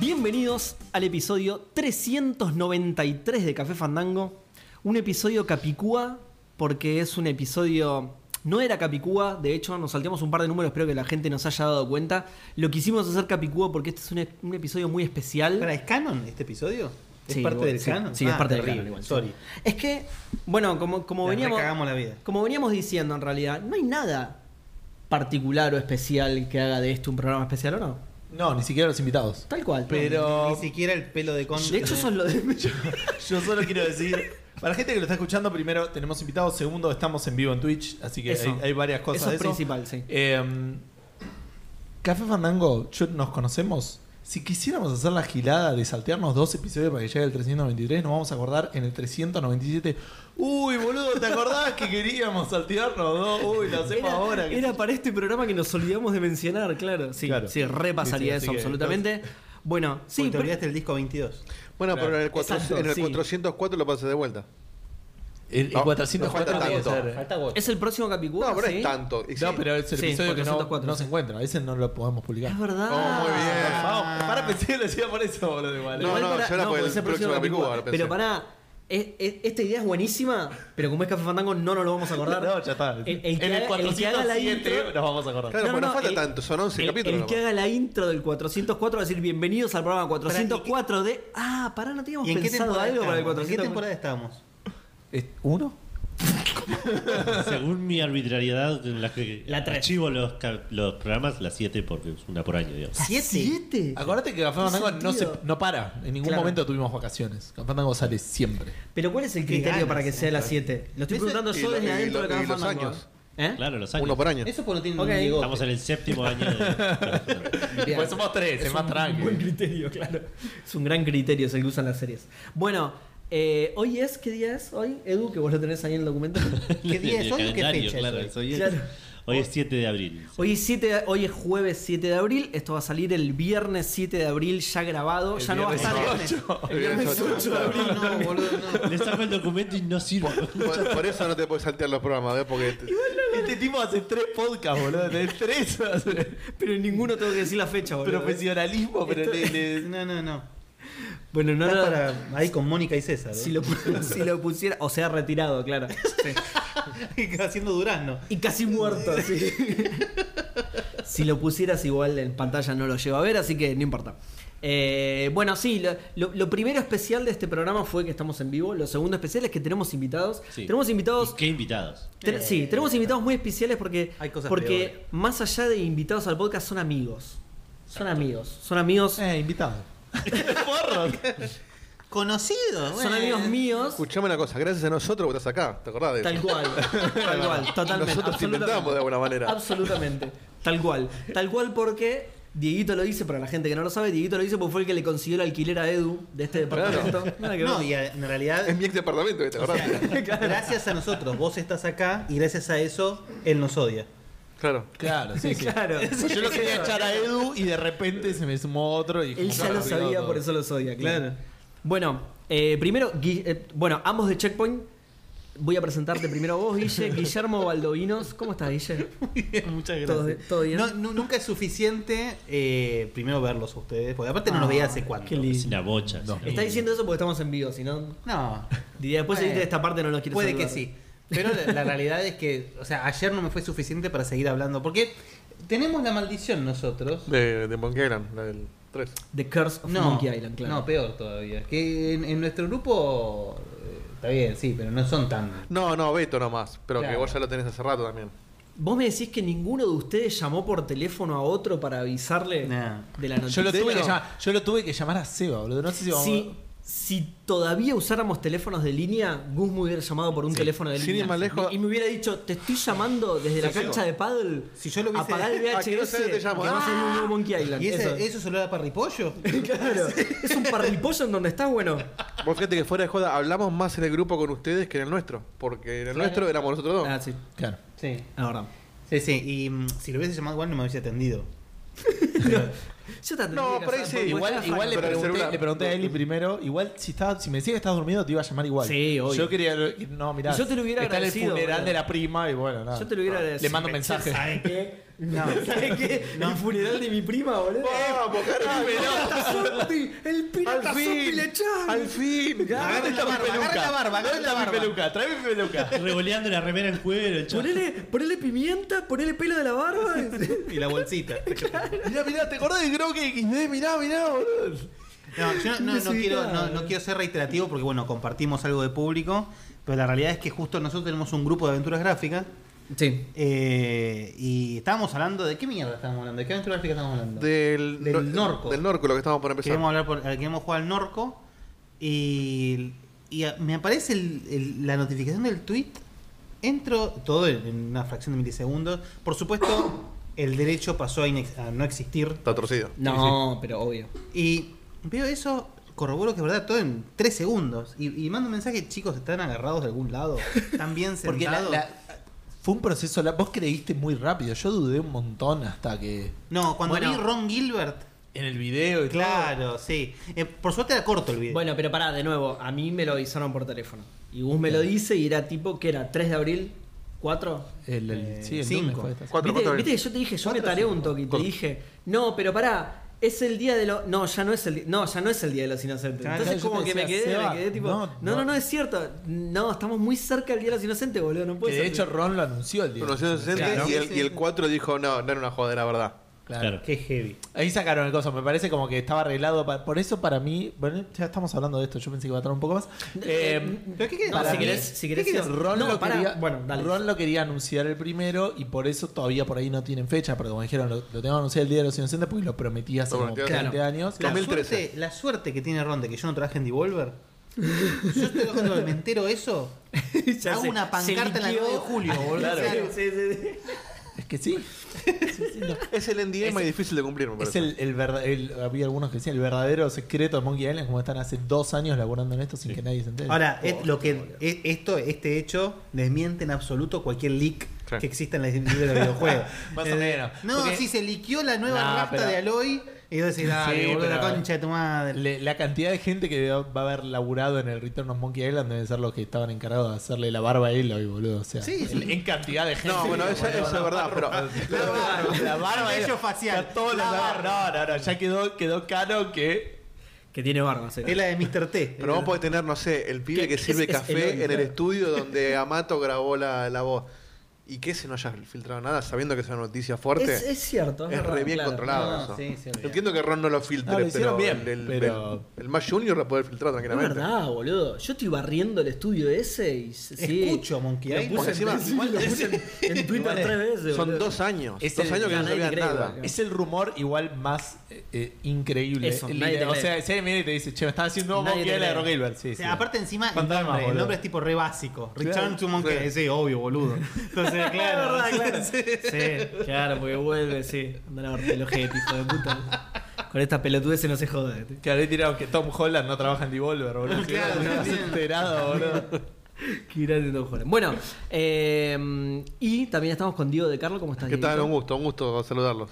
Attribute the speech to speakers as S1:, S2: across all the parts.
S1: Bienvenidos al episodio 393 de Café Fandango. Un episodio capicúa, porque es un episodio. No era capicúa, de hecho, nos salteamos un par de números, espero que la gente nos haya dado cuenta. Lo quisimos hacer capicúa porque este es un, e- un episodio muy especial.
S2: ¿Para, ¿Es canon este episodio? ¿Es
S1: Sí,
S2: parte
S1: bueno,
S2: del
S1: sí,
S2: canon?
S1: sí, es
S2: Ah,
S1: parte del
S2: terrible,
S1: canon, igual, sí.
S2: Sorry.
S1: Es que, bueno, como, como
S2: Le
S1: veníamos.
S2: recagamos la vida.
S1: Como veníamos diciendo en realidad, no hay nada particular o especial que haga de esto un programa especial o no.
S3: No, ni siquiera los invitados.
S1: Tal cual.
S3: Pero-
S2: Ni siquiera el pelo de con.
S1: de hecho, eso es lo de.
S3: Yo solo quiero decir, para la gente que lo está escuchando, primero tenemos invitados, segundo estamos en vivo en Twitch, así que
S1: Eso.
S3: hay, hay varias cosas
S1: Eso es
S3: de eso.
S1: principal, sí.
S3: Eh, Café Fandango, yo- nos conocemos. Si quisiéramos hacer la gilada de saltearnos dos episodios para que llegue el 393, nos vamos a acordar en el 397. Uy, boludo, ¿te acordás que queríamos saltearnos dos? Uy, lo hacemos
S1: Era,
S3: ahora.
S1: era para este programa que nos olvidamos de mencionar, claro. Sí,
S3: Claro.
S1: sí repasaría
S3: Sí, sí, así
S1: eso
S3: que,
S1: absolutamente. Bueno, sí,
S2: Uy, te
S1: pero-
S2: olvidaste el disco 22.
S4: Bueno, pero en el, cuatro-
S1: Exacto,
S4: en el
S1: sí.
S4: 404 lo pasé de vuelta.
S3: El, el
S4: No,
S3: 404
S4: no falta
S3: tiene que
S4: tanto.
S3: ser-
S1: es el próximo capítulo.
S4: No, pero es tanto. Y sí.
S3: No, pero es el
S1: Sí,
S3: episodio que no,
S1: 404,
S3: no
S1: sí.
S3: se encuentra. Ese no lo podemos publicar.
S1: Es verdad.
S4: Oh, muy bien.
S3: Por favor, Para pensé que lo decía por eso, boludo, igual.
S4: No,
S1: Igual
S4: no, yo era por el
S1: es
S4: próximo Capicúa,
S1: Capicúa.
S4: ahora pensé.
S1: Pero pará, es- es- esta idea es buenísima, pero como es Café Fandango no nos lo vamos a acordar.
S3: No, ya está.
S1: El, el que
S3: en el
S1: haga- el que haga la
S3: 407
S1: intro-
S3: nos vamos a acordar.
S4: Claro, pues no falta
S1: el-
S4: tanto, son 11
S1: el-
S4: capítulos
S1: El que
S4: nomás.
S1: haga la intro del 404 va a decir bienvenidos al programa 404 de. Ah, pará, no teníamos
S2: ¿Y en qué
S1: pensado
S2: temporada,
S1: algo para el
S2: estábamos? ¿En qué
S1: 404.
S2: temporada estábamos?
S3: ¿Es ¿Uno?
S5: Según mi arbitrariedad, en la que
S1: La tres.
S5: archivo los, ca- los programas, las 7 porque es una por año, digamos.
S1: ¿Siete? ¿Siete?
S3: Acordate que Café Mandango no, se,
S1: sentido?
S3: no para. En ningún
S1: Claro.
S3: momento tuvimos vacaciones. Café Mandango sale siempre.
S1: Pero ¿cuál es el
S2: Qué
S1: criterio
S2: ganas,
S1: para que sea
S2: ¿no?
S1: las 7? Lo estoy
S4: Ese-
S1: preguntando
S4: y
S1: yo
S4: lo-
S1: desde
S4: y
S1: adentro
S4: lo-
S1: de Café
S4: y los
S1: Fandango,
S4: años.
S1: ¿eh? ¿Eh?
S5: Claro, los años.
S4: Uno por año.
S2: Eso porque no tiene
S1: Ok.
S2: un bigote.
S5: Estamos en el séptimo año de.
S1: Bien.
S3: Pues somos tres, es, más
S1: un buen
S3: tranqui.
S1: criterio, claro. Es un gran criterio, es el que usan las series. Bueno, eh, hoy es, ¿qué día es? Hoy, Edu, que vos lo tenés ahí en el documento.
S2: ¿Qué día es
S5: del
S2: hoy o qué
S5: calendario,
S2: fecha es
S5: claro,
S2: hoy?
S5: es hoy? es-
S1: Claro.
S5: hoy es 7 de abril.
S1: Hoy es, 7 de- hoy es jueves 7 de abril, esto va a salir el viernes 7 de abril ya grabado, ya no va a
S3: viernes
S1: estar...
S3: ocho.
S4: El viernes ocho.
S2: No, no,
S1: Este
S2: boludo, no.
S5: Le saco el documento y no sirve.
S4: Por, por eso no te puedes saltear los programas, ¿ves? Porque te-
S3: Este tipo hace tres podcasts, boludo. De tres hace-
S1: Pero en ninguno tengo que decir la fecha, boludo.
S3: profesionalismo, pero le- le-
S2: No, no, no.
S1: Bueno, no,
S2: Estás
S1: no,
S2: para ahí con Mónica y César. ¿eh?
S1: Si lo, pu- si lo pusiera... O sea, retirado, claro. Sí.
S2: Haciendo durazno.
S1: Y casi muerto, sí. si lo pusieras igual en pantalla no lo llevo a ver, así que no importa. Eh, bueno, sí, lo, lo- lo primero especial de este programa fue que estamos en vivo. Lo segundo especial es que tenemos invitados.
S5: Sí.
S1: Tenemos invitados.
S5: ¿Y ¿Qué invitados?
S1: ten-
S2: Eh,
S1: sí, tenemos invitados muy especiales porque,
S2: Hay cosas
S1: porque
S2: peores.
S1: más allá de invitados al podcast son amigos. Son amigos. Son amigos.
S3: Eh, invitado. Porro.
S2: Conocido.
S1: Son amigos míos.
S4: Escuchame una cosa, gracias a nosotros vos estás acá, ¿te acordás de eso?
S1: Tal cual, tal cual, totalmente.
S4: Nosotros te
S1: absolutamente.
S4: inventamos de alguna manera.
S1: Absolutamente, tal cual. Tal cual porque Dieguito lo dice, para la gente que no lo sabe, Dieguito lo dice porque fue el que le consiguió el alquiler a Edu de este
S4: Claro.
S1: departamento. Nada que
S2: No,
S1: ver.
S2: y a- en realidad.
S4: Es mi ex departamento, ¿te
S2: o
S4: acordás?
S2: sea, gracias a nosotros, vos estás acá y gracias a eso él nos odia.
S4: Claro.
S3: Claro, sí, sí.
S1: Claro.
S3: Pues yo lo quería echar a Edu y de repente se me sumó otro y
S1: Él ya lo sabía, por eso lo sabía, claro.
S2: Claro.
S1: Bueno, eh, primero, Gui- eh, bueno, ambos de Checkpoint. Voy a presentarte primero a vos, Guille, Guillermo Baldovinos. ¿Cómo estás, Guille?
S2: Muchas
S1: gracias. Todo- todo bien.
S2: nunca es suficiente eh, primero verlos a ustedes, porque aparte no los veía hace cuánto.
S1: Ah, Qué lindo.
S5: Es una bocha. es
S3: No.
S5: una
S1: Está
S5: bocha.
S1: diciendo eso porque estamos en vivo, si no.
S2: No,
S1: diría, Después
S2: Bueno,
S1: de esta parte no los quiero
S2: puede
S1: saludar.
S2: que sí. Pero la, la realidad es que, o sea, ayer no me fue suficiente para seguir hablando, porque tenemos la maldición nosotros.
S4: De, de Monkey Island, la del 3.
S1: The Curse of
S2: No,
S1: Monkey Island, claro.
S2: no, peor todavía. Que en, en nuestro grupo eh, está bien, sí, pero no son tan.
S4: No, no, Beto nomás, pero que
S2: Claro.
S4: vos ya lo tenés hace rato también.
S1: ¿Vos me decís que ninguno de ustedes llamó por teléfono a otro para avisarle
S2: Nah.
S1: de la
S3: Yo
S1: noticia?
S3: lo, tuve que
S4: no.
S3: llamar, yo lo tuve que llamar a Seba, boludo. No sé si vamos
S1: si, si todavía usáramos teléfonos de línea, Gus me hubiera llamado por un teléfono de
S4: Sin
S1: línea.
S4: ir más lejos-
S1: y me hubiera dicho, te estoy llamando desde la
S4: Sí, sí.
S1: cancha de paddle.
S2: Si yo lo hubiese-
S1: Apagá el
S4: ¿A qué hora
S1: VHS.
S4: se te llamo?
S1: que vas a ir a un nuevo Monkey Island.
S2: ¿Y ese-
S1: Eso.
S2: eso, se lo da parripollo?
S1: Claro. es un parripollo en donde estás, bueno.
S4: Vos fíjate que fuera de joda, hablamos más en el grupo con ustedes que en el nuestro, porque en el nuestro éramos nosotros dos.
S1: Ah, sí.
S3: Claro.
S2: Sí.
S1: La verdad.
S2: Sí, sí, y mm, si lo hubiese llamado igual no me hubiese atendido.
S1: Yo te
S4: No, por ahí sí.
S1: Pues
S3: Igual, igual le,
S4: Pero el
S3: pregunté,
S4: celular.
S3: le pregunté a Eli primero. Igual, si estaba, si me decía que estabas durmiendo, te iba a llamar igual.
S1: Sí, obvio.
S3: Yo quería. No, mirá.
S1: Y yo te lo hubiera
S3: Está en el
S1: agradecido,
S3: funeral
S1: boludo.
S3: de la prima y bueno, nada.
S1: Yo te lo hubiera
S3: Le
S1: agradecido.
S3: mando un mensaje.
S1: ¿Sabes qué?
S2: No.
S1: ¿Sabes qué? El funeral de mi prima, boludo.
S4: ¡Vamos, carajo!
S1: ¡Pirata Sopi! ¡El pirata
S4: ¡Al
S1: Sopi
S4: fin!
S1: Lechán!
S4: ¡Al fin!
S2: Agarra
S4: ¡Ganaste!
S2: la barba, agarra la barba, agarra la barba.
S3: Trae mi peluca.
S5: Revoleando la remera en cuero, el chaval.
S1: Ponele, ponele pimienta, ponele pelo de la barba.
S2: Y la bolsita.
S3: Mirá, mirá, ¿te acordás de Groke XD? Mirá, mirá, boludo.
S2: No, yo no, no
S1: Desubicado.
S2: quiero, no, no quiero ser reiterativo porque, bueno, compartimos algo de público, pero la realidad es que justo nosotros tenemos un grupo de aventuras gráficas
S1: sí.
S2: eh, y estábamos hablando de qué mierda estábamos hablando, de qué aventura gráfica estábamos hablando.
S4: Del,
S2: Del Norco.
S4: Del Norco, lo que estábamos por empezar.
S2: queremos, hablar por, eh, queremos jugar al Norco y, y a- me aparece el- el- la notificación del tweet. Entro todo en en una fracción de milisegundos. Por supuesto, el derecho pasó a inex- a no existir.
S4: Está torcido.
S1: No, pero obvio.
S2: Y veo eso, corroboro que es verdad, todo en 3 segundos. Y, y mando un mensaje, chicos, están agarrados de algún lado. Están bien
S3: Porque la-
S2: sentados.
S3: la- fue un proceso. la- vos creíste muy rápido. Yo dudé un montón hasta que.
S2: No, cuando
S1: Bueno.
S2: vi Ron Gilbert.
S3: En el video
S2: Claro, sí. Eh, por suerte era corto el video.
S1: Bueno, pero pará, de nuevo, a mí me lo avisaron por teléfono. Y Gus me lo dice y era tipo, ¿qué era? ¿3 de abril? ¿4?
S3: El, el-
S2: Eh,
S3: sí, el
S2: cinco.
S3: lunes fue esta.
S4: Cuatro,
S1: ¿Viste,
S4: cuatro,
S1: viste que yo te dije, yo me tareo un toque y te
S4: Cuatro.
S1: dije, no, pero pará, es el día de los. No, ya no es el di- No, ya no es el día de los inocentes.
S2: Claro,
S1: Entonces
S3: claro, yo
S1: como
S3: te
S1: que me
S3: decía,
S1: quedé,
S3: Seba,
S1: me quedé tipo. No
S3: no,
S1: no, no,
S3: no.
S1: es cierto. No, estamos muy cerca del día de los inocentes, boludo. No
S3: Que
S1: puede
S3: de
S1: ser.
S3: hecho Ron lo anunció el día.
S4: Conoció el docente
S2: Claro.
S4: y, el, y el 4 dijo, no, no era una joda, era verdad.
S3: Claro.
S5: Claro.
S2: Qué heavy.
S3: Ahí sacaron el coso, me parece como que estaba arreglado. pa- por eso para mí, bueno, ya estamos hablando de esto, yo pensé que iba a tardar un poco más. Eh,
S2: ¿Pero qué querés?
S1: No,
S3: para
S1: si
S3: mí-
S1: querés, si querés.
S3: ¿Qué querés?
S1: sí.
S3: Ron,
S1: no,
S3: lo
S1: pará,
S3: quería,
S1: Bueno, dale.
S3: Ron lo quería anunciar el primero y por eso todavía por ahí no tienen fecha, porque como dijeron, lo, lo tengo que anunciar el Día de los Inocentes porque lo prometí hace
S4: Lo
S3: como
S4: prometí
S3: 20
S4: hace-
S1: Claro.
S3: años.
S2: La
S4: 2013.
S2: suerte, la suerte que tiene Ron de que yo no trabaje en Devolver. yo estoy cuando me entero eso,
S1: Ya
S2: hago
S1: sé,
S2: una
S1: se
S2: pancarta en la Ah,
S1: liquidó.
S2: 9 de julio, boludo.
S1: Claro. Sí, sí, sí.
S3: Es que sí.
S4: Es el NDA más difícil de cumplir, me
S3: Es
S4: parece.
S3: el, el verda- el- había algunos que decían el verdadero secreto de Monkey Island, como están hace dos años laburando en esto sin que nadie se entere.
S2: Ahora, es lo que es- esto, este hecho desmiente en absoluto cualquier leak
S4: Claro.
S2: que exista en la industria de los videojuegos.
S3: Más o
S2: Eh,
S3: menos,
S2: No,
S3: porque-
S2: sí, se liqueó la nueva
S3: Nah,
S2: rapta
S3: pero-
S2: de Aloy y yo decís, dale,
S3: Sí,
S2: boludo, la
S3: pero-
S2: concha de tu madre.
S3: Le- la cantidad de gente que va va a haber laburado en el Return of Monkey Island deben ser los que estaban encargados de hacerle la barba a Eloy, boludo. O sea,
S2: Sí, sí.
S3: en cantidad de gente.
S4: No, bueno, esa esa es verdad, pero...
S2: La barba.
S3: La barba.
S2: Cabello
S3: Eloy.
S2: facial.
S3: Está todo
S2: La
S3: la
S2: barba.
S3: barba. No, no, no. Ya quedó, quedó caro que.
S1: Que tiene barba, sí.
S2: Es la de Mr. T. Eh,
S4: Pero vos podés tener, no sé, el pibe
S1: ¿Qué?
S4: que sirve
S1: Es- es
S4: café
S1: Eloy,
S4: en el
S1: claro.
S4: estudio donde Amato grabó la, la voz. Y que se no haya filtrado nada, sabiendo que es una noticia fuerte.
S1: Es, es cierto.
S4: Es
S1: verdad,
S4: re bien
S1: claro.
S4: controlado
S2: No,
S4: eso.
S2: sí, sí, olvidate.
S4: Entiendo que Ron no lo filtre,
S3: No, lo
S4: pero,
S3: hicieron bien,
S4: el, el,
S3: pero-
S4: el- el más junior lo puede filtrar
S1: No es
S4: tranquilamente.
S1: verdad, boludo. Yo estoy barriendo el estudio ese y se- sí.
S2: Escucho Monkey
S1: Lo
S2: Island.
S1: puse en-
S4: Encima,
S1: sí, lo puse en, en Twitter
S3: Igual es-
S1: tres veces.
S4: Son
S1: boludo.
S4: dos años.
S3: Es
S4: dos
S3: el-
S4: años que
S1: no,
S4: no
S1: nadie
S4: sabían
S1: te cree,
S4: nada.
S1: boludo.
S3: Es el rumor igual más eh, eh, increíble.
S1: Eso,
S3: El-
S1: nadie te
S3: o
S1: cree.
S3: sea, ese viene y te dice, che, me estás haciendo un
S1: Nadie
S3: Monkey
S1: te
S3: Island
S1: cree.
S3: de Rock Gilbert. Sí,
S2: O
S3: sí.
S2: sea, aparte encima el
S3: Fantasma,
S2: nombre, el
S3: boludo.
S2: nombre es tipo re básico. Return to Monkey
S4: Claro.
S2: Island. Sí, obvio, boludo. Entonces, claro.
S1: Es verdad,
S2: Sí, sí.
S1: Sí, claro, porque vuelve, sí. Andan a ver el ojete, hijo de puta. Con estas pelotudeces no se jode.
S3: Que habré tirado que Tom Holland no trabaja en Devolver, boludo.
S2: Claro,
S3: no has
S2: también.
S3: enterado, boludo.
S1: Qué grande Tom Holland. Bueno, eh, y también estamos con Diego de Carlo. ¿Cómo estás,
S4: ¿Qué tal?
S1: Dieguito?
S4: Un gusto, un gusto saludarlos.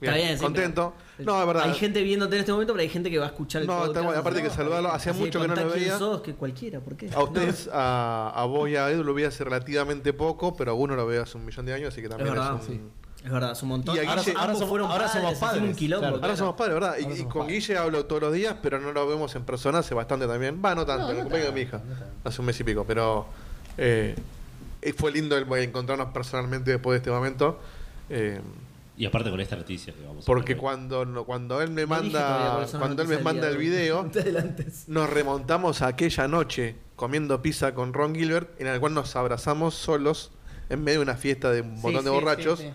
S4: Bien,
S1: Está bien, sí,
S4: contento.
S1: pero-
S4: No, es verdad.
S1: Hay gente viéndote en este momento, pero hay gente que va a escuchar el
S4: No, está
S1: podcast.
S4: bueno, aparte que saludarlo, hacía
S1: Así
S4: mucho que no
S1: contá
S4: lo
S1: quién
S4: veía.
S1: sos, que cualquiera, ¿por qué?
S4: A ustedes, a, a vos y a Edu lo vi hace relativamente poco, pero a uno lo veo hace un millón de años, así que
S1: No,
S4: también
S1: es
S4: es,
S1: verdad,
S4: un...
S1: es verdad, es un montón.
S4: Y a Guille-
S1: ambos
S3: ahora somos-
S1: fueron
S3: ahora somos
S1: hacen
S3: padres,
S1: Un quilombo,
S3: claro.
S4: Ahora somos padres, ¿verdad? Y,
S3: Ahora
S4: y
S3: somos
S4: con
S3: padres.
S4: Guille hablo todos los días, pero no lo vemos en persona hace bastante también. Va, no tanto, lo acompaño de mi hija. hace un mes y pico, pero eh, eh, fue lindo el, encontrarnos personalmente después de este momento. eh,
S5: Y aparte con esta noticia que vamos a
S4: porque
S5: hablar hoy.
S4: cuando, no- cuando él me
S1: No dije todavía
S4: manda,
S1: cuáles son las
S4: cuando él me
S1: noticias
S4: manda
S1: del
S4: el
S1: día de hoy.
S4: video,
S1: Te adelantes.
S4: nos remontamos a aquella noche comiendo pizza con Ron Gilbert, en la cual nos abrazamos solos en medio de una fiesta de un montón
S2: Sí,
S4: de
S2: sí,
S4: borrachos.
S2: sí, sí.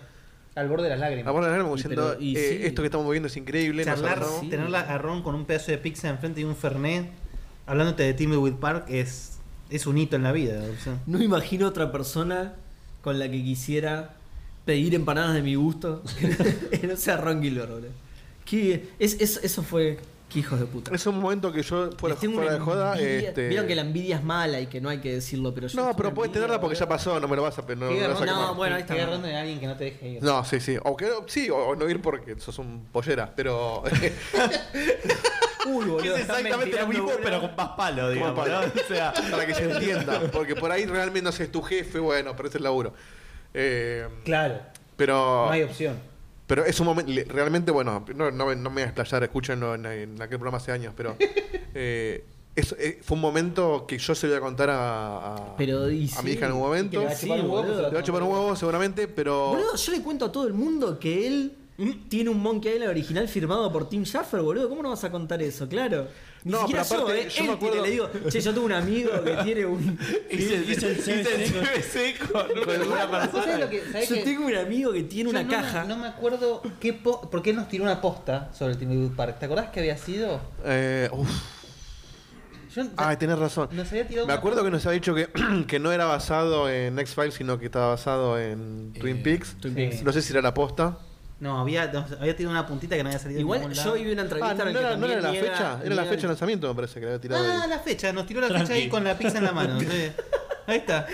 S2: Al borde de las lágrimas.
S4: La bola de la gana como
S1: Y
S4: diciendo,
S1: pero- y
S4: eh,
S1: sí.
S4: esto que estamos viviendo es increíble. nos
S2: Charlar,
S4: abrazamos.
S1: sí.
S2: tenerla a Ron con un pedazo de pizza enfrente y un Fernet, hablándote de Timmy Wood Park, es, es un hito en la vida. o sea.
S1: No imagino otra persona con la que quisiera pedir empanadas de mi gusto que no sea Ron Gilbert, boludo. Qué- es- es- eso fue. Qué hijos de puta.
S4: Es un momento que yo, fuera,
S1: Les tengo
S4: fuera
S1: una
S4: de joda,
S1: envidia-
S4: este...
S1: Vieron que la envidia es mala y que no hay que decirlo, pero yo.
S4: No, pero podés
S1: puedes
S4: tenerla porque ya pasó, no me lo vas a... No, no,
S2: Qué
S4: lo vas a
S2: garrón-
S1: no,
S4: quemar.
S1: bueno, ahí está.
S2: Qué garrón de alguien que no te deje ir.
S4: No, sí, sí. O que no- sí, o, o no ir porque sos un pollera, pero...
S1: Uy, boludo.
S3: Es exactamente lo mismo, pero con más palo, digamos.
S4: Como para-
S3: ¿no? O sea,
S4: para que se entienda. Porque por ahí realmente no sé, es tu jefe, bueno, pero es el laburo. Eh,
S2: Claro.
S4: Pero,
S2: No hay opción.
S4: pero es un momento. le- Realmente, bueno, no, no me- no me voy a explayar, escúchenlo en, en aquel programa hace años, pero. eh, es- eh, fue un momento que yo se lo voy a contar a, a-
S1: Pero, y
S4: a
S1: sí,
S4: mi hija en un
S1: y
S4: momento.
S1: que
S4: Le
S1: la- Sí, boludo.
S4: voy a chupar un huevo seguramente, pero.
S1: Boludo, yo le cuento a todo el mundo que él
S4: ¿Mm?
S1: tiene un Monkey Island original firmado por Tim Schafer, boludo. ¿Cómo no vas a contar eso? Claro. Ni
S4: No,
S1: siquiera
S4: pero aparte,
S1: yo, ¿eh?
S4: yo me
S1: Él
S4: acuerdo-
S1: tiene, le digo, che, yo tuve un amigo que tiene un.
S5: Hice el
S3: CBC con una
S2: ¿Sabes
S3: persona.
S2: lo que- sabes
S1: Yo
S2: que-
S1: tengo un amigo que tiene
S2: yo
S1: una
S2: no me-
S1: caja.
S2: no me acuerdo qué po- porque él nos tiró una posta sobre el Team Blue Park. ¿Te acordás que había sido?
S4: eh, uf.
S2: Yo,
S4: Ay, tenés razón.
S2: Nos había tirado
S4: Me
S2: una-
S4: acuerdo que nos había dicho que, que no era basado en X-Files, sino que estaba basado en Twin Peaks.
S2: Twin Peaks.
S4: No sé si era la posta.
S2: No, había, nos había tirado una puntita que no había salido. en
S1: Igual
S2: ningún
S1: yo
S2: lado.
S1: vi una
S4: Ah,
S1: entrevista
S4: no
S1: en la que
S4: era, no era la
S1: también
S4: fecha. Era la fecha de lanzamiento, me parece que le había tirado.
S2: Ah,
S4: ahí.
S2: la fecha, nos tiró la fecha
S5: Tranqui.
S2: ahí con la pizza en la mano. sí. Ahí está.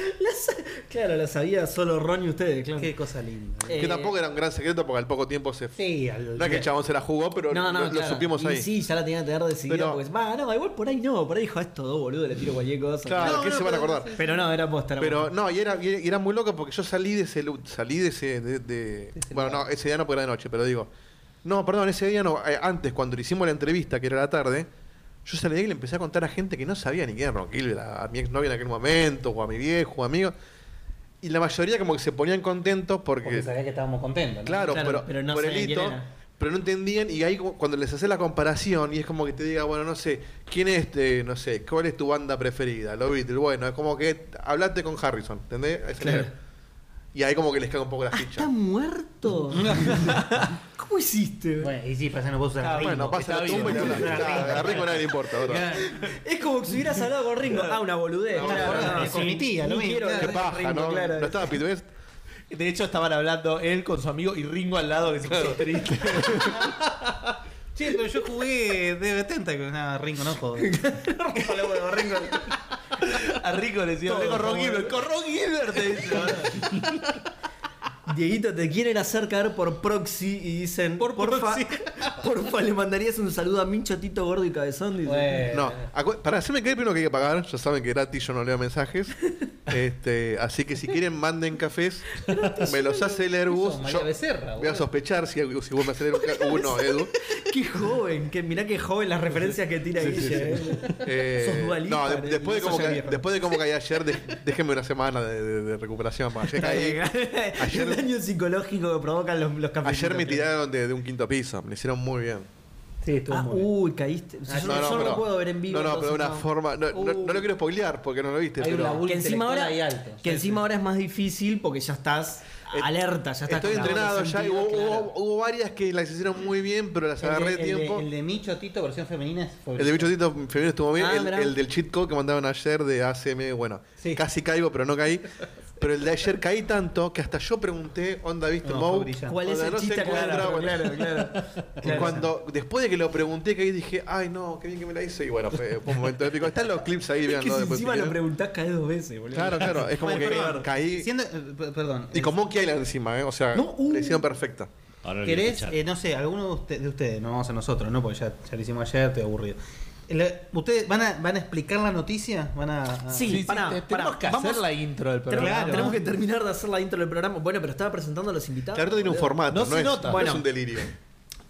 S1: Claro, la sabía solo Ron y ustedes, claro.
S2: Qué cosa linda.
S1: Eh,
S4: que tampoco era un gran secreto porque al poco tiempo se.
S2: Sí, al-
S4: no es que el chabón se la jugó, pero
S1: No, no,
S4: lo, lo
S1: claro.
S4: supimos
S1: Y
S4: ahí.
S1: sí, ya la tenía que tener decidida.
S4: Pero-
S1: porque, "Bah, no, igual por ahí no. Por ahí dijo, a estos dos, boludo, le tiro cualquier cosa.
S4: Claro,
S2: No,
S4: ¿qué
S2: no,
S4: se van a
S2: pero-
S4: acordar?
S1: Pero no, era posta. era
S4: Pero
S1: posta.
S4: no, y era, y era muy loco porque yo salí de ese lu- salí de ese de, de-
S2: ese
S4: bueno,
S2: lugar.
S4: no, ese día no porque era de noche, pero digo, no, perdón, ese día no, eh, antes cuando le hicimos la entrevista, que era la tarde, yo salí de ahí y le empecé a contar a gente que no sabía ni quién era Ronquil, a, a mi exnovia en aquel momento, o a mi viejo, o amigo, y la mayoría como que se ponían contentos porque,
S2: Porque sabía que estábamos contentos. ¿no?
S4: claro,
S1: Claro,
S4: pero,
S1: pero no
S4: por el
S1: sabían quién
S4: hito,
S1: era.
S4: pero no entendían y ahí como- cuando les haces la comparación y es como que te diga, bueno, no sé, ¿quién es, este, no sé, cuál es tu banda preferida? Los Beatles, bueno, es como que hablaste con Harrison, ¿entendés? A ese nivel. Y ahí como que les cae un poco la
S1: Ah,
S4: ficha.
S1: ¿Está muerto? ¿Cómo hiciste? boludo?
S2: Bueno, y sí, pasa que no puedo usar
S4: Ah,
S2: ritmo.
S4: bueno, pasa la
S2: Está
S4: tumba y
S2: bien,
S4: tú la-
S2: boludo.
S4: Claro, a Rico nadie le importa, bro.
S2: Claro.
S1: Es como que si hubieras hablado con Ringo. Ah, una boludez.
S2: No,
S1: claro,
S2: no,
S1: no,
S2: con
S1: sí.
S2: mi tía, lo
S1: Ni
S2: mismo,
S1: quiero
S2: claro.
S1: hablar
S4: Qué
S1: con
S4: paja,
S1: Ringo,
S4: ¿no?
S1: claro.
S4: ¿No estaba Pete Best?
S3: De hecho, estaban hablando él con su amigo y Ringo al lado que se puso triste.
S2: Che, pero yo jugué de Tentacle. Nada, Ringo, no jodo.
S3: A Ringo le decía,
S1: Todo,
S3: vengo Ron
S1: como-
S3: Gilbert, con Ron Gilbert. te dice.
S1: Dieguito, te quieren hacer caer por proxy y dicen,
S2: Por
S1: porfa,
S2: proxy".
S1: porfa, le mandarías un saludo a Mincho, Tito, Gordo y Cabezón. Dice.
S2: Bueno.
S4: No, acu- para hacerme creer primero que hay que pagar, ya saben que gratis yo no leo mensajes. Este, así que si quieren manden cafés, me los hace leer vos.
S2: Sos María
S4: Yo
S2: Becerra,
S4: voy a
S2: boludo.
S4: sospechar si, si vos me haces leer un ca- uno, Edu.
S1: Qué joven, que mirá qué joven las referencias que tira Guille. eh.
S4: Eh,
S1: Sos Dua Lipa,
S4: no, de-
S1: eh,
S4: después, de
S1: no
S4: como
S1: seas
S4: que,
S1: vieja.
S4: después de cómo caí ayer, de- déjenme una semana de, de- de recuperación. para llegar ahí. Ayer-
S1: El daño psicológico que provocan los, los cafecitos,
S4: Ayer me
S1: creo.
S4: tiraron de, de un quinto piso, me hicieron muy bien.
S2: Sí, estuvo
S1: Ah,
S2: muy bien.
S1: uy, caíste. O sea, yo no, yo no
S4: Ah, pero-
S1: puedo ver en vivo.
S4: No, no, pero de
S1: entonces
S4: una
S1: no.
S4: forma. No, no-
S1: Uh.
S4: no lo quiero spoilear porque no lo viste,
S2: Hay
S4: pero.
S2: una bulla
S1: Que encima ahora,
S2: Intelectual ahí alto.
S1: que
S2: Sí,
S1: encima
S2: sí.
S1: ahora es más difícil porque ya estás
S4: Eh,
S1: alerta, ya estás
S4: Estoy
S1: con la
S4: entrenado
S1: voz
S4: ya. y
S1: sentida,
S4: Hubo,
S1: claro.
S4: hubo- hubo varias que las hicieron muy bien, pero las
S2: El de,
S4: agarré
S2: el de-
S4: tiempo.
S2: el de Micho Tito, versión femenina, fue.
S4: El de bicho Tito femenino estuvo bien.
S1: Ah,
S4: el,
S1: mirá.
S4: el del cheat code que mandaron ayer de ACM, bueno,
S2: Sí.
S4: casi caigo, pero no caí. Pero el de ayer caí tanto que hasta yo pregunté, onda, ¿viste
S2: No,
S4: Moe?
S2: fue brillante.
S1: ¿Cuál es
S4: Onda,
S1: el
S4: no se
S1: chiste?
S4: encuentra,
S1: Claro,
S4: bueno.
S1: claro, claro.
S4: Y cuando, después de que lo pregunté, caí dije, ay no, qué bien que me la hice. Y bueno, fue, fue un momento épico. Están los clips ahí,
S1: Es
S4: vean,
S1: que
S4: ¿no?
S1: si
S4: Después, si
S1: encima lo
S4: quieren.
S1: preguntás cada dos veces, boludo.
S4: Claro, claro, es como
S2: Bueno,
S4: que
S2: perdón.
S4: caí.
S2: Siendo- eh, p- perdón.
S4: Y con Monkey Island encima, ¿eh? O sea,
S1: No, uh.
S4: la hicieron perfecta.
S5: Ahora lo voy a
S2: ¿Querés,
S5: escuchar.
S2: eh, no sé, alguno de, usted- de ustedes, no vamos a nosotros, ¿no? Porque ya, ya lo hicimos ayer, estoy aburrido. El- ¿Ustedes van a, van a explicar la noticia? ¿Van a, a-
S1: Sí, pará,
S3: te-
S1: pará.
S3: tenemos que
S1: Vamos-
S3: hacer la intro del
S1: Tenemos,
S3: programa.
S2: Claro.
S1: tenemos que terminar de hacer la intro del programa. Bueno, pero estaba presentando a los invitados.
S4: Claro, tiene un
S1: boludo.
S4: formato,
S3: No
S4: no,
S3: se
S4: es,
S3: nota.
S4: no
S1: Bueno.
S4: es un delirio.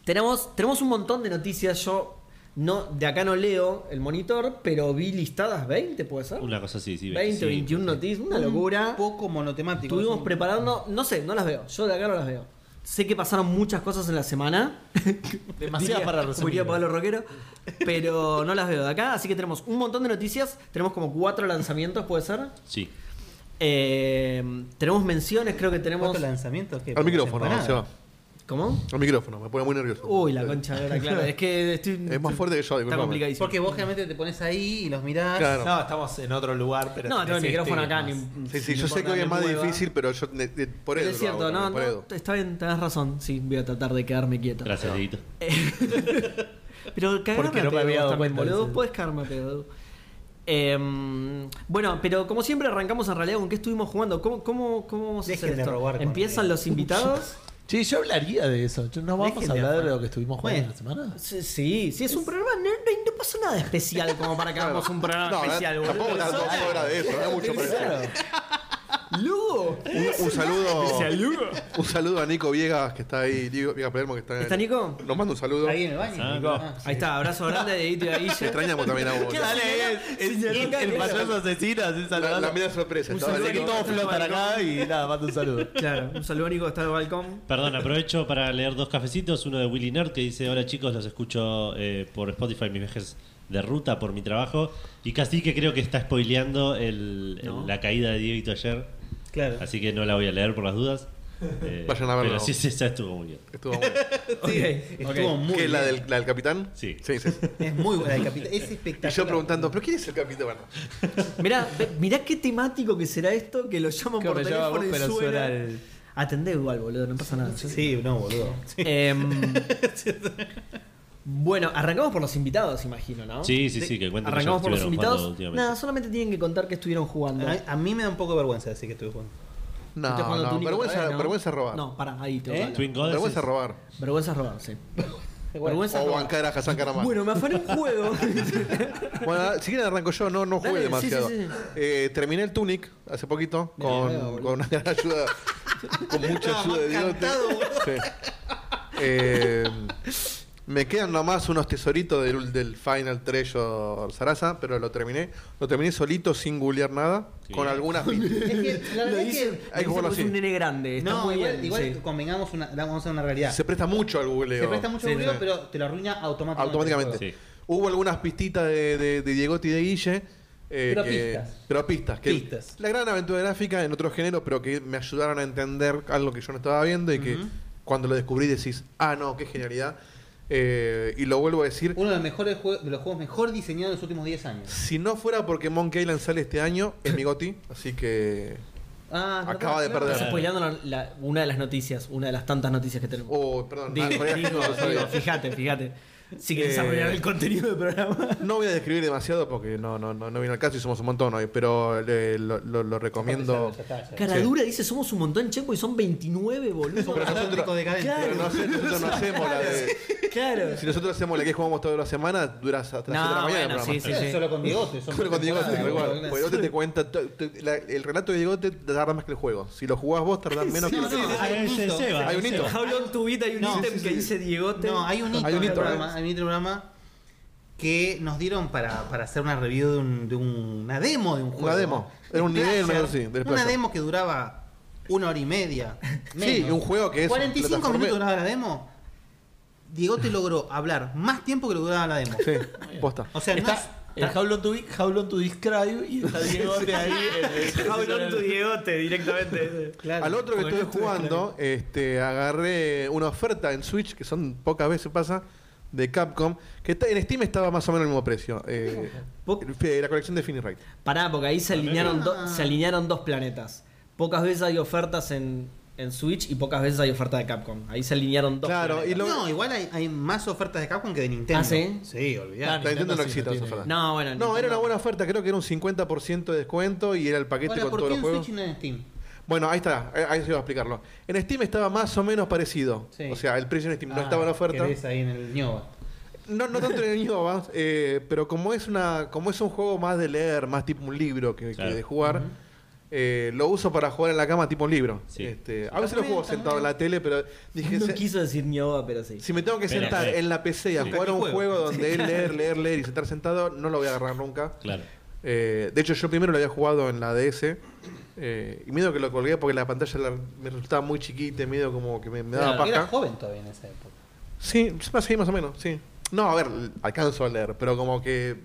S1: Tenemos, tenemos un montón de noticias. Yo no, de acá no leo el monitor, pero vi listadas 20, ¿puede ser?
S5: Una cosa así, sí.
S1: 20,
S5: 25.
S1: 21 noticias, una locura.
S2: Un poco monotemático.
S1: Estuvimos
S2: Sí.
S1: preparando, no sé, no las veo. Yo de acá no las veo. Sé que pasaron muchas cosas en la semana.
S3: Demasiadas
S1: Diría-
S3: para
S1: Como
S3: resumir.
S1: diría Pablo Roquero. Pero no las veo de acá. Así que tenemos un montón de noticias. Tenemos como cuatro lanzamientos, ¿puede ser?
S5: Sí.
S1: Eh, tenemos menciones, creo que tenemos.
S2: ¿Cuántos lanzamientos? ¿Qué?
S4: Al micrófono,
S2: Empanadas.
S4: se va.
S1: ¿Cómo?
S4: Al micrófono, me pone muy nervioso.
S1: Uy, la concha de la clara. Es que estoy.
S4: Es más fuerte que yo,
S1: Está
S4: disculpame.
S1: complicadísimo.
S2: Porque vos generalmente te pones ahí y los mirás.
S4: Claro.
S3: No, estamos en otro lugar, pero.
S1: no, tengo el
S3: es este,
S1: micrófono acá.
S3: más.
S1: Ni,
S4: Sí, sí,
S1: ni
S4: yo sé que
S1: importa,
S4: hoy es
S1: me
S4: más
S1: mueva.
S4: difícil, pero yo ne- ne- por
S1: Pero
S4: Edu
S1: es
S4: lo
S1: cierto,
S4: hago,
S1: no,
S4: por
S1: no,
S4: Edu.
S1: está bien, tenés razón. Sí, voy a tratar de quedarme quieto.
S5: Gracias, Edito.
S1: Pero cagarme
S3: Porque
S1: a
S3: no me
S1: pedo
S3: había dado
S1: también,
S3: cuenta,
S1: boludo.
S3: dice.
S1: Podés cagarme a pedo. Em, bueno, pero como siempre arrancamos en realidad con qué estuvimos jugando. ¿Cómo, cómo, cómo vamos a
S2: Dejen
S1: hacer
S2: de
S1: esto?
S2: robar con
S1: ¿Empiezan
S2: el-
S1: los invitados?
S3: Che, yo hablaría de eso. Yo- ¿No vamos
S2: Dejen
S3: a
S2: de
S3: hablar de
S2: afán.
S3: lo que estuvimos jugando
S2: Bueno.
S3: esta semana?
S1: sí, sí, sí, es un programa nerd y no pasó nada especial como para que hagamos un programa
S4: No, eh,
S1: especial,
S4: tampoco
S1: boludo.
S4: tanto horas de eso, no es mucho. pero-
S3: Claro.
S1: Lugo,
S4: Un, un
S3: Oh.
S4: saludo. Un saludo a Nico Viegas, que está ahí. Diego- Viegas Palermo, que está
S1: ¿Está Nico?
S4: Nos manda un saludo.
S2: Ahí en el baño.
S5: Ah,
S2: Nico.
S5: no.
S2: Ah, sí.
S1: Ahí está, abrazo grande de Edito y a
S4: Te
S1: Guille.
S4: extrañamos también a vos.
S1: Dale,
S3: el, el payaso asesino, así
S4: La, la
S3: saludando.
S4: mira sorpresa.
S1: Un
S4: estaba
S1: saludo
S3: Así
S1: a
S4: Nico.
S3: que
S1: Nico.
S3: todos flotan acá y nada, mando un saludo.
S1: Claro, un saludo a Nico que está en el balcón.
S5: Perdón, aprovecho para leer dos cafecitos. Uno de Willy Nerd que dice: Hola chicos, los escucho eh, por Spotify, mis viajes de ruta por mi trabajo. Y casi que creo que está spoileando el- el-
S1: No.
S5: la caída de Dieguito ayer.
S2: Claro.
S5: Así que no la voy a leer por las dudas. Eh,
S4: Vayan a verlo.
S5: Pero sí, sí, esa estuvo muy bien.
S4: Estuvo bueno.
S1: Ok, ok.
S2: Estuvo muy
S4: ¿Qué, la
S2: bien.
S4: del, la del capitán?
S5: Sí.
S4: Sí, sí. sí.
S2: Es muy buena el capitán. Es
S4: Y
S2: espectacular.
S4: yo preguntando, ¿pero quién es el capitán? Bueno,
S1: Mirá, ve- mirá qué temático que será esto, que lo llaman
S3: Que
S1: por
S3: lo llama
S1: teléfono
S3: vos,
S1: y
S3: pero
S1: suena.
S3: suena el-
S1: Atendé igual, boludo, no pasa nada.
S2: Sí, no, boludo.
S1: Em, bueno, arrancamos por los invitados, imagino, ¿no?
S5: Sí, sí, sí, que cuenten que
S1: Arrancamos
S5: ya
S1: por los
S5: estuvieron jugando
S1: invitados.
S5: últimamente.
S1: Nada, solamente tienen que contar que estuvieron jugando.
S2: A, a mí me da un poco de vergüenza decir que estuve jugando.
S1: Estás
S4: Eh, no,
S1: jugando
S4: no,
S1: tú, Nico,
S4: vergüenza,
S1: otra vez, ¿no?
S4: vergüenza robar.
S1: No, pará, ahí te
S2: ¿Eh?
S1: voy a hablar.
S5: Twin Goddess
S4: Vergüenza
S5: es-
S4: robar.
S1: Vergüenza es robar, sí. Vergüenza es
S4: O
S1: robar.
S4: bancar a Hassan Karamá. Bueno,
S1: Bueno, me afané un juego.
S4: si quieren arranco yo, no, no jugué
S1: Dale, sí,
S4: demasiado.
S1: sí, sí.
S4: Eh, terminé el Tunic hace poquito con,
S1: veo, boludo.
S4: con una gran ayuda, con mucha ayuda de Dios. Eh,
S2: encantado, boludo.
S4: me quedan nomás unos tesoritos del, del Final Treasure Sarasa, pero lo terminé. Lo terminé solito, sin googlear nada,
S5: Sí.
S4: con algunas
S2: Es que
S4: bits.
S2: la
S1: Lo
S2: verdad es
S1: dice,
S2: que.
S1: lo dice
S4: jugarlo
S1: porque
S4: así.
S1: Es un nene grande, está
S2: No,
S1: muy
S2: igual,
S1: bien.
S2: igual
S1: sí.
S2: convengamos una, vamos a una realidad.
S4: Se
S2: Se,
S4: presta mucho al googleo.
S2: presta mucho
S1: Sí,
S2: boludo,
S4: sí.
S2: pero te lo arruina automáticamente.
S4: automáticamente.
S5: Sí.
S4: Hubo algunas pistitas de, de, de Diegotti y de Guille. eh,
S2: Pero
S4: que-
S2: pistas.
S4: Pero pistas. Que
S2: Pistas.
S4: La gran aventura gráfica en otro género, pero que me ayudaron a entender algo que yo no estaba viendo y que
S2: Ujú.
S4: cuando lo descubrí decís, ah, no, qué genialidad. Eh, y lo vuelvo a decir,
S2: Uno de los mejores jue- de los juegos mejor diseñados de los últimos 10 años.
S4: si no fuera porque Monkey Island sale este año, es mi Gotti, así que...
S2: Ah, es
S4: Acaba
S2: verdad,
S4: de
S2: claro.
S4: perder.
S1: Estás spoileando la- la- una de las noticias, una de las tantas noticias que tenemos.
S4: Oh, perdón.
S1: Digo,
S4: ah, por ahí
S1: digo,
S4: no lo sabía.
S1: digo, fíjate, fíjate. Si querés
S4: Eh,
S1: arruinar el contenido del programa.
S4: No voy a describir demasiado porque no, no, no, no viene al caso y somos un montón hoy, pero eh, lo, lo- lo recomiendo.
S2: Ya está, ya está.
S1: Caradura dice, somos un montón, Chepo, y son 29, boludo.
S4: Pero nosotros-
S2: decadente.
S4: Pero no sé, nosotros no hacemos la de.
S1: claro.
S4: Si nosotros hacemos la que jugamos toda la semana, dura hasta las 7 de la
S1: No,
S4: mañana.
S1: bueno,
S4: el programa.
S1: sí, sí, sí.
S2: Solo con Diegote. son
S4: Pero cuando Diegote,
S2: temporadas,
S4: igual,
S2: boludo.
S4: porque Diegote te cuenta. to- te- la- el relato de Diegote tarda más que el juego. Si lo jugás vos, tardás menos que
S2: No,
S4: el
S2: no,
S4: juego.
S2: hay un
S5: Ah, Ese
S2: hito.
S5: Seba,
S4: Hay un
S5: Seba.
S4: hito.
S1: How long to beat hay un
S2: No,
S1: ítem
S2: sí, sí,
S1: que
S2: sí.
S1: dice Diegote.
S2: No, hay un hito,
S4: Hay
S2: en
S4: un
S2: el
S4: hito,
S2: programa,
S4: ¿eh?
S2: hay un hito en el programa que nos dieron para, para hacer una review de, un- de una demo de un juego.
S4: demo.
S2: De
S4: Era un nivel,
S2: Placer.
S4: una cosa así, del
S2: Una
S4: Placer.
S2: demo que duraba una hora y media.
S4: Sí,
S2: menos.
S4: y un juego que es.
S2: 45
S4: plataforma-
S2: minutos duraba la demo. Diego te logró hablar más tiempo que lo duraba la demo.
S4: Sí, posta.
S2: O sea, no es-
S3: Está el How Long to, Be- How Long to Describe y está Diego de ahí. en el-
S1: How long to Diegote, directamente.
S2: claro.
S4: Al otro que estoy jugando, este, agarré una oferta en Switch, que son pocas veces pasa, de Capcom, que está, en Steam estaba más o menos al mismo precio. eh, la colección de Finish
S1: Pará, porque ahí se alinearon, do-
S2: Ah.
S1: se alinearon dos planetas. Pocas veces hay ofertas en, en Switch y pocas veces hay oferta de Capcom. Ahí se alinearon dos
S4: Claro, y lo,
S2: No, igual hay, hay más ofertas de Capcom que de Nintendo.
S1: ¿Ah, sí?
S2: Sí, olvidate.
S3: Ah,
S4: La Nintendo
S3: Nintendo
S4: no
S3: sí
S4: existe
S3: lo
S4: esa
S3: tiene.
S4: sola.
S1: No, bueno.
S4: No, era una buena oferta, creo que era un 50% de descuento y era el paquete
S2: Ahora,
S4: con
S2: ¿por qué
S4: todos los
S2: en
S4: juegos.
S2: Switch y no en Steam?
S4: Bueno, ahí está, eh, ahí- ahí se iba a explicarlo. En Steam estaba más o menos parecido.
S2: Sí.
S4: O sea, el precio en Steam no
S2: Ah,
S4: estaba en oferta.
S2: que ves ahí en el Nioba.
S4: No, no tanto en el idioma, eh, pero como es una, como es un juego más de leer, más tipo un libro que, que
S5: Claro.
S4: de jugar, eh, lo uso para jugar en la cama tipo un libro.
S5: Sí.
S4: Este,
S2: Está
S4: a veces lo
S2: muy
S4: juego
S2: bien, está
S4: sentado
S2: muy
S4: en la tele, pero dije,
S1: No
S4: se-
S1: quiso decir ñoba, pero sí.
S4: si me tengo que
S5: Pero,
S4: sentar
S5: eh,
S4: en la PC a
S5: sí.
S4: jugar a un
S2: Juego.
S4: juego donde es leer, leer, leer y sentar sentado, no lo voy a agarrar nunca.
S5: Claro.
S4: Eh, de hecho, yo primero lo había jugado en la DS. eh, y medio que lo colgué porque la pantalla la- me resultaba muy chiquita y medio como que me, me daba
S2: Claro, Era
S4: paja.
S2: joven todavía en esa época.
S4: Sí, sí, más o menos, sí. No, a ver, l- alcanzo a leer, pero como que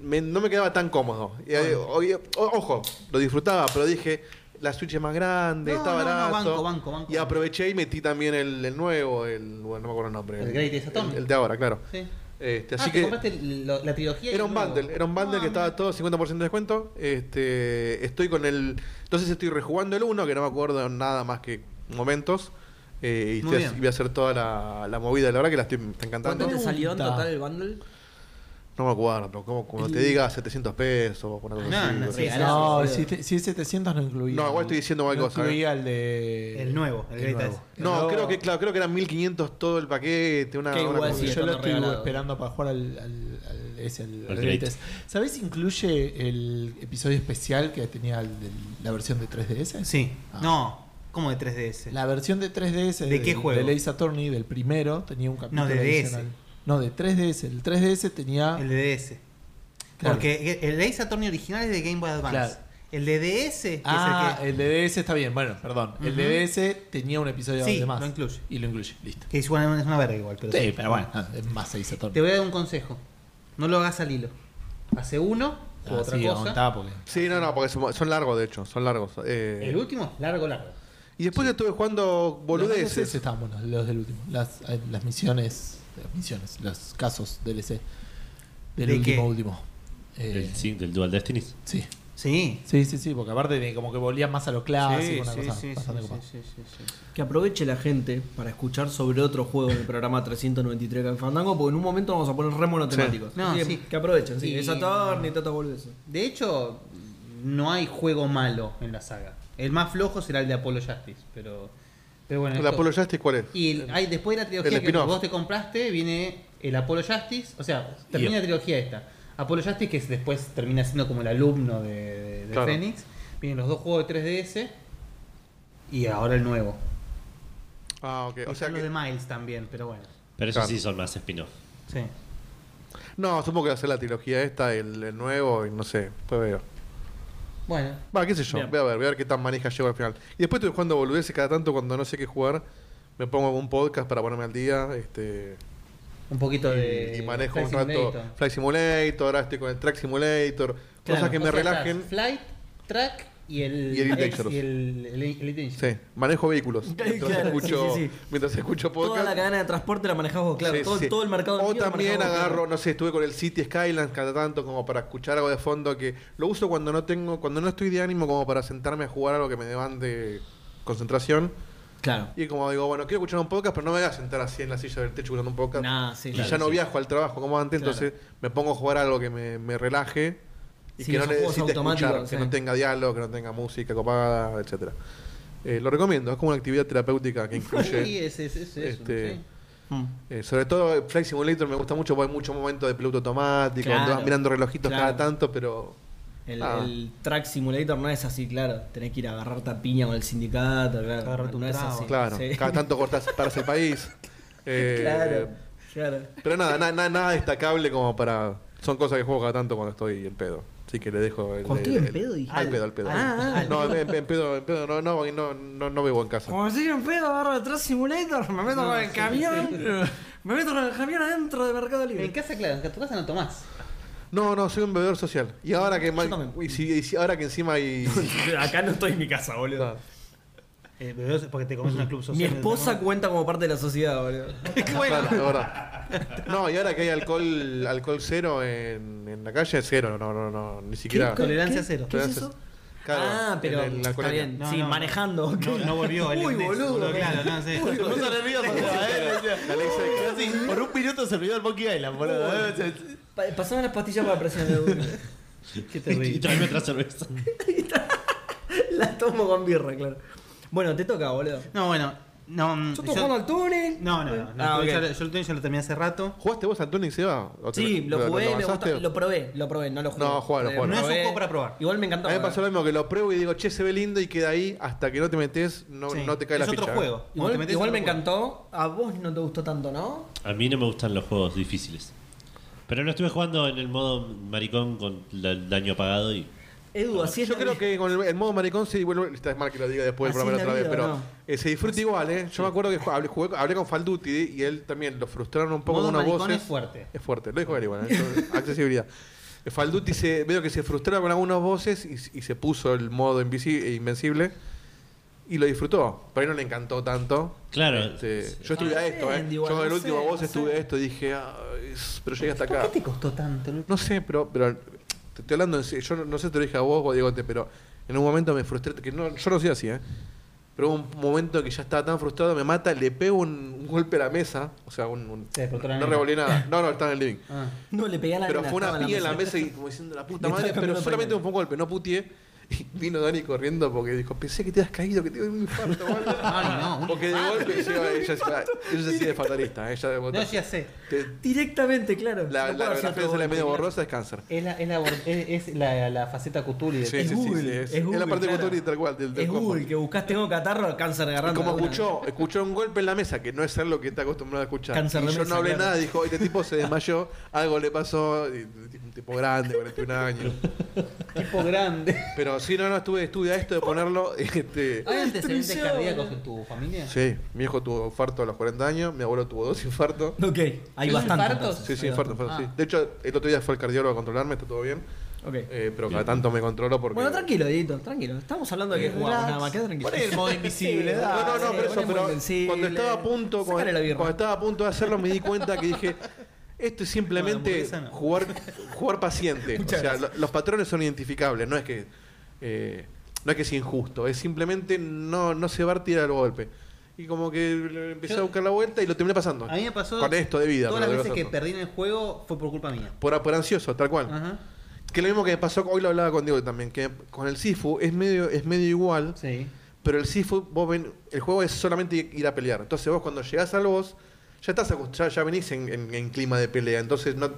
S4: me- no me quedaba tan cómodo. Y ahí- oye, o- ojo, lo disfrutaba, pero dije, la Switch es más grande,
S2: No,
S4: está
S2: no, no,
S4: barato.
S2: banco, banco, banco.
S4: Y aproveché y metí también el, el nuevo, el, bueno, no me acuerdo el nombre.
S2: El Greatest Atomic.
S4: El, el de ahora, claro.
S2: Sí.
S4: Este,
S2: Ah,
S4: así
S2: te
S4: que...
S2: compraste lo- la trilogía. y
S4: Era un
S2: luego-
S4: bundle, era un bundle
S2: Ah,
S4: que estaba
S2: mira.
S4: todo 50% de descuento. Este, estoy con el. Entonces estoy rejugando el 1, que no me acuerdo nada más que momentos. eh, y,
S2: Muy
S4: estoy-
S2: bien.
S4: y voy a hacer toda la, la movida, la verdad que la estoy me está encantando.
S1: ¿Cuánto te salió en
S3: Pregunta.
S1: total el bundle?
S4: No me acuerdo, pero como, como te diga 700 pesos o una cosa
S2: No,
S4: así.
S2: no,
S4: No,
S2: sí.
S3: No, si, te- si es 700 no incluía.
S4: No, igual estoy diciendo mal
S3: no
S4: cosa,
S3: incluía el de.
S2: El nuevo, el Great
S3: nuevo.
S2: Ace.
S4: No,
S3: No.
S4: creo que claro, creo que eran 1500 todo el paquete, una,
S1: Que
S4: una
S1: igual
S4: cosa
S1: sí,
S4: así.
S3: Yo lo
S1: estando
S3: estoy
S1: regalado.
S3: esperando para jugar al, al, al es el,
S5: El
S3: greatest. ¿Sabés incluye el episodio especial que tenía el del- la versión de 3DS?
S2: Sí.
S3: Ah.
S2: No, ¿cómo de 3DS?
S3: La versión de 3DS
S2: ¿De
S3: del-
S2: qué juego?
S3: del Ace Attorney, del primero, tenía un capítulo
S2: No, de DS.
S3: adicional. No, de 3DS. El 3DS tenía...
S2: El de DS.
S3: Claro.
S2: Porque el Ace Attorney original es de Game Boy Advance.
S3: Claro.
S2: El de DS, que es
S3: Ah,
S2: el que,
S3: el de DS está bien, bueno, perdón. El
S2: Ujú.
S3: de DS tenía un episodio
S2: Sí,
S3: de más.
S2: lo incluye.
S3: Y lo incluye, listo.
S2: que es, una, es una verga igual. Pero
S3: Sí, pero bueno, ah, es más Ace Attorney.
S2: Te voy a dar un consejo. No lo hagas al hilo. Hace uno, o
S3: Ah,
S2: otra
S3: sí,
S2: cosa.
S3: aguantá, porque-
S4: Sí, no, no, porque son, son largos, de hecho, son largos. eh.
S2: El último es largo, largo.
S4: y después estuve jugando
S3: Los DLCs
S4: boludeces.
S3: estaban buenos, los del último. Las, eh, las misiones, las misiones, los casos DLC. Del
S2: ¿De
S3: último,
S2: qué?
S3: último. Eh,
S5: El sync del Dual Destinies.
S3: sí.
S2: Sí.
S3: sí, sí, sí, porque aparte de como que volvían más a lo clásico,
S2: Ah, Sí,
S3: una
S2: sí,
S3: cosa
S2: sí,
S3: bastante
S2: sí,
S3: copada.
S2: sí, sí, sí, sí.
S1: Que aproveche la gente para escuchar sobre otro juego del programa 393 de Fandango, porque en un momento vamos a poner re monotemáticos.
S2: Sí. No,
S1: Así que,
S2: sí.
S1: que aprovechen, sí.
S2: Y-
S1: Esa torne y tantas boludeces.
S2: De hecho, no hay juego malo en la saga. El más flojo será el de Apollo Justice, pero, pero bueno.
S4: ¿El
S2: esto-
S4: Apollo Justice cuál es?
S2: Y el- hay, después de la
S4: el
S2: trilogía que
S4: spin-off.
S2: vos te compraste, viene el Apollo Justice. O sea, termina
S3: Y-
S2: la trilogía esta. Apollo Justice, que es- después termina siendo como el alumno de, de- de
S4: Claro.
S2: Phoenix. Vienen los dos juegos de 3DS. Y ahora el nuevo.
S4: Ah, ok. O sea
S2: los de
S4: que,
S2: Miles también, pero bueno.
S5: Pero esos
S4: Claro.
S5: sí son más spin-off.
S2: Sí.
S4: no, supongo que va a ser la trilogía esta, el, el nuevo, y no sé, pues veo.
S2: Bueno.
S4: Va, qué sé yo,
S1: Bien.
S4: voy a ver, voy a ver qué tan manija llego al final. Y después estoy jugando boludeces cada tanto cuando no sé qué jugar. Me pongo algún podcast para ponerme al día. Este,
S2: Un poquito de.
S4: y manejo
S2: Flight
S4: un rato
S2: Simulator.
S4: Flight Simulator, ahora estoy con el Track Simulator.
S2: Claro.
S4: Cosas que
S2: O
S4: me
S2: sea,
S4: relajen.
S2: estás Flight, track y el.
S4: Y el Elite
S2: ex-
S4: Dangerous.
S2: y el- el Elite Dangerous.
S4: Sí, manejo vehículos.
S1: Claro,
S4: Mientras,
S1: sí,
S4: escucho,
S1: sí, sí.
S4: mientras escucho podcast.
S1: Toda la cadena de transporte la manejás vos, claro.
S4: Sí,
S1: todo,
S4: sí.
S1: todo el mercado de
S4: O
S1: mierda
S4: también
S1: manejás vos, claro.
S4: agarro, no sé, estuve con el City Skylines cada tanto como para escuchar algo de fondo que lo uso cuando no tengo, cuando no estoy de ánimo como para sentarme a jugar algo que me demande concentración.
S1: Claro.
S4: Y como digo, bueno, quiero escuchar un podcast, pero no me voy a sentar así en la silla del techo escuchando un podcast.
S1: Nah, sí,
S4: y
S1: claro,
S4: ya no
S1: sí.
S4: viajo al trabajo como antes, entonces me pongo a jugar algo que me, me relaje y
S1: Sí,
S4: que no
S1: esos juegos
S4: necesite escuchar,
S1: automáticos,
S4: que
S1: sí.
S4: no tenga diálogo, que no tenga música copada, etcétera. Eh, lo recomiendo, es como una actividad terapéutica que incluye.
S2: Sí, es, es, es eso,
S4: Este,
S2: sí.
S1: Mm.
S4: Eh, sobre todo eh, Flight Simulator me gusta mucho porque hay muchos momentos de piloto automático,
S1: Claro.
S4: donde vas mirando relojitos
S1: Claro.
S4: cada tanto, pero
S1: El,
S4: Ah.
S1: el track simulator no es así, claro. Tenés que ir a agarrarte a piña con el sindicato, claro.
S2: Agarrarte un
S1: no es
S2: trago.
S1: así.
S4: claro,
S1: Sí.
S4: cada tanto cortas paras el país. Eh,
S1: claro, claro.
S4: Pero nada, na- na- nada destacable como para. Son cosas que juego cada tanto cuando estoy en pedo. Así que le dejo el.
S1: ¿Cuando estoy
S4: el-
S1: en
S4: el-
S1: pedo, dije?
S4: Al pedo, al pedo.
S1: Ah, ah.
S4: no, en, en pedo, en pedo, no, no, no, no, no bebo en casa.
S1: Como si yo en pedo agarro el track simulator, me meto con el camión, me meto con el camión adentro de Mercado Libre.
S2: En casa, claro, en tu casa no tomás.
S4: No, no, soy un bebedor social. Y ahora que más-
S1: también.
S4: y si- y si- ahora que encima hay.
S1: Acá no estoy en mi casa, boludo.
S2: Eh, pero es porque te comes un club social.
S1: Mi esposa cuenta como parte de la sociedad, boludo.
S4: Claro, la verdad. No, y ahora que hay alcohol, alcohol cero en, en la calle, cero, no, no, no, ni siquiera.
S2: ¿Qué? Tolerancia cero.
S1: ¿Qué es
S4: Tolerancia-
S1: eso?
S4: Claro,
S1: ah, pero
S4: en el- en la
S1: está
S4: colonia.
S1: bien.
S2: No,
S1: sí,
S2: no, no.
S1: manejando. ok.
S2: No, no volvió el
S1: Uy,
S2: Ernesto,
S1: boludo.
S2: boludo, claro, no, sí.
S1: Uy, boludo.
S4: La ley seca.
S3: Por un minuto se olvidó el Monkey Island, boludo.
S1: Pa- Pasame las pastillas para presión de uno.
S2: Qué
S5: Y
S2: terrible.
S5: tráeme otra cerveza.
S1: Las tomo con birra, claro. Bueno, te toca, boludo. Yo
S2: No, bueno. No, mm,
S1: estoy jugando al túnel.
S2: no, no, no. no,
S1: Ah,
S2: yo- yo,
S1: ok.
S2: yo el túnel ya lo terminé hace rato.
S4: ¿Jugaste vos al Tunic, Seba? ¿O te-
S1: Sí, lo jugué, me
S4: avanzaste?
S1: gusta, lo probé, lo probé, no lo jugué.
S4: No, jugalo,
S1: Eh,
S4: jugalo.
S2: No es un
S1: probé.
S2: juego para probar.
S1: Igual me encantó.
S4: A mí me
S1: boludo.
S4: pasó lo mismo, que lo pruebo y digo, che, se ve lindo y queda ahí hasta que no te metes, no,
S2: Sí.
S4: no te cae
S2: Es
S4: la
S2: otro
S4: ficha. ¿eh?
S2: juego. Cuando te
S1: Igual,
S2: metes
S1: igual
S2: en
S1: me
S2: otro
S1: encantó. A vos no te gustó tanto, ¿no?
S5: A mí no me gustan los juegos difíciles. Pero lo estuve jugando en el modo maricón con la- el daño apagado y.
S1: Edu, así es.
S4: Yo
S1: la
S4: creo
S1: vida.
S4: que con el, el modo maricón sí, bueno, está mal que lo diga después del
S1: Así
S4: programa
S1: es la
S4: otra vez,
S1: vida,
S4: pero
S1: ¿no?
S4: eh, se disfruta igual, ¿eh? Yo me acuerdo que jugué- hablé, jugué- hablé con Falduti y él también lo frustraron un poco
S2: Modo
S4: con unas
S2: maricón
S4: voces.
S2: es fuerte.
S4: Es fuerte, lo dijo él igual, ¿eh? Yo- accesibilidad. Eh, Falduti se, veo que se frustraba con algunas voces y, y se puso el modo invisi- eh, invencible y lo disfrutó, pero a él no le encantó tanto.
S5: Claro.
S4: Este, yo estuve
S1: No
S4: a
S1: sé,
S4: esto, ¿eh?
S1: Andy,
S4: Yo
S1: igual,
S4: con el
S1: Ah, no
S4: último
S1: sé,
S4: voz
S1: no
S4: estuve
S1: sé.
S4: a esto y dije, "Ay, pero llegué hasta acá.
S2: ¿Por qué te costó tanto? Lu?
S4: No sé, pero, pero te estoy hablando, en serio, yo no, no sé si te lo dije a vos o a Diegote, pero en un momento me frustré, que no, yo no soy así, ¿eh? Pero hubo un momento que ya estaba tan frustrado, me mata, le pego un, un golpe a la mesa, o sea, un... un-
S2: Se explotó la
S4: no
S2: nena.
S4: revolví nada, no, no, estaba en el living.
S2: Ah.
S1: No, le pegué a la
S4: Pero
S1: nena,
S4: fue una
S1: estaba
S4: piña en la mesa y como diciendo la puta
S1: Le estaba
S4: madre, pero
S1: cambiando
S4: solamente
S1: pañales.
S4: un golpe, no putié. Y vino Dani corriendo porque dijo, pensé que te has caído, que te dio un infarto. o algo".
S2: No, no, no.
S4: Porque de golpe llegó ella, ella, ella sí es fatalista. ¿eh? Ella de
S2: No, ya sé.
S4: Te-
S1: Directamente, claro.
S2: No
S4: la
S2: puedo
S4: la
S2: hacer
S4: grafía
S2: todo,
S4: es la medio
S2: Daniela.
S4: borrosa, es cáncer.
S2: Es la, es la, bor- es, es la, la faceta Cthulhu de
S4: Sí,
S1: Es
S4: sí, sí,
S1: Google,
S4: sí,
S1: es
S4: es la
S1: Google,
S4: parte
S1: claro.
S4: motor y tal cual del, del
S1: es
S4: cuerpo.
S1: Google, que buscás tengo catarro, alcáncer
S4: Y
S1: agarrando.
S4: como
S1: alguna.
S4: escuchó, escuchó un golpe en la mesa, que no es ser lo que está acostumbrado a escuchar.
S1: Cáncer
S4: y
S1: de
S4: yo
S1: mesa,
S4: no hablé
S1: claro.
S4: nada, dijo, este tipo se desmayó, algo le pasó, y- y- un tipo grande, 41 años.
S2: tipo grande.
S4: Pero sí, no, no, estuve estudia esto de ponerlo. Este,
S2: ¿Hay antecedentes
S1: Destrucción.
S2: cardíacos en tu familia?
S4: sí, mi hijo tuvo infarto a los 40 años, mi abuelo tuvo dos infartos.
S1: Ok, hay
S2: ¿Son
S1: bastante.
S2: infartos?
S1: entonces.
S4: Sí, sí,
S1: Hay
S4: infarto,
S1: bastante.
S4: infarto,
S2: Ah.
S4: sí. De hecho, el otro día fue el cardiólogo a controlarme, está todo bien.
S1: Ok.
S4: eh, pero cada tanto me controló porque.
S1: Bueno, tranquilo, Edito, tranquilo. Estamos hablando de que jugamos nada más, quédate tranquilo.
S3: Pon el modo invisible,
S1: Sí,
S3: dale.
S4: No, no,
S1: sí,
S4: no, pero
S1: ponemos
S4: eso, pero
S1: Invencible.
S4: cuando estaba a punto, cuando,
S1: Sácale la birra.
S4: cuando estaba a punto de hacerlo, me di cuenta que dije, esto es
S2: No, la
S4: simplemente
S2: hamburguesa no.
S4: jugar, jugar paciente. o
S1: Muchas
S4: sea, lo- los patrones son identificables, no es que eh, no es que es injusto, es simplemente no, no se va a tirar al golpe. Y como que le empecé
S2: Yo-
S4: a buscar la vuelta y lo terminé pasando.
S2: A mí me pasó.
S4: Con esto de vida.
S2: Todas las
S4: pero
S2: veces
S4: de
S2: que
S4: pasando.
S2: perdí en el juego fue por culpa mía.
S4: por, por ansioso, tal cual.
S2: Ajá.
S4: Que lo mismo que me pasó, hoy lo hablaba con Diego también, que con el Sifu es medio, es medio igual.
S2: Sí.
S4: Pero el Sifu, vos ven, el juego es solamente ir a pelear. Entonces vos cuando llegás al boss, ya estás acost- ya, ya venís en, en- en clima de pelea, entonces no,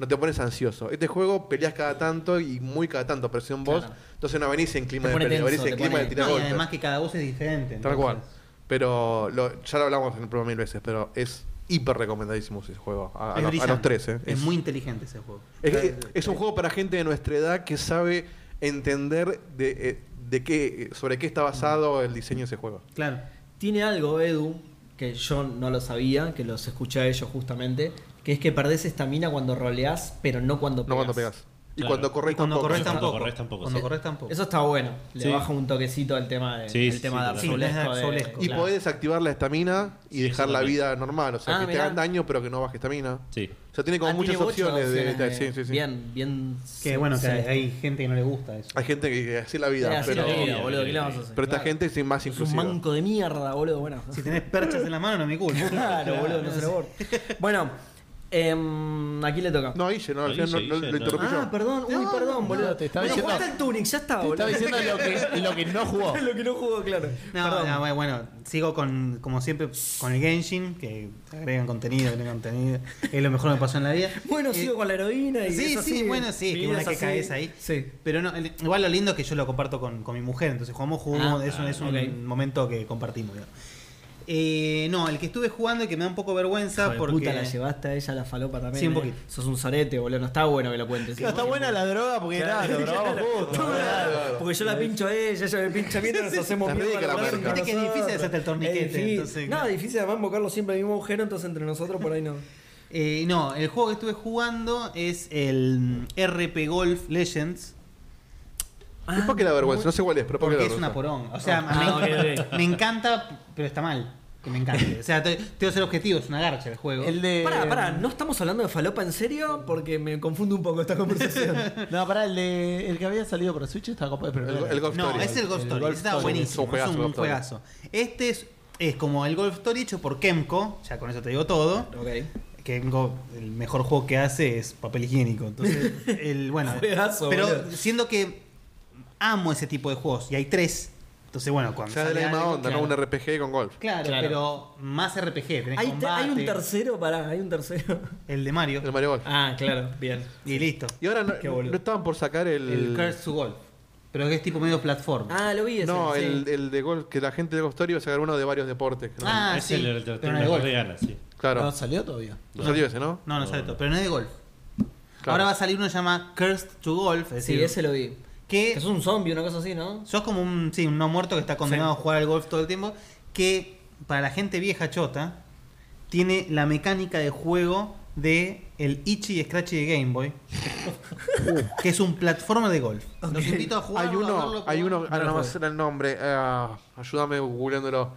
S4: no te pones ansioso. Este juego peleas cada tanto y muy cada tanto, pero si un boss,
S2: Claro.
S4: entonces no venís en clima
S1: Te
S4: de
S1: pone
S4: pelea,
S1: tenso,
S4: venís en
S1: te
S4: clima
S1: pone-
S4: de tirar
S2: No, y
S4: golpes.
S2: además que cada voz es diferente.
S4: Tal
S2: entonces-
S4: cual. Pero lo- ya lo hablamos en el programa mil veces, pero es hiper recomendadísimo ese juego. A, a
S2: Es
S4: los- a los
S2: brillante.
S4: tres, ¿eh?
S2: Es muy inteligente ese juego.
S4: Es, es- es un juego para gente de nuestra edad que sabe entender de, eh, de qué, sobre qué está basado el diseño de ese juego.
S2: Claro.
S1: Tiene algo, Edu, que yo no lo sabía, que los escuché a ellos justamente, que es que perdés estamina cuando roleás, pero no cuando pegas.
S4: No cuando pegas. Y
S5: Claro.
S4: cuando corres
S2: Y cuando
S4: tampoco.
S2: corres
S5: Cuando
S2: tampoco.
S5: corres tampoco,
S2: Cuando
S5: sí.
S2: corres tampoco.
S1: Eso está bueno. Le
S5: Sí.
S1: baja un toquecito al tema de,
S5: Sí,
S1: el
S5: sí,
S1: tema de Dark
S5: sí,
S1: Souls,
S2: sí, Dark
S1: de-
S2: Souls,
S4: Y
S1: claro.
S4: podés desactivar la estamina y
S5: Sí,
S4: dejar
S5: eso
S4: la
S5: también.
S4: vida normal. O sea,
S1: Ah,
S4: que te
S1: mirá.
S4: hagan daño, pero que no bajes estamina.
S5: Sí.
S4: O sea, tiene como
S1: Ah,
S4: muchas
S1: tiene ocho
S4: opciones. de- de-
S1: opciones de-
S4: sí, sí, sí.
S1: Bien, bien.
S2: Que bueno, que
S1: se-
S2: hay, hay gente que no le gusta eso.
S4: Hay gente que así la vida.
S1: Era así
S4: pero
S1: la vida,
S5: pero-
S1: boludo, ¿qué le vamos a hacer?
S4: pero esta
S1: Claro.
S4: gente es más
S1: Es un
S4: inclusiva.
S1: manco de mierda, boludo. Bueno,
S2: Si tenés perchas en la mano, no me culpa.
S1: claro, boludo, no se lo borro. Bueno, em, ¿a quién le toca?
S4: No, Guille, no, al
S5: No,
S4: final no,
S5: Guille,
S4: no-
S5: Guille,
S4: lo
S5: no.
S4: interrumpí
S1: Ah,
S4: yo.
S1: perdón, uy, perdón, boludo.
S3: no, te estaba
S1: bueno,
S3: diciendo-
S1: jugaste el Tunic, ya está,
S3: Te
S1: Ah, boludo.
S3: estaba diciendo lo que, lo que no jugó.
S1: lo que no jugó, claro.
S2: No,
S1: Perdón.
S2: no, bueno, bueno, sigo con, como siempre, con el Genshin, que agregan contenido, agregan contenido. Es lo mejor que me pasó en la vida.
S1: Bueno,
S2: Eh,
S1: sigo con la heroína y
S2: Sí,
S1: eso
S2: sí, bueno, sí, que
S1: vidas
S2: una que
S1: así.
S2: caes ahí.
S1: Sí.
S2: Pero no, el- igual lo lindo es que yo lo comparto con, con mi mujer, entonces jugamos, jugamos,
S1: Ah,
S2: es, un- es un
S1: ok.
S2: momento que compartimos. digamos. Eh, no, el que estuve jugando y que me da un poco vergüenza
S1: Hijo de
S2: porque...
S1: puta, la llevaste a ella a la falopa también.
S2: Sí, un
S1: eh.
S2: poquito.
S1: Sos un sorete, boludo. No está bueno que lo cuentes.
S3: No, está buena la droga porque
S1: Claro,
S3: nada, lo
S1: claro.
S3: grabamos juntos.
S1: Claro, Porque yo la pincho a ella, ella me pincha a mí, nos hacemos
S4: La
S1: mierda.
S4: rica la
S1: boludo,
S4: marca.
S1: entre
S2: Viste que es
S1: nosotros.
S2: difícil hacerte el torniquete,
S1: Es difícil.
S2: entonces,
S1: no,
S2: claro.
S1: es difícil además invocarlo siempre en el mismo agujero, entonces entre nosotros por ahí no.
S2: Eh, no, el juego que estuve jugando es el mm, RP Golf Legends.
S4: ¿Y por qué la vergüenza? No sé cuál es, pero ¿por qué
S2: Porque
S4: la
S2: es una
S4: vergüenza?
S2: porón. O sea,
S1: Ah,
S2: me,
S1: ok, ok.
S2: me encanta, pero está mal que me encante. O sea, te- tengo que ser objetivo, es una garcha el juego.
S3: El de.
S1: Pará, pará, ¿no estamos hablando de falopa en serio? Porque me confunde un poco esta conversación.
S3: No, pará, el de. El que había salido para Switch estaba compa- pero
S4: El- el Golf
S2: no,
S4: Story.
S2: es el Golf
S3: El
S2: Story.
S3: Golf
S2: está
S3: Story.
S2: buenísimo,
S4: Es un juegazo,
S2: es un
S4: Golf Story.
S2: juegazo. Este es, es como el Golf Story hecho por Kemco, ya con eso te digo todo.
S1: ok.
S2: Kemco, el mejor juego que hace es papel higiénico. Entonces, el, bueno.
S1: Juegazo,
S2: pero
S1: boludo.
S2: siendo que amo ese tipo de juegos, y hay tres. Entonces, bueno,
S4: O
S2: cuando.
S4: sea, de la
S2: sale
S4: misma
S2: algo,
S4: onda,
S2: claro.
S4: ¿no? Un RPG con golf.
S2: Claro,
S1: Claro.
S2: pero más RPG. tenés
S1: Hay, te- hay un
S2: combate,
S1: tercero, pará, hay un tercero.
S2: El de Mario.
S4: El Mario Golf.
S1: Ah, claro, bien.
S2: Y listo.
S4: Y ahora no,
S1: Qué boludo.
S4: no estaban por sacar el.
S2: El Curse to Golf. Pero que es tipo medio plataforma.
S1: Ah, lo vi ese.
S4: no,
S1: sí.
S4: el, el de golf, que la gente de Golf Story iba a sacar uno de varios deportes. que no-
S2: Ah,
S5: es
S2: sí,
S5: el, el,
S2: pero no de golf.
S5: regala, sí.
S4: claro.
S3: No salió todavía.
S4: No salió ese, ¿no?
S2: No, no sale todo. Pero no es de golf.
S4: Ah. Claro.
S2: Ahora va a salir uno que se llama Cursed to Golf. Es
S1: Sí,
S2: decir,
S1: ese lo vi.
S2: que
S1: Es un zombie, una cosa así, ¿no?
S2: sos como un, sí, un no muerto que está condenado a jugar al golf todo el tiempo. Que para la gente vieja chota, tiene la mecánica de juego de el Itchy y Scratchy de Game Boy. que es un plataforma de golf. Los
S1: Ok.
S2: invito a jugar.
S4: hay uno, hay uno, ahora no me sale el nombre, eh, ayúdame googleándolo,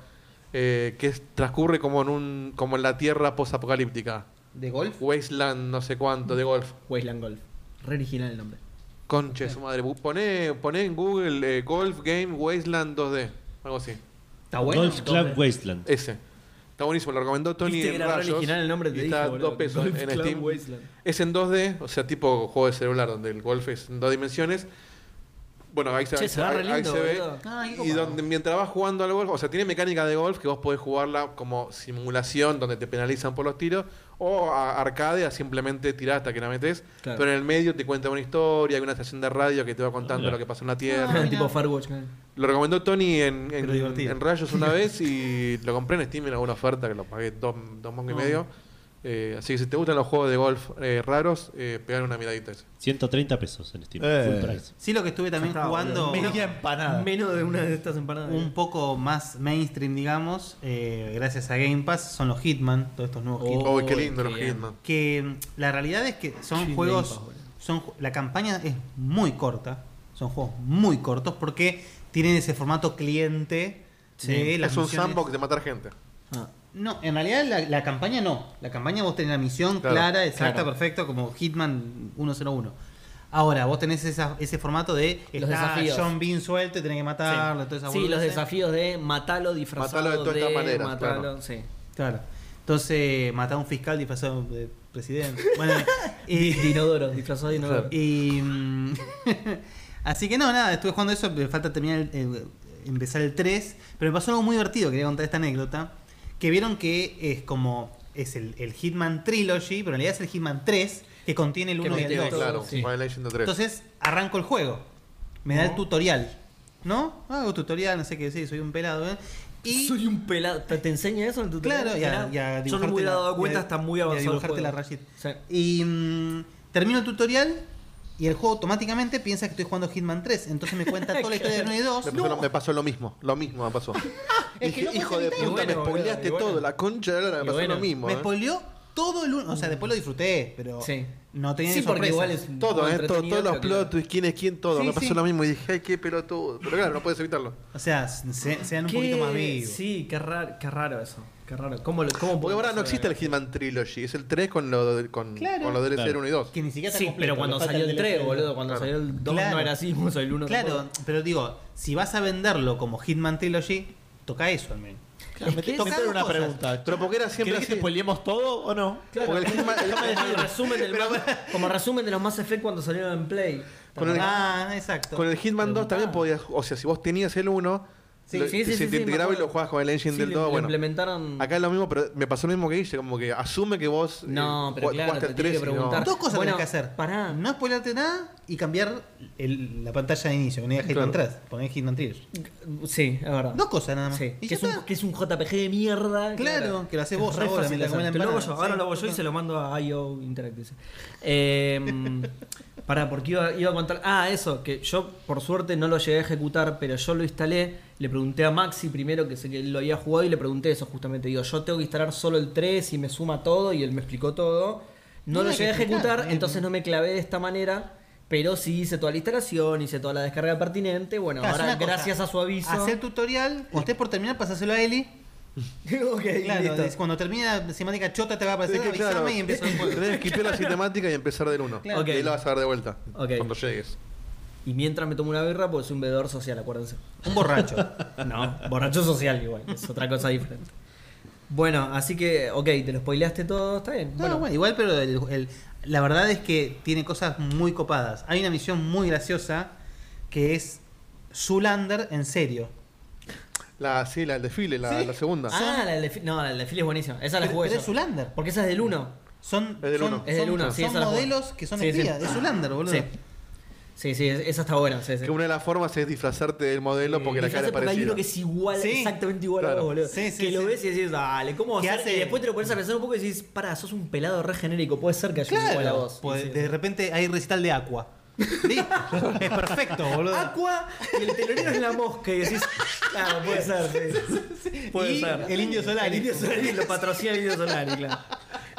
S4: eh, que es- transcurre como en un, como en la tierra posapocalíptica.
S2: ¿De golf?
S4: Wasteland, no sé cuánto, de golf.
S1: Wasteland Golf. Re original el nombre.
S4: Conche, su madre. Bu- Poné, poné en Google eh, Golf Game Wasteland 2D, algo así.
S2: Está bueno.
S5: Golf Club Wasteland.
S4: Ese. Está buenísimo, lo recomendó Tony
S1: Viste que
S4: en
S1: era re
S4: Rayos.
S1: original el nombre, te
S4: y
S1: dije,
S4: está
S1: boludo.
S4: dos pesos
S1: Golf
S4: en
S1: Club
S4: Steam.
S1: Wasteland.
S4: Es en 2D, o sea, tipo juego de celular, donde el golf es en dos dimensiones. Bueno, ahí se,
S1: Che,
S4: ahí
S1: se va re
S4: ahí- ahí
S1: lindo,
S4: se ve.
S1: boludo.
S2: Ah, qué
S4: y
S2: copado.
S4: donde, mientras vas jugando al golf, o sea, tiene mecánica de golf que vos podés jugarla como simulación, donde te penalizan por los tiros, o a arcade, a simplemente tirar hasta que la metes.
S1: Claro.
S4: Pero en el medio te cuenta una historia, hay una estación de radio que te va contando
S5: Mirá.
S4: lo que pasó en la Tierra.
S2: Ah, mirá.
S1: tipo Firewatch. claro.
S4: Lo recomendó Tony en, en,
S2: Pero divertido.
S4: en Rayos una vez y lo compré en Steam en alguna oferta que lo pagué dos, dos mangos y medio. Eh, así que si te gustan los juegos de golf eh, raros, eh, pegar una miradita a ese.
S5: 130 pesos en Steam.
S3: Eh.
S5: Full price.
S2: Sí, lo que estuve también
S1: Está,
S2: jugando
S1: boludo.
S3: Media empanada.
S1: Menos de una de estas
S4: eh.
S1: empanadas.
S2: un poco más mainstream, digamos, eh, gracias a Game Pass, son los Hitman, todos estos nuevos Hitman.
S4: Oh, qué lindo los
S1: bien.
S4: Hitman.
S2: Que mm, la realidad es que son
S1: Sí,
S2: juegos.
S1: Game Pass, boludo.
S2: son ju- La campaña es muy corta. Son juegos muy cortos porque tienen ese formato cliente. de las
S4: Es un
S2: misiones.
S4: sandbox de matar gente.
S1: Ah.
S2: No, en realidad la, la campaña no. La campaña vos tenés la misión
S4: Claro,
S2: clara, exacta,
S1: claro.
S2: perfecta, como Hitman 101. Ahora, vos tenés esa- ese formato de
S1: Los
S2: está
S1: desafíos.
S2: John Bean suelto y tenés que matarlo, toda esa
S1: Sí, los
S2: boludez.
S1: desafíos de matalo disfrazado.
S4: Matalo de todas estas maneras,
S1: matalo,
S4: claro.
S1: sí.
S2: Claro. Entonces, matar a un fiscal disfrazado de presidente. Bueno, eh,
S1: Di-
S2: y,
S1: Dinodoro, disfrazado de dinodoro.
S2: y, mm, así que no, nada, estuve jugando eso, me falta terminar el- el- empezar el 3, pero me pasó algo muy divertido, quería contar esta anécdota, que vieron que es como es el, el Hitman Trilogy, pero en realidad es el Hitman 3 que contiene el
S1: Que
S2: 1 y el
S1: contiene
S2: 2.
S1: todo,
S4: claro,
S1: sí.
S4: Final Legend 3.
S2: Entonces arranco el juego. Me da el tutorial. ¿No? Hago tutorial, no sé qué decir, soy un pelado. ¿eh? Y
S1: Soy un pelado. ¿Te, te enseña eso en el tutorial?
S2: Claro, ya,
S1: Mirá,
S2: ya
S1: Yo no me hubiera dado cuenta, está muy avanzado. el
S2: dibujarte
S1: juego.
S2: la rayita.
S1: Sí.
S2: Y mm, termino el tutorial y el juego automáticamente piensa que estoy jugando Hitman 3. Entonces me cuenta toda la historia de 1 y 2.
S4: me, pasó, me pasó lo mismo, lo mismo me pasó.
S2: es que
S4: Dije,
S2: no
S4: hijo de
S2: puedes
S1: evitarlo".
S4: puta,
S1: Y
S4: me
S1: bueno,
S4: spoileaste
S1: boludo, y
S4: todo,
S1: bueno.
S4: la concha de la lora, me
S1: Y
S4: pasó
S1: bueno.
S4: lo mismo.
S2: me
S4: eh.
S2: spoileó todo el 1. O sea, después lo disfruté, pero
S1: Sí.
S2: no tenía
S1: Sí,
S2: ni
S1: porque
S2: sorpresa.
S1: igual es un
S4: Todo,
S1: juego
S4: eh, todo-
S1: entretenido,
S4: todos los
S1: pero claro.
S4: plot twists, quién es quién, todo.
S2: Sí,
S4: me pasó
S2: sí.
S4: lo mismo y dije, ay, qué pelotudo. Pero claro, no puedes evitarlo.
S2: O sea, se- sean un
S1: Qué-
S2: poquito más vivos.
S1: Sí, qué raro, qué raro eso. Qué raro. ¿Cómo, lo- cómo
S4: Porque ahora no existe el Hitman Trilogy, es el 3 con lo, con,
S2: Claro.
S4: con lo DLC
S5: Claro.
S4: 1 y 2.
S2: Que ni siquiera está
S1: Sí,
S2: completo,
S1: pero
S2: le
S1: cuando
S2: falta
S1: salió el
S2: DLC.
S1: 3, boludo, cuando
S4: Claro.
S1: salió el 2
S2: Claro.
S1: no era así, como salió el 1
S2: Claro, pero digo, si vas a venderlo como Hitman Trilogy, toca eso al menos.
S3: Claro, me
S1: Es que
S3: me
S2: es-
S3: tengo una
S2: cosas.
S3: pregunta.
S4: Pero porque era siempre
S3: ¿Querés que
S4: así.
S3: te spoilemos todo o no?
S1: Claro.
S4: Porque el Hitman- el-
S1: Déjame decir el resumen del
S4: Pero-
S1: Mass- como resumen de los Mass Effect cuando salieron en Play.
S4: Con el-
S2: ah, exacto.
S4: Con el Hitman 2 también podías, o sea, si vos tenías el 1,
S1: Sí,
S4: lo-
S1: sí, sí,
S4: si
S1: sí,
S4: te
S1: sí, me
S4: integraba y
S1: acuerdo.
S4: lo jugabas con el engine
S1: Sí,
S4: del
S1: le-
S4: 2,
S1: le
S4: bueno.
S1: implementaron
S4: Acá es lo mismo, pero me pasó lo mismo que Guille, como que asume que vos eh,
S1: No, pero
S4: ju-
S1: claro, te tiene que
S4: y no.
S1: preguntar.
S2: Dos cosas
S1: Bueno,
S2: tenés que hacer.
S1: pará.
S2: No spoilarte nada y cambiar el- la pantalla de inicio. Que no diga Hitman
S4: Claro.
S2: 3. Poner Hitman Trilogy.
S1: Sí, es verdad.
S2: Dos cosas nada más.
S1: Sí, que,
S2: Y ya
S1: es un,
S2: está.
S1: que es un JPG de mierda.
S2: Claro, que lo haces vos
S1: Es re
S2: ahora,
S1: fácil de
S2: mientras
S1: hacer.
S2: comen
S1: Te lo hago
S2: empanadas.
S1: yo, ahora
S2: Sí,
S1: lo hago yo y
S2: total.
S1: se lo mando a IO Interactive. sí. Eh, pará, porque iba, iba a contar. Ah, eso, que yo por suerte no lo llegué a ejecutar, pero yo lo instalé. Le pregunté a Maxi primero, que sé que él lo había jugado, y le pregunté eso justamente. Digo, yo tengo que instalar solo el 3 y me suma todo, y él me explicó todo. No,
S2: No
S1: lo
S2: hay que
S1: llegué a
S2: explicar,
S1: ejecutar,
S2: eh.
S1: entonces no me clavé de esta manera. Pero sí hice toda la instalación, hice toda la descarga pertinente. Bueno,
S2: Claro,
S1: ahora
S2: es una cosa.
S1: gracias a su aviso.
S2: Hacé el tutorial. Cuando estés por terminar, pasáselo a Eli.
S1: Ok,
S2: Claro,
S1: listo.
S2: es cuando termine la cinemática chota te va a
S4: Es
S2: aparecer,
S4: que,
S2: avísame
S4: claro,
S2: y empieza el juego.
S4: tenés que skipear la cinemática y empezar del 1.
S1: Claro.
S4: Y ahí la vas a ver de vuelta,
S1: Ok.
S4: cuando llegues.
S1: Y mientras me tomo una birra, pues soy un bebedor social, acuérdense.
S2: Un borracho.
S1: No, borracho social igual, que es otra cosa diferente. Bueno, así que, ok, te lo spoileaste todo, está bien.
S2: No, bueno, igual, pero el- el- la verdad es que tiene cosas muy copadas. Hay una misión muy graciosa que es Zulander en serio.
S4: La, sí, la, el desfile, la,
S2: Sí.
S4: la segunda.
S1: Ah, la del desfile, no, la del desfile es buenísima. Esa la
S2: Pero-
S1: jugué
S2: pero
S1: yo.
S2: es Zulander.
S1: Porque esa es del 1.
S2: Son,
S4: Es del
S2: son-
S4: uno.
S1: Es del
S2: son-
S1: uno, sí,
S2: son
S1: esa la jugué.
S2: modelos que son
S1: Sí, sí.
S2: espías. Es Zulander, boludo.
S1: Sí. Sí, sí, es- esa está buena. Sí, sí.
S4: Que una de las formas es disfrazarte del modelo porque la
S1: Fíjate
S4: cara es
S1: porque hay
S4: parecida.
S1: uno que es igual,
S2: Sí.
S1: exactamente igual a
S4: Claro.
S1: vos, boludo.
S2: Sí, sí,
S1: que lo
S2: sí.
S1: ves y decís, dale, ¿cómo va a
S2: Que
S1: ser?
S2: hace-
S1: Y después te lo pones a pensar un poco y decís, para, sos un pelado re genérico, puede ser que haya un igual a
S2: Claro,
S1: vos.
S2: pues,
S1: Sí, sí,
S2: de
S1: sí.
S2: repente hay recital de Aqua. Listo, es perfecto, boludo.
S1: Aqua y el telonero es la mosca y decís, claro, puede ser, sí. Puede
S2: Y
S1: ser.
S2: el Indio Solari.
S1: El Indio Solari lo patrocina el Indio Solari, claro.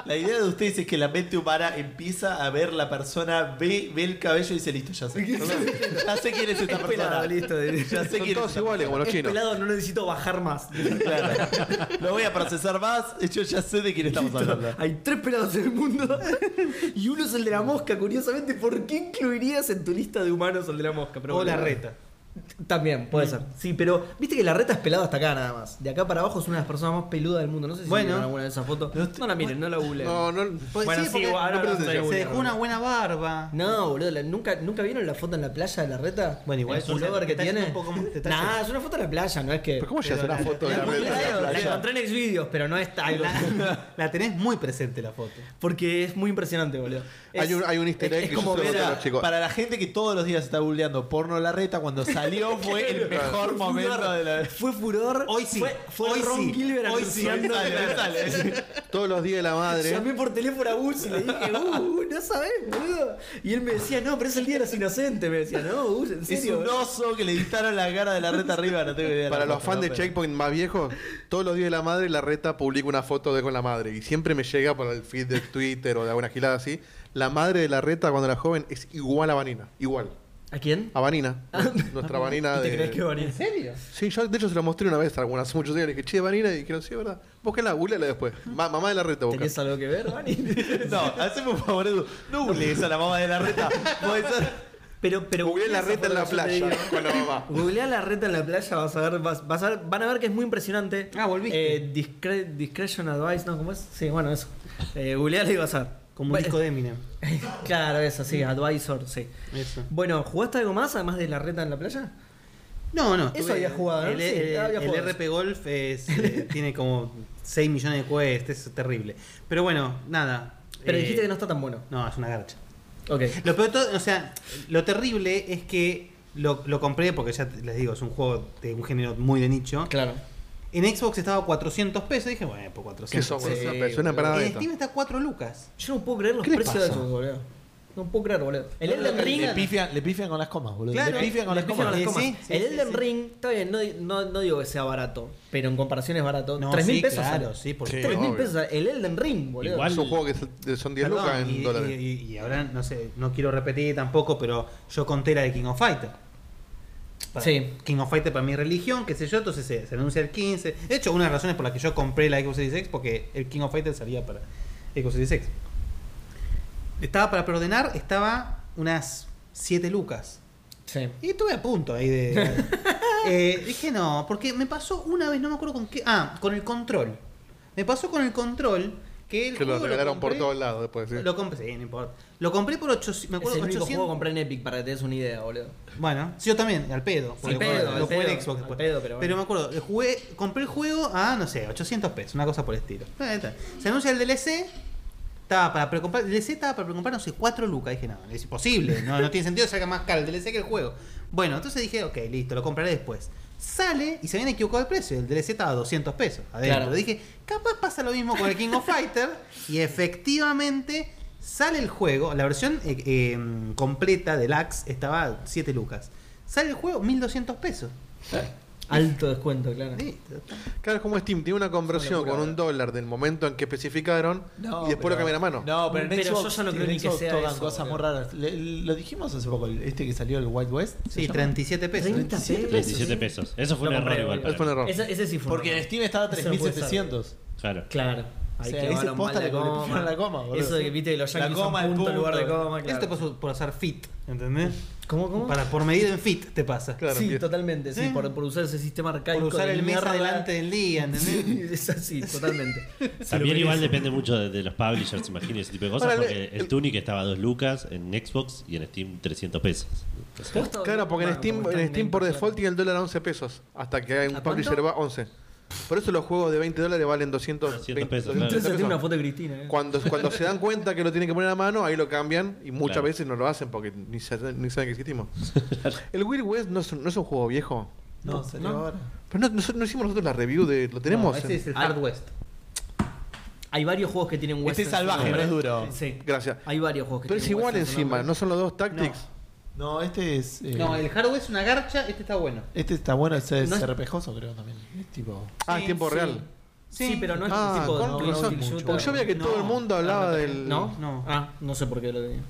S3: La idea de ustedes es que la mente humana empieza a ver la persona, ve, ve el cabello y dice, listo, ya sé. ya sé quién es esta
S1: Es pelado,
S3: persona.
S1: listo.
S3: Ya sé
S4: Son
S3: quién
S4: todos
S3: es.
S4: iguales como los
S1: Es
S4: chinos.
S1: pelado, no necesito bajar más.
S3: Claro. No voy a procesar más, yo ya sé de quién estamos hablando.
S1: Hay tres pelados en el mundo y uno es el de la mosca. Curiosamente, ¿por qué incluirías en tu lista de humanos al de la mosca? Pero
S2: o
S1: bueno.
S2: la reta.
S1: También, puede ser. Sí, pero viste que la reta es pelada hasta acá nada más. De acá para abajo es una de las personas más peludas del mundo. No sé si
S2: Bueno.
S1: vieron alguna de esas fotos.
S3: No te-
S1: No la miren, no la googleen.
S4: No, no.
S2: Pues
S1: Bueno, sí,
S2: porque
S1: ahora
S2: no, pero
S1: no
S2: se-
S1: estoy
S2: se dejó
S1: seguro.
S2: una buena barba.
S1: No, boludo, la- ¿nunca, ¿nunca vieron la foto en la playa de la reta?
S2: Bueno, igual
S1: El
S2: eso, o sea,
S1: pullover que
S2: te está
S1: tiene.
S2: haciendo un poco- te está
S1: Nah,
S2: haciendo-
S1: es una foto en la playa, no es que.
S4: ¿Pero cómo se hace
S2: Pero
S4: una
S2: la-
S4: foto de
S2: la-
S4: la
S2: la-
S4: red? de
S2: la-
S4: la
S1: la
S4: playa?
S1: encontré en Xvideos, pero no está. algo-
S2: La, la tenés muy presente la foto.
S1: Porque es muy impresionante, boludo. Es-
S4: Hay un- hay un easter
S1: es-
S4: egg
S1: es
S4: que
S1: como
S4: yo se
S1: ver
S4: lo conté a
S1: a-
S4: los chicos.
S3: Para la gente que todos los días está googleando porno la reta, cuando salió fue el mejor momento de la
S1: Fue furor.
S2: Hoy sí,
S1: Fue, fue
S2: hoy
S1: Ron
S2: sí,
S1: Gilbert
S2: hoy sí,
S1: anunciando
S2: hoy sale,
S1: la-
S2: hoy sale.
S4: Todos los días de la madre.
S1: Llamé por teléfono a Gus y le dije, uh, no sabés, boludo. Y él me decía, no, pero es el día de los inocentes. Me decía, no, Gus, en
S3: Es
S1: serio.
S3: un oso que le editaron la cara de la reta arriba, no tengo idea.
S4: Para
S3: la
S4: los
S3: foto,
S4: fans de
S3: ¿no?
S4: Checkpoint más viejos, todos los días de la madre la reta publica una foto de con la madre. Y siempre me llega por el feed de Twitter o de alguna gilada así. La madre de la reta cuando era joven es igual a Vanina. Igual.
S1: ¿A quién?
S4: A Vanina. Nuestra Vanina
S1: ¿Y te
S4: de.
S1: crees que Bonnie?
S2: serio?
S4: Sí, yo de hecho se lo mostré una vez a alguna hace muchos años. Le dije, che, Vanina. Y dijeron, sí, es ¿verdad? Búsquenla, googleala después. Ma- mamá de la reta, busca.
S1: ¿Tenés algo que ver, Bonnie?
S3: No, haceme un favor, Edu. No googlees a la mamá de la reta. Puede ser-
S1: Pero, pero
S4: Googleé la
S1: esa
S4: reta en la
S1: foto que yo te
S4: playa
S1: digo.
S4: con la mamá.
S1: Googleá la reta en la playa, vas a ver, vas, vas a ver- van a ver que es muy impresionante.
S2: Ah, volviste.
S1: Eh, discre- discretion advice, ¿no? ¿Cómo es? Sí, bueno, eso. Eh, googleala y vas a ver.
S2: Como un
S1: Bueno,
S2: disco de Eminem.
S1: Claro, eso, sí, advisor, sí.
S2: Eso.
S1: Bueno, ¿jugaste algo más además de la reta en la playa?
S2: No, no.
S1: Eso
S2: estuve-
S1: había jugado, ¿no?
S2: El,
S1: Sí,
S2: el-
S1: había
S2: el
S1: jugado.
S2: RP Golf es, eh, tiene como 6 millones de quests, es terrible. Pero bueno, nada.
S1: Pero
S2: eh,
S1: dijiste que no está tan bueno.
S2: No, es una garcha.
S1: Ok.
S2: Lo peor de todo, o sea, lo terrible es que lo, lo compré porque ya te- les digo, es un juego de un género muy de nicho.
S1: Claro.
S2: En Xbox estaba a 400 pesos, dije, bueno, por 400.
S4: ¿Qué somos?
S1: Sí,
S4: Una persona
S1: boludo.
S4: para
S2: En
S4: de esto.
S2: Steam está a 4 lucas.
S1: Yo no puedo creer los
S2: ¿Qué les
S1: precios de
S2: pasa?
S1: esos, boludo. No puedo creer, boludo. El
S2: No, no,
S1: Elden
S2: no,
S1: Ring.
S3: Le pifian, le pifian con las comas, boludo.
S2: Claro.
S3: le pifian con
S1: Le
S3: las
S1: pifian con
S3: comas.
S1: las
S2: Sí,
S1: comas.
S2: sí, sí,
S1: el
S2: sí,
S1: Elden
S2: sí.
S1: Ring, está bien, no, no, no digo que sea barato, pero en comparación es barato.
S2: No,
S1: 3 mil
S2: sí,
S1: pesos.
S2: claro,
S1: sale.
S2: sí, por
S4: Sí.
S1: Tres mil
S4: obvio.
S1: pesos el Elden Ring, boludo.
S5: Igual-
S4: Es un juego que es- son 10
S2: Perdón,
S4: lucas en
S2: y,
S4: dólares.
S2: y- y- y ahora, no sé, no quiero repetir tampoco, pero yo conté la de King of Fighter. Para-
S1: Sí.
S2: King of Fighter para mi religión, qué sé yo, entonces se, se anuncia el 15. De hecho, una de las razones por las que yo compré la Xbox Series X, porque el King of Fighter salía para Xbox Series X. Estaba para preordenar, estaba unas 7 lucas.
S1: Sí.
S2: Y estuve a punto ahí de. Eh, dije no, porque me pasó una vez, no me acuerdo con qué. Ah, con el control. Me pasó con el control que el
S4: Que lo
S2: juego
S4: regalaron por
S2: compré-
S4: todos lados después. ¿sí?
S2: Lo compré, sí, no importa. Lo compré por 800. Me
S1: Es
S2: acuerdo
S1: el único
S2: 800.
S1: juego que compré en Epic para que te des una idea, boludo.
S2: Bueno, sí, yo también, al pedo. porque
S1: pedo,
S2: lo
S1: al
S2: jugué en
S1: pedo,
S2: Xbox
S1: al
S2: después.
S1: pedo,
S2: pero,
S1: pero
S2: me acuerdo, lo jugué, compré el juego a, no sé, 800 pesos, una cosa por el estilo. Ah, ahí está. Se anuncia el DLC. Estaba para precomprar, el DLC estaba para precomprar, no sé, 4 lucas. Dije, no, es imposible, no, no tiene sentido que salga más caro el DLC que el juego. Bueno, entonces dije, ok, listo, lo compraré después. Sale y se habían equivocado el precio, el DLC estaba a 200 pesos adentro.
S1: Claro.
S2: Dije, capaz pasa lo mismo con el King of Fighter y efectivamente sale el juego, la versión eh, eh, completa del Axe estaba a 7 lucas. Sale el juego 1200 pesos.
S5: ¿Eh?
S1: Alto descuento, claro.
S2: Listo, está.
S4: Claro, es como Steam, tiene una conversión con un dólar del momento en que especificaron
S3: No,
S4: y después
S3: pero-
S4: lo cambian a mano.
S3: No, pero en
S1: Pero
S3: Xbox,
S1: yo ya no
S3: en
S1: creo ni que
S3: Xbox
S1: sea
S3: tocan
S1: eso,
S3: cosas muy
S1: boludo.
S3: raras. Le- lo dijimos hace poco, el- este que salió el Wild West. ¿se
S2: Sí,
S3: llama?
S2: 37 pesos.
S1: 30 pesos.
S5: 37 pesos. Eso fue
S1: Lo
S5: un error
S1: compré,
S5: igual.
S1: boludo.
S4: Eso fue un error.
S1: Ese, ese sí fue. un
S3: Porque
S1: error.
S3: en Steam estaba
S1: Eso no puede ser.
S3: 3700.
S5: Claro.
S1: Claro. Ahí
S3: O sea,
S1: clavaron
S3: ese posta
S1: mal
S3: le copiaron la coma, boludo.
S1: Eso de que viste que los
S3: La
S1: yankees
S3: coma,
S1: son
S3: el
S1: punto, en lugar de
S3: punto.
S1: coma,
S2: Esto
S1: claro.
S2: te pasó por hacer fit, ¿entendés?
S1: ¿Cómo, cómo?
S2: Para, por medir en fit te pasa.
S4: Claro,
S1: sí,
S4: empieza.
S1: totalmente. Sí,
S2: Sí.
S1: Por, por usar ese sistema arcaico.
S2: Por usar
S1: de
S2: el mes
S1: mierda.
S2: adelante del día, ¿entendés?
S1: Sí, es así, totalmente.
S5: También igual depende mucho de, de los publishers, imagínense ese tipo de cosas,
S4: Ahora,
S5: porque
S4: el-
S5: el, Tunic estaba a 2 lucas en Xbox y en Steam 300 pesos. O sea,
S1: Posta,
S4: Claro, porque en
S1: bueno,
S4: Steam,
S1: como
S4: en
S1: están
S4: Steam por
S1: lentos,
S4: default tiene el dólar a 11 pesos. Hasta que hay un
S1: ¿A
S4: publisher
S1: cuánto?
S4: va 11. Por eso los juegos de 20 dólares valen 220
S5: 200 pesos,
S1: claro.
S4: 230
S1: Entonces tiene
S4: pesos.
S1: una foto de Cristina. ¿eh?
S4: Cuando, cuando se dan cuenta que lo tienen que poner a mano, ahí lo cambian y muchas
S5: Claro.
S4: veces no lo hacen porque ni, se- ni saben que existimos. El Wild West no es, un- no es un juego viejo.
S3: No, salió
S1: No.
S3: ahora.
S4: Pero no, no- no hicimos nosotros la review de. Lo tenemos.
S2: No, ese es el
S1: Ah.
S2: Hard West.
S1: Hay varios juegos que tienen
S3: Este
S1: western
S3: es salvaje,
S1: sonoro.
S3: pero es duro.
S1: Sí.
S4: Gracias.
S1: Hay varios juegos que
S4: Pero es
S1: tienen
S4: igual
S1: western
S4: encima,
S1: sonoro.
S4: no son los dos Tactics.
S3: No, este es. eh,
S2: No, el Hard West es una garcha, este está bueno.
S3: Este está bueno, ese es
S1: No es-
S3: RPGoso, creo también. Es tipo.
S4: Ah, es
S2: Sí,
S4: tiempo
S2: sí.
S4: real.
S1: Sí, pero no es
S4: Ah,
S1: un tipo
S4: con
S1: de
S4: razón. Porque yo veía que
S2: No.
S4: todo el mundo hablaba del.
S1: ¿No?
S2: No.
S1: Ah, no sé por qué lo tenía.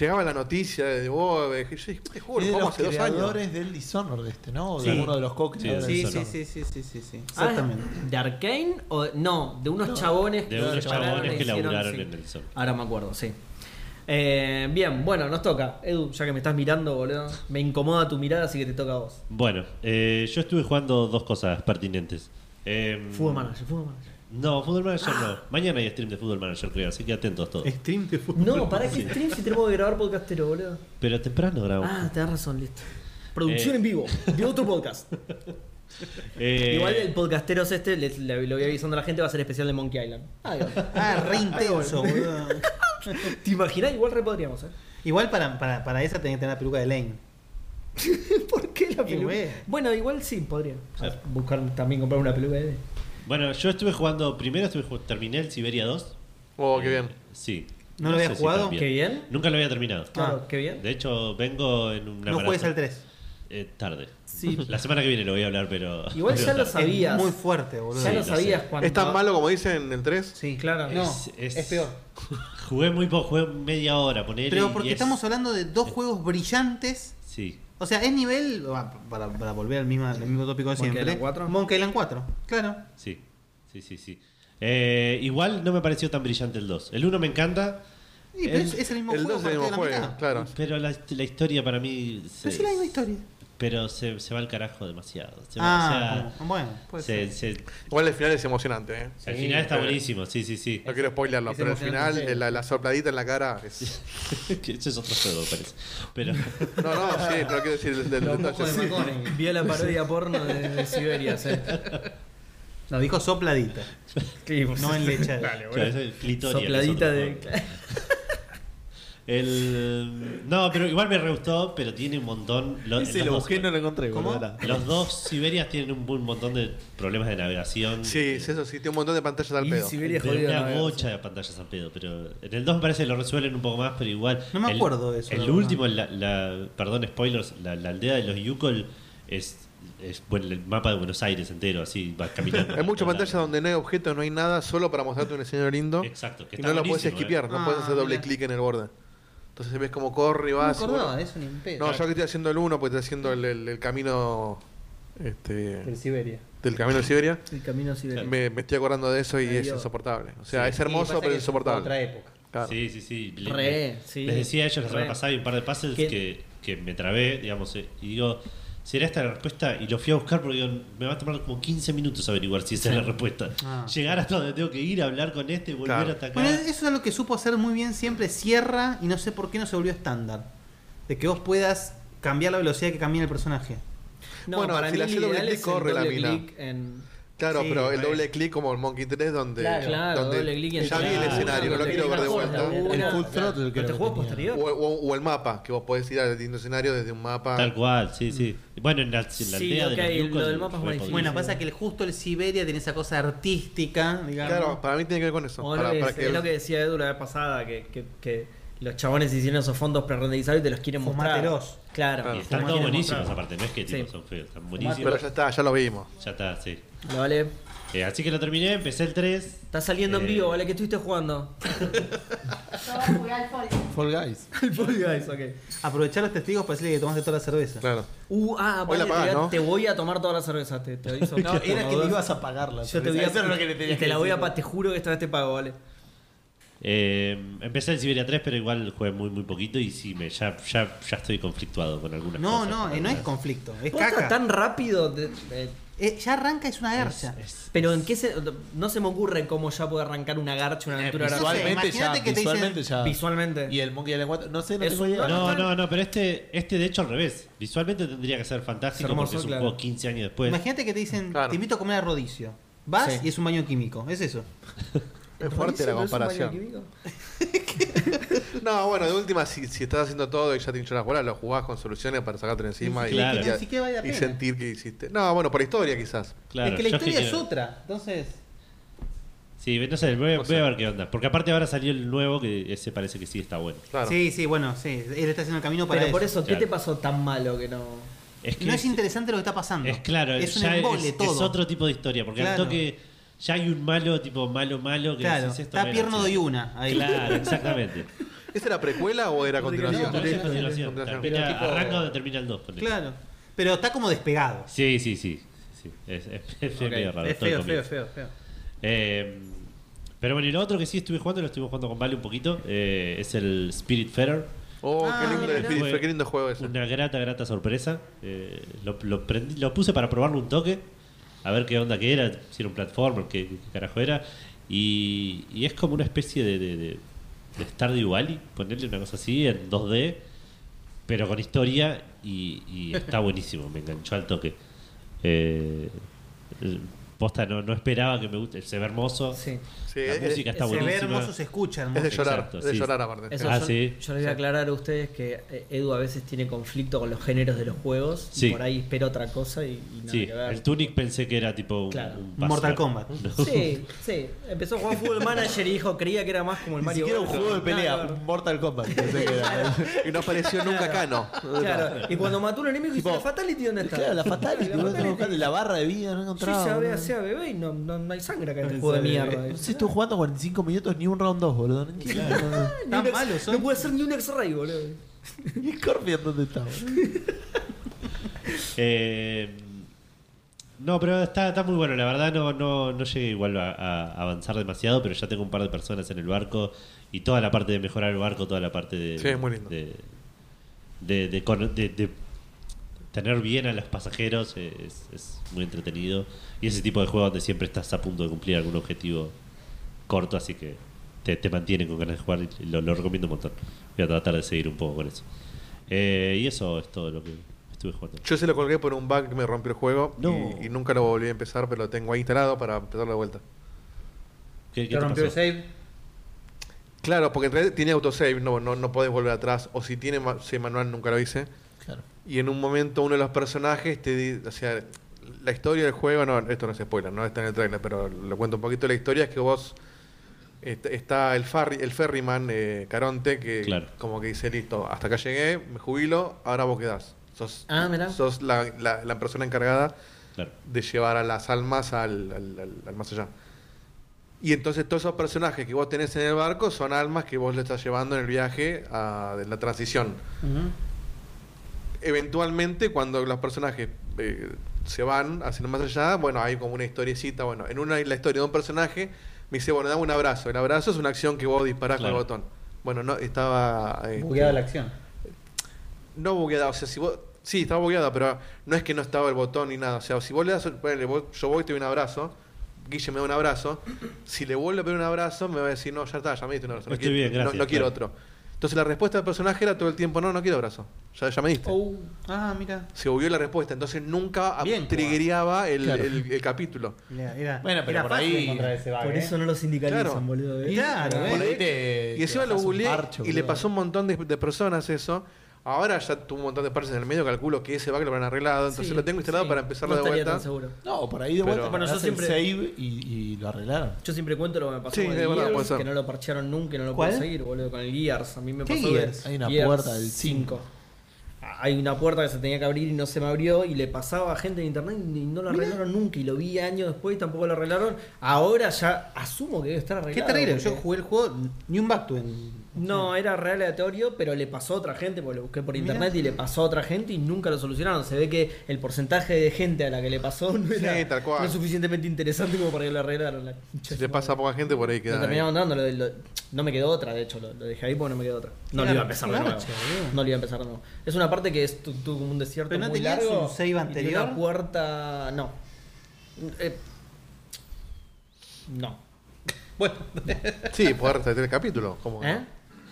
S4: Llegaba la noticia de vos. eh, Yo dije, te juro,
S3: es de
S4: ¿cómo
S3: los
S4: hace dos años?
S3: creadores del Dishonored este, ¿no? O
S2: Sí.
S3: de alguno de los
S5: Sí,
S3: co-creadores.
S2: Sí,
S5: eso
S2: sí,
S5: no.
S2: sí, sí, sí, sí, sí.
S1: Ah,
S2: Exactamente.
S1: ¿De Arkane? O, no, de unos chabones
S5: de unos
S1: laburaron
S5: chabones
S1: e
S5: que
S1: hicieron-
S5: laburaron
S1: sí.
S5: en el sol.
S1: Ahora me acuerdo, sí. Eh, bien, bueno, nos toca. Edu, ya que me estás mirando, boludo. Me incomoda tu mirada, así que te toca a vos.
S5: Bueno, eh, yo estuve jugando dos cosas pertinentes. Em,
S1: Fútbol manager, fútbol manager.
S5: No, Fútbol Manager no. Mañana hay stream de Fútbol Manager, creo, así que atentos todos.
S2: Stream de fútbol.
S1: No, para que stream si tenemos que grabar podcastero, boludo.
S5: Pero temprano grabamos.
S1: Ah, tenés razón, listo. Producción
S5: Eh.
S1: en vivo, de otro podcast.
S5: Eh,
S1: Igual el podcasteros este, les- le- lo voy avisando a la gente, va a ser especial de Monkey Island. Ah, igual.
S2: Ah, re intenso, boludo.
S1: ¿Te imaginas? Igual re podríamos, ¿eh?
S2: Igual para, para, para esa tenía que tener la peluca de Lane.
S1: ¿Por qué la
S2: Y
S1: peluca?
S2: bueno.
S1: Bueno, igual sí, podrían. Ah,
S5: Claro.
S1: Buscar también comprar una peluca de...
S5: Bueno, yo estuve jugando. Primero estuve ju- terminé el Siberia 2.
S4: Oh, qué bien.
S5: Sí.
S2: ¿No lo habías
S5: sé si
S2: jugado? Ah,
S5: tan
S1: Qué bien.
S5: Nunca lo había terminado.
S1: Claro, qué bien.
S5: De hecho, vengo en una.
S2: no juegues
S5: maratón.
S2: al 3.
S5: Eh, tarde.
S1: Sí.
S5: La semana que viene lo voy a hablar, pero.
S1: Igual
S5: pero
S1: ya lo
S5: tarde.
S1: sabías.
S2: Es muy fuerte, boludo.
S1: Ya
S5: Sí,
S1: lo
S5: lo sé.
S1: sabías cuando...
S4: ¿Es tan malo como dicen en el 3?
S2: Sí,
S1: Claro.
S2: No,
S5: Es-
S2: es,
S5: es-
S2: peor.
S5: Jugué muy poco, jugué media hora, poner.
S2: Pero porque estamos hablando de dos juegos brillantes.
S5: Sí.
S2: O sea, es nivel. ah, Para, para volver al mismo, al mismo tópico de
S1: Monkey
S2: siempre.
S1: Island 4.
S2: Monkey Island 4. Claro.
S5: Sí, sí, sí, sí. Eh, igual no me pareció tan brillante el 2. El 1 me encanta,
S2: Sí, pero
S5: El-
S2: es, es el mismo
S4: El
S2: juego.
S4: 2 es el
S2: partido
S4: mismo
S2: a la
S4: juego,
S2: mitad.
S4: claro.
S5: pero la, la historia para mí... Se,
S2: Pero sí, la misma historia.
S5: pero se, se va al carajo demasiado. Se va-
S2: Ah,
S5: o sea,
S2: como- bueno. Puede
S5: se-
S2: ser.
S5: se-
S4: Igual el final es emocionante, ¿eh?
S5: al final está
S4: Eh,
S5: buenísimo, sí, sí, sí.
S4: No quiero spoilerlo,
S1: Es
S4: pero el
S1: emocionante,
S4: final, eh,
S1: sí.
S4: la, la sopladita en la cara. es-
S5: Que Ese es otro juego, parece. Pero,
S4: No, no, sí, no quiero decir el,
S2: Los
S4: el detalle.
S2: mocos de
S4: Sí.
S2: McConaughey.
S1: Vio la parodia porno de, de Siberia, ¿sí?
S2: Nos dijo sopladita.
S3: pues
S2: No en leche.
S5: o sea, es el clitoria, que es
S1: Sopladita
S5: otro
S1: de...
S5: juego. El, no, pero igual me re gustó, pero tiene un montón... lo-
S3: Ese
S5: los
S3: lo
S5: dos-
S3: busqué y no lo encontré,
S2: ¿Cómo?
S3: boludo. era.
S5: Los dos Siberias tienen un, un montón de problemas de navegación.
S4: Sí, sí, eso sí, tiene un montón de pantallas al
S1: Y
S4: pedo.
S1: Siberia
S5: Pero
S1: jodida.
S5: una
S1: ¿no?
S5: bocha de pantallas al pedo, pero en el 2 me parece que lo resuelven un poco más, pero igual.
S2: No me
S5: el-
S2: acuerdo de eso, la
S5: El
S2: verdad.
S5: último, la, la- perdón, spoilers, la, la aldea de los Yukol es, es bueno, el mapa de Buenos Aires entero, así vas caminando.
S4: Hay muchas
S5: Por la-
S4: pantallas donde no hay objetos, no hay nada, solo para mostrarte un escenario lindo.
S5: Exacto, que
S4: Y no
S5: está
S4: lo puedes
S5: buenísimo, ¿eh?
S4: esquipear, no
S2: Ah,
S4: puedes hacer doble
S2: mirá.
S4: clic en el borde. Entonces ves cómo corre y
S2: No me
S4: vas. y
S2: acordaba
S4: bueno.
S2: de eso ni en pedo.
S4: No, yo que estoy haciendo el 1 porque estoy haciendo el, el- el camino este,
S1: Del Siberia.
S4: del camino de Siberia.
S1: El camino a Siberia.
S4: Me, me estoy acordando de eso y
S1: Ay,
S4: es
S1: Dios.
S4: insoportable. O sea, es
S2: Y pasa
S4: hermoso,
S2: que
S4: pero
S2: es Otra
S4: insoportable.
S2: época.
S4: Claro.
S5: Sí, sí, sí. Le-
S1: Re,
S5: le-
S1: sí.
S5: Les decía a ellos la
S1: Re.
S5: semana pasada hay un par de puzzles
S1: ¿Qué?
S5: que, que me trabé, digamos, eh, y digo, ¿será esta la respuesta? Y lo fui a buscar porque digo, me va a tomar como 15 minutos averiguar si esa es la respuesta.
S2: Ah.
S5: Llegar hasta donde tengo que ir, hablar con este, volver
S4: Claro.
S5: hasta acá.
S2: Bueno, eso es lo que supo hacer muy bien siempre Sierra y no sé por qué no se volvió estándar. De que vos puedas cambiar la velocidad que cambia el personaje.
S4: Bueno, si la hace doble
S1: ideal
S4: clic,
S1: es el
S4: corre la
S1: doble
S4: mina.
S1: clic en-
S4: Claro,
S2: Sí,
S4: pero el
S2: re.
S4: doble clic como el Monkey 3 donde,
S1: Claro, claro,
S4: donde
S1: doble clic y
S4: ya vi el
S5: entrar.
S4: escenario, no lo
S5: Doble
S4: quiero ver de
S5: clic,
S2: ¿eh?
S4: vuelta.
S5: doble
S3: El Full Throttle creo
S1: Pero
S3: que
S1: te juego
S3: tenía.
S4: O,
S1: posterior.
S4: o- o el mapa, que vos podés ir al distinto escenario desde un mapa.
S5: Tal cual, sí, sí. Bueno, en la, en la
S1: Sí,
S5: aldea
S1: ok,
S5: de los Yukon
S1: lo del mapa es
S5: fue
S1: buenísimo. Sí,
S2: bueno,
S5: podrido.
S1: sí.
S2: pasa que el, justo el Siberia tiene esa cosa artística, digamos.
S4: Claro, para mí tiene que ver con eso.
S1: O
S4: para,
S1: lo que,
S4: para
S1: es, es lo que decía Edu la vez pasada, que, que, que los chabones hicieron esos fondos prerenderizados y te los quieren
S2: Fumateros.
S1: mostrar. Claro.
S4: Claro.
S5: Y están
S1: Como
S5: todos
S1: quieren
S5: buenísimos
S1: mostrar.
S5: aparte, no es que tipo,
S1: Sí.
S5: son feos, están
S4: Pero
S5: buenísimos.
S4: ya está, ya lo vimos.
S5: Ya está, sí.
S1: Lo vale.
S5: Eh, así que lo terminé, empecé el 3.
S1: Está saliendo en
S5: Eh.
S1: vivo, ¿vale? que estuviste jugando?
S6: Yo jugué al Fall Guys.
S3: Fall Guys.
S1: El Fall Guys, ok.
S2: Aprovechar los testigos para decirle que tomaste toda la cerveza.
S4: Claro.
S1: Uh, ah,
S4: Hoy la
S1: aparte te, voy a-
S4: pagás, ¿no?
S1: te voy a tomar toda la cerveza, te, te aviso.
S3: No, era que le ibas a pagar la
S1: Yo te voy a y te la voy a pa- te juro que esta vez te pago, vale.
S5: Eh, empecé el Siberia 3, pero igual jugué muy muy poquito y sí, me, ya, ya, ya estoy conflictuado con algunas
S2: No,
S5: cosas.
S2: no, eh, no es conflicto, es
S1: ¿Vos estás
S2: caca.
S1: tan rápido? de- de-
S2: Eh, ya arranca, es una
S5: Es-
S2: garcha.
S5: es-
S1: pero en qué se, no se me ocurre cómo ya puede arrancar una garcha,
S4: Eh,
S1: una aventura
S2: visual-
S1: gráfica.
S3: Visualmente ya,
S2: Imagínate que te
S3: visualmente ya.
S1: Visualmente.
S3: Y el Monkey Island 4, no sé, no
S1: Es
S3: tengo
S1: un-
S3: idea.
S5: No, no, no, pero este, este de hecho al revés. Visualmente tendría que ser fantástico
S1: Es hermoso,
S5: porque es un
S1: claro.
S5: juego 15 años después.
S2: Imagínate que te dicen,
S4: Claro.
S2: te invito a comer a rodicio. Vas
S1: Sí.
S2: y es un baño químico, es eso.
S4: Es fuerte la
S1: ¿No es un baño
S4: comparación.
S1: químico?
S4: No, bueno, de última, si, si estás haciendo todo y ya te hinchó las bolas, lo jugás con soluciones para sacarte encima y,
S5: Ni siquiera-
S4: y-
S2: ni siquiera vale la
S4: y
S2: pena.
S4: sentir que hiciste. No, bueno, por historia quizás.
S5: Claro,
S2: es que la
S5: yo es que
S2: historia es
S5: quiero-
S2: otra, entonces.
S5: Sí, no sé, voy, a-
S4: O
S5: voy a
S4: sea-
S5: ver qué onda. Porque aparte ahora salió el nuevo que ese parece que sí está bueno.
S4: Claro.
S2: Sí, sí, bueno, sí, él está haciendo el camino para
S1: Pero por
S2: eso.
S1: eso, ¿qué
S5: Claro.
S1: te pasó tan malo que no...?
S5: Es que
S2: No es
S5: es-
S2: interesante lo que está pasando.
S5: Es claro,
S2: es un
S5: ya
S2: embole
S5: es,
S2: todo.
S5: es otro tipo de historia, porque al
S2: Claro.
S5: toque ya hay un malo, tipo malo, malo, que
S2: Claro,
S5: decís, esto no
S2: está
S5: era
S2: pierno
S5: así.
S2: de una. Ahí.
S5: Claro, exactamente.
S4: ¿Esa era precuela o era continuación?
S5: No, es continuación.
S4: Continuación.
S5: Termina-
S3: Pero tipo-
S5: Arranca donde termina el 2. ponele.
S2: Claro. Pero está como despegado.
S5: Sí, sí, sí. sí. Es, es- es medio raro.
S2: es
S5: todo el
S2: feo,
S5: comienzo.
S2: feo, feo, feo.
S5: Eh, Pero bueno, y lo otro que sí estuve jugando, lo estuve jugando con Vale un poquito, eh, es el Spirit
S4: Oh,
S2: Ah,
S4: qué lindo el
S2: mira.
S4: Spirit
S5: Fue
S4: Fair, qué lindo juego ese.
S5: Una grata, grata sorpresa. Eh, lo, lo prendí- lo puse para probarlo un toque, a ver qué onda que era, si era un platformer, qué, qué carajo era. Y, y es como una especie de, de, de- de Stardew Valley, ponerle una cosa así en 2D, pero con historia y, y está buenísimo, me enganchó al toque. Eh, eh, posta, no, no esperaba que me guste, se ve hermoso.
S1: Sí.
S4: Sí,
S5: La
S4: es-
S5: música está
S2: eh, se ve
S5: buenísima.
S2: hermoso, se escucha
S4: Es
S2: hermoso.
S4: de llorar,
S5: Exacto,
S4: es de
S5: sí.
S4: llorar aparte.
S1: Eso
S5: Ah,
S1: yo,
S5: sí.
S1: yo les voy a aclarar a ustedes que eh, Edu a veces tiene conflicto con los géneros de los juegos y
S5: Sí.
S1: por ahí espera otra cosa y, y nada
S5: Sí,
S1: que ver.
S5: el Tunic pensé que era tipo un,
S1: Claro.
S5: un
S2: Mortal
S5: puzzle.
S2: Kombat.
S5: No.
S1: Sí, sí. Empezó a jugar Football Manager y dijo, creía que era más como el
S3: Ni
S1: Mario
S3: siquiera un
S1: Bros.
S3: juego de pelea,
S1: Nada que ver.
S3: un Mortal Kombat. pensé que era.
S4: Y no apareció nunca Cano.
S1: Claro, y cuando mató a un enemigo, hizo
S3: Tipo,
S1: la Fatality, ¿dónde está?
S3: Claro, la fatality,
S1: La
S3: boludo, estaba
S1: fatality.
S3: buscando la barra de vida, no
S1: Yo
S3: encontraba.
S1: ya
S3: boludo. Eh,
S1: vea, sea bebé y no, no, no hay sangre acá en este juego de mierda.
S3: No sé, estuve jugando 45 minutos ni un round 2, boludo. No entiendo.
S1: Ni un
S2: Tan
S1: ex-
S2: malos son.
S1: No puede ser ni un X-Ray, boludo.
S3: ¿Y Scorpion dónde está, boludo?
S5: Eh, no, pero está, está muy bueno. La verdad no, no, no llegué igual a, a avanzar demasiado, pero ya tengo un par de personas en el barco y toda la parte de mejorar el barco, toda la parte de...
S4: Sí, es muy lindo.
S5: De, de- de cono- de- de tener bien a los pasajeros eh, es, es muy entretenido. Y ese tipo de juego donde siempre estás a punto de cumplir algún objetivo corto, así que te, te mantiene con ganas de jugar y lo, lo recomiendo un montón. Voy a tratar de seguir un poco con eso. Eh, y eso es todo lo que estuve jugando.
S4: Yo se lo colgué por un bug que me rompió el juego
S5: No.
S4: y, y nunca lo volví a empezar, pero lo tengo ahí instalado para empezarlo de vuelta.
S5: ¿Qué, qué
S2: Te rompió el
S5: pasó?
S2: save.
S4: Claro, porque en realidad tiene autosave, no, no, no podés volver atrás. O si tiene ma- save manual, nunca lo hice.
S3: Claro.
S4: Y en un momento uno de los personajes te di- o sea, la historia del juego, no, esto no es spoiler, no está en el trailer, pero lo cuento un poquito. La historia es que vos est- está el ferry, el ferryman eh, Caronte que
S5: Claro.
S4: como que dice listo, hasta acá llegué, me jubilo, ahora vos quedás. Sos,
S1: Ah, mirá.
S4: sos la, la- la persona encargada
S5: Claro.
S4: de llevar a las almas al, al- al- al más allá. Y entonces todos esos personajes que vos tenés en el barco son almas que vos le estás llevando en el viaje a, de la transición. Eventualmente, cuando los personajes eh, se van hacia el más allá, bueno, hay como una historiecita. Bueno, en una la historia de un personaje me dice, bueno, dame un abrazo. El abrazo es una acción que vos disparás
S5: Claro.
S4: con el botón. Bueno, no, estaba... eh,
S2: Bugueada la acción.
S4: no bugueada, o sea, si vos. Sí, estaba bugueada, pero no es que no estaba el botón ni nada. O sea, si vos le das. ponele, vos- yo voy y te doy un abrazo. Guille me da un abrazo. Si le vuelvo a pedir un abrazo, me va a decir, no, ya está, ya me diste un abrazo. No,
S5: Estoy
S4: quiero-
S5: bien,
S4: no-
S5: gracias,
S4: no quiero
S5: claro.
S4: otro. Entonces la respuesta del personaje era todo el tiempo, no, no quiero abrazo. Ya, ya me diste.
S2: Oh, ah, mira.
S4: Se bugueó la respuesta, entonces nunca
S2: Bien,
S4: triggería el,
S3: Claro.
S4: el- el capítulo.
S2: Mira, era,
S3: Bueno, pero
S2: era
S3: por
S2: fácil
S3: ahí-
S2: encontrar ese bug,
S1: Por
S2: ¿eh?
S1: eso no lo sindicalizan,
S4: Claro.
S1: boludo. ¿eh?
S2: Claro,
S3: Por
S2: ¿eh?
S3: ahí te-
S4: Y encima
S3: te
S4: lo
S3: bajás un
S4: googleé
S3: parche,
S4: y le
S3: boludo.
S4: pasó un montón de, de personas eso. Ahora ya tuvo un montón de parches en el medio, calculo que ese bug lo habrán arreglado, entonces
S1: Sí,
S4: lo tengo instalado
S1: sí.
S4: para empezarlo
S1: No
S4: de
S1: estaría
S4: vuelta.
S1: tan seguro.
S3: No, por ahí de
S4: Pero-
S3: vuelta.
S4: Bueno,
S1: yo
S3: ganás el
S1: siempre-
S3: save y, y lo arreglaron.
S1: Yo siempre cuento lo que me pasó
S4: Sí,
S1: con
S4: es
S1: el
S4: verdad,
S1: Gears,
S4: puede ser.
S1: que no lo parchearon nunca y no lo
S2: ¿Cuál?
S1: puedo seguir, boludo, con el Gears. A mí me
S2: ¿Qué
S1: pasó
S2: Gears?
S1: que
S3: Hay una
S1: Gears
S3: puerta del
S1: cinco. Hay una puerta que se tenía que abrir y no se me abrió y le pasaba a gente en internet y no lo arreglaron nunca y lo vi años después y tampoco lo arreglaron. Ahora ya asumo que debe estar
S2: Qué
S1: arreglado.
S2: terrible.
S1: porque-
S2: Yo jugué el juego ni un back to en.
S1: No, era re aleatorio, pero le pasó a otra gente, porque lo busqué por internet y le pasó a otra gente y nunca lo solucionaron. Se ve que el porcentaje de gente a la que le pasó no
S4: Sí,
S1: era
S4: tal cual.
S1: no es suficientemente interesante como para que lo arreglaron. La concha
S4: Si
S1: de
S4: te
S1: su
S4: pasa a
S1: madre.
S4: poca gente, por ahí
S1: Lo
S4: queda.
S1: terminaron dando, lo- lo- no me quedó otra, de hecho, lo, lo dejé ahí porque no me quedó otra. No lo iba a empezar de
S2: Claro,
S1: nuevo.
S2: boludo.
S1: No lo iba a empezar de nuevo. Es una parte que es tu- tu- como un desierto
S2: Pero no
S1: muy
S2: tenías
S1: largo.
S2: un save
S1: y tiene
S2: anterior.
S1: Una puerta... No. Eh, no.
S2: Bueno,
S4: eh. Sí, podés restartear el capítulo. ¿cómo que
S1: ¿Eh?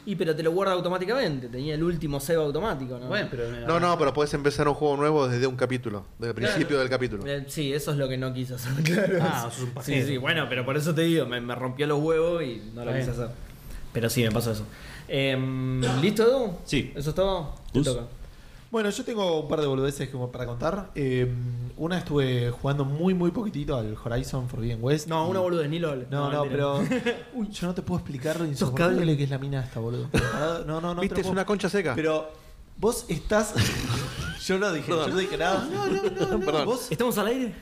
S1: Y pero te lo guarda automáticamente, tenía el último save automático, ¿no?
S2: bueno, pero.
S4: No, no, no, pero podés empezar un juego nuevo desde un capítulo, desde el principio del capítulo.
S1: Eh, sí, eso es lo que no quise hacer, claro.
S2: Ah, sos un
S1: sí,
S2: pajero.
S1: sí, bueno, pero por eso te digo, me, me rompió los huevos y no lo
S2: Está
S1: quise
S2: bien.
S1: hacer. Pero sí, me pasó eso. Em, ¿Listo, Edu?
S5: Sí.
S1: ¿Eso es todo? Te
S5: Gus.
S1: toca.
S3: Bueno, yo tengo un par de boludeces como para contar. Eh, una estuve jugando muy, muy poquitito al Horizon Forbidden West.
S1: No,
S3: Y-
S1: una boludez, ni LOL.
S3: No, no,
S1: mentira.
S3: pero. Uy, yo no te puedo explicar lo
S1: Estos
S3: insoportable
S1: cables.
S3: que es la mina esta, boludo. No, no, no. te
S4: Viste,
S3: lo
S4: es
S3: puedo-
S4: una concha seca.
S3: Pero vos estás. yo no dije, yo no dije nada.
S4: Perdón.
S3: Vos
S1: ¿Estamos al aire?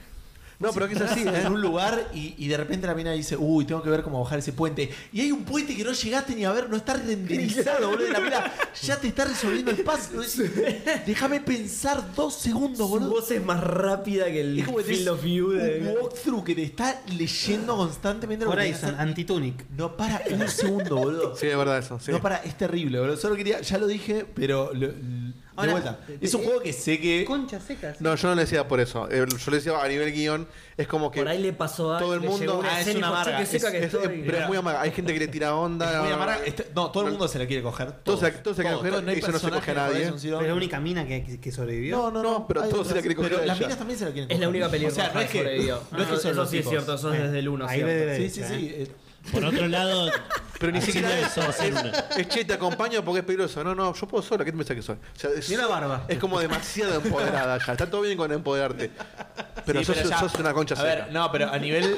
S4: No, pero que es así, ¿eh?
S3: en un lugar y, y de repente la mina dice, uy, tengo que ver cómo bajar ese puente. Y hay un puente que no llegaste ni a ver, no está renderizado, boludo. La mina ya te está resolviendo el paso. Déjame pensar dos segundos,
S7: Su
S3: boludo.
S7: voz es más rápida que el
S3: Es como que
S7: Field
S3: tenés
S7: of View
S3: un
S7: de...
S3: walkthrough que te está leyendo constantemente lo que tenés que
S2: Horizon,
S3: hacer.
S2: Antitunic.
S3: No para un segundo, boludo.
S4: Sí, es verdad eso. Sí.
S3: No, para, es terrible, boludo. Solo quería, ya lo dije, pero lo- de
S2: Ahora,
S3: vuelta.
S2: eh,
S3: Es un
S2: eh,
S3: juego que sé que.
S2: Concha secas.
S4: No, yo no le decía por eso. Eh, Yo le decía a nivel guión, es como que.
S7: Por ahí le pasó a
S4: Todo el
S7: le
S4: mundo-
S7: llegó
S3: Ah, es
S7: escena y
S3: una
S7: dijo, "Che,
S3: amarga,
S7: qué seca que
S4: es- es-
S7: estoy".
S4: pero es muy amarga. Hay gente que le tira onda.
S3: Voy a parar, este- no, todo el mundo se la quiere coger.
S4: Todos se la- todos se la quieren coger,
S3: hay
S4: eso no se
S3: personaje
S4: coge a
S3: en
S4: nadie.
S3: Horizon Zero
S2: Pero
S3: Dawn.
S2: la única mina que, que sobrevivió.
S3: No, no, no,
S4: No, pero
S3: hay
S4: todos se
S3: otras.
S4: la quieren coger
S3: Pero
S4: a
S3: las
S4: ella.
S3: minas también se la quieren
S7: Es la única
S3: pelea O
S7: pelirroja
S3: sea, no es
S7: que
S3: que,
S7: sobrevivió.
S3: no es que
S7: Ah,
S3: son
S7: Eso
S3: los
S7: sí es
S3: tipos.
S7: cierto, son
S2: Eh,
S7: desde el 1.
S2: ahí de-
S3: Sí, sí, sí. eh,
S5: Por otro lado,
S4: Pero ni
S5: así
S4: siquiera
S5: no
S4: es,
S5: sos
S4: es,
S5: una.
S4: es, che, te acompaño porque es peligroso. No, no, yo puedo sola, ¿qué te pensás que soy? O sea, es,
S2: Ni una barba.
S4: Es como demasiado empoderada ya. Está todo bien con empoderarte. Pero,
S3: Sí,
S4: sos,
S3: ya-
S4: sos una concha
S3: A ver,
S4: seca.
S3: no, pero a nivel.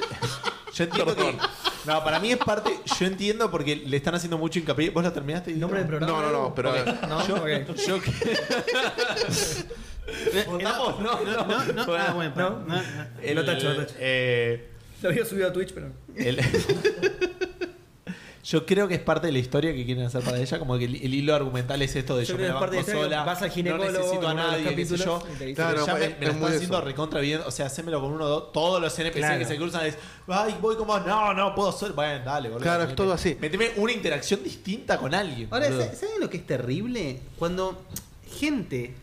S3: Yo entiendo que-
S4: Tortón.
S3: No, para mí es parte. Yo entiendo porque le están haciendo mucho hincapié. ¿Vos la terminaste? Guido?
S7: Nombre del programa.
S4: no, no, no, pero.
S7: No, ok.
S3: Yo que. ¿Votamos? No, no,
S2: No, no, ah, bueno, pero-
S7: no.
S2: no, no.
S3: El,
S7: Lo tacho, lo tacho.
S3: eh,
S7: Lo había subido a Twitch, pero.
S3: el- Yo creo que es parte de la historia que quieren hacer para ella, como que el, el hilo argumental es esto de
S7: Yo
S3: yo, me
S7: creo que
S3: la
S7: es parte de
S3: banco
S7: la historia,
S3: sola,
S7: vas al ginecólogo
S3: no necesito a
S7: en uno de los
S3: nadie, qué sé yo.
S7: capítulos y te dice-
S3: Pero
S4: Claro,
S3: ya me,
S4: es-
S3: me la
S4: es
S3: están
S4: muy
S3: haciendo
S4: eso.
S3: recontra bien, o sea, hacémelo con uno o dos, todos los NPC que
S2: Claro.
S3: se cruzan es, ay, voy como, no, no, puedo ser, bueno, dale, boludo.
S4: Claro, es
S3: meteme-
S4: todo así.
S3: Meteme una interacción distinta con alguien.
S2: Ahora,
S3: boludo.
S2: ¿sa- ¿saben lo que es terrible? Cuando gente,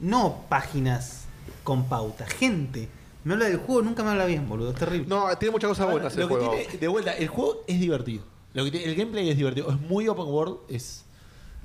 S2: no páginas con pauta, gente me habla del juego, nunca me habla bien, boludo. Es terrible.
S4: No, tiene muchas cosas
S3: Ahora,
S4: buenas el
S3: lo que
S4: juego.
S3: tiene- de vuelta, el juego es divertido. Lo que tiene- el gameplay es divertido. Es muy open world. Es,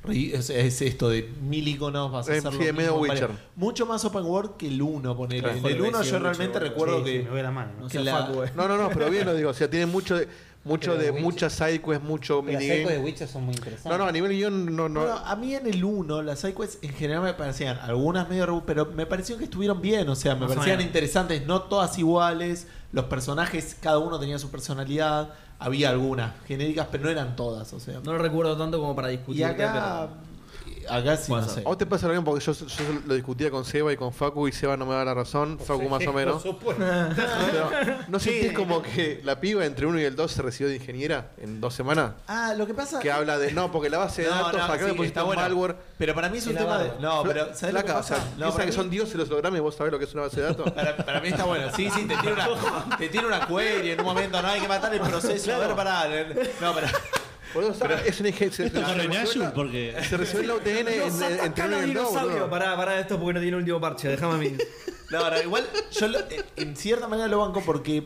S3: ri- es, es esto de mil iconos. Vas a
S4: Eh,
S3: hacer
S4: sí,
S3: lo
S4: es medio
S3: mismo en varias-
S4: Witcher.
S3: Mucho más open world que el 1. Ponele.
S7: Claro,
S3: El del
S7: joder,
S3: 1
S7: sí,
S3: yo
S7: Witcher,
S3: realmente
S7: boludo.
S3: recuerdo
S2: Sí, sí,
S3: que.
S2: me voy a la mano. ¿no?
S7: No sea
S3: la-
S7: fuck, güey.
S4: No, no, no, pero bien lo digo. O sea, tiene mucho de, mucho
S2: Pero
S4: de
S2: Witcher-
S4: muchas sidequests, mucho
S2: Pero las ecos de
S4: minigame.
S2: Witcher son muy interesantes.
S4: No, no, a nivel guión no, no.
S3: Bueno, a mí en el 1 las sidequests en general me parecían algunas medio rebu- pero me parecieron que estuvieron bien, o sea, me
S2: Más o
S3: parecían
S2: menos.
S3: interesantes, no todas iguales, los personajes cada uno tenía su personalidad, había algunas genéricas, pero no eran todas, o sea.
S7: No lo recuerdo tanto como para discutir.
S3: Y acá acá sí no sé.
S4: ¿A vos te pasa lo mismo? Porque yo, yo lo discutía con Seba y con Facu y Seba no me da la razón, Facu más o menos. Pero, ¿No sentís como que la piba entre uno y el 2 se recibió de ingeniera en dos semanas?
S3: Ah, lo que pasa
S4: Que habla de, no, porque la base de datos, acá
S3: sí,
S4: me pusiste
S3: está
S4: un
S3: bueno.
S4: malware.
S3: Pero para mí es un
S2: Era
S3: tema de
S2: bárbaro.
S3: No, pero ¿sabés lo que
S4: Flaca, o
S3: pasa?
S4: sea,
S3: No,
S4: piensa
S3: para
S4: que
S3: mí-
S4: son dioses los hologramas y vos sabés lo que es una base de datos.
S3: Para, para mí está bueno. Sí, sí, te tiene una, te tiene una query en un momento. No hay que matar el proceso. A ver, pará. No, pero.
S4: Por eso, es una ingeniera. Se,
S5: esto corre en
S4: recibió
S5: Azure
S4: la-
S5: porque
S4: se recibió en la UTN en- en- entre uno y el 2.
S7: dinosaurio. Pará, pará, esto porque no tiene último parche. Déjame a mí.
S3: No, no, igual yo lo- eh, en cierta manera lo banco porque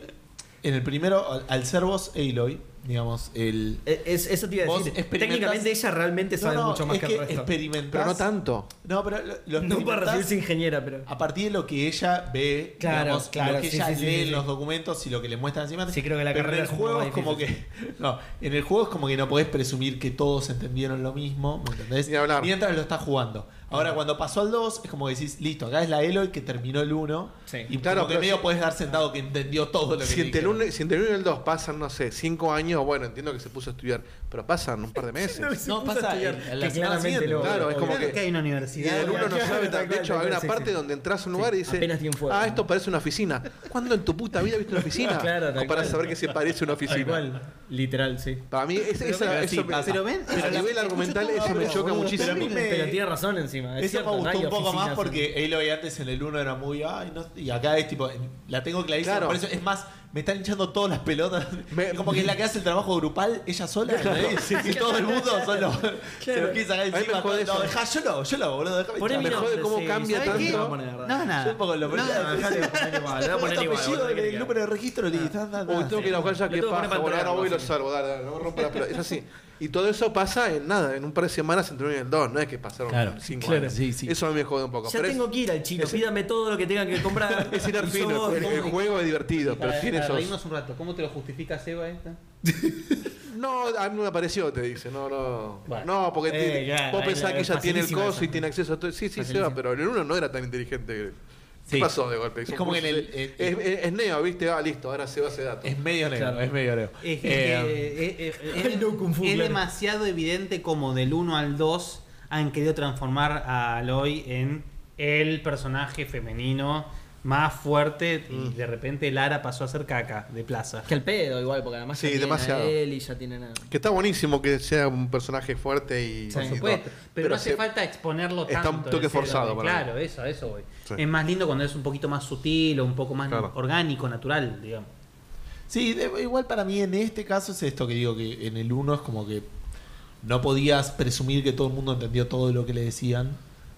S3: en el primero, al- al ser vos Aloy, digamos, el.
S7: Eh, es- eso te iba a
S3: Vos
S7: decir.
S3: experimentás-
S7: Técnicamente ella realmente
S1: Este
S7: sabe
S3: No, no,
S7: mucho más
S3: es
S7: que,
S3: que
S7: el resto.
S3: experimentás-
S4: Pero no tanto.
S3: No, pero lo, lo
S7: No para
S3: experimentás-
S7: recibirse ingeniera, pero.
S3: A partir de lo que ella ve,
S7: Claro,
S3: digamos,
S7: claro,
S3: lo que
S7: sí,
S3: ella
S7: sí, sí,
S3: lee
S7: sí,
S3: en
S7: sí.
S3: los documentos y lo que le muestran encima.
S7: Sí, creo que la
S3: Pero en
S7: carrera
S3: el
S7: es un
S3: juego
S7: poco
S3: es como
S7: más
S3: que. No, en el juego es como que no podés presumir que todos entendieron lo mismo, ¿me entendés?
S4: Ni hablar.
S3: Mientras lo estás jugando. Ahora, cuando pasó al 2, es como que decís, listo, acá es la Eloy que terminó el 1.
S7: Sí.
S3: Y
S4: Claro,
S3: claro, que
S4: pero
S3: medio
S4: si-
S3: podés dar sentado que entendió todo lo que
S4: Si
S3: le
S4: entre, el
S3: dijeron.
S4: uno, si entre el uno y el 2 pasan, no sé, 5 años, bueno, entiendo que se puso a estudiar, pero pasan un par de meses.
S3: No,
S7: puso a
S3: pasa
S7: estudiar,
S3: en- en
S7: que
S3: la semana
S7: claramente
S3: siguiente.
S7: lo-
S4: Claro, es como
S2: Claro
S4: que-
S2: que hay una
S4: Y
S2: universidad.
S4: el uno no
S7: Claro,
S4: sabe,
S7: tal
S4: de
S7: cual,
S4: hecho
S7: tal
S4: hay
S7: cual,
S4: una
S7: sí,
S4: parte
S7: sí.
S4: donde entras a un lugar y dices,
S7: Apenas tiene un fuego.
S4: ah, esto parece una oficina. ¿Cuándo en tu puta vida viste una oficina?
S7: Claro, tal
S4: Como para
S7: cual.
S4: saber que se parece a una
S7: Tal
S4: oficina.
S7: cual, literal, sí.
S4: Para mí, es- esa-
S3: pero sí
S4: eso me-
S3: pasa.
S2: Pero ven,
S4: a nivel argumental eso me choca muchísimo.
S3: pero a mí me-
S7: Pero tiene razón encima. es
S3: Eso
S7: cierto,
S3: me
S7: no
S3: gustó
S7: hay
S3: un poco
S7: oficinas
S3: más porque Eloy antes en el 1 era muy. Ay, no, y acá es tipo. en- La tengo clarísima.
S4: Claro.
S3: Por eso, es más, me están hinchando todas las pelotas.
S4: Me-
S3: Es como que es la que hace el trabajo grupal, ella sola. ¿entendés? Y todo el mundo solo. Se lo quiere sacar
S4: A mí me
S3: encima. No,
S4: jode eso.
S3: dejá, yo lo hago, yo lo hago, boludo. Déjame
S7: Poné
S3: hinchar.
S7: mi
S4: Me jode
S7: nombre,
S4: cómo
S7: sí,
S4: cambia
S7: ¿sabes qué?
S4: tanto.
S7: Lo voy a poner.
S2: No,
S3: Yo un
S2: nada.
S3: poco lo ponía.
S7: Dejá, dejá, lo poner igual, lo voy a poner
S3: Este
S7: igual,
S3: apellido,
S7: vos tenés que
S3: el
S7: quedar.
S3: número de registro, le dije, anda, anda.
S4: Uy, tengo que ir a jugar ya
S7: Lo
S4: que
S7: tengo que poner para
S4: paja, bueno, ahora
S7: entrenar,
S4: voy y
S7: no
S4: lo
S7: sé.
S4: salvo, dale, dale, eh, no me rompa la pelota. Es así. Y todo eso pasa en nada, en un par de semanas entre uno y el 2, no es que pasaron
S5: Claro,
S4: 5
S7: claro.
S4: años.
S3: Sí, sí.
S4: Eso a mí me jode un poco.
S7: Ya
S4: pero es-
S7: tengo que ir al chino, pídame todo lo que tengan que comprar.
S4: es, ir al
S7: Y
S4: fino,
S7: somos-
S4: el, el juego es divertido, pero tiene
S2: Para
S4: esos...
S2: reírnos un rato, ¿cómo te lo justifica Seba esta?
S4: No, a mí no me apareció, te dice. No, no.
S2: Bueno.
S4: no, porque
S7: Eh,
S4: te-
S7: ya,
S4: vos
S7: ahí
S4: pensás
S7: la-
S4: que ella tiene el
S7: facilísima
S4: coso y
S7: esa.
S4: tiene acceso a todo. Sí, sí, se va, pero en el uno no era tan inteligente. que- ¿Qué
S3: Sí.
S4: pasó de golpe?
S3: Es como que en el-
S4: Es,
S3: el-
S4: es- es neo, ¿viste? Ah, listo, ahora se va ese dato.
S3: Es medio negro,
S7: Claro.
S3: es medio negro.
S2: Es,
S3: Eh,
S2: que- es- es-
S7: Ay, no, Kung Fu,
S2: es
S7: claro.
S2: demasiado evidente como del 1 al 2 han querido transformar a Aloy en el personaje femenino más fuerte y
S4: Mm.
S2: de repente Lara pasó a ser caca de plaza.
S1: Que al pedo igual, porque además
S4: Sí,
S1: ya tienen
S4: demasiado.
S1: a él y ya tienen a...
S4: Que está buenísimo que sea un personaje fuerte y.
S2: Por
S4: y
S2: supuesto,
S4: no.
S2: pero, no hace
S4: se-
S2: falta exponerlo
S4: está
S2: tanto.
S4: un toque
S2: ese
S4: forzado
S2: doble.
S4: para mí.
S2: Claro, eso, eso, güey.
S4: Sí.
S2: Es más lindo cuando es un poquito más sutil o un poco más
S4: Claro.
S2: orgánico, natural, digamos.
S3: Sí, de- igual para mí en este caso es esto que digo, que en el 1 es como que no podías presumir que todo el mundo entendió todo lo que le decían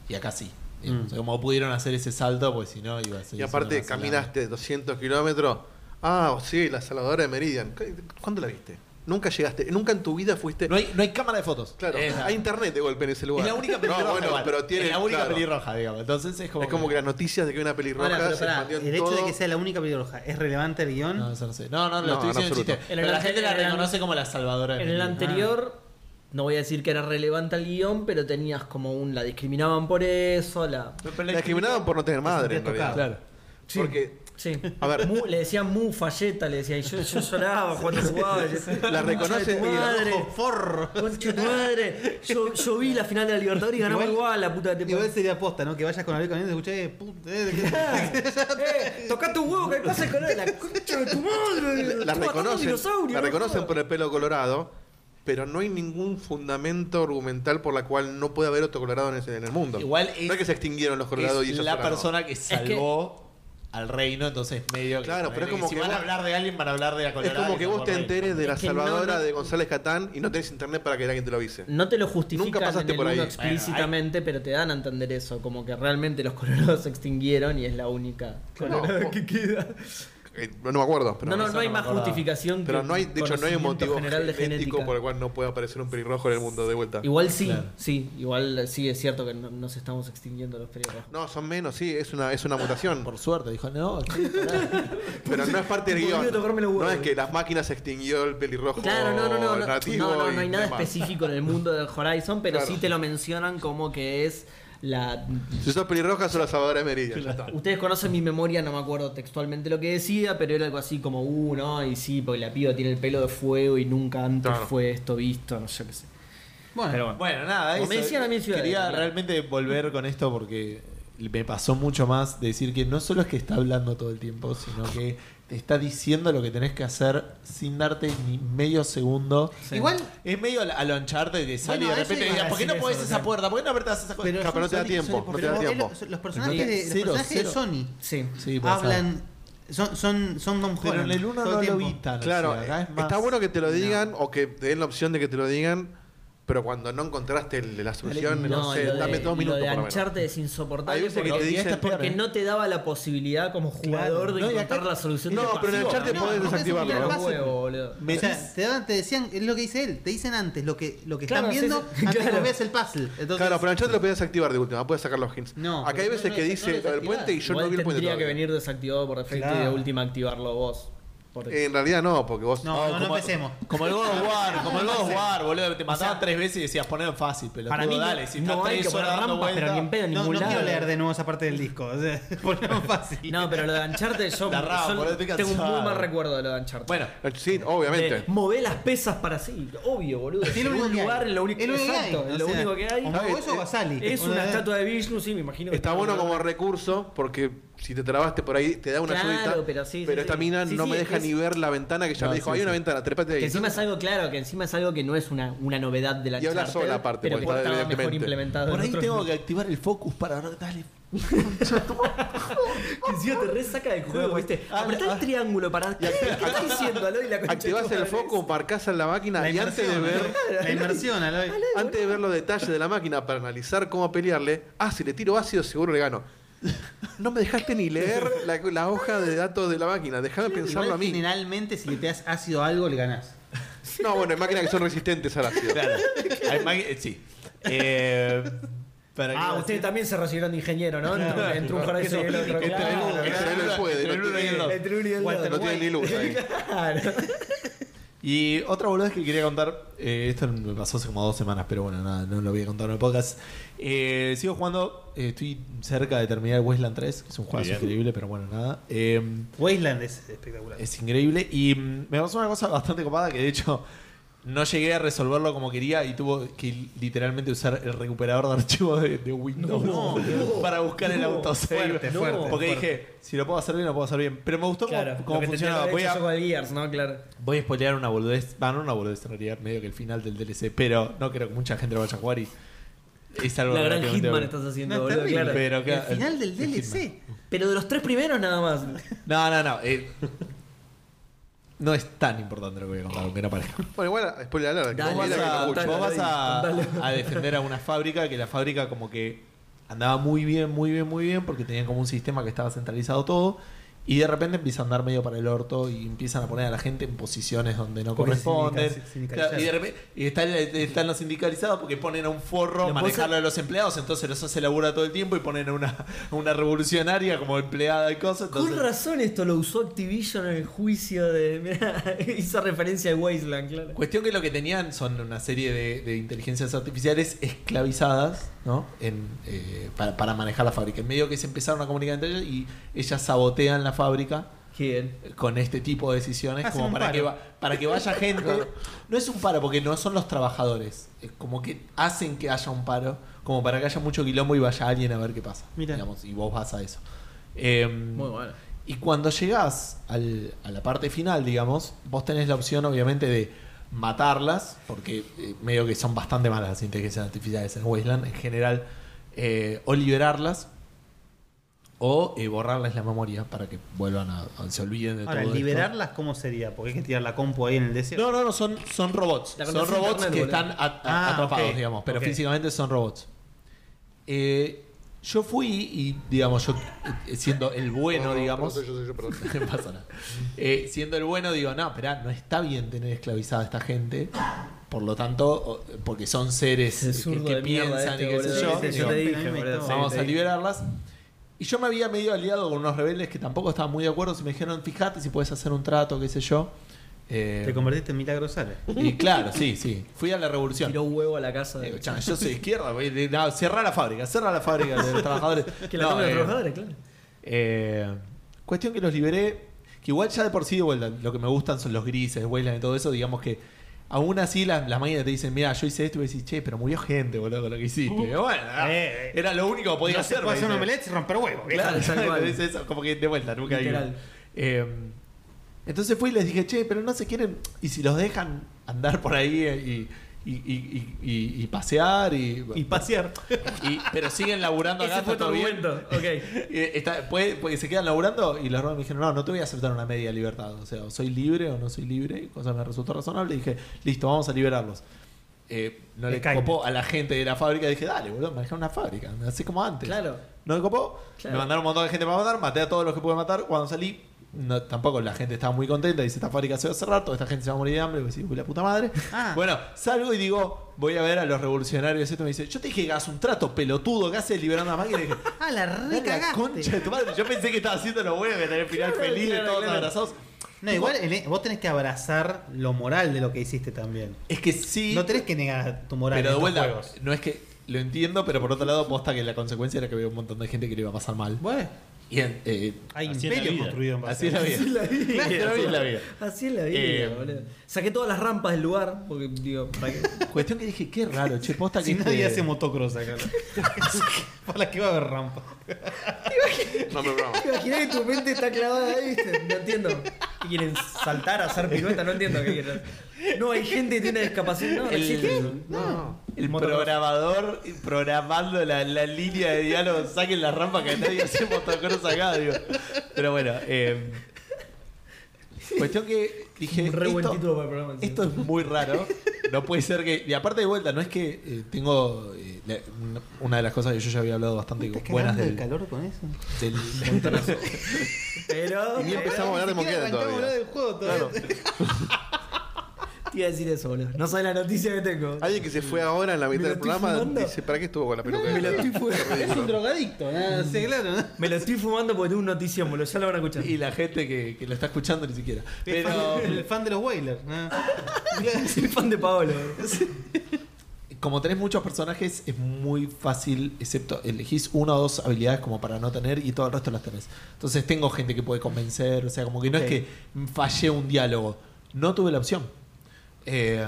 S3: y acá sí. digamos.
S2: Mm.
S3: O sea, como pudieron hacer ese salto, pues si no iba a ser...
S4: Y aparte caminaste 200 kilómetros. Ah, sí, la Salvadora de Meridian. ¿Cu- ¿Cuándo la viste? Nunca llegaste. Nunca en tu vida fuiste.
S3: No hay, no hay cámara de fotos.
S4: Claro,
S3: Es la-
S4: hay internet de golpe en ese
S3: es
S4: lugar.
S3: la única pelirroja.
S4: No, bueno,
S3: igual.
S4: pero tiene.
S3: es la única
S4: claro,
S3: pelirroja, digamos. Entonces es como...
S4: Es como que las noticias de que una pelirroja
S2: Ahora, pero
S4: se
S2: pará,
S4: expandió en
S2: el hecho de
S4: todo.
S2: que sea la única pelirroja, ¿es relevante el guión?
S3: No, eso no sé. No, no, lo
S4: No,
S3: estoy
S4: en
S3: diciendo en
S4: absoluto.
S3: chiste.
S1: En el
S3: Pero la
S1: anterior-
S3: gente la
S1: en el-
S3: reconoce como la salvadora. de
S1: En el
S3: Meridian.
S1: anterior, no voy a decir que era relevante al guión, pero tenías como un... La discriminaban por eso, la...
S3: Pero- pero
S4: Ah. La discriminaban por no tener madre, en
S2: sentías
S4: realidad.
S3: Claro.
S4: Porque
S1: Sí.
S4: A ver.
S1: Mu- le decían mu falleta, le decían. Y yo, yo lloraba cuando jugaba. le decía,
S4: La reconoce
S1: "Concha de tu
S4: y la-
S1: madre.
S2: ¡Ojo, forro!
S1: Concha de tu madre. Yo, yo vi la final de la Libertadores y ganamos
S2: Igual-
S1: igual, la puta que te
S2: Igual sería aposta, ¿no? Que vayas con la caminando y escuché, puta, eh, ¿qué-
S1: Eh, tocá tu huevo que pasa el color de la concha de tu madre.
S4: la
S1: Estoy matando
S4: reconocen,
S1: dinosaurios,
S4: la
S1: no
S4: reconocen
S1: jodas.
S4: por el pelo colorado, pero no hay ningún fundamento argumental por la cual no puede haber otro colorado en, ese- en el mundo.
S3: Igual es-
S4: no es que se extinguieron los colorados y
S3: es
S4: ellos
S3: la
S4: ahora no.
S3: persona que salvó al reino, entonces medio que-
S4: Claro, pero es como
S3: si
S4: que
S3: van a
S4: vos-
S3: hablar de alguien van a hablar de la
S4: Es
S3: colorada.
S4: como que
S3: salvó
S4: vos te
S3: al reino.
S4: enteres de la
S1: Es que no,
S4: salvadora
S1: no-
S4: de González Catán y no tenés internet para que alguien te lo avise.
S1: No te lo justifican
S4: Nunca pasaste
S1: en el
S4: por ahí.
S1: uno
S4: Bueno,
S1: explícitamente, pero te dan a entender eso, como que realmente los colorados se extinguieron y es la única
S4: Claro.
S1: colorada que queda.
S4: Eh, No, me acuerdo, pero
S1: no, no, no hay
S3: me
S1: más
S3: acordaba.
S1: justificación
S4: pero
S1: que
S4: no hay, de hecho, no hay un
S1: conocimiento
S4: motivo
S1: general de
S4: genético
S1: genética.
S4: por el cual no pueda aparecer un pelirrojo en el mundo de vuelta.
S1: Igual sí,
S3: Claro.
S1: sí, igual sí es cierto que no- nos estamos extinguiendo los pelirrojos.
S4: No, son menos, sí, es una, es una mutación.
S3: Por suerte, dijo, no, che,
S4: Pero no es parte del
S1: Podría
S4: guión.
S1: tocarme los
S4: No
S1: huevos.
S4: es que las máquinas extinguió el pelirrojo
S1: Claro, no, no, no, no,
S4: Oh, nativo
S1: no, no, no
S4: y
S1: hay nada
S4: demás.
S1: específico en el mundo de Horizon, pero
S4: Claro.
S1: sí te lo mencionan como que es la...
S4: Si sos pelirroja, sos la salvadora de Meridian. ya está.
S1: Ustedes conocen mi memoria, no me acuerdo textualmente lo que decía, pero era algo así como, uh, no, y sí, porque la piba tiene el pelo de fuego y nunca antes
S4: Claro.
S1: fue esto visto, no sé qué sé.
S2: Bueno,
S1: pero bueno.
S3: Bueno, nada,
S1: Como
S3: eso.
S1: me decían a mí en Ciudad
S3: Quería
S1: de México.
S3: realmente volver con esto porque me pasó mucho más decir que no solo es que está hablando todo el tiempo, sino que te está diciendo lo que tenés que hacer sin darte ni medio segundo.
S1: Sí.
S2: Igual,
S3: Es medio a lo Uncharted que sale
S2: Bueno,
S3: y de
S2: eso
S3: repente
S2: iba a
S3: digas, ¿por qué no
S2: decir
S3: podés
S2: eso,
S3: esa
S2: claro.
S3: puerta? ¿Por qué no apretás esa cosa?
S2: pero
S4: Capaz no te da
S2: son-
S4: tiempo,
S2: son-
S4: no te da
S2: pero vos-
S4: tiempo.
S2: los- Los personajes de, los
S3: Cero,
S2: personajes de
S3: cero.
S2: Sony
S1: Sí.
S3: Sí, puede ser.
S2: hablan, son, son, son Don
S3: Pero en
S2: Juan.
S3: el 1 no lo vi tan. así,
S4: Claro,
S3: acá es más-
S4: está bueno que te lo digan o que te den la opción de que te lo digan, pero cuando no encontraste el- la solución, no, sé,
S1: lo de-
S4: dame dos minutos
S1: Lo de
S4: por lo menos.
S1: ancharte es insoportable
S4: Hay veces que
S1: porque,
S4: te dicen-
S1: porque no te daba la posibilidad como jugador
S3: No,
S1: de
S3: y acá-
S1: encontrar la solución.
S4: No,
S1: del
S4: pero en
S1: pasivo.
S4: Uncharted
S1: No,
S4: podés
S1: no,
S4: desactivarlo,
S1: no,
S4: ¿no?
S1: no, huevo, boludo.
S3: Me
S2: o sea,
S3: dis-
S2: te, daban- te decían, es lo que dice él, te dicen antes lo que, lo que
S1: Claro,
S2: están
S1: sí,
S2: viendo
S1: sí,
S2: antes que
S1: claro.
S2: veas el puzzle. Entonces,
S4: claro, pero ancharte lo podías activar de última, puedes sacar los hints.
S2: No,
S4: Acá hay
S2: pero
S4: veces
S2: no
S4: que
S2: lo- no lo
S4: dice lo del
S2: desactivás.
S4: puente y yo
S1: Igual
S4: no vi el puente.
S1: tendría que
S4: todavía.
S1: venir desactivado por defecto y de
S2: Claro.
S1: última activarlo vos. Porque-
S4: En realidad no, porque vos.
S2: No, no, no
S3: como-
S2: empecemos.
S3: Eh, Como el God of War, como el God of War, boludo. Te mataban tres veces y decías poner en fácil, pero
S1: para mí
S3: dale, si estás
S1: no hay que
S3: tres
S1: poner
S3: horas dando
S1: rampas, pero ni en
S3: vueltas.
S1: pedo en
S2: No,
S1: ningún
S2: no
S1: lado.
S2: quiero leer de nuevo esa parte del disco. O sea, ponelo fácil.
S1: No, pero lo de Uncharted yo,
S3: La rama,
S1: yo
S3: boludo, estoy
S1: tengo un
S3: cansado.
S1: muy mal recuerdo de lo de Uncharted.
S3: Bueno,
S4: eh, Sí,
S1: De,
S4: obviamente.
S1: Eh, mové las pesas para sí, obvio, boludo.
S2: Es
S1: en
S2: lo único
S1: un
S2: que hay.
S1: lugar, en lo único,
S2: Es lo único que hay,
S1: exacto,
S2: o
S1: en lo
S2: sea,
S1: único que hay.
S2: o no, eso o Basali.
S1: Es una estatua de Vishnu, sí, me imagino. que
S4: Está bueno como recurso porque si te trabaste por ahí te da una
S1: Claro,
S4: ayudita,
S1: pero sí, sí, sí.
S4: esta mina
S1: Sí,
S4: no
S1: sí,
S4: me
S1: es
S4: deja
S1: que
S4: ni
S1: es-
S4: ver la ventana que ya
S3: No,
S4: me dijo,
S3: sí,
S4: hay una
S3: sí.
S4: ventana, trépate ahí.
S1: Que encima es algo, claro, que encima es algo que no es una, una novedad de la
S4: Y habla sola, aparte,
S1: pero
S4: porque
S1: que
S4: está
S1: estaba mejor
S4: directamente.
S1: implementado.
S3: por
S1: en
S3: ahí
S1: otros
S3: tengo que
S1: lugares.
S3: activar el focus para ver, dale.
S1: Que si yo te resaca del juego, ¿viste?
S3: Ah,
S1: Apretá el triángulo para. ¿Qué estás diciendo, Aloy? La concha de
S4: Activás
S1: tu
S4: el
S1: madre.
S4: foco, marcás en la máquina
S2: La
S4: y antes
S2: inmersión,
S4: de ver
S2: la inmersión, Aloy.
S4: Antes de ver los detalles de la máquina para analizar cómo pelearle, ah, si le tiro ácido seguro le gano. No me dejaste ni leer la, la hoja de datos de la máquina, déjame pensarlo a
S2: Igual,
S4: mí.
S2: generalmente, si le te has ácido a algo, le ganás.
S4: No, bueno, hay máquinas que son resistentes al ácido.
S3: Claro. Hay maqui- sí. Eh, para que-
S1: Ah, ustedes también se recibieron de ingeniero, ¿no? Entre entre un Horizon y el otro.
S3: Entre
S4: Este
S3: el
S1: Claro,
S3: uno,
S4: Entre
S1: claro.
S4: el uno puede,
S3: entre el
S4: no
S3: uno y el dos.
S1: Entre uno y el
S2: Walter
S4: No
S1: otro.
S4: tiene ni luz ahí.
S1: Claro.
S3: Y otra boludez que quería contar, eh, esto me pasó hace como dos semanas, pero bueno, nada, no lo voy a contar en el podcast. Eh, sigo jugando, eh, estoy cerca de terminar Westland 3, que es un juego
S5: Bien.
S3: increíble, pero bueno, nada. Eh,
S2: Wasteland es espectacular.
S3: Es increíble. Y mm, me pasó una cosa bastante copada que de hecho No llegué a resolverlo como quería y tuvo que literalmente usar el recuperador de archivos de, de Windows
S7: No, no,
S3: para buscar el
S7: no.
S3: autosave.
S2: Fuerte,
S7: No.
S2: fuerte.
S3: Porque
S2: fuerte.
S3: dije, si lo puedo hacer bien, lo puedo hacer bien. Pero me gustó cómo-
S7: Claro,
S3: cómo,
S7: lo que te
S3: funcionaba.
S7: tenía
S3: Voy a,
S7: hecho yo con Gears, ¿no? Claro.
S3: voy a spoilear una boludez. Va, no una boludez en realidad, medio que el final del DLC. Pero no creo que mucha gente lo vaya a jugar y es algo
S7: La gran
S3: relativamente
S7: Hitman
S3: bueno.
S7: estás
S2: No,
S7: haciendo,
S2: es
S7: boludo,
S2: terrible.
S7: claro.
S3: Pero
S2: el
S3: claro,
S2: final
S3: el-
S2: del
S3: el
S2: DLC.
S7: Pero de los tres primeros nada más.
S3: No, no, no. eh, no es tan importante lo que voy a contar, aunque no parezca.
S4: Bueno, igual, eh, spoiler alert.
S7: Dale,
S3: vos vas,
S4: Mira que
S7: dale,
S4: no
S3: a,
S4: escucho.
S7: dale,
S3: vos vas a-
S7: dale.
S3: a defender a una fábrica que la fábrica como que andaba muy bien, muy bien, muy bien porque tenían como un sistema que estaba centralizado todo y de repente empieza a andar medio para el orto y empiezan a poner a la gente en posiciones donde no
S2: Porque
S3: corresponden.
S2: sindical- sindicalizados.
S3: Claro, y de repente y están, están los sindicalizados porque ponen a un forro
S7: No,
S3: manejarlo
S7: vos-
S3: de los empleados, entonces los hace labura todo el tiempo y ponen a una, a una revolucionaria como empleada y cosas.
S7: Con
S3: entonces-
S7: razón esto lo usó Activision en el juicio de... mirá, hizo referencia a Wasteland, claro.
S3: Cuestión que lo que tenían son una serie de, de inteligencias artificiales esclavizadas, ¿no? En, eh, para, para manejar la fábrica. En medio que se empezaron a comunicar entre ellas y ellas sabotean la fábrica
S7: Qué bien.
S3: con este tipo de decisiones
S2: Hacen
S3: como
S2: un
S3: para
S2: paro.
S3: que, va- para que vaya gente. No es un paro porque no son los trabajadores. Es como que hacen que haya un paro, como para que haya mucho quilombo y vaya alguien a ver qué pasa.
S2: Mirá.
S3: digamos, y vos vas a eso. Eh,
S7: Muy bueno.
S3: y cuando llegás al- a la parte final, digamos, vos tenés la opción, obviamente, de matarlas, porque eh, medio que son bastante malas las inteligencias artificiales en Wasteland en general, eh, o liberarlas, o eh, borrarles la memoria para que vuelvan a, a- se olviden de
S2: Ahora,
S3: todo. esto.
S2: liberarlas, ¿cómo sería? Porque hay que tirar la compu ahí en el desierto.
S3: No, no, no, son, son robots.
S7: La
S3: Son
S7: conocí en
S3: robots
S7: internet,
S3: que
S7: boludo.
S3: están a- a-
S2: Ah,
S3: atrapados,
S2: ok,
S3: digamos, pero
S2: ok.
S3: físicamente son robots. Eh, yo fui y, digamos, yo eh, siendo el bueno,
S4: No, no,
S3: digamos.
S4: perdón, soy yo, soy yo, perdón.
S3: No pasa nada. Eh, siendo el bueno, digo, no, espera, no está bien tener esclavizada a esta gente. Por lo tanto, o- porque son seres
S7: Ese
S3: que-
S7: zurdo
S3: que,
S7: de mierda
S3: piensan
S7: este,
S3: y qué sé
S7: boludo.
S3: yo.
S7: Sí, sí,
S3: digo,
S7: yo te
S2: Digo,
S7: dije, boludo, sí,
S3: vamos
S7: te
S3: a
S7: dije.
S3: liberarlas. Y yo me había medio aliado con unos rebeldes que tampoco estaban muy de acuerdo. Si me dijeron, fíjate si puedes hacer un trato, qué sé yo. Eh,
S2: Te convertiste en Milagro Sala.
S3: y claro, sí, sí. Fui a la revolución.
S7: Tiró huevo a la casa de...
S3: Eh, chan, yo soy izquierda, güey. De- no, cerrá la fábrica, cerrá la fábrica de los trabajadores.
S7: Que la
S3: No,
S7: toma de
S3: eh,
S7: los trabajadores, claro.
S3: eh, cuestión que los liberé, que igual ya de por sí de vuelta, lo que me gustan son los grises, Wayland y todo eso, digamos que aún así las, las máquinas te dicen, mira, yo hice esto y vos decís, che, pero murió gente, boludo, con lo que hiciste. Y bueno, ah,
S2: eh, eh.
S3: era lo único que podía
S2: No se
S3: hacer.
S2: puede
S3: me
S2: hacer un
S3: dice.
S2: omelette y romper huevos. viejo.
S7: Claro, tal cual.
S3: Te dice eso, como que de vuelta, nunca hay
S7: Literal.
S3: uno. Eh, entonces fui y les dije, che, pero no se quieren, y si los dejan andar por ahí eh, y, y- y- y- y pasear y,
S2: Y pasear.
S3: y- pero siguen laburando acá
S7: Ese fue
S3: está
S7: tu
S3: todo bien".
S7: argumento. Ok.
S3: Eh, está- puede- porque se quedan laburando y los romanos me dijeron, no, no te voy a aceptar una media libertad. O sea, o soy libre o no soy libre. Cosa que me resultó razonable. Y dije, listo, vamos a liberarlos. Eh, no le
S2: Skynet.
S3: copó a la gente de la fábrica. Dije, dale, boludo, manejar una fábrica. Así como antes.
S7: Claro.
S3: No me copó.
S7: Claro.
S3: Me mandaron un montón de gente para matar. Maté a todos los que pude matar. Cuando salí, no- tampoco la gente estaba muy contenta. Dice, esta fábrica se va a cerrar. Toda esta gente se va a morir de hambre. Y decís, "Uy, la puta madre.
S2: Ah.
S3: Bueno, salgo y digo, voy a ver a los revolucionarios. Esto me dice, yo te dije que hagas un trato pelotudo. que haces liberando a la máquina? Y dije,
S2: Ah, la
S3: Dale la concha
S2: recagaste.
S3: de tu madre. Yo pensé que estaba haciendo lo bueno, que tenía el final
S7: Claro,
S3: feliz
S7: claro,
S3: de todos
S7: claro.
S3: abrazados.
S2: No, igual en- e, vos tenés que abrazar lo moral de lo que hiciste también.
S3: Es que sí,
S2: No tenés que negar tu moral.
S3: pero
S2: en
S3: de
S2: estos
S3: vuelta,
S2: juegos.
S3: no es que lo entiendo, pero por otro lado, posta que la consecuencia era que había un montón de gente que le iba a pasar mal.
S2: Bueno,
S3: Y en- eh,
S2: hay
S5: Así es la
S2: imperio
S5: vida.
S2: construido en
S3: así
S2: base.
S3: es la vida.
S7: Así es la vida.
S3: Así es la vida.
S7: Así es la vida,
S3: Eh,
S7: boludo. Saqué todas las rampas del lugar, porque digo, para que-
S3: Cuestión que dije, qué raro, che, posta que.
S2: Si nadie
S3: este-
S2: hace motocross acá. Para que va a haber rampa.
S4: No, no, no.
S7: Te imaginas que tu mente está clavada ahí, ¿viste? No entiendo. ¿Qué quieren saltar, hacer pirueta? No entiendo qué quieren. No, hay gente que tiene discapacidad. No, no
S3: El-
S7: existe eso.
S4: No, no.
S3: El programador programando la, la línea de diálogo, saquen la rampa que nadie hace motocross acá, digo. Pero bueno, eh, cuestión que dije.
S7: Un re buen
S3: esto-
S7: título para el programa. encima.
S3: Esto es muy raro. No puede ser que. Y aparte de vuelta, no es que eh, tengo. eh, la- una- una de las cosas que yo ya había hablado bastante
S2: ¿Estás
S3: buenas
S2: cagando el
S3: del.
S2: calor con eso?
S3: del montonazo.
S7: Pero. eh,
S4: Y bien empezamos a hablar de
S2: Ni siquiera
S4: Monkey
S2: arrancamos a hablar
S4: todavía.
S2: del juego todavía.
S7: Te iba a decir eso, boludo. No sabes la noticia que tengo.
S4: Alguien que se fue ahora en la mitad
S7: Me lo
S4: del
S7: estoy
S4: programa
S7: fumando.
S4: dice, ¿para qué estuvo con la peluca?
S7: Me la estoy fumando.
S2: Es un drogadicto, ¿no? Sí, claro. ¿no?
S7: Me lo estoy fumando porque tengo un notición, boludo. Ya lo van a escuchar.
S3: y la gente que, que lo está escuchando ni siquiera. Pero.
S2: El fan de Ah. los Wailers. ¿no?
S7: Soy fan de Paolo.
S3: Como tenés muchos personajes, es muy fácil, excepto elegís una o dos habilidades como para no tener y todo el resto las tenés. Entonces tengo gente que puede convencer, o sea, como que no
S7: Ok.
S3: es que fallé un diálogo. No tuve la opción. Eh,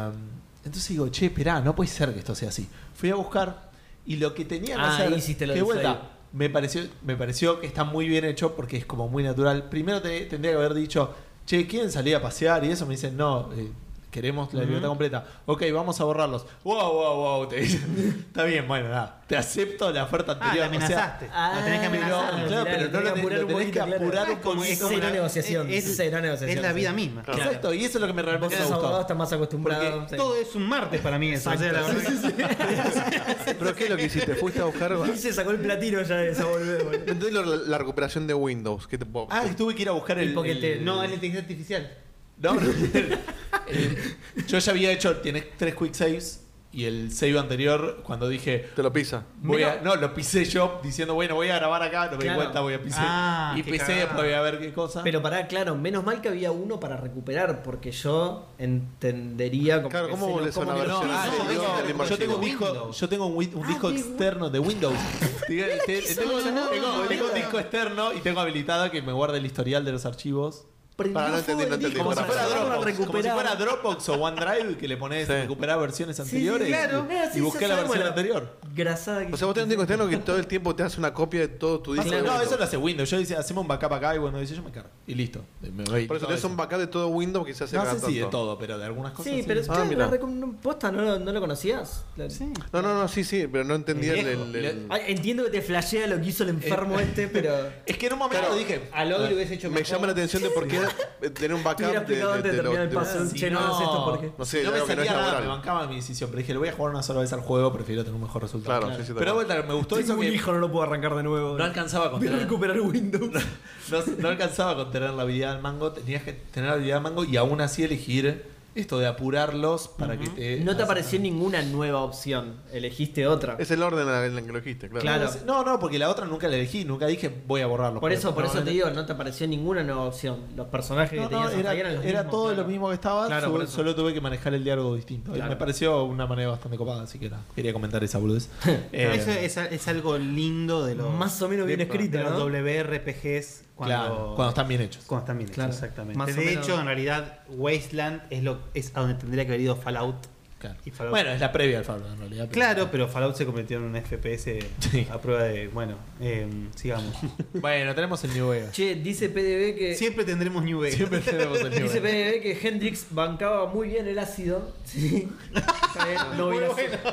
S3: entonces digo, che, esperá, no puede ser que esto sea así. Fui a buscar y lo que tenían que
S1: Ah,
S3: hacer.
S1: ahí hiciste lo
S3: que
S1: del
S3: vuelta,
S1: sello.
S3: me pareció, me pareció que está muy bien hecho porque es como muy natural. Primero te- tendría que haber dicho, che, ¿quieren salir a pasear? Y eso me dicen, no, eh, queremos la libertad completa. Ok, vamos a borrarlos. Wow, wow, wow. Te dicen, está bien, bueno, nada. Te acepto la oferta
S2: Ah,
S3: anterior.
S2: la
S3: o sea,
S2: amenazaste.
S8: Ah,
S2: lo tenés que
S3: pero,
S2: amenazar.
S3: claro,
S8: Claro,
S3: pero no
S8: tenés
S3: lo
S8: que
S3: ten-
S8: apurar
S3: lo
S8: un
S3: tenés que
S8: poquito, claro.
S3: apurar un
S2: Es como-
S3: poquito.
S2: como
S8: Cero
S2: la-
S8: negociación, cero negociación,
S2: Es la
S8: sí.
S2: vida misma.
S8: Claro.
S3: Exacto, y eso es lo que me realmente me
S8: Los abogados
S3: gustó.
S8: están más acostumbrados.
S2: Porque todo es un martes para mí eso. o sea, la
S8: Exacto.
S2: verdad.
S4: ¿Pero qué es lo que hiciste? ¿Fuiste a buscar
S8: Gil se sacó el platino ya de esa boludez, boludo.
S4: Entonces lo- la, la recuperación de Windows? ¿Qué te puedo-
S3: Ah, que tuve que ir a buscar el.
S8: Porque
S3: el-
S8: te-
S2: No, es la inteligencia artificial.
S3: No, no. Eh, Yo ya había hecho, tienes tres quick saves y el save anterior, cuando dije,
S4: Te lo pisa.
S3: voy a, no, lo pisé yo diciendo, bueno, voy a grabar acá, no me
S1: Claro.
S3: di cuenta, voy a pisar.
S2: Ah,
S3: y
S2: qué
S3: pisé,
S2: cagada.
S3: después voy a ver qué cosa.
S1: Pero pará, claro, menos mal que había uno para recuperar, porque yo entendería como
S4: Claro,
S1: que
S4: ¿cómo
S1: se lo-
S4: volvés a
S1: como
S4: una
S1: que lo-
S3: no,
S4: versión?
S3: ah,
S4: Sí,
S3: yo,
S4: no,
S3: tengo,
S4: del
S3: yo tengo un disco,
S2: Windows.
S3: yo tengo un, wi- un disco externo de Windows. Tengo- te- tengo tengo- tengo un disco externo y tengo habilitada que me guarda el historial de los archivos.
S1: Prendió
S4: Para, no
S1: fuego
S4: entendí,
S1: el
S4: no entendí,
S1: disco,
S3: Como si,
S4: para,
S3: fuera
S4: para,
S1: sacaron a
S3: Dropbox, como si
S1: recuperar.
S3: fuera Dropbox o OneDrive que le pones
S4: Sí.
S3: recuperar versiones
S1: sí,
S3: anteriores
S1: claro.
S3: y,
S1: Ah, sí,
S3: y busqué
S1: sí,
S3: la
S1: sí,
S3: versión
S1: bueno.
S3: anterior.
S1: Grasada que
S4: O sea, vos tenés un disco externo que todo el tiempo te hace una copia de todo tu disco. de
S3: Ah, no,
S4: Windows.
S3: eso lo hace Windows. Yo dice, hacemos un backup acá y bueno, dice, yo me cargo. Y listo. Me voy.
S4: Por eso
S3: Todo
S4: tenés un backup de todo Windows que se hace
S3: No sé
S4: cada
S3: si de
S4: tanto.
S3: todo, pero de algunas cosas.
S1: Sí, pero
S4: Ah,
S1: claro,
S4: mira.
S1: la recom- no, posta, no, lo- no lo conocías. La-
S4: No, no, no, sí, sí, pero no entendía el.
S3: viejo,
S4: el-
S3: y
S4: el-
S1: Ah, Entiendo que te flashea lo que
S4: Eh,
S1: hizo el enfermo este, pero.
S3: Es que en un momento dije,
S2: A Lobby lo hubiese hecho
S4: Me
S2: mejor.
S4: llama la atención de por qué eh, tener un
S1: Te
S4: backup
S1: hubiera
S4: de,
S1: explicado
S4: de-
S1: antes de
S4: de lo-
S1: terminar el
S4: de-
S1: paso.
S3: si
S1: Che, no hagas esto porque.
S4: No sé,
S3: no me
S4: algo que no
S3: salía
S4: es
S3: nada,
S4: laboral.
S3: me bancaba mi decisión. Pero dije, lo voy a jugar una sola vez al juego, prefiero tener un mejor resultado.
S4: Claro, sí, sí, tal
S3: pero
S4: cual.
S3: vuelta, me gustó
S1: Tengo
S3: eso
S1: un
S3: que
S1: hijo, no lo puedo arrancar de nuevo.
S8: No alcanzaba con
S1: Voy a recuperar Windows.
S3: no, no alcanzaba con tener la habilidad del mango, tenías que tener la habilidad del mango y aún así elegir esto de apurarlos para que te.
S1: No te apareció ninguna nueva opción. Elegiste otra.
S4: Es el orden en el que lo dijiste, claro.
S1: Claro.
S3: No, no, porque la otra nunca la elegí, nunca dije voy a borrarlo.
S1: Por eso, por eso te digo, no te apareció ninguna nueva opción. Los personajes que
S3: No, no,
S1: tenías hasta
S3: era,
S1: ahí eran los
S3: era
S1: mismos,
S3: todo
S1: claro.
S3: lo mismo que estaba,
S1: Claro,
S3: su-
S1: por eso.
S3: solo tuve que manejar el diálogo distinto. Y
S1: Claro.
S3: me pareció una manera bastante copada, así que nada, quería comentar esa boludez. Eh,
S2: Eso es, es algo lindo de los.
S1: Más o menos bien
S2: de-
S1: escrito,
S2: de los
S1: ¿no?
S2: WRPGs cuando,
S3: claro, cuando están bien hechos.
S2: cuando están bien hechos,
S1: Claro.
S2: exactamente.
S1: Más o
S2: de
S1: menos.
S2: hecho, en realidad, Wasteland es lo es a donde tendría que haber ido Fallout.
S3: Claro.
S2: Y Fallout.
S3: Bueno, es la previa al Fallout en realidad. pero-
S2: Claro, pero Fallout se convirtió en un FPS
S3: Sí.
S2: a prueba de. Bueno, eh, sigamos.
S3: Bueno, tenemos el New Vegas.
S1: Che, dice PDB que.
S2: Siempre tendremos New Vegas.
S3: Siempre tenemos el New
S1: Dice
S3: Vegas.
S1: PDB que Hendrix bancaba muy bien el ácido. Sí. Está bien, no hubiera,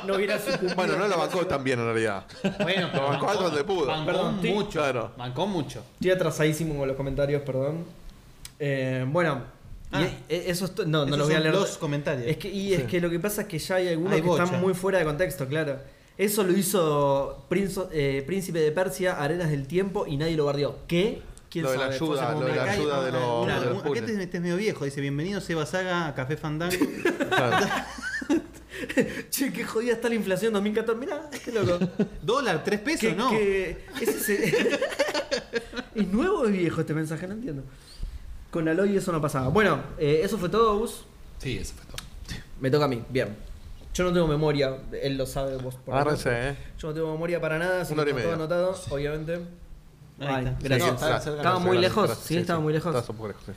S1: no hubiera sucumbido.
S4: Bueno, no lo bancó tan bien en realidad.
S2: Bueno,
S4: Lo bancó hasta donde pudo.
S1: Perdón, sí.
S2: mucho.
S4: Claro.
S2: Bancó mucho.
S1: Estoy atrasadísimo con los comentarios, perdón. Eh, bueno, y
S2: Ah.
S1: e- eso es to- no, no
S2: Esos
S1: los voy a
S2: son
S1: leer.
S2: los comentarios.
S1: Es que, y es
S4: Sí.
S1: que lo que pasa es que ya hay algunos
S2: Hay
S1: que
S2: bocha.
S1: están muy fuera de contexto, claro. Eso lo hizo Prinzo- eh, Príncipe de Persia, Arenas del Tiempo, y nadie lo bardeó. ¿Qué? ¿Quién
S4: Lo de
S1: sabe?
S4: la
S1: Fue
S4: ayuda,
S1: hace como
S4: lo de
S1: una
S4: la
S1: calle.
S4: ayuda de
S1: Claro.
S4: los- de los-
S2: Acá te
S4: puzzles.
S2: este medio viejo, dice bienvenido Seba Saga a Café Fandango.
S4: Claro.
S1: Che, qué jodida está la inflación 2014. Mirá, qué loco.
S2: Dólar, tres pesos,
S1: Que-
S2: ¿no?
S1: que- es, ese- ¿Es nuevo o es viejo este mensaje? No entiendo. Con Aloy eso no pasaba. Bueno, eh, eso fue todo, Gus.
S3: Sí, eso fue todo.
S1: Me toca a mí, bien. Yo no tengo memoria, él lo sabe vos por ejemplo.
S4: Agárrense, eh.
S1: Yo no tengo memoria para nada, así
S4: Una
S1: que
S4: hora y
S1: está todo
S4: media.
S1: anotado, obviamente. Ay,
S2: está.
S1: gracias.
S3: Sí, estaba cerca,
S1: estaba
S3: no,
S1: muy
S4: Gracias,
S1: lejos,
S4: gracias.
S1: sí, estaba muy lejos.
S4: Estabas un poco lejos, sí.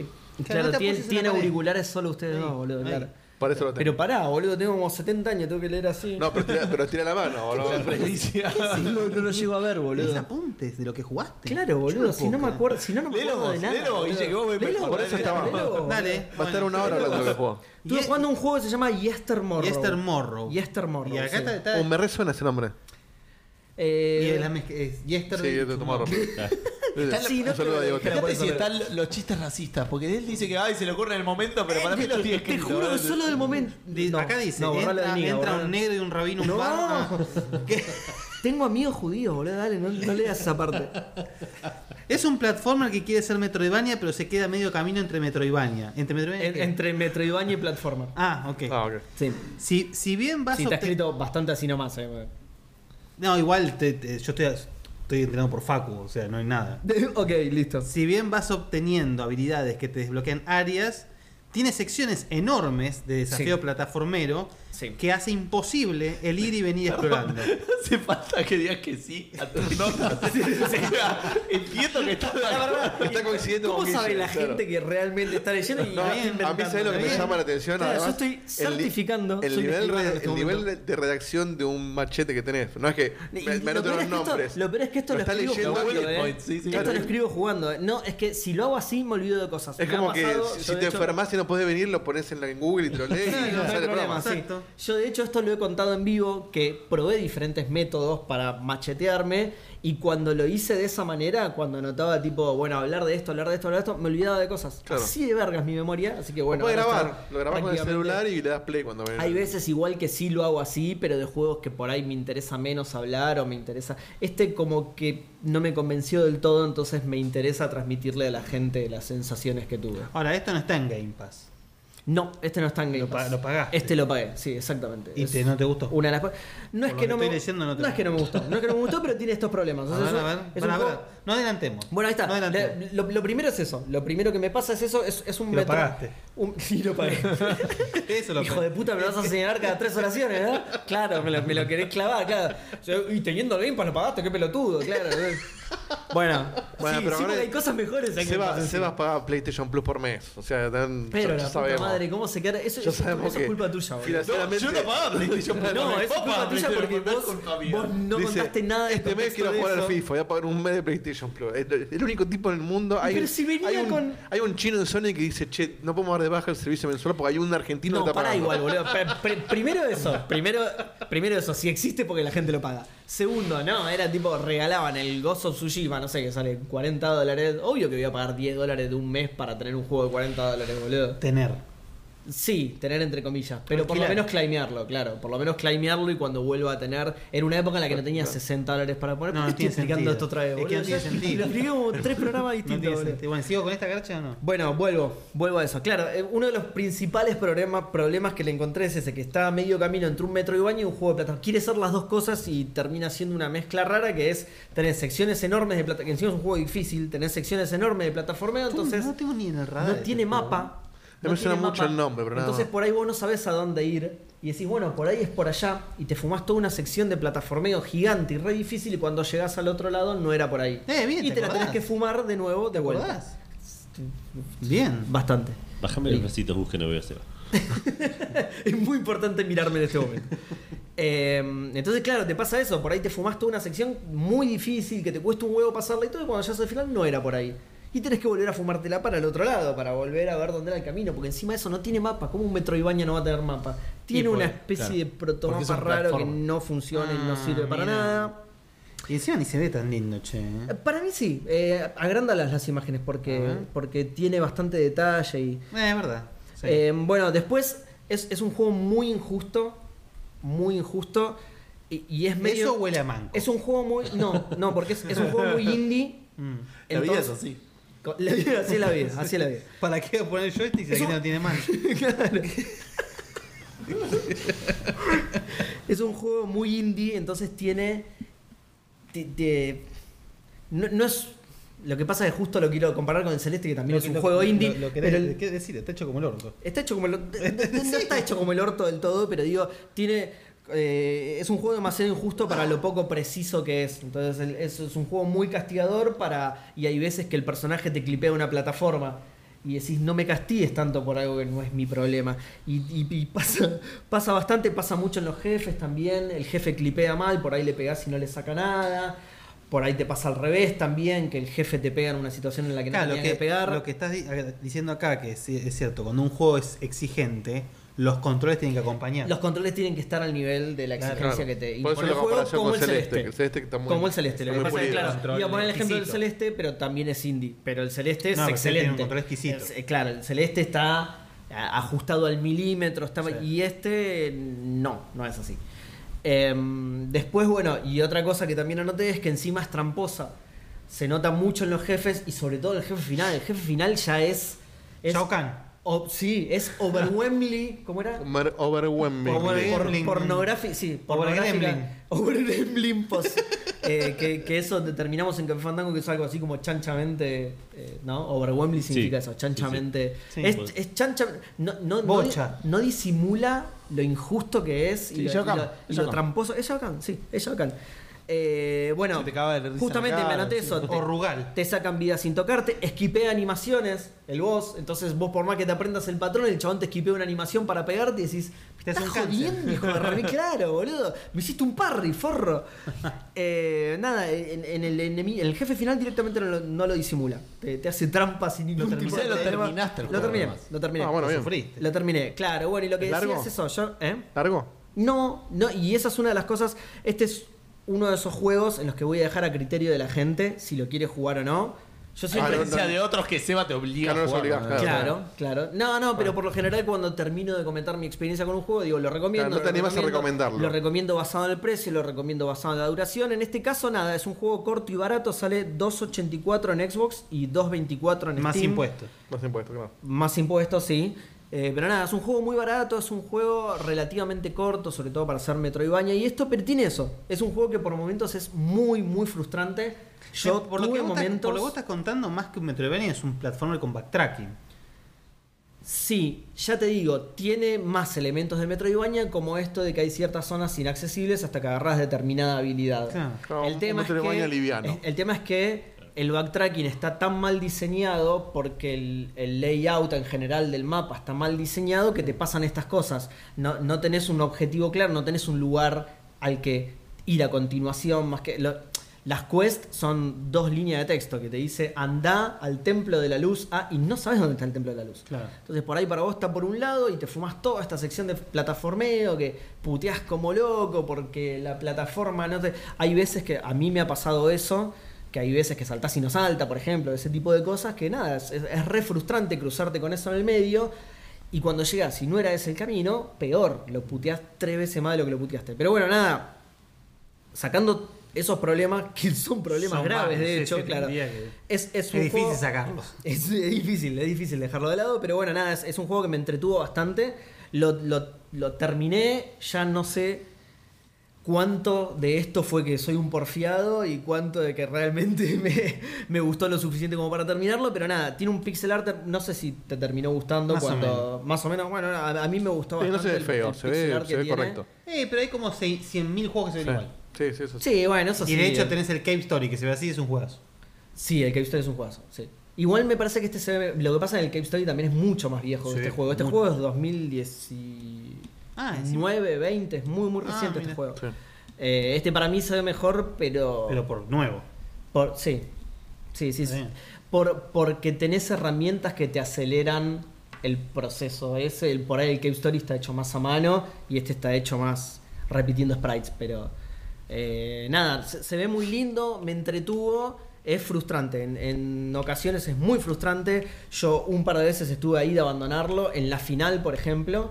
S1: Eh,
S2: Claro,
S1: Claro,
S2: no te
S1: tiene,
S2: apoyes en la
S1: tiene
S2: pared.
S1: auriculares solo ustedes
S2: Ahí,
S1: dos, boludo,
S2: ahí.
S1: claro.
S4: Por eso lo
S1: Pero
S4: tengo.
S1: pará, boludo, tengo como 70 años, tengo que leer así.
S4: No, pero tira, pero tira la mano, boludo.
S1: Sí, no, no lo llego a ver,
S2: Tenés
S1: boludo.
S2: apuntes de lo que jugaste.
S1: Claro,
S2: Yo
S1: boludo, si
S2: puedo
S1: no me
S2: creer.
S1: acuerdo, si no, no me
S3: Léelo
S1: acuerdo de
S3: vos,
S1: nada.
S3: léelo vos,
S1: boludo.
S3: Guille, que vos me-
S1: Léelo,
S3: por eso
S1: boludo,
S4: estaba-
S1: léelo, boludo.
S2: Dale.
S4: Va a estar una hora hablando de lo que jugó.
S1: Estuve
S2: Ye-
S1: jugando un juego que se llama Yester Morrow.
S2: Yester Morrow.
S1: Yester Morrow,
S2: Y acá
S1: sí.
S2: está. está-
S4: Oh, me resuena ese nombre.
S1: Eh,
S2: y es la mezc- es Yester
S4: Sí, yo te tomo ropa.
S1: Sí, no
S4: Un
S1: te lo
S4: saludo a Diego.
S1: dije,
S4: Tena.
S1: por
S3: Fíjate
S1: eso,
S3: si
S1: pero-
S3: están los chistes racistas, porque él dice que ay se le ocurre en el momento, pero para mí los tiene
S1: Te
S3: escritos,
S1: juro que
S3: ¿verdad?
S1: solo del momento.
S2: De-
S1: No,
S2: acá dice,
S1: no, borralo de
S2: entra,
S1: Niga,
S2: entra
S1: borralo.
S2: un negro y un rabino, un
S1: No.
S2: barba. ¿Qué?
S1: Tengo amigos judíos, boludo, dale, no, no leas esa parte.
S2: Es un platformer que quiere ser Metroidvania, pero se queda medio camino entre Metroidvania. Entre Metroidvania. y qué?
S1: entre Metroidvania y Platformer. Ah,
S2: Ah, ok.
S4: Ah, ok.
S1: Sí.
S2: Si, si bien vas
S1: Sí, está
S2: obte-
S1: escrito bastante así nomás, eh. boludo.
S2: No, igual te- te- yo estoy, estoy entrenado por Facu, o sea, no hay nada.
S1: ok, listo.
S2: Si bien vas obteniendo habilidades que te desbloquean áreas, tiene secciones enormes de desafío
S1: Sí.
S2: plataformero
S7: Sí.
S2: que hace imposible el ir y venir explorando.
S3: Hace falta que digas que sí a tus notas. O sea, entiendo que estás de acuerdo.
S4: Está coincidiendo
S1: ¿Cómo
S4: con Guille,
S1: sabe la
S4: claro.
S1: gente que realmente está leyendo y
S4: No,
S1: está
S4: a mí
S1: inventando?
S4: sabes lo que me
S1: Está
S4: llama
S1: bien.
S4: la atención.
S1: Claro,
S4: Además,
S1: yo estoy
S4: el li-
S1: certificando,
S4: El,
S1: soy un
S4: nivel,
S1: escribano en
S4: re-
S1: este
S4: el nivel
S1: momento.
S4: de redacción de un machete que tenés. No es que
S1: Y- y
S4: me, me
S1: lo peor
S4: anoten los
S1: es que esto-
S4: nombres.
S1: Lo peor es que esto lo,
S4: está
S1: escribo
S4: leyendo
S1: jugando.
S4: bullet
S1: eh.
S3: points, sí, sí,
S1: esto
S4: claro.
S1: lo escribo jugando. eh. No, es que si lo hago así me olvido de cosas.
S4: Es
S1: Me ha
S4: como que
S1: pasado,
S4: si
S1: yo
S4: si
S1: de
S4: te
S1: hecho-
S4: enfermas y no podés venir, lo pones en, la- en Google y te lo lees
S2: Sí,
S4: y
S2: no
S4: no
S2: hay
S4: sale
S2: problema,
S4: el programa.
S2: sí. Exacto.
S1: Yo de hecho esto lo he contado en vivo, que probé diferentes métodos para machetearme y cuando lo hice de esa manera, cuando anotaba tipo, bueno, hablar de esto, hablar de esto, hablar de esto, me olvidaba de cosas.
S4: Claro.
S1: Así de vergas mi memoria, así que
S4: Lo
S1: bueno.
S4: podés
S1: ahora
S4: grabar.
S1: está
S4: Lo grabás con el
S1: prácticamente-
S4: celular y le das play cuando venís.
S1: Hay veces igual que sí lo hago así, pero de juegos que por ahí me interesa menos hablar o me interesa... Este como que no me convenció del todo, entonces me interesa transmitirle a la gente las sensaciones que tuve.
S2: Ahora, esto no está en Game Pass.
S1: No, este no está en Game
S2: Lo pa-
S1: Pass.
S2: lo pagaste.
S1: Este lo pagué, sí, exactamente.
S2: Y
S1: Es-
S2: te- no te gustó.
S1: una de las cosas. No es
S2: Por lo
S1: que
S2: que
S1: no
S2: estoy
S1: me
S2: leyendo, no te
S1: es que no me gustó. No es que no me gustó, pero tiene estos problemas. O
S2: A
S1: sea,
S2: ver,
S1: es
S2: a
S1: un-
S2: ver,
S1: es un
S2: pará,
S1: juego-
S2: pará. No adelantemos.
S1: Bueno, ahí está.
S2: No adelantemos.
S1: Le- lo, lo primero es eso. Lo primero que me pasa es eso. Es, es un
S2: Que lo
S1: metro-
S2: pagaste.
S1: un- sí, lo pagué.
S2: Eso lo
S1: Hijo de puta, me lo vas a señalar cada tres oraciones, ¿verdad? Claro, me lo, me lo querés clavar, claro. Yo, y teniendo el Game Pass lo pagaste, qué pelotudo, claro. Bueno,
S4: Bueno,
S1: sí,
S4: pero
S1: sí,
S4: ahora-
S1: porque hay cosas mejores. en Game Pass,
S4: Sebas
S1: sí.
S4: Sebas paga PlayStation Plus por mes. O sea, dan,
S1: Pero
S4: ya-
S1: la
S4: ya
S1: puta
S4: sabemos.
S1: madre, ¿cómo se queda? Eso,
S4: Ya
S1: eso-
S4: sabemos
S1: eso
S4: que
S1: es culpa tuya, boludo.
S4: Financieramente,
S3: pagaba PlayStation Plus.
S1: No,
S3: Me
S1: es culpa
S3: copa
S1: tuya
S3: PlayStation
S1: porque
S3: Plus
S1: vos,
S3: con comida.
S1: vos no
S4: dice,
S1: contaste nada de
S4: Este mes
S1: contexto
S4: quiero
S1: de
S4: jugar al
S1: eso".
S4: FIFA, voy a pagar un mes de PlayStation Plus. El, el único tipo en el mundo. Hay,
S1: Pero si venía
S4: hay un,
S1: con-
S4: hay un chino en Sony que dice, che, no podemos dar de baja el servicio mensual porque hay un argentino
S1: No,
S4: que está
S1: para
S4: pagando.
S1: igual, boludo. Pr- pr- primero eso, primero, primero eso, si existe porque la gente lo paga. Segundo, no, era tipo, regalaban el Ghost of Tsushima, no sé, que sale 40 dólares. Obvio que voy a pagar 10 dólares de un mes para tener un juego de 40 dólares, boludo.
S2: Tener.
S1: Sí, tener entre comillas, pero por lo
S2: Alquilar.
S1: menos claimearlo, claro. Por lo menos claimearlo y cuando vuelva a tener. En una época en la que no tenía 60 dólares para poner.
S2: No,
S1: ¿Por
S2: no
S1: qué estoy
S2: tiene
S1: explicando
S2: sentido.
S1: esto otra vez,
S2: Es que no
S1: boludo?
S2: tiene
S1: Ya
S2: sentido.
S1: Lo expliqué como tres programas
S2: No
S1: distintos,
S2: tiene
S1: boludo.
S2: sentido. Bueno, ¿sigo con esta garcha o no?
S1: Bueno, vuelvo, vuelvo a eso. Claro, eh, uno de los principales problema- problemas que le encontré es ese, que está a medio camino entre un metro y baño y un juego de plata. Quiere ser las dos cosas y termina siendo una mezcla rara que es tener secciones enormes de plata, que encima es un juego difícil, tener secciones enormes de plataformeo, entonces
S2: no tengo ni en el radar.
S1: no
S2: este
S1: tiene
S2: juego.
S1: mapa.
S4: Me
S1: no
S4: suena
S1: tiene
S4: mucho el nombre, pero nada
S1: Entonces
S4: más.
S1: por ahí vos no sabés a dónde ir. Y decís, bueno, por ahí es por allá. Y te fumás toda una sección de plataformeo gigante y re difícil. Y cuando llegás al otro lado, no era por ahí.
S2: Eh, bien,
S1: y
S2: ¿te
S1: te, la tenés
S2: acordás?
S1: que fumar de nuevo de vuelta.
S2: ¿Recordás? Bien.
S1: Bastante.
S5: Bájame los bracitos, busque, no veo a Seba.
S1: es muy importante mirarme en este momento. Eh, entonces, claro, te pasa eso. Por ahí te fumaste una sección muy difícil que te cuesta un huevo pasarla y todo. Y cuando llegas al final, no era por ahí. Y tenés que volver a fumártela para el otro lado, para volver a ver dónde era el camino. Porque encima de eso no tiene mapa. Como un metro no va a tener mapa. Tiene
S3: por-
S1: una especie
S3: claro.
S1: de
S3: Porque es un
S1: protomapa raro que
S3: platform.
S1: no funciona y no
S2: Ah,
S1: sirve para
S2: mira.
S1: nada.
S2: Y encima ni se ve tan lindo, che.
S1: Eh, Para mí sí. Eh, agrándalas las imágenes
S2: A
S1: porque,
S2: ver.
S1: porque tiene bastante detalle y.
S2: Eh, es verdad. Sí.
S1: Eh, bueno, después es, es un juego muy injusto. Muy injusto. Y, y es medio.
S2: Eso huele a manco.
S1: Es un juego muy. No, no, porque es, es un juego muy indie.
S2: Mm.
S3: La vida es
S1: entonces-
S3: así.
S1: co- La vida, así es la vida, así es la vida.
S2: ¿Para qué voy a poner el joystick si
S1: Es
S2: aquí
S1: un-
S2: no tiene mano?
S1: Es un juego muy indie, entonces tiene. te- te- no, no es. Lo que pasa es que justo lo quiero comparar con el Celeste, que también es un juego indie.
S2: Lo, lo
S1: pero el-
S2: querés, ¿Qué decir? Está hecho como el orto.
S1: Está hecho como el, no está hecho como el orto del todo, pero digo, tiene. eh, es un juego demasiado injusto para lo poco preciso que es. Entonces el- es, es un juego muy castigador para. Y hay veces que el personaje te clipea una plataforma. Y decís, no me castigues tanto por algo que no es mi problema. Y, y- y pasa, pasa bastante, pasa mucho en los jefes también. El jefe clipea mal, por ahí le pegás y no le saca nada. Por ahí te pasa al revés también, que el jefe te pega en una situación en la que no
S2: Claro, lo
S1: tenía que,
S2: que,
S1: pegar.
S2: lo que estás di- diciendo acá, que es, es cierto, cuando un juego es exigente, los controles tienen que acompañar.
S1: Los controles tienen que estar al nivel de la
S2: Claro.
S1: exigencia
S4: Claro.
S1: que te
S4: Por eso
S1: impone el
S4: la
S1: juego,
S4: comparación
S1: como
S4: con
S1: el
S4: Celeste,
S1: celeste.
S4: que el Celeste está muy-
S1: como el celeste. Lo
S4: está
S1: que
S4: muy
S1: pasa es que,
S4: pulido.
S1: claro,
S2: Control
S1: iba a poner el ejemplo del
S2: exquisito.
S1: celeste, pero también es indie. Pero el celeste es
S2: No, pero el celeste
S1: excelente.
S2: tiene un control exquisito.
S1: Es- eh, claro, el celeste está a- ajustado al milímetro. está-
S2: Sí.
S1: Y este no, no es así. Em, después, bueno, y otra cosa que también anoté es que encima es tramposa. Se nota mucho en los jefes y sobre todo en el jefe final. El jefe final ya es... es
S2: Shao Kahn.
S1: O- sí, es overwhelmingly. ¿Cómo era?
S4: Over- overwhelming.
S2: Overwhelming. Gremlin.
S1: pornográfica, sí,
S2: Gremlin.
S1: pornográfica. Over Gremlin, pos- eh, que, que eso determinamos en Café Fandango que es algo así como chanchamente, eh, ¿no? Overwhelmingly significa eso, chanchamente.
S2: Sí, sí.
S1: Es,
S5: Sí.
S1: es chancha, no, no, no-
S2: Bocha.
S1: no disimula lo injusto que es y
S3: Sí,
S1: lo,
S3: Shao
S1: y
S3: Kahn,
S1: lo- y
S3: es
S1: lo
S3: Shao Kahn.
S1: tramposo. Es Shao Kahn, sí, es Shao Kahn. Eh, bueno,
S3: Se te caga de risa
S1: justamente
S3: la
S1: me
S3: cara,
S1: anoté
S3: sí.
S1: eso. te-
S2: O Rugal.
S1: te sacan vida sin tocarte, esquipea animaciones, el boss. Entonces, vos por más que te aprendas el patrón, el chabón te esquipea una animación para pegarte y decís,
S2: Te
S1: te
S2: hace
S1: estás
S2: un cáncer".
S1: jodiendo, hijo de re, claro, boludo. Me hiciste un parry, forro. Eh, nada, en, en el enemi- el jefe final directamente no lo, no lo disimula. Te, te hace trampa sin ningún
S3: termi-
S1: tipo de
S3: lo
S1: tema.
S3: terminaste el
S1: Lo
S3: juego,
S1: terminé,
S3: además.
S1: lo terminé.
S4: eh, Ah, bueno, bien.
S2: Sufriste.
S1: Lo terminé, claro. Bueno, y lo que
S4: ¿Es
S1: decía
S4: largo?
S1: es eso. Yo, ¿eh?
S4: ¿Largo?
S1: No, no, y esa es una de las cosas. Este es uno de esos juegos en los que voy a dejar a criterio de la gente si lo quiere jugar o no. Yo
S4: Ah,
S1: siempre.
S4: no, no.
S3: diferencia de otros que Seba te obliga
S4: Claro,
S3: a
S4: no se
S3: jugar.
S4: obliga,
S3: ¿no?
S4: claro. Ah.
S1: Claro, claro. No, no, pero por lo general cuando termino de comentar mi experiencia con un juego, digo, lo recomiendo.
S4: Claro, no te
S1: lo
S4: animas a recomendarlo.
S1: Lo recomiendo basado en el precio, lo recomiendo basado en la duración. En este caso, nada, es un juego corto y barato, sale 2.84 en Xbox y 2.24 en
S2: Más
S1: Steam.
S2: impuestos.
S4: Más impuestos, claro.
S1: Más impuestos, sí. Eh, pero nada, es un juego muy barato, es un juego relativamente corto, sobre todo para hacer Metroidvania y esto, pero tiene eso. Es un juego que por momentos es muy, muy frustrante. Yo
S2: por, lo
S1: tuve
S2: que vos estás,
S1: momentos...
S2: por lo que vos estás contando, más que un Metroidvania, es un platformer con backtracking.
S1: Sí, ya te digo, tiene más elementos de Metroidvania como esto de que hay ciertas zonas inaccesibles hasta que agarras determinada habilidad.
S2: Claro.
S4: Claro,
S1: el,
S4: un-
S1: tema
S4: un Metroidvania
S1: es que,
S4: liviano.
S1: es- el tema es que el backtracking está tan mal diseñado porque el, el layout en general del mapa está mal diseñado que te pasan estas cosas. No, no tenés un objetivo claro, no tenés un lugar al que ir a continuación más que... lo- las quests son dos líneas de texto que te dice anda al templo de la luz ah, y no sabes dónde está el templo de la luz.
S2: Claro.
S1: Entonces por ahí para vos está por un lado y te fumas toda esta sección de plataformeo que puteás como loco porque la plataforma no te... Hay veces que a mí me ha pasado eso, que hay veces que saltás y no salta, por ejemplo, ese tipo de cosas que nada, es, es- es re frustrante cruzarte con eso en el medio y cuando llegas y no era ese el camino, peor, lo puteás tres veces más de lo que lo puteaste. Pero bueno, nada, sacando esos problemas, que son problemas
S2: Son
S1: graves
S2: varios,
S1: de
S2: sí,
S1: hecho,
S2: sí,
S1: claro.
S2: tendría que-
S1: Es, es
S2: Es
S1: un
S2: difícil
S1: juego-
S2: sacarlos.
S1: es, es difícil, es difícil dejarlo de lado, pero bueno, nada, es, es un juego que me entretuvo bastante. Lo, lo- lo terminé, ya no sé cuánto de esto fue que soy un porfiado y cuánto de que realmente me, me gustó lo suficiente como para terminarlo, pero nada, tiene un pixel art, no sé si te terminó gustando
S2: Más o
S1: cuando... más o menos, bueno, a, a mí me gustó
S4: Sí, no
S1: bastante.
S4: se ve
S1: el-
S4: feo,
S1: el
S4: se
S1: pixel
S4: ve,
S1: art
S4: se
S1: que
S4: ve
S1: tiene.
S4: correcto.
S2: Eh, pero hay como seis- 100.000 juegos que se
S4: Sí,
S2: ven igual.
S4: sí, sí, eso sí.
S1: Sí, bueno, eso
S2: Y
S1: sí.
S2: de hecho
S1: eh.
S2: tenés el Cave Story, que se ve así, es un juegazo.
S1: Sí, el Cave Story es un juegazo, sí. Igual me parece que este se ve- Lo que pasa en el Cave Story también es mucho más viejo que
S2: Sí,
S1: este juego. Este
S2: mucho.
S1: juego es 2019,
S2: Ah, encima.
S1: 20, es muy, muy
S2: Ah,
S1: reciente este
S2: mira.
S1: juego.
S4: Sí.
S1: Eh, este para mí se ve mejor, pero.
S2: Pero por nuevo.
S1: por, sí. Sí, sí,
S2: Está
S1: sí.
S2: bien.
S1: Por, porque tenés herramientas que te aceleran el proceso ese. El, por ahí el Cave Story está hecho más a mano y este está hecho más repitiendo sprites, pero eh, nada, se, se ve muy lindo, me entretuvo, es frustrante, en, en ocasiones es muy frustrante. Yo un par de veces estuve ahí de abandonarlo, en la final, por ejemplo.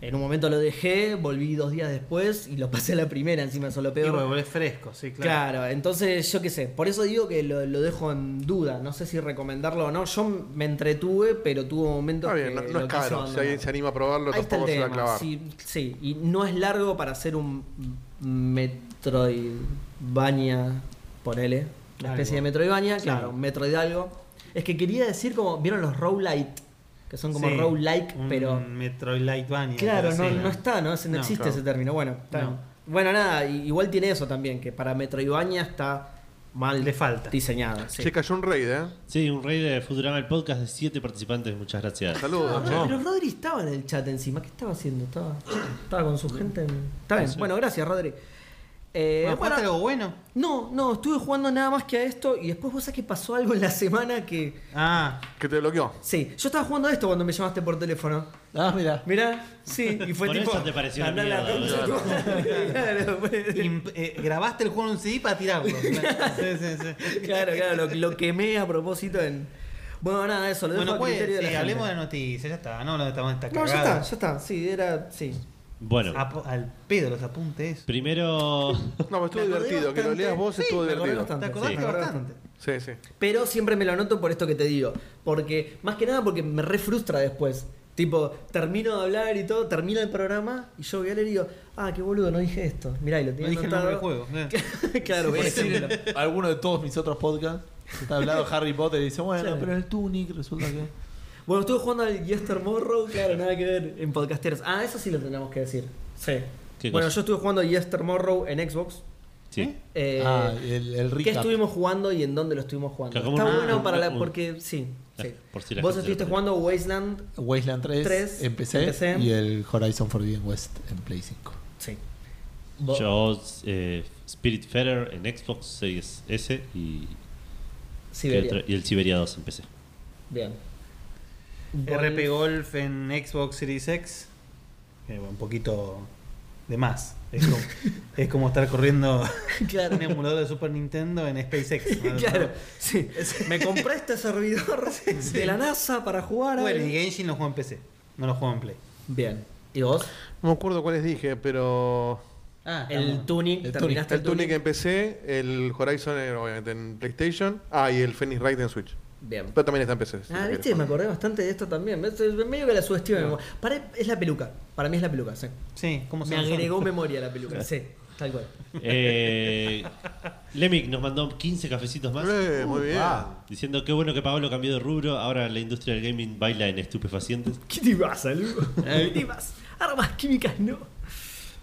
S1: En un momento lo dejé, volví dos días después y lo pasé a la primera, encima solo
S2: Y
S1: peor.
S2: bueno, volvés fresco, sí, claro.
S1: Claro, entonces yo qué sé, por eso digo que lo, lo dejo en duda, no sé si recomendarlo o no, yo me entretuve, pero tuvo momentos
S4: Está bien, no,
S1: que
S4: no
S1: lo
S4: es
S1: quise
S4: caro. Si
S1: abandonar.
S4: alguien se anima a probarlo,
S1: Ahí está el
S4: tampoco se va a
S1: tema,
S4: clavar.
S1: Sí, sí, y no es largo para hacer un Metroidvania, ponele, una especie
S2: Algo.
S1: de Metroidvania,
S2: Sí.
S1: claro, un Metroid algo. Es que quería decir como, ¿vieron los Rowlite? Que son como
S2: Sí,
S1: Rowlike,
S4: Mm.
S2: un
S1: pero...
S2: Metroidvania.
S1: Claro,
S2: pero
S1: no,
S2: sí,
S1: no está, no, Ese- no
S2: No,
S1: existe
S4: claro.
S1: ese término. Bueno, está
S2: No.
S1: bien. bueno, nada, i- igual tiene eso también, que para Metroidvania está mal
S2: Le falta.
S1: diseñado. sí.
S4: Se cayó un raid, ¿eh?
S5: Sí, un rey de Futurama, el podcast de siete participantes, muchas gracias.
S4: Saludos.
S1: Ah, Pero Rodri estaba en el chat encima, ¿qué estaba haciendo? Estaba, estaba con su gente. en- Está bien, bueno, gracias Rodri. Eh, bueno,
S2: Bueno, ¿jugaste algo bueno?
S1: no, no, estuve jugando nada más que a esto y después vos sabés que pasó algo en la semana que...
S2: Ah,
S4: Que te bloqueó.
S1: Sí, yo estaba jugando a esto cuando me llamaste por teléfono.
S3: Ah, mira.
S1: Mirá, sí, y fue
S5: Por
S1: tipo...
S5: eso te pareció una
S1: "Andá la
S5: mierda,
S1: concha de tu madre". Claro, pues, fue-
S2: imp- eh, grabaste el juego en un CD para tirarlo. sí, sí, sí.
S1: Claro, claro, lo, lo quemé a propósito en. Bueno, nada, eso, lo dejo
S2: Bueno,
S1: a
S2: pues,
S1: criterio de
S2: sí,
S1: la gente.
S2: hablemos de noticias, ya está, no hablamos de esta, esta
S1: No, ya
S2: cagada.
S1: está, ya está. Sí, era. Sí.
S5: Bueno,
S2: Apo- al pedo los apuntes.
S5: primero.
S4: No, pero estuvo
S2: Me acordé
S4: divertido. Que lo
S2: bastante.
S4: leas vos
S2: Sí,
S4: estuvo
S2: me
S4: divertido.
S2: Te
S1: Sí.
S2: acordaste
S1: Me acordé
S2: bastante.
S4: Sí, sí.
S1: Pero siempre me lo anoto por esto que te digo. Porque, más que nada, porque me refrustra después. Tipo, termino de hablar y todo, termina el programa y yo voy a leer y digo, ah, qué boludo, no dije esto. Mirá, y lo
S2: No
S1: tiene
S2: dije el nombre del juego. eh.
S1: claro, por ejemplo.
S3: Alguno de todos mis otros podcasts está hablado Harry Potter y dice, bueno,
S1: Claro.
S3: pero el Tunic resulta que.
S1: Bueno, estuve jugando al Yestermorrow, claro, nada que ver en podcasteros. Ah, eso sí lo tenemos que decir. Sí.
S5: ¿Qué
S1: Bueno,
S5: cosa?
S1: yo estuve jugando al Yestermorrow en Xbox.
S5: Sí.
S1: Eh,
S3: ah, el, el
S1: ¿Qué
S3: recap.
S1: estuvimos jugando y en dónde lo estuvimos jugando?
S5: Que como
S1: Está
S5: un-
S1: bueno para la.
S5: un-
S1: porque. Sí. sí.
S5: Por si la
S1: Vos
S5: gente se
S1: estuviste
S5: lo-
S1: jugando Wasteland.
S3: Wasteland 3,
S1: Tres,
S3: empecé,
S1: empecé.
S3: y el Horizon Forbidden West en Play 5.
S1: Sí.
S5: Yo, eh, Spirit Feather en Xbox Series S y,
S1: Siberia.
S5: y el Siberia 2 en PC.
S1: Bien.
S2: RP Golf en Xbox Series X. Eh, bueno, un poquito de más. Es como, es como estar corriendo
S1: Claro.
S2: un emulador de Super Nintendo en SpaceX. ¿no?
S1: Claro, sí. Me compré este servidor de la NASA para jugar. a-
S2: Bueno, y Genshin lo juego en PC. No lo juego en Play.
S1: Bien. ¿Y vos?
S4: No me acuerdo cuáles dije, pero.
S2: Ah,
S1: El Tunic,
S3: El
S1: terminaste
S4: El Tunic en PC, el Horizon eh, obviamente en PlayStation, ah, y el Phoenix Wright en Switch.
S1: Bien.
S4: Pero también está en PC. si
S1: Ah,
S4: lo
S1: viste,
S4: quieres.
S1: me acordé bastante de esto también. ¿Ves? Es Medio que la subestimo. Para, es la peluca. Para mí es la peluca, sí.
S2: Sí, ¿cómo se
S1: Me
S2: llama?
S1: agregó memoria la peluca. Sí, tal cual.
S5: Eh, Lemic nos mandó 15 cafecitos más.
S4: Eh, muy bien.
S5: Diciendo qué bueno que Pablo cambió de rubro, ahora la industria del gaming baila en estupefacientes.
S1: ¿Qué te pasa, Lugo? ¿Qué te pasa? Armas químicas no.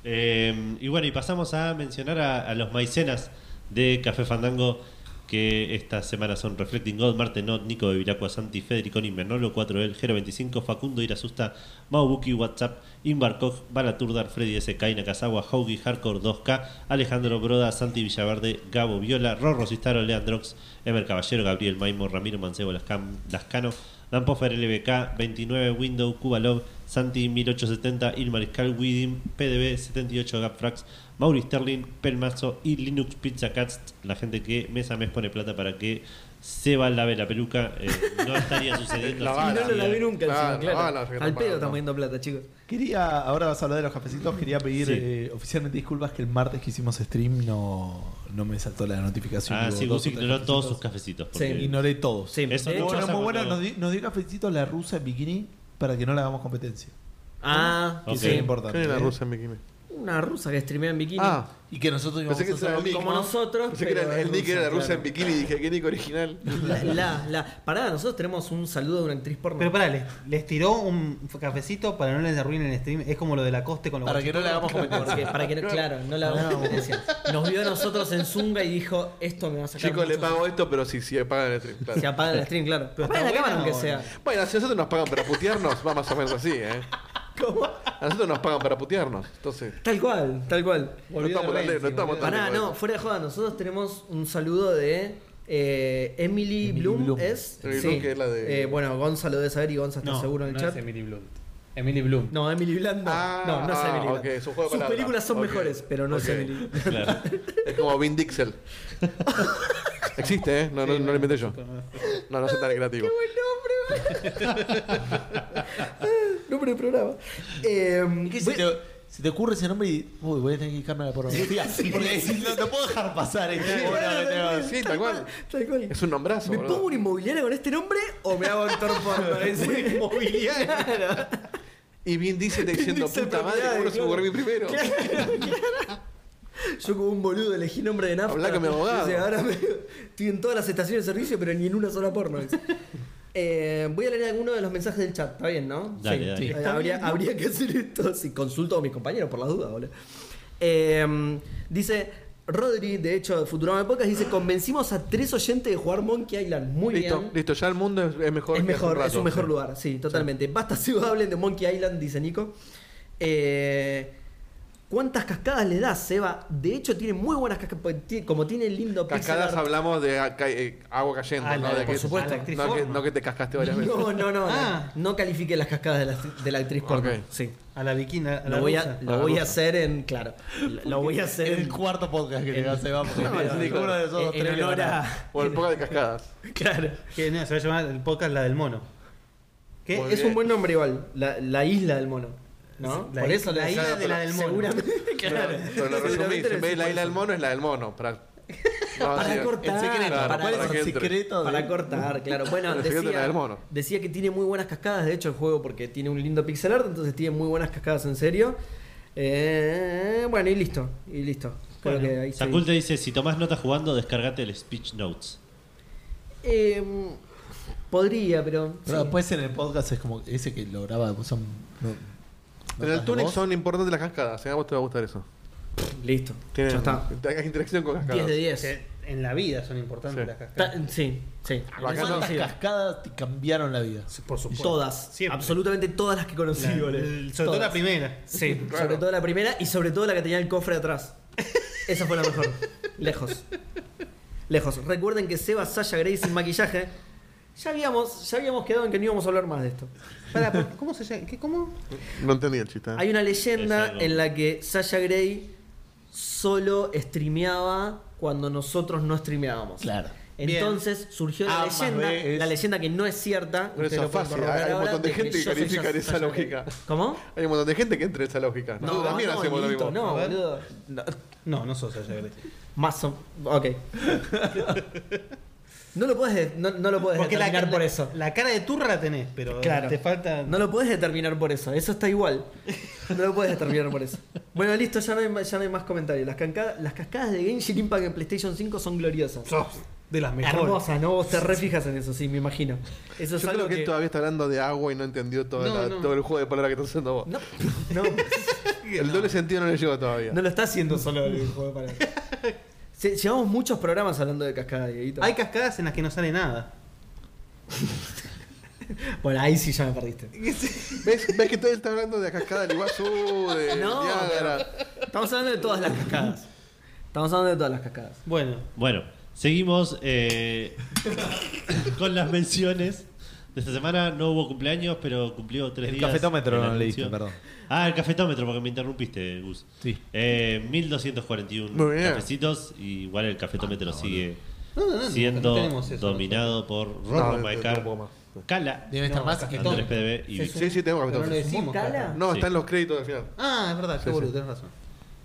S5: Eh, y bueno, y pasamos a mencionar a, a los maicenas de Café Fandango, que esta semana son Reflecting God, Martenot, Nico de Vilacua, Santi, Federiconi, Menolo, 4L, Gero25, Facundo, Irasusta, Maubuki, WhatsApp, Imbarcock, Balaturdar, Freddy S. K, Nakazawa, Haugi, Hardcore 2K, Alejandro Broda, Santi Villaverde, Gabo Viola, Rorro Cistaro, Leandrox, Emer Caballero, Gabriel Maimo, Ramiro Mancebo, Lascam- Lascano, Dan Poffer, LBK, 29, Window, Cubalov, Santi, 1870, Il Mariscal, Widim, PDB, 78, Gapfrax, Mauri Sterling, Pelmazo y Linux Pizza Cats, la gente que mes a mes pone plata para que Seba lave la peluca, eh, no estaría sucediendo
S4: Ah, La
S5: así.
S4: bala.
S1: no lo lavé nunca,
S4: Claro,
S1: encima, claro.
S4: ah, la que
S1: Al
S4: no
S1: pedo
S4: pagan,
S1: estamos
S4: no.
S1: viendo plata, chicos.
S3: Quería, ahora vas a hablar de los cafecitos, quería pedir
S5: Sí.
S3: eh, oficialmente disculpas que el martes que hicimos stream no, no me saltó la notificación.
S5: Ah,
S3: Hubo
S5: sí,
S3: dos
S5: Gusi
S3: o tres
S5: ignoró todos sus
S3: cafecitos.
S5: cafecitos.
S1: Sí,
S5: porque-
S3: Ignoré todos.
S1: Sí,
S5: Eso
S1: de
S5: no.
S1: hecho-
S3: Bueno,
S5: pasa
S3: muy bueno,
S5: cuando-
S3: nos, di- nos dio cafecito la rusa en bikini para que no le hagamos competencia.
S1: Ah,
S5: Ok.
S3: Eso es
S1: sí.
S4: ¿Quién
S3: importante.
S4: es la
S3: ¿eh?
S4: rusa en bikini?
S1: Una rusa que streamea en bikini.
S4: Ah,
S3: Y que nosotros íbamos
S4: Pensé que
S3: a hacer
S4: era
S3: lo
S4: el
S3: mismo.
S1: como nosotros.
S4: pensé que
S1: pero
S4: era, el
S1: es
S4: Nick
S1: rusa,
S4: era rusa
S1: claro.
S4: en bikini, dije que Nick original.
S1: La, la, la. Pará, nosotros tenemos un saludo de una actriz porno.
S2: Pero pará, les, les tiró un cafecito para no les arruinen el stream. Es como lo de la coste con los
S3: Para que no le hagamos competencia.
S1: Porque- para que no, claro, no la hagamos competencia. Nos vio a nosotros en Zunga y dijo, esto me va a sacar.
S4: Chicos, le
S1: muchos-
S4: pago esto, pero si sí, pagan el stream. claro.
S1: Se apaga el stream, claro. Pero
S2: Pero
S1: apaga la
S2: está
S1: cámara
S2: buena
S1: aunque
S2: o
S1: sea.
S4: Bueno, si a nosotros nos pagan para putearnos, va más o menos así, ¿eh? A nosotros nos pagan para putearnos, entonces.
S1: Tal cual, tal cual.
S4: No estamos tan lejos, no estamos tan
S1: Pará,
S4: lejos.
S1: no, fuera de joda, nosotros tenemos un saludo de eh, Emily,
S3: Emily
S1: Bloom,
S3: Bloom.
S1: ¿es?
S4: Emily Bloom, que es la de-
S1: Eh, bueno, Gonza lo debe saber y Gonza está seguro en el chat.
S2: Emily Bloom. Emily Bloom.
S1: No, Emily Blunt no.
S4: Ah,
S1: no, no es
S4: ah,
S1: Emily Blunt.
S4: ok, es un
S1: Sus
S4: juego de palabras.
S1: películas son
S4: Ok.
S1: mejores, pero no
S4: Ok.
S1: es Emily.
S5: Claro.
S4: Es como Vin Dixel. Existe, ¿eh? No, no, no lo inventé yo. No, no soy tan creativo.
S1: Nombre de programa. Eh,
S3: ¿Qué
S1: voy-
S3: si, te, si te ocurre ese nombre y. Uy, voy a tener que cambiar la pornografía. Porque si no te puedo dejar pasar. ¿eh? Bueno, que tengo-
S4: Sí, tal cual.
S1: Tal cual.
S4: Es un nombrazo,
S1: ¿Me
S4: boludo.
S1: pongo una inmobiliaria con este nombre o me hago actor porno? Dice. Claro.
S4: Y Vin Diesel te
S1: Vin
S4: diciendo,
S1: Diesel
S4: puta madre, ¿cómo no se me ocurrió a mí primero?
S1: Yo como un boludo elegí nombre de nafta.
S4: Hablá con mi abogado.
S1: Dice, ahora me- estoy en todas las estaciones de servicio, pero ni en una sola porno. dice. Eh, voy a leer alguno de los mensajes del chat, ¿está bien, no?
S5: Dale, dale.
S1: Eh,
S2: Está
S1: habría,
S2: bien, ¿no?
S1: habría que hacer esto si consulto a mis compañeros por las dudas, boludo. Eh, dice Rodri, de hecho, de Futurama Podcast, dice: Convencimos a tres oyentes de jugar Monkey Island. Muy
S4: Listo,
S1: bien.
S4: listo, ya el mundo es, es mejor.
S1: Es
S4: que hace
S1: mejor, es
S4: rato.
S1: un mejor lugar, sí, totalmente. Basta si hablen de Monkey Island, dice Nico. Eh, ¿Cuántas cascadas le das, Seba? De hecho, tiene muy buenas cascadas, porque ti- como tiene lindo pixel
S4: Cascadas
S1: art.
S4: hablamos de a- ca- eh, agua cayendo,
S2: Ah,
S4: ¿no?
S2: la-
S4: de
S2: por supuesto.
S4: no,
S2: la actriz
S4: que,
S2: porno.
S4: no que te cascaste varias veces.
S1: No, no, no.
S2: Ah.
S1: No, no califique las cascadas de la, de la actriz porno.
S4: Ok.
S1: Sí.
S2: A la bikini, a la
S1: Lo voy
S2: rusa.
S1: a, lo
S4: La
S1: voy a
S4: rusa.
S1: hacer en. Claro. Lo voy a hacer
S3: El
S1: en.
S3: cuarto podcast que le
S1: en-
S3: va a hacer, vamos.
S1: No,
S3: porque
S1: no,
S3: ninguno de esos
S1: en-
S3: dos
S1: en
S3: tres le
S1: honor
S3: gana.
S1: a-
S4: O el poca de cascadas.
S1: Claro.
S2: Que no, se va a llamar el podcast La del Mono. ¿Qué?
S4: Muy
S1: Es
S4: bien.
S1: un buen nombre igual. La, la isla del mono. ¿no?
S2: La
S1: Por
S2: i-
S1: eso le
S2: la
S1: decía-
S2: isla de la del mono.
S1: Seguramente, claro.
S4: Pero, pero lo resumís,
S1: Seguramente
S4: en vez de la isla del mono es la del mono. Para, No,
S1: Para
S4: sí,
S1: cortar,
S4: el secreto,
S1: para-
S4: para,
S3: ¿Cuál es
S4: que
S3: el
S4: entre.
S3: secreto de-
S2: ¿eh?
S1: Para cortar, claro. Bueno,
S4: El secreto de la del
S1: decía,
S4: mono.
S1: decía que tiene muy buenas cascadas, de hecho, el juego, porque tiene un lindo pixel art, entonces tiene muy buenas cascadas en serio. Eh, bueno, y listo, y listo. Creo que ahí
S5: Sakul
S1: sí.
S5: te dice, si tomás notas jugando, descargate el Speech Notes.
S1: Em, podría, pero.
S3: Pero
S1: sí.
S3: después en el podcast es como ese que lo graba, son. no- notas
S4: Pero el
S3: de
S4: Tunic
S3: voz.
S4: son importantes las cascadas. ¿eh? A vos te va a gustar eso.
S1: Listo.
S4: Tienen,
S1: Ya está.
S4: hay interacción con cascadas.
S1: 10 de 10.
S2: Que en la vida son importantes
S4: Sí.
S2: las
S1: Ta-
S2: cascadas.
S1: sí, sí.
S4: Bacán,
S1: Eso
S4: ¿no?
S3: ¿Cuántas
S1: sí.
S3: cascadas te cambiaron la vida?
S2: Por supuesto.
S1: Todas.
S2: Siempre.
S1: Absolutamente todas las que conocí,
S2: La-
S1: boludo.
S2: el- sobre todo
S1: Todas.
S2: la primera.
S1: Sí,
S4: Claro.
S1: sobre todo la primera y sobre todo la que tenía el cofre atrás. Esa fue la mejor. Lejos. Lejos. Recuerden que Seba Sasha Grey sin maquillaje. Ya habíamos, ya habíamos quedado en que no íbamos a hablar más de esto.
S2: Pará, ¿por- ¿Cómo se llama? ¿Qué, ¿Cómo?
S4: No entendí el chiste. ¿eh?
S1: Hay una
S5: Es
S1: leyenda
S5: algo-
S1: en la que Sasha Grey solo streameaba cuando nosotros no streameábamos.
S3: Claro.
S1: Entonces surgió la
S3: A más
S1: leyenda,
S3: B es-
S1: la leyenda que no es cierta.
S4: Pero
S1: ustedes
S4: eso es
S1: lo pueden
S4: fácil,
S1: corroborar
S4: hay un
S1: ahora,
S4: montón de gente que
S1: yo soy
S4: califica
S1: Sasha-
S4: esa
S1: Sasha
S4: lógica.
S1: Grey. ¿Cómo?
S4: Hay un montón de gente que entra en esa lógica. Nosotros también hacemos lo
S1: Lito,
S4: mismo.
S1: no,
S2: A ver.
S1: boludo.
S2: No, no sos Sasha Grey.
S1: Más o... Ok. No lo puedes, no, no lo puedes determinar por eso.
S2: La cara de turra la tenés, pero
S1: Claro.
S2: te falta.
S1: No lo puedes determinar por eso. Eso está igual. No lo puedes determinar por eso. Bueno, listo, ya no hay, ma- ya no hay más comentarios. Las, canca- las cascadas de Genshin Impact en PlayStation 5 son gloriosas.
S2: Sos de las mejores.
S1: Hermosas, ¿no? Vos te refijas en eso, sí, me imagino. Eso es
S4: Yo
S1: algo
S4: creo que, él
S1: que...
S4: todavía está hablando de agua y no entendió toda
S2: No,
S4: la-
S2: no.
S4: todo el juego de palabras que estás haciendo vos.
S1: No, no,
S4: el doble sentido no le llegó todavía.
S1: no lo está haciendo solo el juego de palabras. Se- Llevamos muchos programas hablando de cascadas, Dieguito.
S2: Hay cascadas en las que no sale nada.
S1: Bueno, ahí sí ya me perdiste.
S4: ¿Ves, ¿Ves que todo él está hablando de la cascada del Iguazú, de
S1: No,
S4: Niágara?
S1: Estamos hablando de todas las cascadas. Estamos hablando de todas las cascadas.
S2: Bueno,
S5: Bueno, seguimos eh, con las menciones. De esta semana no hubo cumpleaños, pero cumplió tres
S3: El
S5: días.
S3: cafetómetro
S5: en la
S3: no leíste,
S5: mención.
S3: perdón.
S5: Ah, el cafetómetro, porque me interrumpiste, Gus.
S3: Sí.
S5: Eh, 1241
S4: Muy bien.
S5: cafecitos, y igual el cafetómetro sigue
S2: No, no, no, no
S5: siendo
S2: tenemos eso
S5: dominado por
S4: No,
S5: Ron
S4: no,
S5: My
S4: no,
S5: Car,
S4: un poco más.
S5: Cala,
S3: Deben estar
S2: No,
S3: más
S2: cascadas.
S5: Andrés PDB y
S1: Se
S5: Vic.
S4: Sí, sí,
S2: pero no
S4: tenemos
S2: lo
S4: capítulos.
S2: decimos.
S1: ¿Cala?
S2: cascadas.
S4: No,
S5: Sí.
S4: están los créditos al final.
S2: Ah, es verdad, qué
S4: Sí,
S2: boludo,
S4: sí.
S2: tenés razón.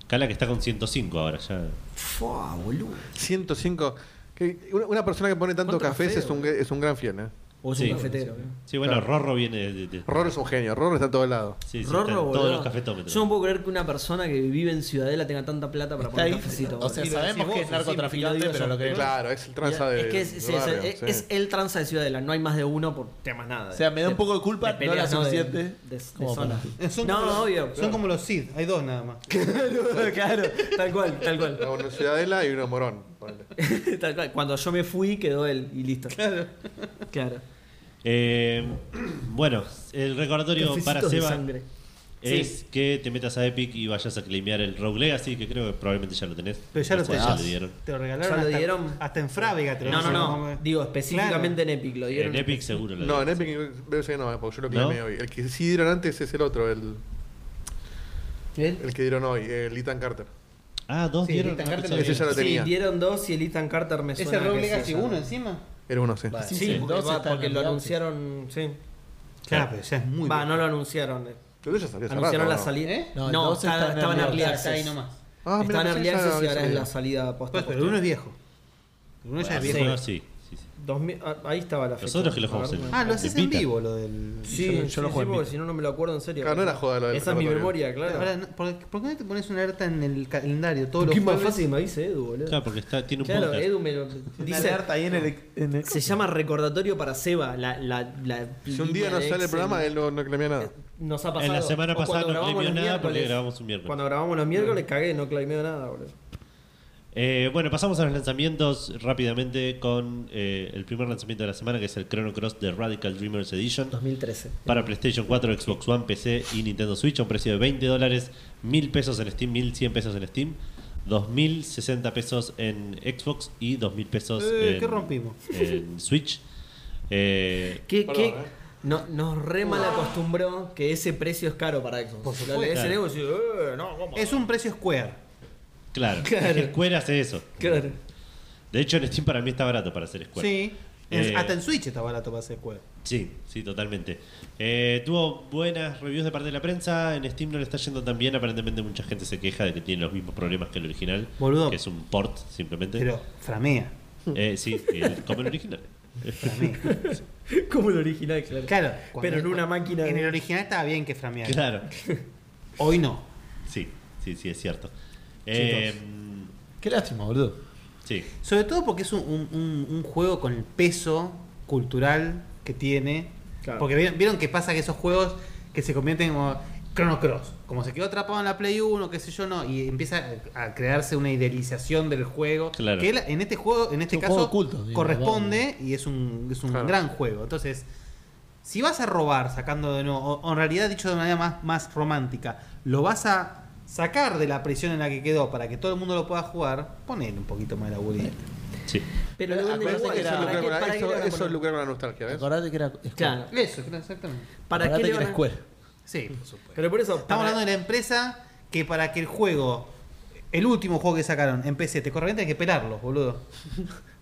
S5: Cala que está con 105 ahora ya.
S1: Fua, boludo.
S4: 105. Que una, una persona que pone tanto
S1: ¿Cuánto
S4: café
S1: café,
S4: es un, es un gran fiel. ¿eh?
S1: O es
S5: Sí.
S1: un cafetero. ¿eh?
S5: Sí, bueno, Rorro viene de, de-
S4: Rorro es un genio, Rorro está en todos lados.
S5: sí, sí,
S1: Rorro,
S5: está en todos
S1: boludo.
S5: los cafetómetros.
S1: Yo no puedo creer que una persona que vive en Ciudadela tenga tanta plata para
S3: Está
S1: poner
S3: ahí.
S1: cafecito.
S3: O sea,
S1: boludo.
S3: sabemos que es narcotraficante, pero lo que.
S4: Claro, es el tranza de.
S1: es que es,
S4: de
S1: sí, es-
S4: barrio,
S1: es-
S4: sí.
S1: es el tranza de Ciudadela, no hay más de uno por temas nada.
S3: O sea, me da un poco de culpa, no la
S1: no, de-
S3: suficiente.
S1: de- de
S3: como
S1: zona.
S3: para-
S2: Eh, son
S1: No,
S2: como los-
S1: obvio,
S2: Son
S1: claro.
S2: como los Cid, hay dos nada más.
S1: claro, tal cual, tal cual.
S4: Uno en Ciudadela y uno en Morón. ponele.
S1: Tal cual. Cuando yo me fui quedó él y listo. Claro. Claro.
S5: Eh, bueno, el recordatorio
S1: Cafecitos
S5: para
S1: de
S5: Seba
S1: sangre.
S5: es que te metas a Epic y vayas a claimear el Rogue Legacy, que creo que probablemente ya lo tenés.
S2: Pero ya lo
S5: Después
S2: tenés.
S5: dieron.
S2: Te lo regalaron.
S1: Ya lo
S2: hasta,
S1: dieron.
S2: Hasta en Frávega te lo
S1: No, no, no.
S2: regalaron.
S1: Digo, específicamente en Epic lo dieron.
S5: En Epic seguro lo
S4: No, en
S5: dieron.
S4: Epic debe ser que no, porque yo lo
S5: ¿No?
S4: clamé hoy. El que sí dieron antes es el otro, el,
S1: ¿Bien?
S4: el que dieron hoy, el Ethan Carter.
S5: Ah, dos
S2: Sí,
S5: dieron.
S2: Ethan Carter
S5: pensaba
S2: lo
S5: que-
S4: Ese ya lo
S1: Sí,
S4: tenía.
S1: dieron dos y el Ethan Carter me
S2: ¿Es
S1: suena.
S2: el Rogue
S1: que sí,
S2: Legacy
S1: ya.
S2: 1 encima?
S4: Era uno, sí.
S3: Vale.
S1: Sí,
S3: Sí,
S1: porque,
S3: dos
S1: va-
S3: están
S1: porque
S3: en
S1: lo
S3: el
S1: anunciaron. Sí.
S2: Claro, pero ya es muy
S1: Va,
S2: bueno.
S1: no lo anunciaron. eh.
S4: Pero ya salió hace
S1: Anunciaron
S4: rato,
S1: la
S4: ¿no?
S1: salida.
S2: ¿Eh?
S1: No,
S3: No, el dos
S1: estaba-
S3: está en
S1: estaba en
S3: Early
S1: Early
S2: Está- está
S1: Access.
S2: ahí nomás.
S4: Ah,
S1: Estaba
S4: mira,
S1: en
S4: pensé
S1: Early
S4: que ya
S1: Access y
S4: había
S1: ahora es
S4: salido.
S1: la salida posta.
S2: Pues, pero uno es viejo. Uno ya es
S5: Sí,
S2: viejo.
S5: Ah, sí, sí, sí.
S1: 2000 ah, ahí estaba la fecha.
S5: Nosotros que lo jugamos
S1: A ver,
S5: en-
S2: Ah, lo haces
S5: Pepita.
S2: en vivo lo del.
S1: Sí,
S3: Yo lo- yo lo
S1: sí,
S3: juego
S1: sí,
S3: en
S1: porque
S3: Vita.
S1: si no, no me lo acuerdo en serio.
S4: Claro, no era joda lo del
S1: Esa es mi
S4: recordatorio.
S1: memoria,
S2: Ahora,
S1: claro.
S2: no- ¿por, por qué no te pones una alerta en el calendario todos los
S1: Qué más
S2: jueves?
S1: fácil me dice Edu, boludo.
S5: Claro, porque está, tiene un
S1: Claro,
S5: podcast.
S1: Edu me lo
S3: Una
S1: dice.
S3: alerta ahí en el. en el-
S1: Se llama recordatorio para Seba. La, la, la
S4: Si un día no sale el programa, él no, no clamea nada.
S1: Nos ha pasado.
S5: En la semana
S1: O cuando
S5: pasada no
S1: grabamos
S5: premió
S1: los
S5: nada porque
S1: miércoles.
S5: grabamos un miércoles.
S1: Cuando grabamos los miércoles cagué, no claimeo nada, boludo.
S5: Eh, bueno, pasamos a los lanzamientos rápidamente con eh, el primer lanzamiento de la semana, que es el Chrono Cross de Radical Dreamers Edition.
S1: 2013.
S5: Para PlayStation 4, Xbox One, PC y Nintendo Switch a un precio de 20 dólares, 1000 pesos en Steam, 1100 pesos en Steam, 2060 pesos en Xbox y 2000 pesos
S2: Eh,
S5: en,
S2: ¿qué rompimos?
S5: en Switch. Eh,
S1: ¿Qué,
S4: Perdón,
S1: qué?
S4: eh.
S1: No, nos re mal acostumbró que ese precio es caro para Xbox.
S2: Por
S1: Lo lees
S2: supuesto.
S1: en Xbox y, eh, no, ¿cómo?
S2: Es un precio Square.
S5: claro,
S1: Claro.
S5: Square hace eso.
S1: Claro.
S5: De hecho, en Steam para mí está barato para hacer Square.
S2: Sí. En-
S5: Eh,
S2: Hasta en Switch está barato para hacer juego.
S5: Sí, sí, totalmente. Eh, tuvo buenas reviews de parte de la prensa. En Steam no le está yendo tan bien. Aparentemente, mucha gente se queja de que tiene los mismos problemas que el original.
S2: Boludo.
S5: Que es un port, simplemente.
S2: Pero framea.
S5: Eh, sí, el- como el original.
S2: framea.
S1: Como el original, claro.
S2: Claro.
S1: Pero en
S2: cuando-
S1: una máquina.
S2: En
S1: de-
S2: el original estaba bien que frameara.
S5: Claro.
S2: Hoy no.
S5: Sí, sí, sí, es cierto. Eh,
S3: Qué lástima, boludo.
S5: sí,
S2: Sobre todo porque es un, un- un- un juego con el peso cultural que tiene.
S1: Claro.
S2: Porque vieron, vieron que pasa que esos juegos que se convierten como Chrono Cross. Como se quedó atrapado en la Play 1, qué sé yo, no. Y empieza a a crearse una idealización del juego.
S5: Claro.
S2: Que la- en este juego, en este
S3: un
S2: caso,
S3: juego oculto, digo,
S2: corresponde y es un, es un
S4: Claro.
S2: gran juego. Entonces, si vas a robar sacando de nuevo, o, o en realidad dicho de manera más, más romántica, lo vas a sacar de la prisión en la que quedó para que todo el mundo lo pueda jugar, ponele un poquito más de la bolita.
S5: sí.
S1: Pero lo venden
S4: Acuérdate
S1: igual.
S4: que eso es
S1: ¿Para
S4: lucrar
S1: qué-
S4: con la-
S1: para qué
S4: eso-
S1: le van a
S4: Eso es
S1: poner?
S4: lucrar con la nostalgia, ¿ves?
S3: Acordate que era. Square.
S1: Claro.
S2: Eso, claro, exactamente.
S1: ¿Para qué
S3: Acordate
S1: le
S3: que
S1: van
S3: era
S1: a-
S3: Square.
S2: Sí,
S1: Mm.
S2: por supuesto.
S1: Pero por eso.
S2: Estamos hablando de la empresa que para que el juego, el último juego que sacaron en PC, te corre bien, tenés que pelarlos, boludo.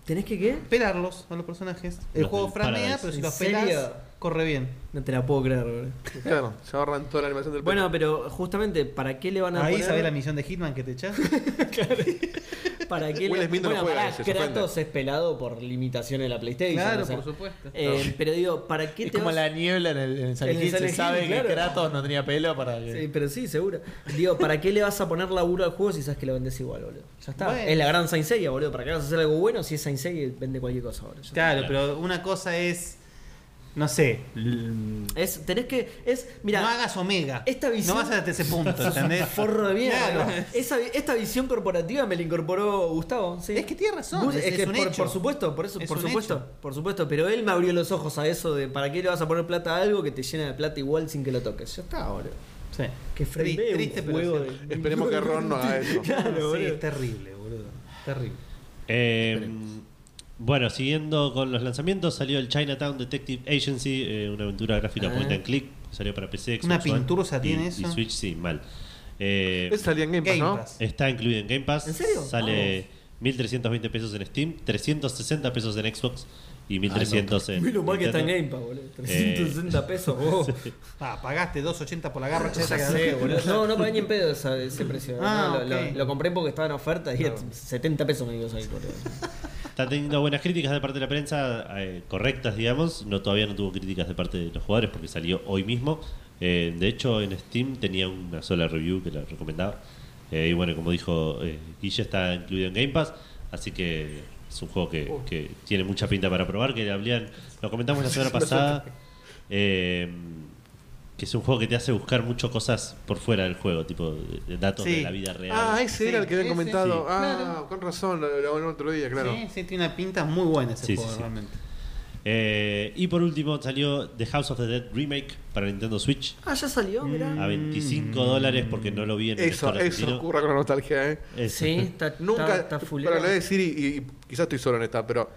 S1: ¿Tenés que qué?
S2: Pelarlos a los personajes. El
S5: Los
S2: juego
S5: del
S2: franea,
S5: Paradise.
S2: pero si
S1: ¿En
S2: los
S1: serio?
S2: pelas, corre bien.
S1: No te la puedo creer, boludo.
S4: Claro, se ahorran toda la animación del
S1: Bueno, pero justamente, ¿para qué le van a
S2: Ahí
S1: poner?
S2: sabés la misión de Hitman que te echás.
S1: ¿Para qué
S4: Will
S1: le
S4: Smith no
S1: bueno,
S4: juega,
S1: pará,
S4: se ofende.
S1: Kratos es pelado por limitaciones de la PlayStation.
S2: claro,
S1: o sea.
S2: por supuesto.
S1: Eh, Pero digo, ¿para qué
S3: Es
S1: te
S3: como
S1: vas-
S3: la niebla en el, en el Silent
S1: En el
S3: Hill, Se
S1: Silent
S3: sabe
S1: Hill,
S3: que
S1: claro.
S3: Kratos no tenía pelo para que.
S1: Sí, pero sí, seguro. Digo, ¿para qué le vas a poner laburo al juego si sabes que lo vendes igual, boludo? Ya está.
S2: Bueno.
S1: Es la gran Saint Seiya, boludo. ¿Para qué vas a hacer algo bueno si es Saint Seiya y vende cualquier cosa, boludo? Ya está.
S2: Claro, pero una cosa es. No sé. l-
S1: Es, tenés que. Es, mira,
S2: no hagas Omega.
S1: esta visión-
S2: No vas hasta ese punto, ¿entendés?
S1: forro de mierda.
S2: Claro.
S1: boludo. Esa vi- esta visión corporativa me la incorporó Gustavo. sí.
S2: Es que tiene razón,
S1: Gus-
S2: es- es un
S1: por,
S2: hecho.
S1: por supuesto, por eso,
S2: Es
S1: por
S2: un
S1: supuesto,
S2: hecho.
S1: por supuesto. Pero él me abrió los ojos a eso de para qué le vas a poner plata a algo que te llena de plata igual sin que lo toques. Ya está, boludo.
S2: Sí.
S1: Que Freddy
S2: Tri-
S1: Beu,
S2: triste, pero
S1: juego
S2: cierto.
S1: de-
S4: Esperemos que Ron no haga eso.
S1: Claro,
S2: Sí,
S1: boludo.
S2: es terrible, boludo. Terrible.
S5: Eh, bueno, siguiendo con los lanzamientos, salió el Chinatown Detective Agency, eh, una aventura gráfica
S1: Ah.
S5: point and click. Salió para PC, Xbox
S2: Una
S5: One
S2: pinturosa
S5: y-
S2: tiene
S5: y
S2: eso.
S5: Switch, sí, mal. Eh,
S4: Eso salía en Game Pass,
S2: Game
S4: ¿no?
S2: Pass.
S5: Está incluido en Game Pass.
S1: ¿En serio? Ah.
S5: Sale 1.320 pesos en Steam, 360 pesos en Xbox y 1.300 en.
S1: Menos mal que está en
S5: Nintendo.
S1: Game Pass, boludo. 360 pesos, vos.
S2: Ah, pagaste 2.80 por la garra.
S1: Ya sé, boludo. No, no pagué ni en pedo esa- ese precio.
S2: Ah,
S1: No, lo, lo-
S2: ok.
S1: lo compré porque estaba en oferta y
S2: Claro.
S1: 70 pesos me dio ahí, boludo.
S5: Está teniendo buenas críticas de parte de la prensa, eh, correctas, digamos. No, todavía no tuvo críticas de parte de los jugadores porque salió hoy mismo. Eh, de hecho, en Steam tenía una sola review que la recomendaba. Eh, y bueno, como dijo eh, Guille, está incluido en Game Pass. Así que es un juego que, que tiene mucha pinta para probar. Que habrían, lo comentamos la semana pasada. eh, que es un juego que te hace buscar muchas cosas por fuera del juego, tipo de- de datos
S2: Sí.
S5: de la vida real.
S4: Ah, ese
S2: Sí,
S4: era el que habían
S2: ese.
S4: comentado.
S5: Sí.
S4: Ah,
S2: Claro.
S4: con razón, lo, lo hablamos el otro día, claro.
S2: Sí, sí, tiene una pinta muy buena ese
S5: Sí,
S2: juego,
S5: sí, sí.
S2: realmente.
S5: Eh, y por último salió The House of the Dead Remake para Nintendo Switch
S1: Ah, ya salió, mirá.
S5: a 25 dólares porque no lo vi en el
S4: Eso,
S5: store
S4: eso
S5: argentino.
S4: ocurre con la nostalgia, ¿eh?
S5: Eso.
S1: Sí, está,
S4: Nunca,
S1: está, está fulero.
S4: pero lo voy a decir y, y- y quizás estoy solo en esta, pero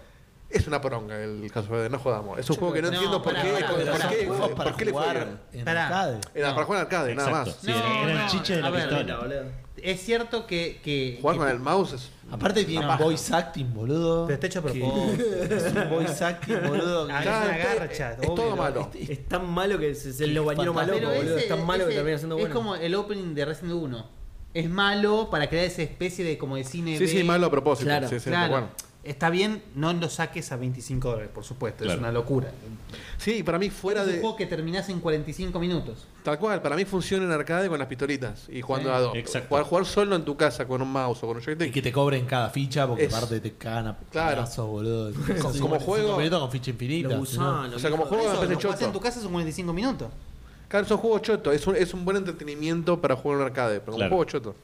S4: es una poronga el caso de no jodamos. Es un juego que no,
S2: No,
S4: entiendo por
S2: pará,
S4: qué,
S2: pará,
S4: por,
S2: pará,
S4: por
S2: pará,
S4: qué,
S3: Juegos
S4: por
S3: para
S4: qué le fue
S3: jugar
S4: bien.
S3: en
S2: Pará.
S3: arcade.
S4: Era para jugar al arcade, nada
S5: Exacto.
S4: más.
S5: Sí, era,
S2: No,
S5: era el
S2: no,
S5: chiche de
S2: a
S5: la
S2: ver,
S5: pistola.
S1: boludo.
S2: Es cierto que. que
S4: Jugar
S2: que-
S4: con el mouse es.
S3: Aparte tiene
S2: Una paja.
S3: voice acting, boludo.
S2: Pero está hecho a
S3: Que-
S2: propósito.
S3: Es un voice acting, boludo. que-
S2: Ah, es
S4: Claro,
S2: una
S4: es-
S2: garcha,
S4: es
S2: obvio,
S4: todo
S2: lo-
S4: malo.
S1: Es tan malo que se, se lo bañaron malo,
S3: fantástico.
S2: Pero
S1: boludo.
S2: ese-
S1: Es tan malo que
S2: ese
S1: termina siendo
S2: es
S1: bueno.
S2: como el opening de Resident Evil 1. Es malo para crear esa especie de como de cine.
S4: Sí,
S2: B.
S4: sí, malo a propósito.
S1: Claro,
S4: sí, sí,
S2: Claro.
S4: bueno.
S2: Está bien, no lo saques a 25 dólares, por supuesto. Es
S5: Claro.
S2: una locura.
S4: Sí, para mí fuera
S2: es un
S4: de.
S2: juego que terminás en 45 minutos.
S4: Tal cual, para mí funciona en arcade con las pistolitas y jugando
S2: Sí,
S4: a dos.
S5: exacto.
S4: Jugar, jugar solo en tu casa con un mouse o con un
S3: Y que
S4: joystick.
S3: te cobren cada ficha porque
S4: Es-
S3: aparte te cagan a
S4: Claro.
S3: pedazos, boludo. Con-
S4: Sí.
S3: con
S4: Como
S3: 45
S4: juego-
S3: minutos con ficha infinita.
S1: Los
S3: si no-
S1: gusanos,
S4: O sea, como
S1: hijo de-
S4: juego
S2: Eso,
S4: me parece
S2: lo jugás
S4: choto.
S2: en tu casa son 45 minutos.
S4: Claro, son juegos chotos. Es un, es un buen entretenimiento para jugar en arcade, pero
S5: Claro.
S4: un juego choto.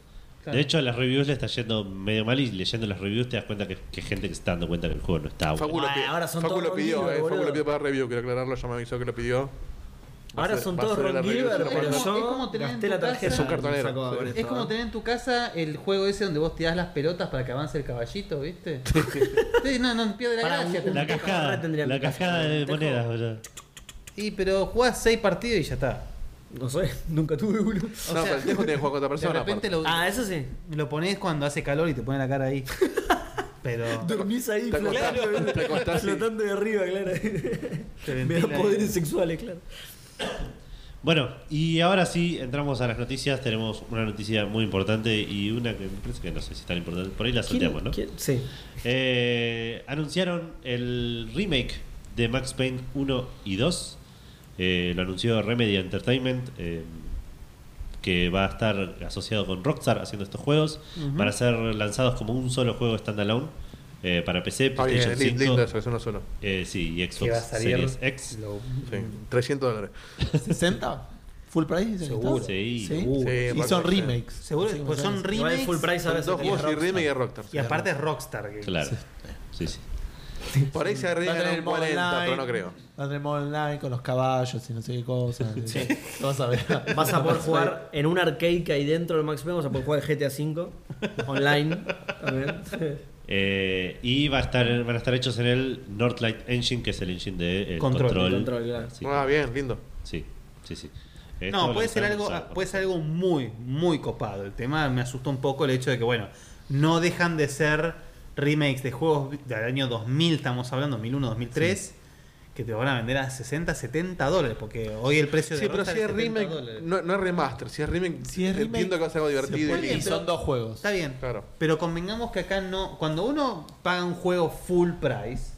S5: De hecho, a las reviews le está yendo medio mal y leyendo las reviews te das cuenta que, que hay gente que se está dando cuenta que el juego no está bueno.
S4: Facu lo,
S1: Ah,
S4: pi-
S1: ahora son
S4: Facu
S1: todos
S4: lo pidió,
S1: Ron
S4: eh.
S1: Gilbert,
S4: Facu lo
S1: boludo.
S4: pidió para review, quiero aclararlo, ya me avisó que lo pidió. Va a
S1: Ahora
S4: ser-
S1: son
S4: va a
S1: todos
S4: ser la
S1: Ron
S4: review,
S1: Gilbert,
S4: se la
S1: pero
S2: ponemos.
S1: yo
S2: Es como tener en
S1: gasté
S2: tu
S1: la tarjeta.
S2: casa- Es un
S4: cartonero,
S1: Saco
S4: sí.
S1: con
S2: Es
S1: esto,
S2: como
S1: ¿eh?
S2: tener en tu casa el juego ese donde vos tirás las pelotas para que avance el caballito, ¿viste? Sí, no, no pierde la
S1: Para
S2: gracia.
S1: un-
S2: tenés
S5: La
S2: que-
S5: cascada,
S1: Ahora tendría
S5: la
S1: mi casa,
S5: cascada de
S1: ¿entendés?
S5: monedas, boludo.
S2: Sí, pero jugás 6 partidos y ya está.
S1: No sé, nunca tuve uno.
S2: O
S4: no,
S2: sea,
S4: pero el tejo tiene que jugar con
S2: De
S4: otra persona.
S2: repente
S4: aparte.
S2: lo,
S1: Ah, eso sí.
S2: lo pones cuando hace calor y te pone la cara ahí. Pero
S1: Dormís ahí
S4: Te acostás-
S1: flotando,
S4: te acostás y-
S1: flotando de arriba, claro.
S2: te
S1: Me
S2: ventila
S1: da
S2: ahí.
S1: poderes sexuales, claro.
S5: Bueno, y ahora sí, entramos a las noticias. Tenemos una noticia muy importante y una que me parece que no sé si es tan importante. Por ahí la solteamos, ¿no?
S1: ¿Quién- quién- Sí.
S5: Eh, anunciaron el remake de Max Payne 1 y 2. Eh, lo anunció Remedy Entertainment, eh, que va a estar asociado con Rockstar haciendo estos juegos. Van a ser lanzados como un solo juego standalone eh, para PC,
S4: Ah, bien,
S5: PlayStation
S4: lindo,
S5: 5,
S4: lindo eso, es uno solo.
S5: eh, sí, y
S2: que va a
S5: Xbox
S2: salir
S5: Series X.
S2: lo-
S4: Sí,
S5: Mm.
S4: 300 dólares.
S3: ¿60? ¿Full price? dicen que está?
S2: Seguro.
S5: Sí.
S4: Sí,
S3: Y son
S4: Rockstar.
S3: remakes.
S2: seguro,
S3: Así que
S2: pues
S3: me
S2: son
S3: sale.
S1: Igual
S2: remakes
S1: el full price ahora
S4: Son
S1: se
S4: dos
S1: tenía
S4: juegos y
S1: Rockstar.
S4: remake de Rockstar.
S2: y aparte es Rockstar. que-
S5: Claro. Sí, sí.
S4: Por ahí se
S3: Va a tener
S4: arriesgan
S3: el
S4: un
S3: modo
S4: 40,
S3: online,
S4: pero no creo.
S3: Va a tener modo online con los caballos y no sé qué cosas. Lo Vas a ver.
S1: Vas a poder jugar en un arcade que hay dentro del Max Payne, vas a poder jugar el GTA V online también.
S5: Eh, y va a estar, van a estar hechos en el Northlight Engine, que es el engine de eh,
S2: Control,
S5: control.
S1: de Control, claro.
S5: Así que-
S4: Ah, bien, lindo.
S5: Sí, sí, sí. Eh, todo
S2: No,
S5: lo
S2: puede
S5: que
S2: ser
S5: está
S2: algo, ah,
S5: lanzado.
S2: puede ser algo muy, muy copado. El tema me asustó un poco el hecho de que, bueno, no dejan de ser remakes de juegos del año 2000, estamos hablando, 2001, 2003, que te van a vender a 60, 70 dólares, porque hoy el precio de
S4: Sí, pero
S2: Rockstar
S4: si es
S2: 70
S4: remake,
S2: dólares.
S4: no, no es remaster, si es remake,
S3: Si es remake,
S4: entiendo que va a ser algo divertido.
S2: puede
S4: y
S3: Y
S4: lindo.
S3: son dos juegos.
S2: Está bien,
S4: Claro.
S2: pero convengamos que acá no. Cuando uno paga un juego full price,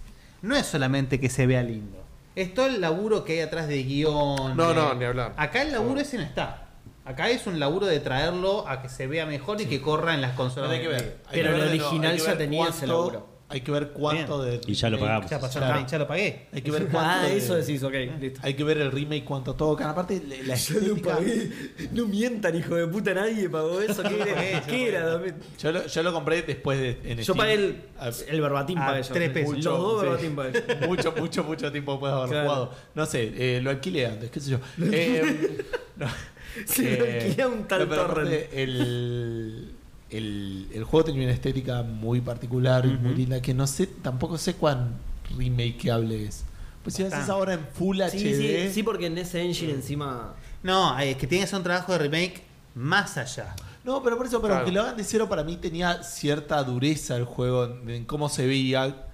S2: no es solamente que se vea lindo. Es todo el laburo que hay atrás de guión.
S4: No,
S2: de-
S4: no, ni hablar.
S2: Acá el laburo ese no está. Acá es un laburo de traerlo a que se vea mejor y que corra en las consolas.
S3: Hay que ver.
S2: de-
S3: Hay que
S1: Pero
S3: ver
S1: el
S3: de nuevo,
S1: original
S3: hay que
S1: ya
S3: ver
S1: tenía ese
S3: cuánto-
S1: laburo.
S3: Hay que ver cuánto de.
S5: Y ya lo pagamos.
S2: Ya pasó,
S3: Claro.
S2: ya, ya lo pagué.
S3: Hay que ver cuánto.
S1: Ah,
S3: de-
S1: eso decís, ok, listo.
S3: Hay que ver el remake cuánto tocan. Aparte, la- la
S1: Yo lo
S3: estética.
S1: pagué. No mientan, hijo de puta, nadie pagó eso. ¿Qué era? ¿Qué era?
S3: Yo lo, yo lo compré después de. En
S1: Yo
S3: Steam.
S1: pagué el,
S3: Ah,
S1: el verbatim
S2: a
S1: para eso.
S2: tres pesos.
S1: Los
S3: Mucho,
S1: dos
S3: sí. Eh,
S1: verbatim para eso.
S3: mucho, mucho, mucho tiempo después de haber
S1: Claro.
S3: jugado. No sé, eh, lo alquilé antes, qué sé yo. Eh, no.
S1: Se lo alquilé a un tal
S3: Eh, pero aparte,
S1: torrent.
S3: El, el, el juego tenía una estética muy particular y muy linda que no sé, tampoco sé cuán remakeable es. Pues si haces
S2: Bastante.
S3: ahora en Full
S1: Ah. Sí,
S3: HD.
S1: sí, sí, porque en ese engine encima.
S2: No, es que tiene que hacer un trabajo de remake más allá.
S3: No, pero por eso, pero
S4: Claro.
S3: aunque lo hagan de cero, para mí tenía cierta dureza el juego en, en cómo se veía,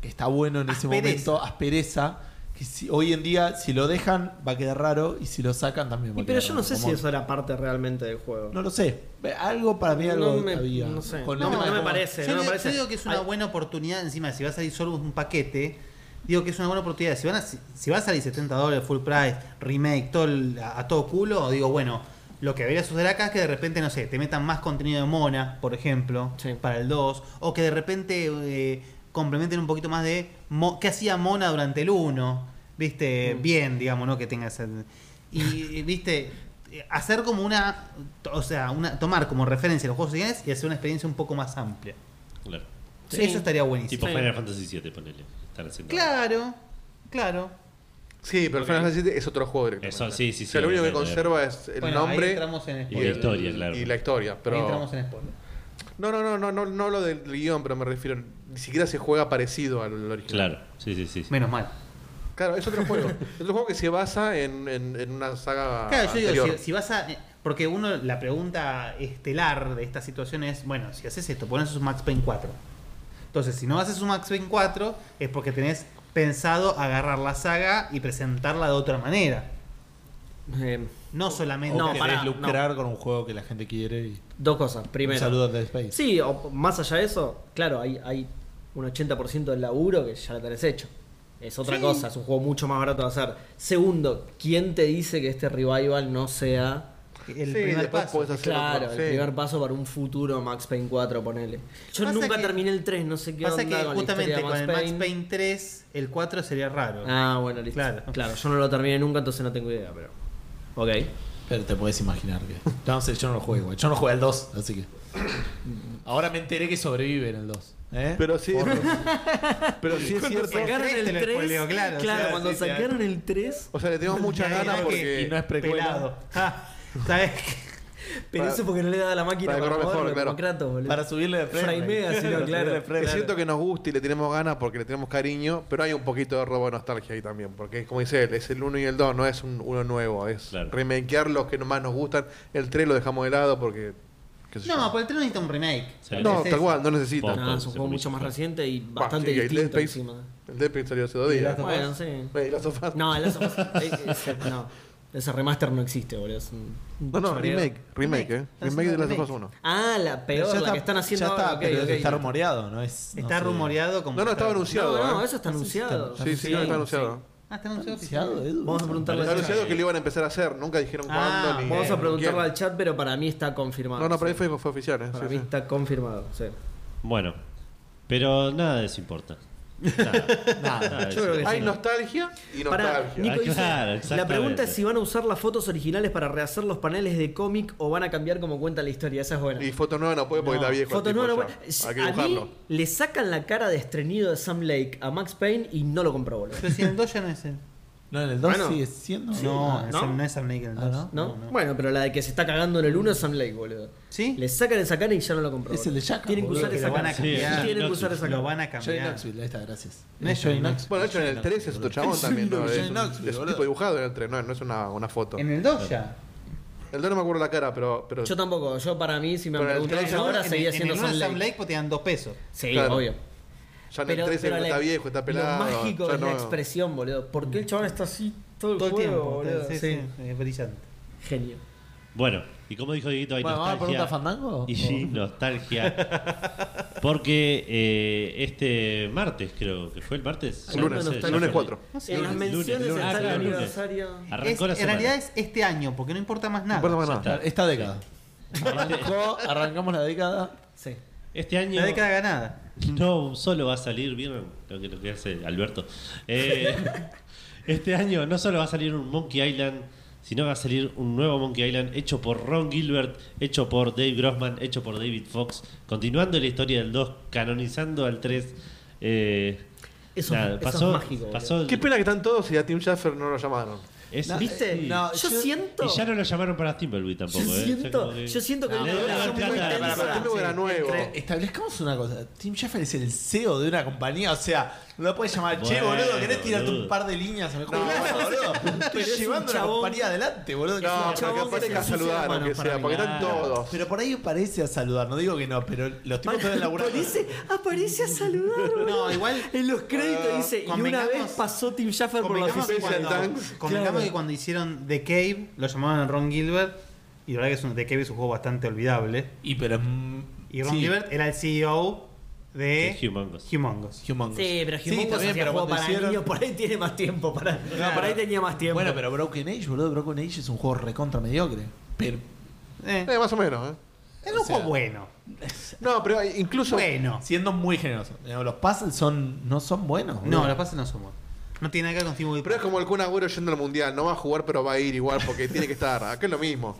S3: que está bueno en ese
S2: Aspereza.
S3: momento, aspereza. Que si, hoy en día, si lo dejan, va a quedar raro, y si lo sacan también va
S1: Y
S3: a
S1: pero
S3: quedar
S1: yo no
S3: raro,
S1: sé
S3: como-
S1: si eso era parte realmente del juego.
S3: No lo sé. Algo para mí, algo
S1: No me-
S3: había.
S1: no sé.
S3: Con
S1: No,
S3: el
S1: no
S3: tema de
S1: me
S3: cómo-
S1: parece.
S2: Yo
S1: no me
S2: digo-
S1: parece.
S2: yo digo que es una
S1: Ay.
S2: buena oportunidad, encima, si va a salir solo un paquete, digo que es una buena oportunidad. Si, van a, si, si va a salir 70 dólares, full price, remake, todo el- a, a todo culo, digo, bueno, lo que debería suceder acá es que de repente, no sé, te metan más contenido de Mona, por ejemplo,
S1: Sí.
S2: para el 2, o que de repente eh, complementen un poquito más de mo- qué hacía Mona durante el 1, viste, bien, digamos, ¿no? Que tenga ese... Y, viste, eh, hacer como una, o sea, una tomar como referencia los juegos siguientes y hacer una experiencia un poco más amplia.
S5: Claro.
S1: Sí.
S2: Eso estaría buenísimo.
S5: Tipo Final Fantasy VII, ponele. Están haciendo
S2: Claro, claro.
S4: Sí, pero Final Fantasy VII es otro juego directamente.
S5: Eso, sí, sí,
S4: O sea,
S5: sí,
S4: lo único que
S5: obviamente.
S4: conserva es el
S2: Bueno, ahí
S4: nombre
S2: entramos en
S4: y,
S5: la
S4: el-
S2: spoiler.
S5: historia, claro.
S4: y la historia.
S2: Ahí
S4: Pero...
S2: entramos en spoiler.
S4: No, no, no, no, no, no lo del guión, pero me refiero. Ni siquiera se juega parecido al original.
S5: Claro, sí, sí, sí. sí.
S2: Menos mal.
S4: Claro, es otro juego. es otro juego que se basa en, en, en una saga.
S2: Claro, yo digo,
S4: anterior.
S2: si, si vas a. eh, Porque uno, la pregunta estelar de esta situación es: bueno, si haces esto, pones un Max Payne 4. Entonces, si no haces un Max Payne 4, es porque tenés pensado agarrar la saga y presentarla de otra manera.
S1: Eh,
S2: No
S3: o
S2: solamente.
S3: que
S1: No,
S3: querés
S1: pará,
S3: lucrar con un juego que la gente quiere. Y...
S1: dos cosas. Primero.
S3: Un saludo a Dead Space.
S1: Sí, o más allá de eso, claro, hay, hay un 80% del laburo que ya lo tenés hecho. Es otra
S2: Sí.
S1: cosa, es un juego mucho más barato de hacer. Segundo, ¿quién te dice que este revival no sea
S2: el
S4: Sí,
S2: primer
S4: después
S2: paso.
S4: podés hacer
S1: claro,
S4: otro,
S1: el
S4: sí.
S1: primer paso para un futuro Max Payne 4, ponele? Yo
S2: Pasa
S1: nunca
S2: que-
S1: terminé el 3, no sé qué
S2: Pasa
S1: onda
S2: que
S1: con la
S2: justamente
S1: historia
S2: con
S1: de
S2: el Max Payne 3, el 4 sería raro.
S1: Ah, bueno, listo. Claro.
S2: Claro.
S1: yo no lo terminé nunca, entonces no tengo idea, pero. Ok.
S3: Pero te puedes imaginar que. No sé, yo no lo juego igual. Yo no jugué al 2, así que. Ahora me enteré que sobrevive en el 2. ¿eh?
S4: Pero sí. pero sí es cierto.
S1: Sacaron
S2: tres te
S1: el
S2: lo
S1: 3.
S2: spoileo, claro,
S1: claro,
S2: o sea,
S1: cuando
S2: sí, sí,
S1: sacaron el 3.
S4: O sea, le tengo muchas
S2: Ya, ya
S4: ganas
S2: que-
S4: porque.
S3: y no es precuela.
S2: Pelado. Ah, ¿Sabes qué?
S1: Pero
S4: Para-
S1: eso porque no le daba la máquina
S4: para
S1: para,
S4: correr mejor,
S1: moverlo, como
S4: claro.
S1: Kratos, boludo.
S3: Para subirle de frame.
S1: Framea,
S3: rate.
S1: sí, no, claro.
S3: Para subirle de frame
S4: Es
S3: rate.
S4: cierto que nos gusta y le tenemos ganas porque le tenemos cariño, pero hay un poquito de robo de nostalgia ahí también, porque es como dice él, es el 1 y el 2, no es un uno nuevo, es
S5: Claro.
S4: remakear los que más nos gustan. El 3 lo dejamos de lado porque, qué sé yo.
S2: No, pues, por el 3 necesita un remake.
S5: Sí.
S4: No,
S2: Es
S4: tal
S2: eso.
S4: cual, no necesita.
S5: Poco.
S4: Bah,
S1: No, es un
S5: se
S1: juego
S5: publica.
S1: mucho más reciente y bastante
S4: sí, y
S1: distinto
S4: El Dead Space,
S1: encima.
S4: el Dead Space salió hace dos
S3: Y Last
S4: días.
S3: of
S1: Bueno, sí.
S4: Y Last of Us.
S1: No, el Last of Us- eh, ese, no. Ese remaster no existe, boludo. es un-
S4: No, no, remake, remake, eh.
S2: Están
S4: Remake de
S2: haciendo
S4: Last of Us
S2: remake.
S4: 1.
S1: Ah, la peor,
S3: Pero ya
S1: la que están haciendo
S3: ya está,
S1: ahora, ok,
S3: pero
S1: ok.
S3: está rumoreado, ¿no? Es, no
S2: Está
S3: sé.
S2: rumoreado como.
S4: No, no, estaba anunciado.
S1: No, no,
S4: ¿eh?
S1: eso está anunciado.
S4: Sí, sí, no, está anunciado.
S2: Ah, está anunciado.
S3: Anunciado, Edu.
S1: Vamos a preguntarle
S4: Está
S1: al chat.
S4: anunciado que lo iban a empezar a hacer, nunca dijeron
S2: Ah,
S4: cuándo ni.
S1: Vamos a
S4: ni
S1: preguntarle
S4: quién.
S1: al chat, pero para mí está confirmado.
S4: No, no, pero ahí
S1: sí.
S4: fue, fue oficial, eh.
S1: Para
S4: sí,
S1: mí
S4: sí.
S1: está confirmado, sí.
S5: Bueno, pero nada de eso importa. Nada, nada de
S1: Yo
S5: eso
S1: creo que
S5: importa.
S4: Hay nostalgia y
S1: Pará,
S4: nostalgia.
S1: Nico
S5: Ah,
S1: dice,
S5: claro,
S1: la
S5: exactamente.
S1: pregunta es si van a usar las fotos originales para rehacer los paneles de cómic o van a cambiar como cuenta la historia. Esa es buena.
S4: Y foto nueva no puede porque está viejo. el
S1: Fotos
S4: tipo
S1: nuevas,
S4: ya.
S1: bueno,
S4: Hay que
S1: a
S4: dibujarlo.
S1: mí le sacan la cara de estrenido de Sam Lake a Max Payne y no lo compro, boludo.
S2: Pero si en el 2 ya no es el.
S3: No, en el 2
S4: Bueno.
S3: sigue siendo.
S1: ¿no?
S2: No, es el- no es Sam Lake en el
S3: Ah,
S2: 2.
S3: ¿no?
S1: ¿No? Bueno, pero la de que se está cagando en el 1 es Sam Lake, boludo.
S2: ¿Sí?
S1: Le sacan esa cara y ya no lo compró.
S3: Es el de Jack,
S1: Tienen que
S3: boludo,
S1: usar
S2: que
S1: esa
S2: lo van
S1: cara.
S2: a cambiar.
S1: Tienen que usar esa
S2: Lo
S1: cara.
S2: van a
S3: Johnny
S2: cambiar.
S3: Knoxville, ahí está, gracias.
S2: No es Johnny Knoxville.
S4: Bueno, de hecho en el 3 es otro chabón
S3: Es
S4: también,
S3: un
S4: ¿no? Es,
S3: Johnny Knoxville,
S4: es un
S3: boludo.
S4: tipo dibujado en el 3, no, no es una, una foto.
S2: En el 2 ya.
S4: El 2 no me acuerdo la cara, pero. pero
S1: Yo tampoco, yo para mí, si me
S4: Pero el
S1: preguntan
S4: tres
S1: ahora,
S2: En el-
S1: seguía
S2: en
S1: siendo
S2: el uno
S1: Sam
S2: de
S1: Lake.
S2: Sam Lake pues te dan dos pesos.
S1: Sí,
S4: Claro.
S1: obvio.
S4: ya en el 3
S1: pero
S4: está
S1: la-
S4: viejo, está pelado.
S1: Lo mágico
S4: ya
S1: es la
S4: no-
S1: expresión, boludo. ¿Por qué el chabón está así todo el,
S2: Todo el
S1: juego,
S2: tiempo.
S1: boludo?
S2: Sí, sí, Es brillante.
S1: Genio.
S5: Bueno, y como dijo Dieguito, hay
S3: Bueno, ¿vamos a
S5: nostalgia.
S3: preguntar Fandango?
S5: Y sí,
S3: ¿O?
S5: nostalgia. Porque eh, este martes, creo que fue el martes.
S4: El lunes,
S5: Ya no sé,
S4: el
S5: ya
S4: lunes
S5: fue
S4: 4.
S1: En las menciones
S5: lunes,
S1: está
S5: ah,
S1: el
S5: lunes.
S1: aniversario.
S2: Es-
S5: Arrancó la
S2: en
S5: semana.
S2: realidad es este año, porque no importa más
S4: No
S2: nada.
S4: importa más
S5: Ya
S4: nada.
S5: está.
S3: Esta década. Arrancó, arrancamos la década.
S1: Sí.
S5: Este año
S2: La década ganada.
S5: no solo va a salir, ¿vieron? Lo que, lo que hace Alberto. Eh, este año no solo va a salir un Monkey Island, sino que va a salir un nuevo Monkey Island hecho por Ron Gilbert, hecho por Dave Grossman, hecho por David Fox, continuando la historia del 2, canonizando al 3. Eh,
S1: Eso- eso es mágico, boludo.
S5: pasó-
S4: Qué pena que están todos y a Tim Schafer no lo llamaron.
S5: es-
S1: ¿Viste?
S5: sí.
S3: No,
S1: yo,
S3: yo-
S1: eh, siento.
S5: Y ya no lo llamaron para Timberwolve tampoco.
S1: yo
S5: eh. Ya
S1: siento.
S5: como que-
S1: Yo siento que
S5: No,
S1: hay
S5: no,
S1: una
S5: no,
S1: relación
S5: no,
S1: muy
S5: no, no,
S1: tensa.
S5: no,
S4: Para era nuevo.
S3: Establezcamos una cosa. Tim Schafer es el CEO de una compañía. O sea, no lo puedes llamar, che,
S5: Bueno,
S3: boludo, ¿querés tirarte
S5: boludo.
S3: un par de líneas? a mi juego, boludo. Estoy
S1: Pero es un
S3: llevando la
S1: chabón.
S3: compañía adelante, boludo. que es
S4: No,
S3: una
S4: pero que
S1: chabón que
S4: aparte que
S1: se ensucia las
S4: saludar,
S1: manos
S4: aunque
S1: para
S4: sea, porque están
S5: mirar.
S4: todos.
S3: Pero por ahí aparece a saludar, no digo que no, pero los tipos están laburando.
S1: Aparece, aparece a saludar, boludo.
S2: No, igual.
S1: En los créditos
S4: Ah,
S1: dice, y una
S2: convengamos-
S1: vez pasó Tim Schaffer por la
S2: Convengamos que,
S1: oficina.
S4: Special
S2: cuando,
S4: Tanks.
S2: convengamos
S1: Claro.
S2: que cuando hicieron The Cave, lo llamaron a Ron Gilbert. Y la verdad que es un, The Cave es un juego bastante olvidable.
S3: Y pero. mm,
S2: Y Ron
S3: sí,
S2: Gilbert era el CEO de
S5: De Humongous.
S2: Humongous.
S3: Humongous.
S1: Sí, pero
S3: Sí,
S1: Humongous
S3: está bien,
S1: hacía
S3: pero
S1: juego
S3: cuando
S1: para
S3: hicieron-
S1: niños, por ahí tiene más tiempo. Para,
S2: Claro.
S1: por ahí tenía más tiempo.
S3: Bueno, pero Broken Age, boludo, Broken Age es un juego recontra mediocre. Pero.
S2: Eh,
S4: Eh, más o menos, ¿eh?
S2: es un juego bueno.
S4: No, pero incluso.
S2: Bueno.
S3: Siendo muy generoso. digamos, Los puzzles son, no son buenos. boludo.
S2: No, los pases no somos. No tiene nada que ver con Timothy.
S4: Pero es como el Kun Agüero yendo al mundial. No va a jugar, pero va a ir igual porque tiene que estar. Acá es lo mismo.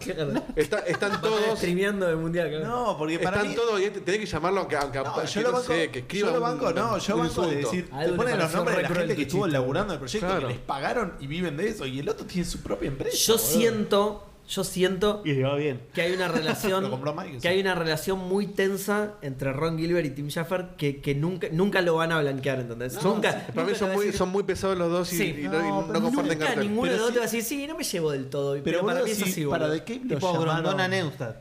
S4: Está- están todos.
S1: Streameando el mundial, claro.
S3: No, porque para
S4: Están
S3: mí-
S4: todos. Y este, tenés que llamarlo aunque. aunque
S3: No,
S4: que
S3: yo lo
S4: no
S3: banco,
S4: sé, que escriba
S3: yo lo
S4: un-
S3: banco, no, yo
S4: un
S3: banco de
S4: insulto.
S3: decir,
S1: Algo
S3: te
S1: le
S3: ponen los
S1: pareció
S3: nombres de
S1: re
S3: la
S1: cruel
S3: gente que
S1: tu
S3: estuvo
S1: chiste,
S3: laburando el proyecto,
S4: Claro.
S3: que les pagaron y viven de eso, y el otro tiene su propia empresa.
S1: Yo
S3: boludo.
S1: siento, yo siento
S2: Y le va bien.
S1: que hay una
S3: Lo
S1: relación
S3: compró Microsoft.
S1: que hay una relación muy tensa entre Ron Gilbert y Tim Schafer que, que nunca, nunca lo van a blanquear, ¿entendés? nunca,
S4: Para mí
S1: nunca
S4: son
S1: te va a
S4: muy,
S1: decir-
S4: son muy pesados los dos y,
S1: Sí.
S4: y no, y
S3: No,
S4: no
S3: pero
S4: comparten
S1: nunca
S4: cartel.
S1: ninguno de
S3: Pero
S1: los dos
S3: sí-
S1: te va a decir, sí, no me llevo del todo. Pero,
S3: Pero
S1: para
S3: boludo,
S1: mí es
S3: si
S1: así,
S3: para
S1: boludo.
S3: The Cave lo
S2: Tipo Grondona
S3: llamaron.
S2: Neustadt.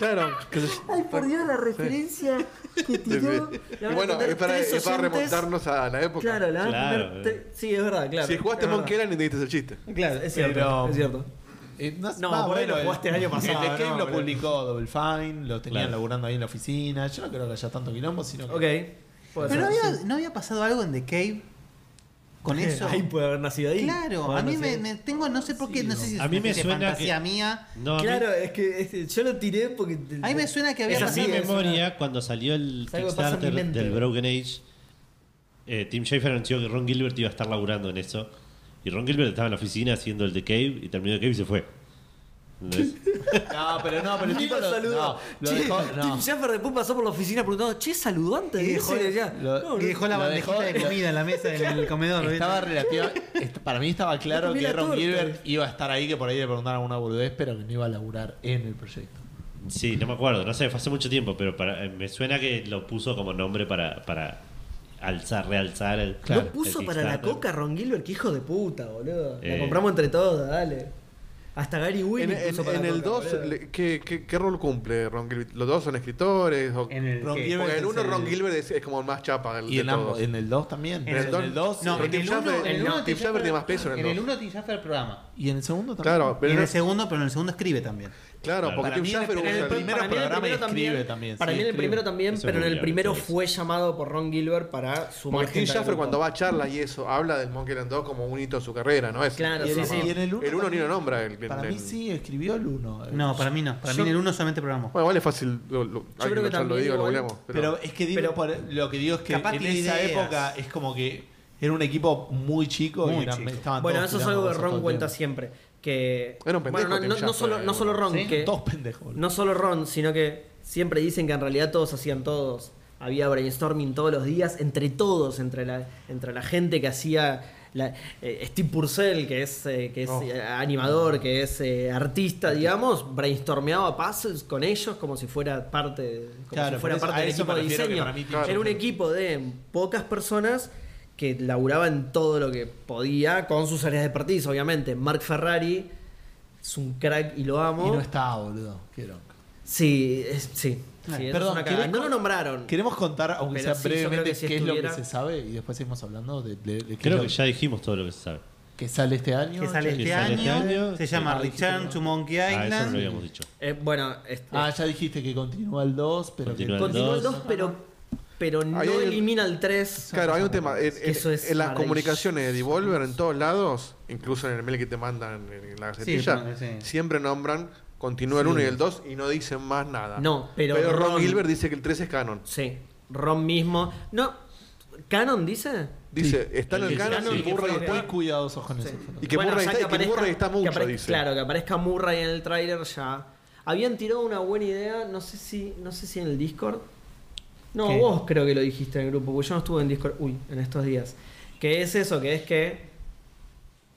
S4: Claro. que-
S1: Ay, por Dios, la referencia que
S4: Sí, sí.
S1: tiró. La van
S4: Y
S1: a
S4: bueno,
S1: tener
S4: es para,
S1: tres
S4: es para
S1: oyentes.
S4: remontarnos a la época.
S1: Claro, la van a
S5: Claro,
S1: tener
S5: eh.
S1: tres- Sí, es verdad, claro.
S4: si jugaste
S1: Es verdad.
S4: Monkey Island, entendiste el chiste.
S1: Claro, es cierto,
S3: Pero-
S1: es cierto.
S3: Eh, no, es-
S1: No,
S3: va,
S1: por ahí lo jugaste el año pasado,
S3: El The Cave
S1: no,
S3: lo
S1: boludo.
S3: publicó Double Fine, lo tenían
S5: Claro.
S3: laburando ahí en la oficina. Yo no creo que haya tanto quilombo, sino que.
S1: Ok. puede
S2: Pero no
S1: ser,
S2: había,
S1: sí.
S2: no había pasado algo en The Cave con eso.
S1: Ahí puede haber nacido ahí.
S2: Claro,
S1: Puede
S2: a mí
S1: haber
S2: me,
S1: nacido ahí.
S2: me tengo, no sé por qué, no sé si es
S5: A mí
S2: una
S5: me
S2: especie de
S5: suena
S2: fantasía
S5: que-
S2: mía.
S5: No, a mí-
S1: Claro, es que es- yo lo tiré porque.
S2: A mí me suena que había
S1: Es
S5: En
S1: así,
S5: mi
S1: es
S5: memoria, cuando salió el
S1: Es algo que pasa en
S5: Kickstarter
S1: mi mente.
S5: del Broken Age, eh, Tim Schafer anunció que Ron Gilbert iba a estar laburando en eso. Y Ron Gilbert estaba en la oficina haciendo el The Cave y terminó The Cave y se fue. Entonces,
S3: No, pero no, pero el
S1: Ni
S3: tipo
S1: lo
S3: lo,
S1: saludó.
S3: no, lo
S1: Che,
S3: dejó. No.
S1: Tim Schafer después pasó por la oficina preguntando, che, saludó antes.
S2: Y
S1: de
S2: dejó-
S1: irse?" Y decía,
S3: lo-
S1: "No,
S2: Y dejó la
S3: Lo
S2: bandejita
S3: dejó-
S2: de comida en la mesa en el comedor. ¿viste?
S3: Estaba relativa. est- Para mí estaba claro
S1: comí
S3: que
S1: la
S3: Ron
S1: torta.
S3: Gilbert iba a estar ahí, que por ahí le preguntaron alguna boludez, pero que no iba a laburar en el proyecto.
S5: sí, no me acuerdo, no sé, fue hace mucho tiempo, pero para- eh, me suena que lo puso como nombre para, para alzar, realzar el.
S3: Claro.
S5: el
S1: ¿No puso para la
S5: Kickstarter.
S1: coca Ron Gilbert? Que hijo de puta, boludo. La
S5: Eh.
S1: compramos entre todos, dale. Hasta Gary Wynn
S4: En, en-
S1: incluso para
S4: en
S1: la
S4: el
S1: coca,
S4: 2,
S1: boludo.
S4: ¿qué, qué, qué rol cumple Ron Gilbert? ¿Los dos son escritores? O-
S2: En el
S3: Ron
S2: que-
S3: Gilbert.
S4: Porque en uno
S3: es el-
S4: Ron Gilbert es, es como el más chapa. el
S3: Y
S4: de
S3: en,
S4: todos.
S3: ambos, en el 2 también.
S2: En
S3: Pero en el 2.
S2: no,
S4: Pero
S2: en
S4: Tim
S2: el
S4: Schafer-
S2: 1
S4: el no, Tim Schafer tiene más peso en el dos.
S2: uno Tim Schafer el programa.
S3: Y en el segundo también.
S4: Claro,
S2: Y
S4: pero
S2: en el segundo, pero en el segundo escribe también.
S4: claro, porque
S3: Para
S4: Tim
S3: mí en el-
S4: Schafer
S3: en
S4: usa
S3: el
S4: el-
S3: primer
S1: Para mí en el
S3: programa
S1: primero
S3: escribe
S1: también-
S3: también,
S1: Para
S3: sí,
S1: mí en el
S3: escribe.
S1: primero también,
S5: Eso es
S1: pero en el
S5: googleable,
S1: primero
S5: todo eso.
S1: fue llamado por Ron Gilbert para sumar
S4: Porque Tim
S1: gente al
S4: Schafer
S1: grupo.
S4: cuando va a charlas y eso, habla del Monkey Island 2 como un hito de su carrera, ¿no? Es,
S1: Claro,
S3: Y
S4: es
S3: en,
S1: sí,
S4: mamá.
S1: sí.
S3: y en el 1.
S4: El uno ni lo nombra. El,
S3: Para
S4: el-
S3: mí sí, escribió el 1.
S2: No, para mí no. Para mí en el uno solamente programó.
S4: Bueno, igual es fácil. Lo, lo, alguien
S1: creo que
S4: lo- ya lo
S1: también
S4: digo, lo
S1: igual-
S4: hablamos, Pero,
S3: Pero es que digo,
S1: pero-
S3: por- lo que digo es que
S2: Capaz
S3: en
S2: tiene
S3: esa
S2: ideas.
S3: época es como que era un equipo muy chico
S2: Muy
S3: y eran-
S2: chico.
S3: estaban
S1: Bueno,
S3: todos
S1: eso es
S3: tirando
S1: algo que
S3: cosas todo
S1: Ron
S3: el
S1: cuenta
S3: tiempo.
S1: siempre. Que.
S4: Era un pendejo
S1: bueno, no,
S4: Tim
S1: no- no
S4: Schafer,
S1: solo, no solo Ron,
S2: ¿sí?
S1: que.
S3: Todos pendejos. boludo.
S1: No solo Ron, sino que siempre dicen que en realidad todos hacían todos. Había brainstorming todos los días, entre todos, entre la, entre la gente que hacía. la- eh, Steve Purcell, que es, eh, que es
S4: Oh.
S1: eh, animador, que es eh, artista, digamos, brainstormeaba pasos con ellos como si fuera parte, de- como
S3: Claro,
S1: si fuera
S3: por eso-
S1: parte
S3: a
S1: del
S3: eso
S1: equipo
S3: me
S1: de
S3: refiero que
S1: diseño.
S3: para mí Tim
S4: Claro.
S1: Era un equipo de pocas personas que laburaban todo lo que podía con sus áreas de expertise, obviamente. Mark Ferrari es un crack y lo amo.
S3: Y no estaba, boludo. Qué bronca.
S1: Sí, es- sí. sí, eso
S3: Perdón,
S1: es una
S3: ¿querés
S1: cagada. no lo
S3: con-
S1: nombraron.
S3: Queremos contar, aunque
S1: Pero
S3: sea
S1: sí, yo creo
S3: brevemente,
S1: que si
S3: qué es lo
S1: estuviera-
S3: que se sabe y después seguimos hablando de, de- de qué es
S5: Creo
S3: lo
S5: que ya dijimos todo lo que se sabe.
S3: que sale este año.
S2: Que sale
S5: que
S2: este
S5: sale este
S2: año.
S5: año.
S2: Se llama
S3: Ah, dijiste
S2: Return
S3: que
S2: to
S3: no.
S2: Monkey
S5: Ah, eso no lo
S2: Island.
S5: habíamos dicho.
S1: Eh, bueno, este,
S3: Ah, ya dijiste que continúa el 2, pero que-
S5: Continúa el
S1: continúa el
S5: dos.
S1: 2, pero, pero no
S4: Ahí hay-
S1: elimina el 3.
S4: claro, hay un tema. En, en-
S1: Eso es
S4: en las
S1: maravilloso.
S4: comunicaciones de Devolver, en todos lados, incluso en el mail que te mandan en, en la
S2: Sí,
S4: gacetilla,
S2: bueno, sí.
S4: siempre nombran, continúa el 1 y el 2 y no dicen más nada.
S1: No, pero
S4: Ron,
S1: Ron-
S4: Gilbert dice que el 3 es canon.
S1: Sí, Ron mismo. No, ¿Canon dice?
S4: Dice, está en
S5: El
S4: el
S5: que
S4: canon
S1: canon
S4: y
S1: y que
S4: Murray
S1: fue-
S4: está.
S3: muy cuidadosos con eso.
S4: Y que
S1: Bueno,
S4: Murray
S1: ya
S4: está- y que Murray está
S1: que
S4: mucho,
S1: aparezca-
S4: dice.
S1: Claro, que aparezca Murray en el tráiler ya. Habían tirado una buena idea, no sé si, no sé si en el Discord. No,
S2: ¿Qué?
S1: vos creo que lo dijiste en el grupo, porque yo no estuve en Discord, uy, en estos días. Que es eso, que es que,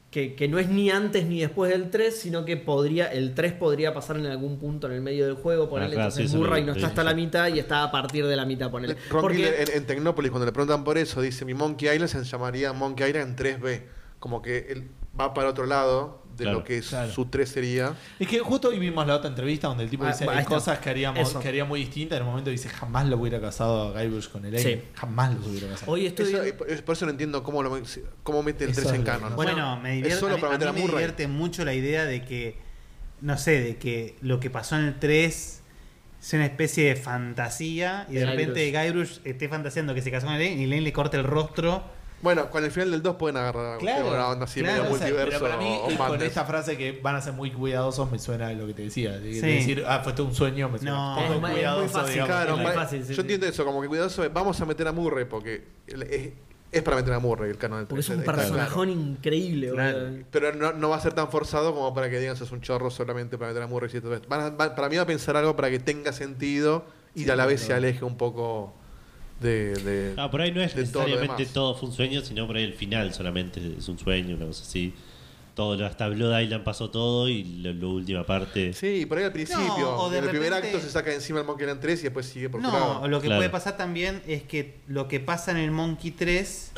S1: que que no es ni antes ni después del 3, sino que podría el 3 podría pasar en algún punto en el medio del juego, ponerle
S5: Ah, claro,
S1: entonces
S5: sí, eso lo-
S1: Murray no
S5: lo
S1: está hasta
S5: dije.
S1: la mitad y está a partir de la mitad, ponele.
S4: Ron
S1: Porque-
S4: Gilbert en, en Tecnópolis, cuando le preguntan por eso, dice, mi Monkey Island se llamaría Monkey Island 3B. Como que él va para otro lado de
S5: Claro,
S4: lo que es
S3: claro.
S4: su 3 sería.
S3: Es que justo hoy vimos la otra entrevista donde el tipo
S1: Ah,
S3: dice
S1: ahí
S3: hay
S1: está.
S3: cosas que haríamos
S1: Eso.
S3: que haría muy distintas. En el momento dice jamás lo hubiera casado a Guybrush con el
S1: Sí.
S3: Jamás lo hubiera casado.
S1: hoy estoy
S4: Eso- es- por eso no entiendo cómo, lo, cómo mete el
S3: Eso
S4: 3 en
S3: es lo que
S4: canon.
S3: no-
S2: Bueno,
S1: Bueno,
S2: me,
S4: es
S2: divierte,
S4: solo
S2: a mí-
S4: para meter
S2: a
S4: a
S2: mí me
S4: Murray.
S2: divierte mucho la idea de que, no sé, de que lo que pasó en el 3 sea una especie de fantasía y de,
S1: De
S2: repente Guybrush esté fantaseando que se casó con Elaine y Elaine le corta el rostro.
S4: Bueno, con el final del 2 pueden agarrar una onda así
S2: claro,
S4: medio
S3: O sea,
S4: multiverso
S3: pero para mí,
S4: o
S3: eh, con
S4: Madness.
S3: esta frase que van a ser muy cuidadosos, me suena a lo que te decía. De
S2: Sí.
S3: de decir, ah, fue todo un sueño, me suena
S2: No,
S3: un poco
S2: es
S1: muy-
S3: cuidadoso,
S1: es muy fácil,
S3: digamos.
S4: Claro,
S1: muy
S4: para-
S1: fácil, sí,
S4: yo
S1: sí.
S4: entiendo eso, como que cuidadoso, vamos a meter a Murray porque él- es, es para meter a Murray el canon del
S1: porque es
S4: 3,
S1: un
S4: está claro.
S1: personajón increíble,
S2: Claro.
S1: boludo.
S4: Pero no, no va a ser tan forzado como para que digan es un chorro solamente para meter a Murray. Y todo esto. Van a- van- para mí va a pensar algo para que tenga sentido y a la vez se aleje un poco de... de-
S5: Ah, por ahí no es
S4: de todo lo
S5: necesariamente
S4: demás.
S5: todo, fue un sueño, sino por ahí el final solamente es un sueño, una cosa así. Todo, lo- hasta Blood Island pasó todo y lo- la última parte.
S4: Sí, por ahí al principio.
S2: No, o de
S4: en el primer
S2: repente-
S4: acto se saca encima el Monkey Island 3 y después sigue por otro
S2: No,
S4: lado.
S2: lo que
S5: Claro.
S2: puede pasar también es que lo que pasa en el Monkey 3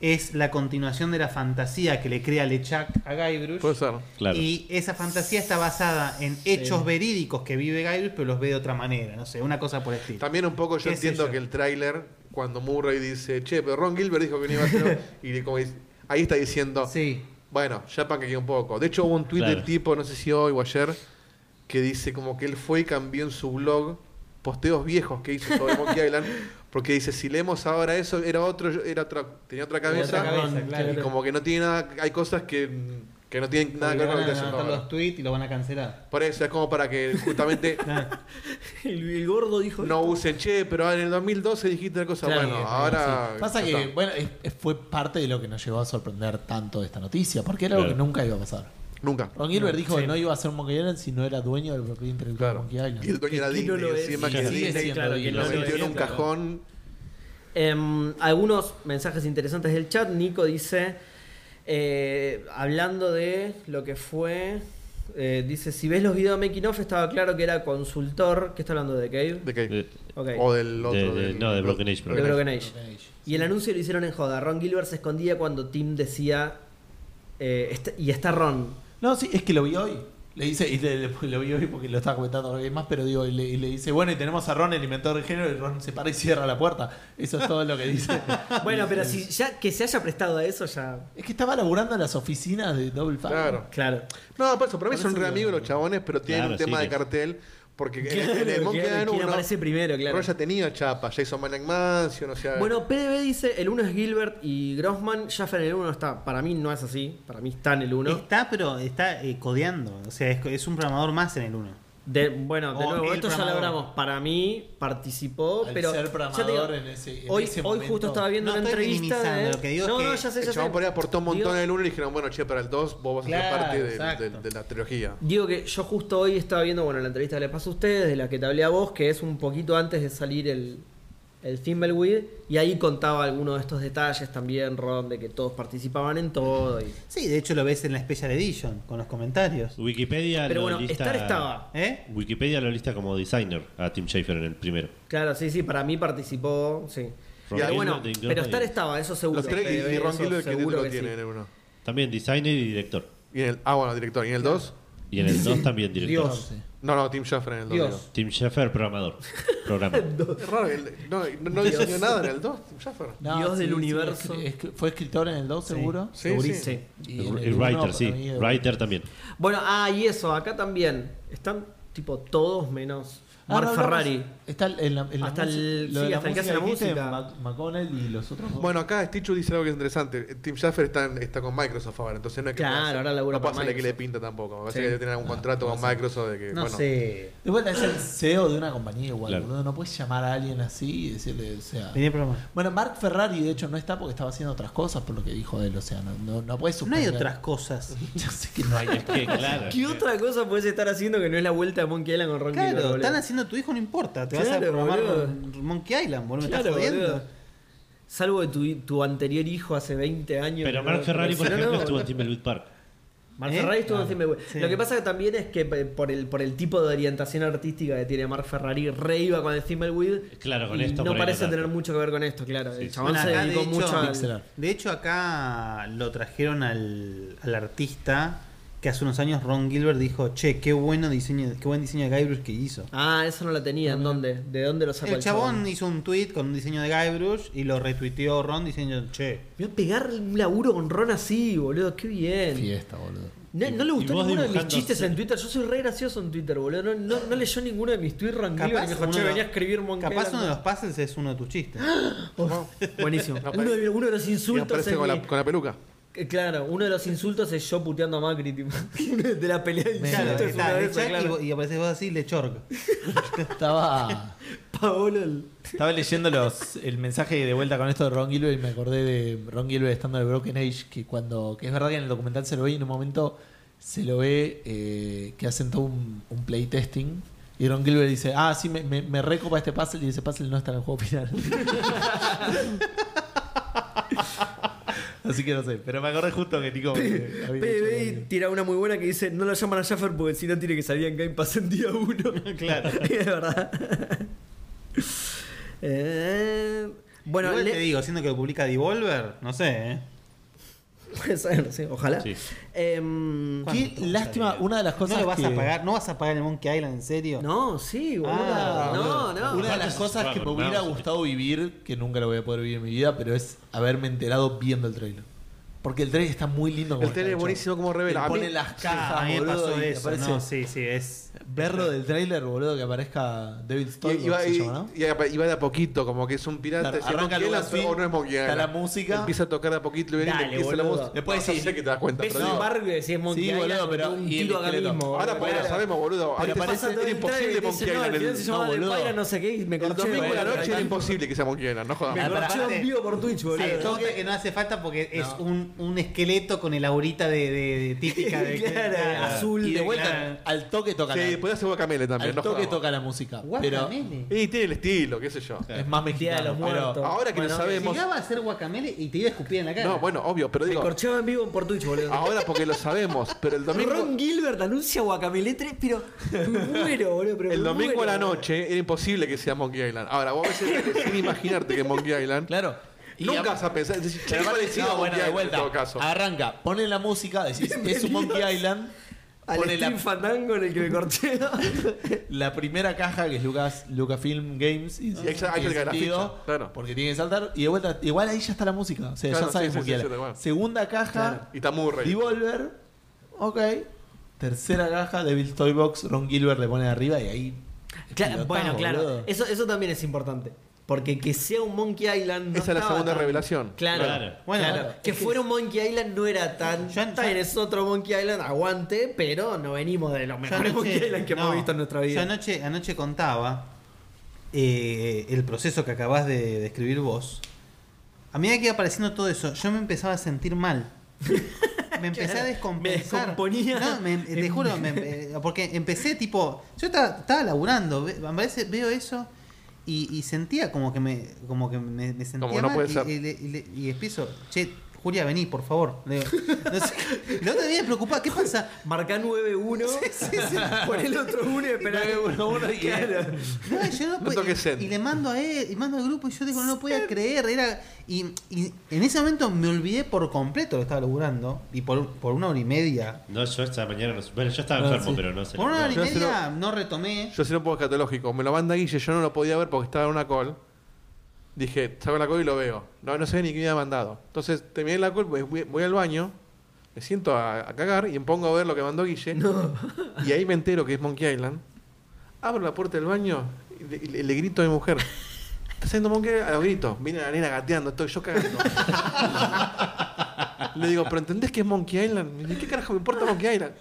S2: es la continuación de la fantasía que le crea Lechak a Guybrush.
S4: Puede ser.
S5: Claro.
S2: Y esa fantasía está basada en hechos verídicos que vive Guybrush, pero los ve de otra manera, no sé, una cosa por el estilo.
S4: También un poco yo
S2: ¿Qué sé
S4: entiendo
S2: yo?
S4: que el tráiler, cuando Murray dice, che, pero Ron Gilbert dijo que no iba a ser... y como dice- ahí está diciendo,
S2: Sí.
S4: Bueno, ya panquequé un poco. De hecho, hubo un tweet
S5: Claro.
S4: del tipo, no sé si hoy o ayer, que dice como que él fue y cambió en su blog posteos viejos que hizo sobre Monkey Island, porque dice, si leemos ahora eso, era otro, era otra, tenía otra cabeza,
S2: otra cabeza, claro.
S4: y como que no tiene nada, hay cosas que, que no tienen nada
S2: Porque
S4: que
S2: van
S4: ver con lo
S2: a
S4: que está haciendo
S2: levantar los
S4: ahora.
S2: tweets y lo van a cancelar.
S4: Por eso es como para que justamente
S1: El, el gordo dijo
S4: no usen, che, pero en el 2012 dijiste tal cosa,
S1: Claro,
S4: bueno,
S1: sí,
S4: ahora...
S3: Sí. Pasa
S4: ya
S3: que,
S4: está.
S3: bueno, es- es- fue parte de lo que nos llevó a sorprender tanto de esta noticia, porque era algo
S5: Claro.
S3: que nunca iba a pasar.
S4: Nunca.
S3: Ron Gilbert dijo que no iba a ser Monkey Island si no era dueño del propiedad intelectual
S4: Claro.
S3: de Monkey
S4: Y el
S3: Island.
S4: dueño era
S1: Que- que no
S4: Disney,
S1: lo es.
S4: encima
S1: Y
S4: que
S1: sigue
S4: Disney
S1: siendo claro, que
S4: lo
S1: no lo
S4: metió en
S1: es,
S4: un
S1: claro.
S4: cajón.
S1: Em, algunos mensajes interesantes del chat. Nico dice, eh, hablando de lo que fue, eh, dice, si ves los videos de Making Off, estaba claro que era consultor. ¿Qué está hablando de Cave?
S4: ¿De qué?
S5: Eh,
S1: Ok.
S4: O del otro.
S5: De- de-
S4: del-
S5: no, de Broken Age,
S1: De Broken Age.
S3: Broken Age.
S1: Y el anuncio lo hicieron en joda. Ron Gilbert se escondía cuando Tim decía, eh, "Está- y está Ron.
S3: No, sí, es que lo vi hoy. Le dice, y le- le- lo vi hoy porque lo estaba comentando ahora que más, pero digo, y le, y le dice, bueno, y tenemos a Ron, el inventor del género, y Ron se para y cierra la puerta. Eso es todo lo que dice.
S1: Bueno, pero si ya que se haya prestado a eso, ya.
S3: Es que estaba laburando en las oficinas de Double Fine.
S4: Claro.
S1: Claro.
S4: No, por eso, para mí son
S3: Parece
S4: re
S3: que-
S4: amigos los chabones, pero tienen
S5: Claro,
S4: un tema
S5: sí,
S4: de
S5: que-
S4: cartel. Porque en el- en el
S1: Claro,
S4: Monkey
S1: claro,
S4: Island
S1: ¿quién
S4: 1,
S1: aparece primero, claro.
S4: Ron ya tenía chapa, Jason Maniac Mansion, o sea.
S1: Bueno, PDB dice, el uno es Gilbert y Grossman, Jaffer en el 1 está. Para mí no es así, para mí está en el 1.
S2: Está, pero está eh, codeando. O sea, es, es un programador más en el 1.
S1: De, bueno, de
S2: O
S1: nuevo,
S2: el
S1: esto ya lo
S2: programador.
S1: hablamos. Para mí participó,
S3: Oh, Al
S1: pero.
S3: ser
S1: ya te digo,
S3: programador en ese- en
S1: hoy,
S3: ese
S1: hoy
S3: momento.
S1: justo estaba viendo
S2: No
S1: una
S2: estoy
S1: entrevista.
S2: minimizando,
S1: de-
S2: lo que digo es
S1: no, no,
S2: que
S1: ya sé,
S4: el
S1: ya
S4: chabón
S1: sé.
S4: por ahí aportó un montón
S1: Digo-
S4: en el 1 y le dijeron, bueno, che, para el 2 vos vas a
S2: Claro,
S4: ser parte de,
S2: exacto.
S4: de- de la trilogía.
S1: Digo que yo justo hoy estaba viendo, bueno, la entrevista que le pasó a ustedes, de la que te hablé a vos, que es un poquito antes de salir el, el Thimbleweed, y ahí contaba algunos de estos detalles también, Ron, de que todos participaban en todo. y-
S2: Sí, de hecho lo ves en la Special Edition, con los comentarios.
S5: Wikipedia
S1: Pero
S5: lo
S1: bueno,
S5: lista-
S1: Star estaba.
S2: ¿Eh?
S5: Wikipedia lo lista como designer a Tim Schafer en el primero.
S1: Claro, sí, sí, para mí participó, sí.
S5: Ron
S1: pero
S5: Gilbert
S1: bueno,
S5: de
S1: pero Star
S5: Inglaterra.
S1: estaba, eso seguro.
S4: Los tres y,
S1: PDB,
S4: y Ron
S1: eso
S4: Gilbert, que
S1: seguro
S4: título
S1: que
S4: tiene
S1: sí.
S4: en el 1.
S5: También designer y director.
S4: Y en el, ah, bueno, director. ¿Y en el 2?
S5: Y en el 2 también director.
S1: Dios.
S4: No, no, Tim Schafer en el 2.
S1: Dios.
S5: Tim Schafer, programador. Programa.
S4: Es raro, el- no, no, no diseñó nada en el 2, Tim Schafer.
S1: Dios del universo.
S3: es- es- fue escritor en el 2, seguro.
S4: Sí, sí.
S1: Segurísimo.
S5: y,
S3: en el
S5: y
S3: uno,
S5: writer,
S3: para
S5: sí.
S3: mí,
S5: Writer también.
S1: Bueno, ah, y eso, acá también. Están tipo todos menos
S3: Ah,
S1: Mark
S3: no, hablamos-
S1: Ferrari.
S3: Está en la, en la
S1: Hasta el-
S3: música- lo de
S1: sí, hasta el que hace la
S3: dijiste,
S1: música.
S3: Mac- McConnell y los otros dos.
S4: Bueno, acá Stichu dice algo que es interesante. Eh, Tim Schafer está, en- está con Microsoft ahora, entonces no es que
S1: Claro,
S4: pueda-
S1: ahora labura
S4: no
S1: para
S4: pasa la que le
S1: Microsoft.
S4: pinta tampoco. Me parece
S1: Sí.
S4: que debe tener algún contrato con Microsoft de que,
S1: No
S4: Eh, bueno,
S1: sé.
S3: De vuelta es el CEO de una compañía igual,
S5: Claro.
S3: boludo. No puedes llamar a alguien así y decirle, o sea.
S2: Tenía programa.
S3: Bueno, Mark Ferrari de hecho no está porque estaba haciendo otras cosas por lo que dijo él, o sea, no, no, no puedes
S2: No hay
S3: suponer-
S2: otras cosas.
S3: Yo sé que no hay.
S5: Es que, claro.
S1: ¿Qué otra cosa puedes estar haciendo que no es la vuelta de Monkey Island con Ron Gilbert,
S2: Claro,
S1: boludo?
S2: están haciendo tu hijo, no importa. Te vas a
S1: Claro,
S2: programar
S1: boludo.
S2: con Monkey Island, boludo. Me
S1: Claro,
S2: estás jodiendo.
S1: boludo. Salvo de tu, tu anterior hijo hace 20 años.
S5: Pero
S1: boludo,
S5: Mark Ferrari, por
S1: si no,
S5: ejemplo,
S1: no,
S5: estuvo en
S1: boludo.
S5: Thimbleweed Park.
S1: Mark
S2: ¿Eh?
S1: Ferrari estuvo en Thimbleweed.
S2: sí.
S1: Lo que pasa que también es que eh, por el, por el tipo de orientación artística que tiene Mark Ferrari, re iba con el Thimbleweed.
S5: Claro, con
S1: y
S5: esto
S1: No
S5: por ahí no
S1: parece
S5: tanto.
S1: tener mucho que ver con esto, claro.
S5: Sí,
S1: el
S5: sí.
S1: chabón
S2: Bueno,
S1: se
S2: acá, de
S1: dedicó
S2: hecho,
S1: mucho al-
S3: pixelar.
S2: De hecho, acá lo trajeron al, al artista que hace unos años Ron Gilbert dijo, che, qué bueno diseño, qué buen diseño de Guybrush que hizo.
S1: Ah, eso no la tenía. ¿En dónde? ¿De dónde lo sacó
S2: El
S1: el,
S2: chabón hizo un tweet con un diseño de Guybrush y lo retuiteó Ron diciendo, che,
S1: Me voy a pegar un laburo con Ron así, boludo. Qué bien.
S3: Fiesta, boludo.
S1: No, no le gustó
S5: y vos
S1: ninguno de mis
S5: dibujando-
S1: chistes en Twitter. Yo soy re gracioso en Twitter, boludo. No, no, no leyó ninguno de mis tweets ranquilos.
S2: capaz,
S1: Y me dijo,
S2: uno
S1: che,
S2: de los-
S1: venía a escribir Monkey
S2: capaz
S1: Island".
S2: uno de los puzzles es uno de tus chistes.
S4: no.
S1: Buenísimo.
S4: No,
S1: uno, de, uno de los
S4: Y
S1: insultos
S4: aparece
S1: es
S4: con
S1: mi-
S4: la, con la peluca.
S1: eh, Claro, uno de los insultos es yo puteando a Macri, tipo. de la pelea de insultos
S2: Claro,
S1: es una
S2: está,
S1: de
S2: Lechak
S1: esas,
S2: y,
S1: claro.
S2: vos- y apareces vos así, Lechork.
S3: Estaba,
S1: Paolo el-
S3: estaba leyendo los, el mensaje de vuelta con esto de Ron Gilbert y me acordé de Ron Gilbert estando en el Broken Age, que cuando, que es verdad que en el documental se lo ve y en un momento se lo ve eh, que hacen todo un, un playtesting. Y Ron Gilbert dice, ah, sí, me, me, me recopa este puzzle y ese puzzle no está en el juego final. Así que no sé, pero me acordé justo que Nico... eh, había dicho Ron
S1: PB
S3: Gilbert.
S1: tira una muy buena que dice: No lo llaman a Jaffer porque si no tiene que salir en Game Pass en día uno.
S2: Claro.
S1: es verdad. Eh,
S2: Bueno,
S1: bueno, le-
S2: te digo, siendo que lo publica Devolver, no sé, ¿eh?
S1: puede ser, no sé, ojalá.
S5: Sí.
S1: Em,
S2: ¿Cuánto
S3: Qué
S2: te gustaría?
S3: lástima, una de las cosas
S2: ¿No lo vas
S3: que...
S2: a pagar? ¿No vas a pagar el Monkey Island en serio?
S1: no, sí, boludo.
S2: Ah,
S1: no,
S3: Una-
S1: no.
S3: Una de las cosas que me hubiera gustado vivir, que nunca lo voy a poder vivir en mi vida, pero es haberme enterado viendo el trailer. Porque el trailer está muy lindo. como
S4: El tele
S3: está
S4: es
S3: hecho.
S4: buenísimo como
S3: Él
S4: revela. A mí-
S3: pone las
S2: Sí, a
S3: cajas,
S2: mí me
S3: boludo,
S2: pasó
S3: y
S2: eso,
S3: aparece-
S2: no, sí, sí, es...
S3: Verlo del trailer, boludo, que aparezca David
S4: Y,
S3: Stolberg,
S4: y va-
S3: se llama, ¿no?
S4: y- y va- y va de a poquito, como que es un pirata.
S3: Claro,
S4: si es
S3: arranca
S4: Monkey
S3: luego
S4: Island,
S3: así,
S4: o no es Monkey
S3: está
S4: Island.
S3: la música.
S4: Empieza a tocar de a poquito y viene y
S1: Dale,
S4: empieza la
S1: boludo.
S4: música.
S3: Después
S4: No, ya
S3: sí.
S4: sé que te das cuenta.
S1: Ves
S4: pero
S1: un
S3: no.
S4: digo,
S1: barco y decís Monkey
S3: Sí,
S1: Island,
S3: boludo,
S1: me
S3: pero-
S1: pego un
S3: y el
S1: tiro acá
S3: esqueleto.
S1: mismo. boludo.
S4: Ahora porque
S1: Claro.
S4: ya sabemos, boludo.
S3: Pero
S4: Antes
S3: aparece-
S4: era imposible Monkey
S1: no,
S4: Island.
S1: al final
S4: El
S1: se llamaba
S3: No,
S1: The
S3: boludo.
S1: Pyra no sé qué y me
S4: el
S1: corché.
S4: domingo de la
S1: boludo.
S4: noche Ah, era imposible que sea Monkey Island, no
S1: Me
S4: jodas.
S3: Claro.
S1: corché
S3: Aparte-
S1: en vivo por Twitch,
S2: Sí,
S1: boludo.
S2: todo que no hace falta porque es
S3: No.
S2: un, un esqueleto con el aurita de, de- de típica de
S1: Claro, azul.
S3: Y de vuelta,
S2: claro.
S3: al toque toca
S4: Sí,
S3: la
S4: después hace Guacamele también,
S3: Al
S4: no
S3: toque
S4: jodamos.
S3: toca la música. Pero
S2: Guacamele.
S4: Y tiene el estilo, qué sé yo.
S3: es
S1: Día
S3: más
S1: de
S3: mexicano.
S1: los Muertos.
S3: pero-
S4: Ahora que lo
S1: Bueno,
S4: sabemos.
S2: Llegaba a ser guacamele y te iba a escupir en la cara.
S4: No, bueno, obvio, pero
S1: Me
S4: digo,
S1: corchaba en vivo por Twitch, boludo.
S4: ahora porque lo sabemos, pero Ah, el domingo
S1: Ron Gilbert anuncia Guacamele 3, pero me muero, boludo. pero
S4: el
S1: me
S4: domingo a
S1: muero,
S4: la
S1: boludo.
S4: noche era imposible que sea Monkey Island. Ahora, vos ves el trailer sin imaginarte que es Monkey Island.
S3: Claro. Y
S4: Nunca
S3: a-
S4: vas a pensar. decís, che,
S3: Pero
S4: qué
S3: aparte-
S4: parecido a
S3: no, bueno,
S4: Monkey
S3: de
S4: Island en
S3: vuelta.
S4: todo caso.
S3: Arranca, pone la música, decís, es un Monkey Island.
S1: Al
S3: Pone la,
S1: Steam Fandango en el que me corté.
S3: la primera caja que es Lucas, Lucasfilm Games. Y,
S4: Y exa- hay que
S3: tiene
S4: sacar la
S3: sentido,
S4: ficha, claro.
S3: Porque tiene que saltar. Y de vuelta, igual ahí ya está la música. O sea,
S4: Claro,
S3: ya
S4: sí,
S3: sabes
S4: sí,
S3: Monkey
S4: sí,
S3: Island.
S4: sí, de acuerdo.
S3: Segunda caja,
S4: Y está Murray.
S3: Devolver. Ok. Tercera caja, Devil's Toy Box. Ron Gilbert le pone arriba y ahí.
S1: Claro,
S3: explotamos,
S1: bueno, claro.
S3: boludo.
S1: Eso, eso también es importante. Porque que sea un Monkey Island. no
S4: Esa es la
S1: estaba
S4: segunda
S1: tan-
S4: revelación.
S1: Claro.
S5: Claro.
S2: Bueno,
S1: claro. Que fuera un Monkey Island no era tan.
S2: Yo-
S1: Ya,
S2: yo-
S1: eres otro Monkey Island, aguante, pero no venimos de los
S2: Yo
S1: mejores Monkey
S2: anoche,
S1: Island que
S2: no,
S1: hemos visto en nuestra
S2: yo
S1: vida.
S2: anoche, anoche contaba eh, el proceso que acabas de describir vos. A medida que iba apareciendo todo eso, yo me empezaba a sentir mal. Me empecé a
S1: Claro,
S2: descompensar.
S1: me descomponía.
S2: No, me- te juro, me- eh, porque empecé tipo. Yo estaba, estaba laburando, ve- a veces veo eso y, y sentía como que me, como que me, me sentía
S4: Como que no
S2: mal.
S4: puede
S2: y,
S4: ser.
S2: y le- y le- y empiezo, che, Julia, vení, por favor. Le digo, no sé, no te debías preocupar, ¿qué pasa?
S1: Marcá 9-1, pon el otro 1 y esperá. 9-1 claro.
S2: No, yo no
S4: No
S2: podía-
S4: toques send.
S2: y le mando a él, y mando al grupo, y yo digo, no lo podía creer. Era, y, y en ese momento me olvidé por completo lo que estaba logrando. Y por, por una hora y media.
S5: No, yo esta mañana no. Bueno, yo estaba
S3: No,
S5: enfermo,
S3: sí.
S5: pero no sé.
S2: Por una hora y
S4: Yo se lo-
S2: media no retomé.
S4: Yo soy un poco escatológico. Me lo manda Guille, yo no lo podía ver porque estaba en una call. Dije, saco la call y lo veo. No, no sé ni qué me había mandado. Entonces terminé la call, voy, voy- voy al baño, me siento a, a cagar y me pongo a ver lo que mandó Guille. Y ahí me entero que es Monkey Island. Abro la puerta del baño y le, y le- le grito a mi mujer. ¿Estás haciendo Monkey Island? A los gritos. Viene la nena gateando, estoy yo cagando. le digo, ¿pero entendés que es Monkey Island? Me dice, ¿Qué carajo me importa Monkey Island?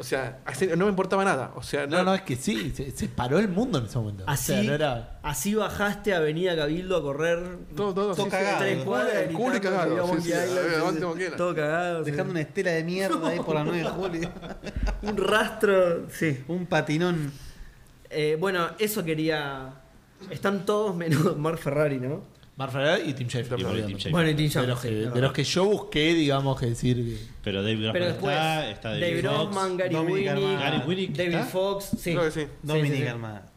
S4: O sea, así- no me importaba nada. O sea,
S3: No, no, es que sí, se, se paró el mundo en ese momento.
S1: Así,
S3: O sea, no era-
S1: así bajaste a Avenida Cabildo a correr.
S4: Todo,
S2: Todo
S4: todo. sí, sí.
S2: cagado.
S1: Tres cuadras.
S4: El culo y
S1: gritando,
S4: cagado,
S1: "Viva
S4: sí,
S1: Monkey
S4: sí,
S1: Island",
S4: aguante
S1: entonces,
S4: Monkey Island.
S1: Todo cagado. sí.
S2: Dejando una estela de mierda ahí por la 9 de julio.
S1: Un rastro. Sí.
S2: Un patinón.
S1: Eh, bueno, eso quería. Están todos menos Mark Ferrari, ¿no?
S3: Mark Ferrer y Tim Schafer.
S5: Y bueno, y Tim
S3: obviamente.
S5: Schafer.
S1: Bueno, y Tim
S3: de,
S1: Schafer,
S3: los que,
S1: sí,
S3: de
S1: verdad.
S3: los que yo busqué, digamos, que decir. que-
S5: Pero David Grossman
S1: Pero después,
S5: está, está
S1: Dave
S5: David
S1: Grossman,
S5: Fox,
S1: Gary
S2: Dominic
S1: Winnick,
S2: Armato.
S5: Gary Winnick,
S1: David
S5: ¿está?
S1: Fox, sí.
S4: Creo que sí.
S2: Dominic
S1: sí, sí.
S2: Armato.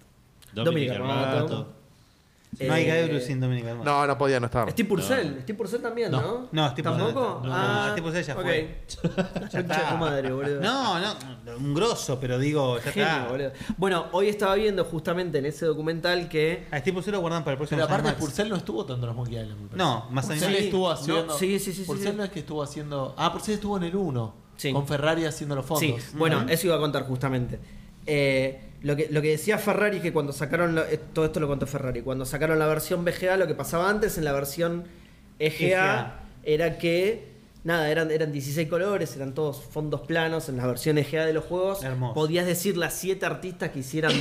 S5: Dominic
S1: Dominic
S5: Armato.
S1: Armato.
S2: No hay
S1: Eh,
S2: Gabriel sin Dominic Armato.
S4: No, no podía no estar.
S1: Steve Purcell, Steve Purcell también, ¿no?
S2: No, no, Steve Purcell
S1: ¿Tampoco?
S2: no, no,
S1: ah,
S2: Steve Purcell ya
S1: ok.
S2: fue.
S1: Concha de tu madre, boludo.
S2: No, no, un grosso, pero digo, ya
S1: Genio,
S2: está.
S1: boludo. Bueno, hoy estaba viendo justamente en ese documental que.
S2: A Steve Purcell lo guardan para el próximo
S3: Pero aparte,
S2: Animax.
S3: Purcell no estuvo tanto en los Monkey Island. me parece.
S2: No, más
S3: Purcell
S2: animal.
S3: estuvo
S1: No,
S3: haciendo.
S1: sí, sí, sí, sí,
S3: Purcell
S1: sí.
S3: no es que estuvo haciendo. Ah, Purcell estuvo en el 1.
S1: Sí.
S3: Con Ferrari haciendo los fondos.
S1: Sí, bueno, eso iba a contar justamente. Eh, lo, que, lo que decía Ferrari es que cuando sacaron. la- eh, todo esto lo contó Ferrari. Cuando sacaron la versión BGA, lo que pasaba antes en la versión EGA,
S2: EGA.
S1: era que. Nada, eran, eran 16 colores, eran todos fondos planos. En las versiones EGA de los juegos,
S2: Hermoso.
S1: podías decir las 7 artistas que hicieran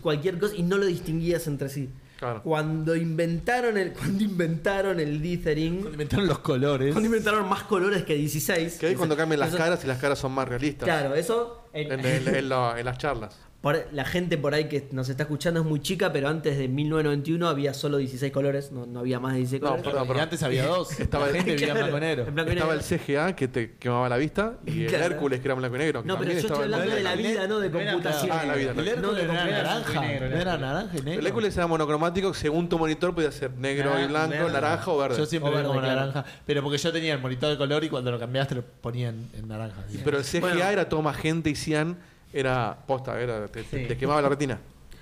S1: cualquier cosa y no lo distinguías entre sí.
S4: Claro.
S1: Cuando inventaron el, cuando inventaron el dithering,
S3: Cuando inventaron los colores.
S1: cuando inventaron más colores que 16.
S4: Que ahí cuando cambian las
S1: eso-
S4: caras y las caras son más realistas.
S1: Claro, eso. en-
S4: En, en- en lo- en las charlas.
S1: por- la gente por ahí que nos está escuchando es muy chica, pero antes de 1991 había solo 16 colores, no, no había más de 16
S4: No,
S1: colores.
S4: perdón,
S3: Y antes había dos.
S4: Estaba-
S3: la gente vivía en blanco y negro.
S1: En blanco y
S4: Estaba el
S1: negro.
S4: CGA que te quemaba la vista y el
S1: Claro.
S4: Hércules que era blanco y negro. que
S1: No, pero
S4: también
S1: yo estoy
S4: estaba en
S1: hablando de la
S4: blanco y negro.
S1: vida, no de
S3: No era-
S1: computación.
S4: Ah, la vida,
S3: El
S1: No,
S3: Hércules
S1: de
S3: era
S1: computación.
S3: naranja.
S2: negro, el
S3: No era naranja
S1: ¿eh?
S3: y negro.
S4: El Hércules era monocromático, según tu monitor podía ser negro
S2: Ah,
S4: y blanco,
S2: verde.
S4: naranja o verde.
S3: Yo siempre
S1: O
S3: veía
S1: verde,
S3: como
S1: claro.
S3: naranja. Pero porque yo tenía el monitor de color y cuando lo cambiaste lo ponía en, en naranja. digamos.
S4: Pero el CGA era todo más gente y Cian era posta, era, te, te-
S2: Sí.
S4: te quemaba la retina.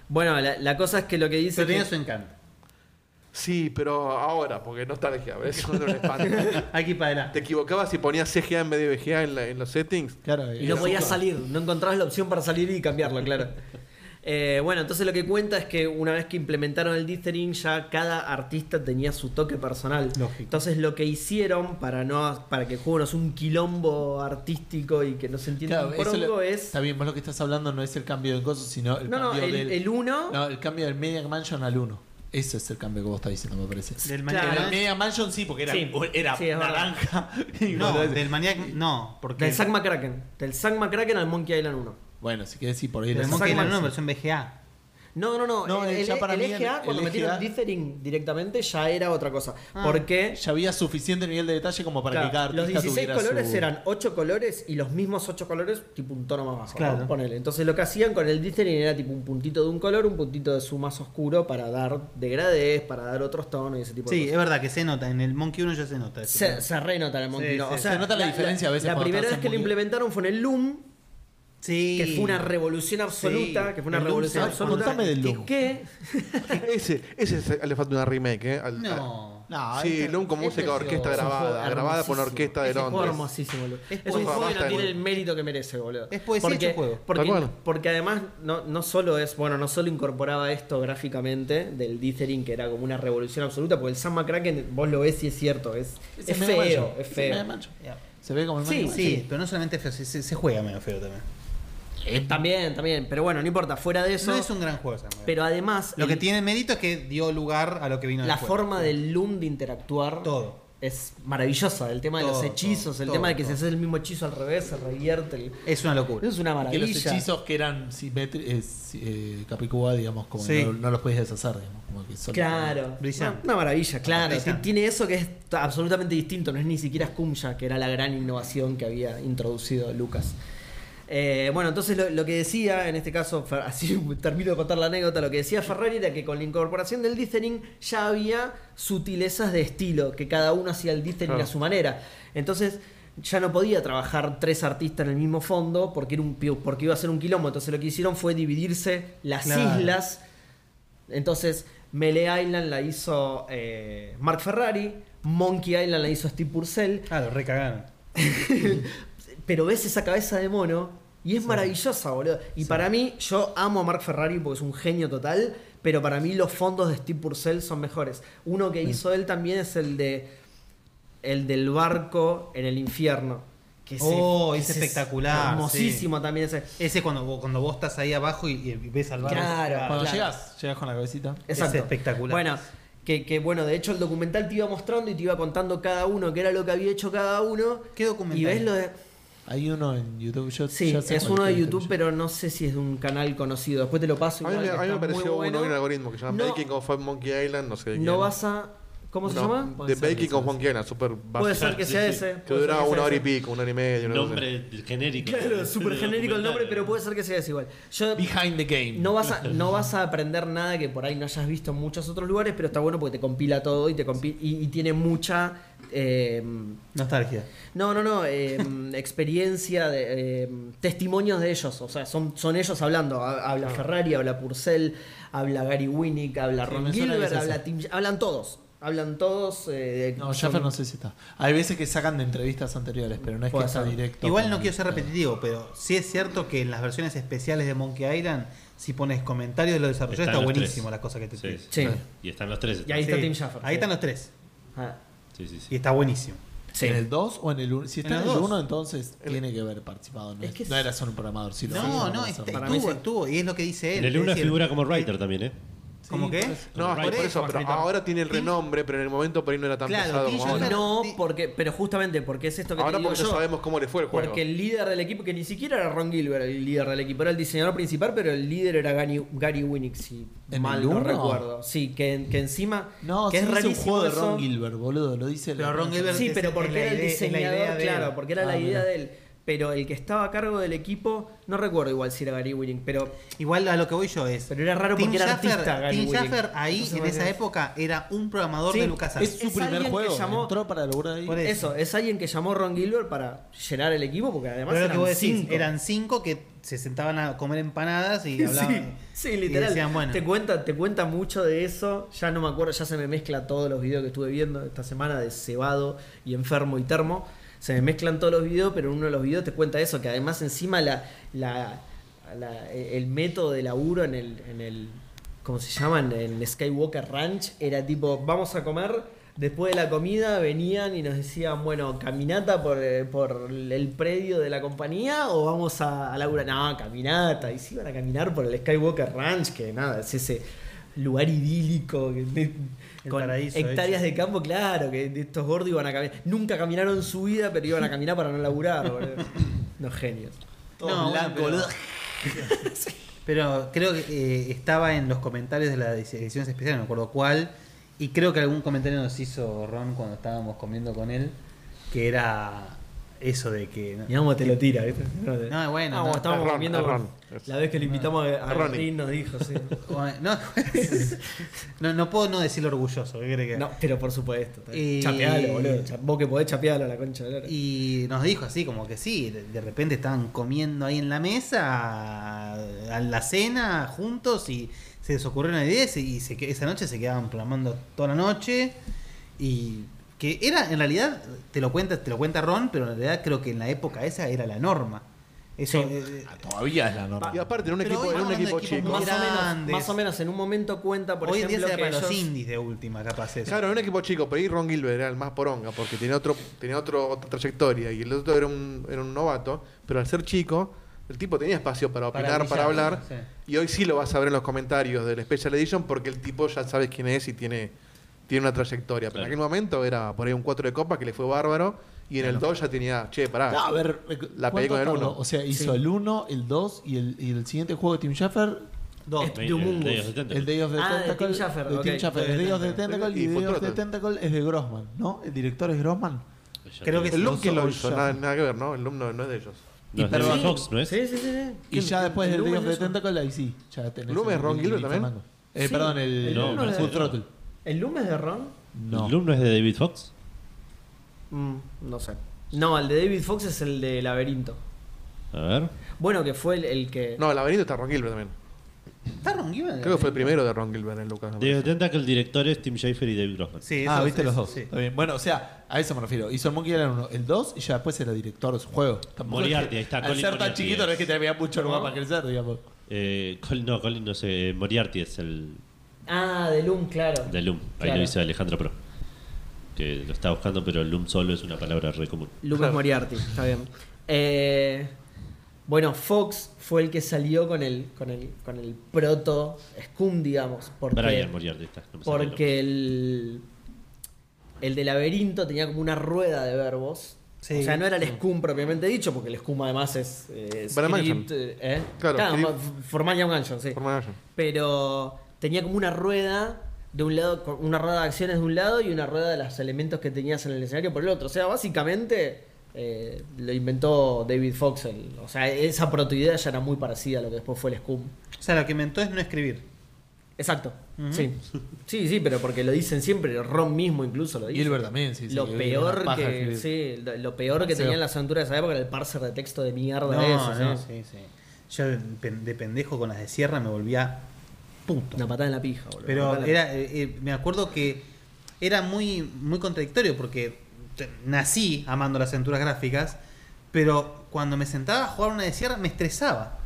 S1: Bueno, la, la cosa es que lo que dice.
S2: Pero tenía
S1: que-
S2: su encanto. Sí,
S4: Sí, pero ahora, porque nostalgia, ¿ves? Eso era un espanto.
S2: Aquí para adelante.
S4: Te equivocabas y ponías CGA en vez de VGA en, la- en los settings.
S3: Claro,
S1: Y no
S3: era-
S1: podías salir, no encontrabas la opción para salir y cambiarlo, claro. Eh, bueno, entonces lo que cuenta es que una vez que implementaron el dithering, ya cada artista tenía su toque personal.
S2: Lógico.
S1: Entonces lo que hicieron para no para que el juego no sea un quilombo artístico y que no se entienda
S3: Claro,
S1: un
S3: eso
S1: porongo
S3: lo-
S1: es.
S3: Está bien, vos lo que estás hablando no es el cambio de cosas, sino el
S1: No, no,
S3: cambio
S1: el,
S3: del.
S1: el uno.
S3: No, el cambio del Media Mansion al 1. Ese es el cambio que vos estás diciendo, me parece.
S2: Del
S1: Claro.
S3: El
S2: Maniac.
S3: Media Mansion sí, porque era,
S1: Sí.
S3: era
S1: Sí, es verdad.
S3: naranja. Y
S2: No,
S3: bueno,
S2: del Maniac. No, porque.
S1: Del Zack McCracken. Del Zack McCracken al Monkey Island 1.
S3: Bueno, si querés decir por ahí
S2: Del
S3: lo
S1: Zack
S2: Monkey Island
S1: Manson.
S2: no, versión BGA.
S1: No, no, no.
S3: No,
S1: el,
S3: ya
S1: el-
S3: para
S1: el
S3: mí el-
S1: EGA, cuando
S3: el EGA
S1: metieron Dithering directamente, ya era otra cosa.
S2: Ah.
S1: Porque
S3: Ya había suficiente nivel de detalle como para
S1: claro,
S3: que cada
S1: los
S3: artista
S1: 16
S3: tuviera su-
S1: colores eran 8 colores y los mismos 8 colores, tipo un tono más bajo.
S2: Claro.
S1: ¿no? Ponele. Entonces lo que hacían con el Dithering era tipo un puntito de un color, un puntito de su más oscuro para dar degradés, para dar otros tonos y ese tipo de
S2: Sí,
S1: cosas.
S2: es verdad que se nota. En el Monkey 1 ya se nota. eso.
S1: Se, se renota el Monkey.
S2: Sí,
S1: ¿no?
S2: sí,
S1: o sea,
S3: se nota la diferencia a veces
S1: La
S3: cuando
S1: primera vez
S3: estás en
S1: que lo
S3: Monkey.
S1: implementaron fue en el Loom,
S2: sí.
S1: que fue una revolución absoluta.
S2: Sí.
S1: Que fue una
S3: El Loom
S1: revolución
S3: se-
S1: absoluta.
S3: contame del
S1: que-
S3: Loom.
S1: que-
S4: Ese, ese es- le falta una remake, ¿eh? Al-
S2: No.
S3: No,
S4: al- sí,
S3: este-
S4: Loom como
S3: este
S4: música de
S3: es-
S4: orquesta
S1: Es un juego
S4: grabada, grabada por una orquesta de
S1: hermosísimo. Es un juego
S4: Londres.
S1: hermosísimo, boludo.
S2: Es
S1: Es un
S4: poesía
S1: juego que
S4: hecho
S1: no tiene
S4: juego.
S1: el mérito que merece, boludo.
S2: Es poesía
S1: porque,
S2: hecho juego.
S4: Tal
S1: Porque,
S4: cual.
S1: porque además no, no solo es, bueno, no solo incorporaba esto gráficamente del dithering que era como una revolución absoluta, porque el Sam McCracken, vos lo ves y es cierto, es, es,
S3: el medio
S1: feo,
S3: mancho.
S1: es
S3: el
S1: feo.
S3: medio mancho. Se ve como el
S2: Sí,
S3: medio mancho.
S2: sí, pero no solamente es feo, se, se- se juega medio feo también.
S1: Eh, también, también, pero bueno, no importa, fuera de eso.
S2: no es un gran juego, Sam.
S1: Pero además,
S2: Lo
S1: el-
S2: que tiene mérito es que dio lugar a lo que vino
S1: la
S2: después.
S1: forma del loom de interactuar
S2: Todo.
S1: es maravillosa. El tema de
S2: Todo,
S1: los hechizos,
S2: todo,
S1: el
S2: todo,
S1: tema de que
S2: todo.
S1: si haces el mismo hechizo al revés, se revierte. el-
S2: Es una locura.
S1: Eso es una
S3: Que
S1: maravilla.
S3: los hechizos que eran simetri- eh, si- eh, Capicúa, digamos, como
S2: Sí.
S3: no, no los podías deshacer, digamos. Como que solo-
S1: Claro.
S2: Brillante.
S1: No, Una maravilla, claro.
S2: Brillante.
S1: T- Tiene eso que es t- absolutamente distinto. No es ni siquiera Skumja, que era la gran innovación que había introducido Lucas. Eh, bueno, entonces lo, lo que decía, en este caso, Fer- así termino de contar la anécdota, lo que decía Ferrari era que con la incorporación del dithering ya había sutilezas de estilo, que cada uno hacía el dithering
S4: Claro.
S1: a su manera. Entonces ya no podía trabajar tres artistas en el mismo fondo porque, era un, pi- porque iba a ser un quilombo. Entonces lo que hicieron fue dividirse las
S2: Claro.
S1: islas entonces, Melee Island la hizo eh, Mark Ferrari, Monkey Island la hizo Steve Purcell,
S2: Ah, lo recagaron.
S1: pero ves esa cabeza de mono y es maravillosa, boludo. Y para mí, yo amo a Mark Ferrari porque es un genio total, pero para mí los fondos de Steve Purcell son mejores. Uno que hizo él también es el de el del barco en el infierno. Que
S2: Oh, es
S1: que
S2: espectacular,
S1: Hermosísimo también ese.
S2: Ese es cuando vos, cuando vos estás ahí abajo y, y ves al barco.
S1: Claro.
S3: Cuando
S1: Claro.
S3: llegas, llegas con la cabecita.
S2: Es
S1: Exacto.
S2: espectacular.
S1: Bueno, que, que, bueno, de hecho el documental te iba mostrando y te iba contando cada uno qué era lo que había hecho cada uno.
S2: ¿Qué documental?
S1: Y ves lo de.
S3: Hay uno en YouTube. Yo,
S1: Sí,
S3: yo sé
S1: es
S3: cuál
S1: uno de
S3: en
S1: YouTube, pero no sé si es de un canal conocido. Después te lo paso.
S4: A mí,
S1: igual,
S4: me-
S1: que
S4: a mí
S1: está
S4: me
S1: muy
S4: pareció
S1: bueno.
S4: uno, hay un algoritmo que se llama
S1: No.
S4: Baking of Monkey Island, no sé de
S1: No
S4: quién.
S1: vas a. ¿Cómo se
S4: No,
S1: llama?
S4: The
S3: Puede ser,
S4: Baking
S3: puede
S4: of
S3: ser.
S4: Monkey Island, super
S1: Puede
S4: básico.
S1: ser que
S5: sí,
S1: sea
S5: sí.
S1: ese.
S4: Que
S1: puede ser
S4: duraba
S1: sea
S4: una hora y
S1: ese.
S4: pico, una hora y media. una cosa así.
S5: Nombre genérico.
S1: Claro, súper genérico el nombre, pero puede ser que sea ese igual. Yo,
S3: Behind the Game.
S1: No vas, a, no vas a aprender nada que por ahí no hayas visto en muchos otros lugares, pero está bueno porque te compila todo y te compi- y, y tiene mucha eh,
S2: Nostalgia.
S1: no, no, no, eh, experiencia de eh, testimonios de ellos, o sea, son, son ellos hablando, Ha-
S3: Ah.
S1: habla Ferrari, habla Purcell, habla Gary Winnick, habla
S3: Sí,
S1: Ron
S3: me suena que
S1: Gilbert,
S3: es ese.
S1: habla Tim, hablan todos, hablan todos. eh,
S3: No,
S1: son-
S3: Jaffer no sé si está. Hay veces que sacan de entrevistas anteriores, pero no es que
S1: Puede
S3: está
S1: ser.
S3: directo.
S2: Igual no
S3: con-
S2: quiero ser repetitivo, pero sí es cierto que en las versiones especiales de Monkey Island, si pones comentarios de los desarrolladores,
S5: Están
S2: está
S5: los
S2: buenísimo
S5: tres.
S2: las cosas que te
S5: Sí,
S2: piden.
S1: Sí.
S5: Y están los tres.
S1: Y ahí
S2: Sí.
S1: está Tim Schafer.
S2: Ahí están los tres.
S1: Ah,
S5: Sí, sí, sí.
S2: Y está buenísimo.
S1: sí.
S3: ¿En el 2 o en el 1? Si
S2: En
S3: está en
S2: los
S3: el
S2: dos.
S3: 1, entonces tiene que haber participado. No,
S1: Es
S3: es-
S1: que
S3: no
S1: es-
S3: era solo un programador. Sí, lo
S2: No, este-
S3: hacía,
S2: no,
S3: lo
S2: está-
S3: hacía.
S1: para mí
S2: estuvo,
S1: sí.
S2: estuvo. Y es lo que dice
S5: En
S2: él.
S5: el
S2: es
S5: una
S2: decir,
S5: figura como writer también, ¿eh?
S2: ¿Cómo
S3: Sí,
S2: qué?
S3: por eso.
S4: No, es
S5: Right.
S4: por eso,
S2: Por
S4: pero
S2: eso.
S4: ahora tiene el renombre, pero en el momento por ahí no era tan
S2: Claro,
S4: pesado como
S2: Tim
S4: ahora.
S2: Schafer-
S1: No,
S2: Sí.
S1: porque, pero justamente porque es esto que
S4: Ahora
S1: te digo
S4: porque ya
S1: yo.
S4: sabemos cómo le fue el juego.
S1: Porque el líder del equipo, que ni siquiera era Ron Gilbert el líder del equipo, era el diseñador principal, pero el líder era Gary, Gary Winnick, si
S3: ¿En
S1: mal
S3: el
S1: no
S3: uno?
S1: recuerdo. Sí, que, que encima.
S3: No,
S1: que
S3: sí, es un
S1: rarísimo
S3: juego de
S1: eso.
S3: Ron Gilbert, boludo. Lo dice
S2: Pero
S3: la-
S2: Ron Gilbert
S1: Sí,
S2: es-
S1: pero
S2: es
S1: porque
S2: la
S1: era el
S2: idea- es la
S1: diseñador,
S2: idea de él.
S1: claro, porque era
S3: Ah,
S1: la idea
S3: mira.
S1: de él. Pero el que estaba a cargo del equipo, no recuerdo igual si era Gary Winnick, pero
S2: Igual a lo que voy yo es.
S1: Pero era raro
S2: Tim
S1: porque era
S2: Schafer-
S1: artista, Gary
S2: Tim
S1: Willick.
S2: Schafer ahí,
S1: Entonces,
S2: en esa
S1: imagínate.
S2: época, era un programador
S1: Sí,
S2: de LucasArts.
S3: Es su
S1: Es alguien
S3: primer
S1: que
S3: juego.
S1: llamó-
S3: Entró para lograr ahí.
S2: Por
S1: eso, es alguien que llamó a Ron Gilbert para llenar el equipo, porque además
S2: Pero lo que
S1: eran
S2: vos decís,
S1: cinco.
S2: eran cinco que se sentaban a comer empanadas y hablaban.
S1: Sí,
S2: y
S1: sí, literal.
S2: decían, bueno.
S1: te, cuenta, te cuenta mucho de eso. Ya no me acuerdo, ya se me mezcla todos los videos que estuve viendo esta semana de cebado y enfermo y termo. Se me mezclan todos los videos, pero en uno de los videos te cuenta eso, que además encima la, la- la- el método de laburo en el, en el ¿cómo se llama? En el Skywalker Ranch era tipo, vamos a comer. Después de la comida venían y nos decían, bueno, caminata por, eh, por el predio de la compañía o vamos a, a Laura. No, caminata. Y se iban a caminar por el Skywalker Ranch, que nada, es ese lugar idílico que te-
S2: El
S1: con
S2: paraíso
S1: hectáreas de campo, claro, que estos gordos iban a caminar. Nunca caminaron en su vida, pero iban a caminar para no laburar, boludo. Unos genios.
S3: Todo
S2: No, bueno,
S3: blanco,
S2: pero-
S3: boludo.
S2: Pero creo que eh, estaba en los comentarios de las ediciones especiales, no me acuerdo cuál. Y creo que algún comentario nos hizo Ron cuando estábamos comiendo con él, que era eso de que...
S1: Y vamos, te lo tira, ¿viste? No, te-
S2: No, bueno,
S1: Ah,
S2: no,
S1: bueno, estábamos
S4: Errón,
S1: comiendo con-
S4: errón.
S1: La vez que lo invitamos a, a
S4: Erroni.
S1: Martín nos dijo, sí.
S2: No, no, no puedo no decirlo orgulloso, ¿qué crees que-
S1: No, pero por supuesto.
S2: Y-
S1: Chapealo, boludo. cha- Vos que podés chapearlo a la concha de la lora.
S2: Y nos dijo así, como que sí, de de repente estaban comiendo ahí en la mesa, a la cena, juntos, y se les ocurrió una idea y, se- y se que- esa noche se quedaban plamando toda la noche. Y que era, en realidad, te lo cuenta, te lo cuenta Ron, pero en realidad creo que en la época esa era la norma. Eso, eh,
S3: Todavía es la norma.
S4: Y aparte, en un
S2: Pero
S4: equipo,
S2: hoy
S4: en
S2: estamos
S4: un
S2: hablando
S4: equipo
S2: de equipos
S4: chico.
S2: muy
S1: más, o menos,
S2: grandes.
S1: más o menos en un momento cuenta, Ah, por
S2: hoy en día
S1: ejemplo,
S2: será para
S1: que
S2: los
S1: ellos-
S2: indies de última, capaz. Eso.
S4: Claro, en un equipo chico, pero ahí Ron Gilbert era el más poronga porque tenía otro, tenía otro, otra trayectoria y el otro era un, era un novato, pero al ser chico, el tipo tenía espacio para
S2: Para
S4: opinar, para,
S2: brillar,
S4: hablar.
S2: sí.
S4: Y hoy sí lo vas a ver en los comentarios del Special Edition porque el tipo ya sabes quién es y tiene, tiene una trayectoria. Pero
S5: Claro.
S4: en aquel momento era por ahí un 4 de copa que le fue bárbaro y en el 2 ya tenía, che, pará.
S3: No, a ver, eh,
S4: Ah, La
S3: ¿cuánto
S4: pegué con el
S3: tardó?
S4: uno.
S3: O sea, hizo el 1, el 2 y el, y el siguiente juego de Tim Schafer.
S2: Dos.
S1: De Humungus.
S3: El Day of the
S1: Ah, de
S3: Tentacle.
S1: Tim Schafer,
S3: de Tim
S1: ok.
S3: Schafer. El Day of the Tentacle y
S4: Y
S3: el Day of the
S4: Futurotec.
S3: Tentacle es de Grossman, ¿no? El director es Grossman.
S2: Creo que
S4: el
S2: no
S4: Loom que
S3: soy
S4: lo hizo,
S3: yo.
S4: nada, nada que ver, ¿no? El Loom no, no es de ellos.
S5: No, es de
S3: perdón.
S5: Fox, ¿no es?
S1: Sí, sí, sí. sí.
S3: Y ya después del
S1: ¿El
S3: Day of
S1: Lumen
S3: the
S1: es eso?
S3: Tentacle, ahí sí. Ya tenés
S4: ¿Lumen
S3: el-
S4: es Ron
S3: el-
S4: Gilbert
S3: el
S4: también?
S3: mango. Eh,
S1: Sí,
S3: Perdón, el,
S1: el
S3: no,
S5: Lumen es de-
S3: Full Throttle.
S1: ¿El Lume es de Ron?
S3: No. Ah,
S5: ¿Loom no es de David Fox?
S1: Mm, no sé. No, el de David Fox es el de Laberinto.
S5: A ver.
S1: Bueno, que fue el, el que.
S4: No, el laberinto está Ron Gilbert también.
S2: ¿Está Ron Gilbert?
S4: Creo que fue el primero de Ron Gilbert en Lucas. me
S5: David
S4: parece.
S5: Tenta que el director es Tim Schafer y David Grossman.
S2: Sí,
S3: Ah,
S2: eso-
S3: viste los
S2: eso-
S3: dos.
S2: sí.
S3: Está bien. Bueno, o sea, a eso me refiero. Hizo el Monkey Island 1, el 2 y ya después era director de su juego. Tampoco es que-
S5: Moriarty, ahí está,
S3: Al
S5: Colin
S3: ser tan
S5: Moriarty
S3: chiquito
S5: es.
S3: no es que te había mucho lugar para crecer, digamos.
S5: Eh, Colin- no, Colin no sé. eh, Moriarty es el
S1: Ah, de Loom, claro.
S5: de Loom. Ahí
S1: Claro.
S5: lo hizo Alejandro Pro. Que lo está buscando, pero Loom solo es una palabra re común.
S1: Lucas Moriarty, está bien. Eh, bueno, Fox fue el que salió con el, con el, con el proto Scum, digamos. Porque,
S5: Brian Moriarty está. no me sale el nombre.
S1: porque el, el de laberinto tenía como una rueda de verbos.
S2: Sí.
S1: O sea, no era el Scum propiamente dicho, porque el Scum además es. eh,
S4: Brian
S1: script, eh,
S4: Claro,
S1: claro,
S4: script.
S1: ma- formal Young Gungeon, sí.
S4: Forman Action.
S1: pero tenía como una rueda de un lado, con una rueda de acciones de un lado y una rueda de los elementos que tenías en el escenario por el otro. O sea, básicamente eh, lo inventó David Fox. el- o sea, esa protoidea ya era muy parecida a lo que después fue el Scum.
S2: O sea, lo que inventó es no escribir.
S1: Exacto. Sí. Sí, sí, pero porque lo dicen siempre, Ron mismo incluso lo dice.
S3: Gilbert también, sí. sí,
S1: lo
S3: que era una
S1: peor
S3: paja
S1: que
S3: escribir.
S1: sí, lo- lo peor que
S3: Sí.
S1: tenían las aventuras de esa época era el parser de texto de mierda
S2: No,
S1: ese,
S2: no,
S1: ¿sí?
S2: sí, sí. Yo de pen- de pendejo con las de sierra me volvía puto.
S1: Una patada en la pija, boludo. Una
S2: Pero
S1: patada en la
S2: era, eh, eh, me acuerdo que era muy, muy contradictorio porque t- nací amando las aventuras gráficas, pero cuando me sentaba a jugar una de sierra me estresaba.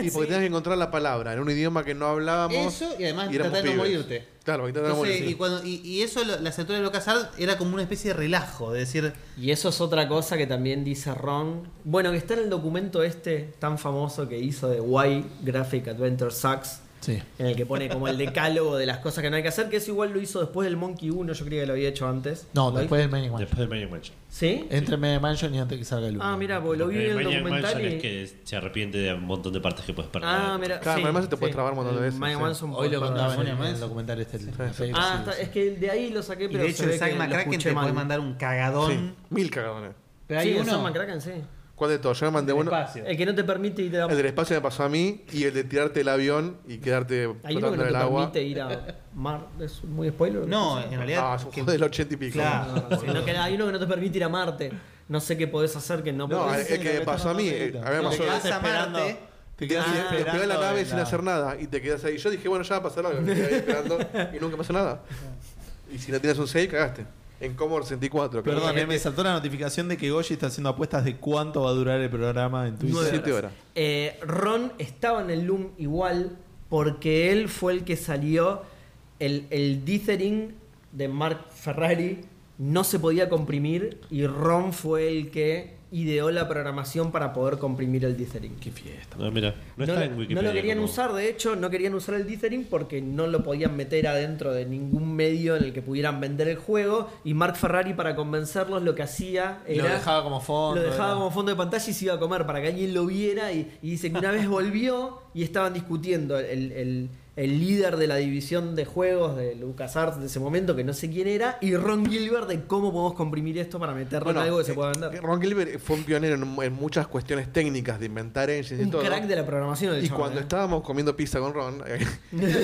S4: Y porque tenías que encontrar la palabra en un idioma que no hablábamos.
S2: Eso y además tratar
S4: éramos
S2: de no
S4: pibes.
S2: morirte.
S4: Claro, y tratar de no
S2: Entonces, y,
S4: morirte.
S2: cuando, y, y eso, lo- las aventuras de Locazar era como una especie de relajo, de decir,
S1: Y eso es otra cosa que también dice Ron. Bueno, que está en el documento este tan famoso que hizo de Why Graphic Adventure Sucks,
S3: Sí.
S1: en el que pone como el decálogo de las cosas que no hay que hacer, que eso igual lo hizo después del Monkey 1, yo creía que lo había hecho antes.
S3: No,
S1: ¿Lo
S3: después del Maniac Mansion.
S5: Después de Maniac Mansion.
S1: ¿Sí?
S3: Entre Maniac Mansion y antes que salga el 1.
S1: Ah, mira, porque lo vi
S5: Porque
S1: en el
S5: Maniac
S1: documental.
S5: Mansion
S1: y-
S5: es que se arrepiente de un montón de partes que puedes perder.
S1: Ah, mira.
S4: Claro,
S1: sí,
S4: además se te puede
S1: sí.
S4: trabar un montón de
S1: El
S4: veces,
S1: Maniac
S4: sí.
S1: Mansion
S3: Hoy lo
S1: para-
S3: contaba en el,
S2: Maniac
S3: en el
S2: Mansion.
S3: documental este. el- el-
S1: Ah,
S3: sí,
S1: está-
S3: sí.
S1: es que de ahí lo saqué,
S2: y
S1: pero
S2: de hecho
S1: se
S2: el
S1: ve que
S2: Zack
S1: lo
S2: McCracken
S1: escuché
S2: te puede
S1: mal.
S2: mandar un cagadón.
S4: Sí, mil cagadones.
S2: Pero
S1: Sí,
S2: hay
S1: el
S2: uno.
S1: Zack McCracken, sí.
S4: ¿Cuál de todos? Yo me mandé
S2: del
S4: uno.
S2: espacio.
S1: El que no te permite y te da...
S4: El del espacio me pasó a mí y el de tirarte el avión y quedarte
S1: Hay uno que
S4: flotando en
S1: no
S4: el
S1: te
S4: agua.
S1: permite ir a mar. ¿Es muy spoiler? lo que
S2: No,
S1: estoy
S2: en
S1: diciendo?
S2: realidad.
S4: Ah, es un
S2: ¿eh? que-
S4: juego del 80 y pico.
S2: Claro.
S1: Sino que hay uno que no te permite ir a Marte. No sé qué podés hacer que no podés.
S4: No, el el que me pasó a mí. eh, A mí me
S2: Te
S4: pasó.
S2: quedas a Marte.
S3: Te quedas
S4: Ah, te
S3: esperando
S4: pegó en la nave sin
S3: la-
S4: hacer nada y te quedas ahí. Yo dije, bueno, ya va a pasar algo. Me quedé ahí esperando y nunca pasó nada. Y si no tienes un 6, cagaste. En Commodore 64. creo.
S3: Perdón, eh, me saltó la notificación de que Goyi está haciendo apuestas de cuánto va a durar el programa en Twitch.
S1: Nueve
S4: 17 horas.
S1: Eh, Ron estaba en el Loom igual porque él fue el que salió. El, el dithering de Mark Ferrari no se podía comprimir y Ron fue el que ideó la programación para poder comprimir el dithering.
S3: Qué fiesta.
S5: No, mira, no,
S1: No,
S5: está
S1: lo-
S5: en
S1: no
S5: Wikipedia.
S1: lo querían
S5: como-
S1: usar, de hecho, no querían usar el dithering porque no lo podían meter adentro de ningún medio en el que pudieran vender el juego. Y Mark Ferrari, para convencerlos, lo que hacía era.
S3: Lo dejaba como fondo.
S1: lo dejaba
S3: era-
S1: como fondo de pantalla y se iba a comer para que alguien lo viera. Y, y dice que una vez volvió y estaban discutiendo el, el- el líder de la división de juegos de LucasArts de ese momento, que no sé quién era, y Ron Gilbert de cómo podemos comprimir esto para meterlo
S4: Bueno,
S1: en algo que se
S4: eh,
S1: pueda vender.
S4: Ron Gilbert fue un pionero en, en muchas cuestiones técnicas de inventar engines y
S1: Un
S4: todo.
S1: crack de la programación del
S4: y
S1: chabón,
S4: cuando
S1: ¿eh?
S4: estábamos comiendo pizza con Ron,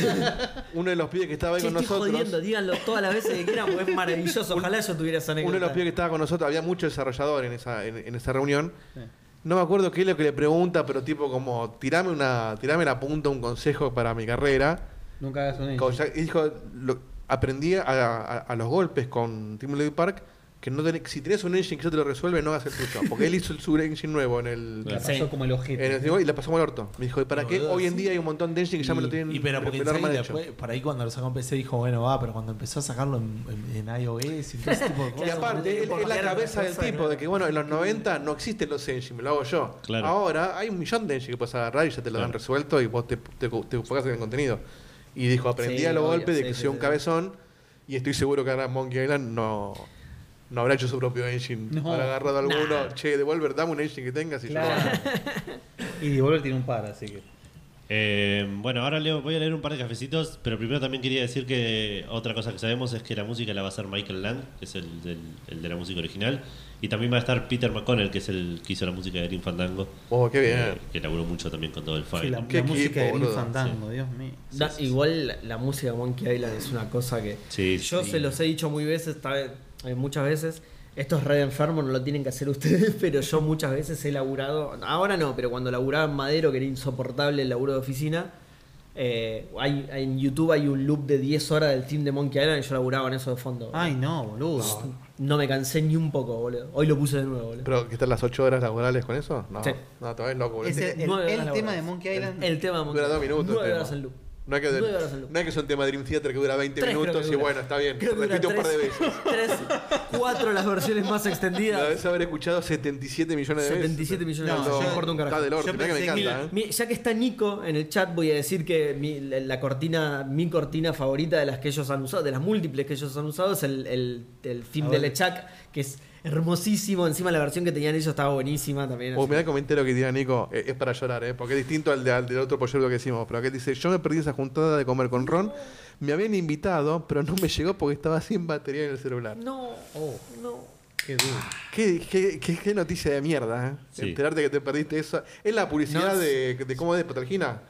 S4: uno de los pibes que estaba ahí
S1: Che,
S4: con
S1: estoy
S4: nosotros,
S1: jodiendo, díganlo todas las veces que quieran, porque es maravilloso. Ojalá yo tuviera esa anécdota.
S4: uno de
S2: ¿eh?
S4: los pibes que estaba con nosotros, había mucho desarrollador en esa, en, en esa reunión. No me acuerdo qué es lo que le pregunta, pero tipo como, tirame una, tirame la punta, un consejo para mi carrera.
S2: Nunca hagas un
S4: Como ya- y dijo, lo- aprendí a, a- a los golpes con Tim Lady Park que no tenés- si tenés un engine que ya te lo resuelve, no hagas el tuyo. Porque él hizo el su engine nuevo en el...
S2: La pasó
S1: Sí.
S2: como el ojete.
S4: en el y la pasamos al orto. Me dijo, ¿y para
S3: No,
S4: qué?
S3: boludo,
S4: Hoy en
S3: sí.
S4: día hay un montón de engine que ya me lo tienen
S3: y pero porque
S4: me lo arman
S3: enseguida
S4: hecho.
S3: después, por ahí cuando lo sacó en PC dijo, bueno, va, pero cuando empezó a sacarlo en, en- en iOS y todo ese tipo de
S4: Y
S3: cosas.
S4: aparte, él- es la cabeza del tipo, de que bueno, en los 90 no existen los engines, me lo hago yo.
S5: Claro.
S4: Ahora hay un millón de engines que puedes agarrar y ya te lo dan
S5: Claro.
S4: resuelto y vos te, te, te enfocás en el contenido. Y dijo, aprendí
S1: Sí,
S4: a los
S1: obvio,
S4: golpes de
S1: sí,
S4: que
S1: sí,
S4: soy un
S1: sí.
S4: cabezón y estoy seguro que ahora Monkey Island no, no habrá hecho su propio engine.
S2: No.
S4: Habrá agarrado alguno, che, devolver, dame un engine que tengas y yo... lo hago".
S2: Claro. y Devolver tiene un par, así que.
S5: Eh, bueno, ahora leo- voy a leer un par de cafecitos, pero primero también quería decir que otra cosa que sabemos es que la música la va a hacer Michael Land, que es el, del- el de la música original, y también va a estar Peter McConnell, que es el que hizo la música de Green Fandango,
S4: Oh, qué
S5: eh,
S4: bien.
S5: que laburó mucho también con todo el
S2: Sí,
S5: file.
S2: la,
S5: ¿no?
S2: la
S4: Qué equipo,
S2: música de Green
S4: boludo.
S2: Fandango, Dios mío.
S1: Da- igual la, la música de Monkey Island es una cosa que
S5: Sí,
S1: yo
S5: sí.
S1: se los he dicho muy veces, tal vez- eh, muchas veces. Esto es red enfermo, no lo tienen que hacer ustedes, pero yo muchas veces he laburado, ahora no, pero cuando laburaba en Madero, que era insoportable el laburo de oficina, eh, hay, en YouTube hay un loop de 10 horas del team de Monkey Island y yo laburaba en eso de fondo.
S4: Ah.
S2: Ay, no, boludo.
S1: No me cansé ni un poco, boludo. Hoy lo puse de nuevo, boludo.
S4: Pero, ¿qué tal las 8 horas laborales con eso? No,
S1: Sí.
S4: no todavía es loco. boludo.
S2: Es el, el-
S1: Nueve
S2: el
S1: horas
S2: tema
S1: laborales.
S2: de Monkey Island.
S1: El tema de Monkey
S4: Dura dos
S1: Island.
S4: minutos. el
S1: Nueve
S4: tema.
S1: horas en loop.
S4: No es, que,
S1: Nueve horas en loop.
S4: no es que es un tema de Dream Theater que dura 20
S1: Tres creo que
S4: minutos y
S1: dura.
S4: bueno, está bien.
S1: Creo que dura
S4: Repite un par de
S1: tres-
S4: veces.
S1: Tres, cuatro las versiones más
S4: La
S1: extendidas.
S4: debes haber escuchado 77 millones de
S1: 77
S4: veces.
S1: millones de
S2: No,
S1: veces.
S2: yo-
S1: No me importa un
S4: Está
S1: carajo.
S4: del orto,
S2: Yo
S4: mirá que me
S2: pensé que-
S4: encanta. ¿eh?
S1: Mi- ya que está Nico en el chat, voy a decir que mi, la, la cortina, mi cortina favorita de las que ellos han usado, de las múltiples que ellos han usado, es el, el, el film
S2: A
S1: de
S2: ver.
S1: Lechak, que es hermosísimo. Encima la versión que tenían ellos estaba buenísima también.
S4: Oh,
S1: así.
S4: mirá el comentario que tira Nico, eh, es para llorar, ¿eh? porque es distinto al, de- al del otro pollero que decimos. Pero aquel dice: Yo me perdí esa juntada de comer con Ron, me habían invitado, pero no me llegó porque estaba sin batería en el celular.
S6: Mm.
S1: No,
S6: Oh.
S1: no.
S2: Qué duro.
S4: Qué, qué- qué- qué noticia de mierda, ¿eh?
S5: Sí.
S4: Enterarte que te perdiste eso. ¿Es la publicidad de, de cómo es de Petrolgina?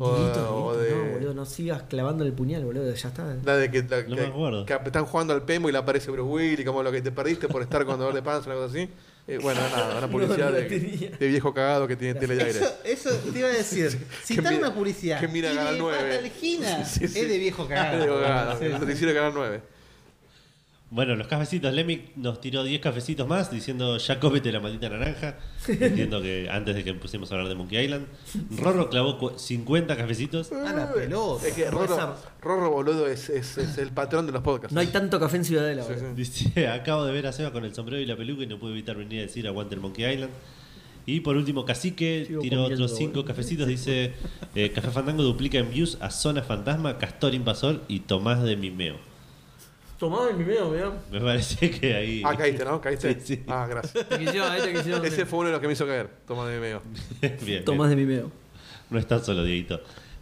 S4: O,
S1: Dieguito,
S4: o
S1: Dieguito,
S4: de.
S1: No, boludo, no sigas clavando el puñal, boludo. Ya está. eh.
S4: La de que, la-
S5: No
S4: que-
S5: me acuerdo.
S4: que están jugando al Pemo y le aparece Bruce Willis, como lo que te perdiste por estar con dolor de panza, una cosa así. Eh, bueno, nada, una publicidad
S1: no
S4: de,
S1: la tenía.
S4: de viejo cagado que tiene tele de aire.
S2: Eso, eso te iba a decir. Si
S4: Que
S2: está en
S4: mira-
S2: una publicidad.
S4: que mira
S2: y
S4: Canal
S2: le
S4: 9.
S2: pasa el Gina,
S4: Sí, sí.
S2: Es de viejo
S4: De viejo
S2: cagado.
S4: cagado,
S2: Sí,
S4: el
S2: sí.
S4: noticiero de Canal 9.
S5: Bueno, los cafecitos. Lemmy nos tiró 10 cafecitos más diciendo ya cómete la maldita naranja. Entiendo que antes de que pusimos a hablar de Monkey Island. Rorro clavó cu- 50 cafecitos.
S1: Ah,
S2: A la pelota.
S4: Es que Rorro, Rorro, boludo, es, es- es el patrón de los podcasts.
S1: No hay tanto café en Ciudadela,
S4: Sí,
S1: boludo.
S4: sí.
S5: Dice, acabo de ver a Seba con el sombrero y la peluca y no pude evitar venir a decir aguante el Monkey Island. Y por último, Cacique
S1: Sigo
S5: tiró
S1: comiendo,
S5: otros cinco
S1: boludo.
S5: cafecitos. Dice, eh, Café Fandango duplica en views a Zona Fantasma, Castor Invasor y Tomás de Mimeo.
S1: Tomado en mi medio, mirá.
S5: Me parece que ahí...
S4: Ah, caíste, ¿no? ¿Caíste?
S5: Sí, sí.
S4: Ah, gracias.
S1: Te quisieron, eh, te quisieron.
S4: Ese fue uno de los que me hizo caer. Toma de mi medio.
S5: Bien, bien.
S1: Tomás de mi medio.
S5: No estás solo, Dieguito.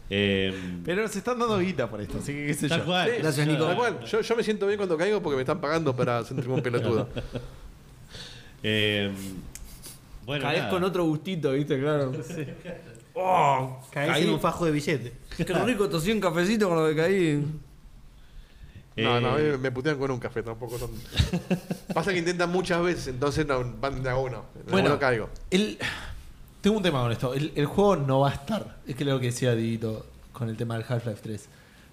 S5: Eh,
S3: Pero nos están dando guita por esto, así que qué sé
S5: tal
S3: yo.
S5: cual.
S4: Sí,
S1: Gracias, Nico.
S4: Tal cual. Yo, yo me siento bien cuando caigo porque me están pagando para sentirme un pelotudo.
S5: Eh, bueno,
S1: Caes
S5: nada.
S1: con otro gustito, viste, claro.
S2: Caes en un fajo de billete.
S1: Qué rico, tosí un cafecito con lo que caí.
S4: No, no, a mí
S5: Eh,
S4: me putean con un café, tampoco son. Pasa que intentan muchas veces, entonces no, van de a uno. De a
S3: Bueno.
S4: uno caigo.
S3: El- Tengo un tema con esto. El, el juego no va a estar. Es que lo que decía Didito con el tema del Half-Life 3.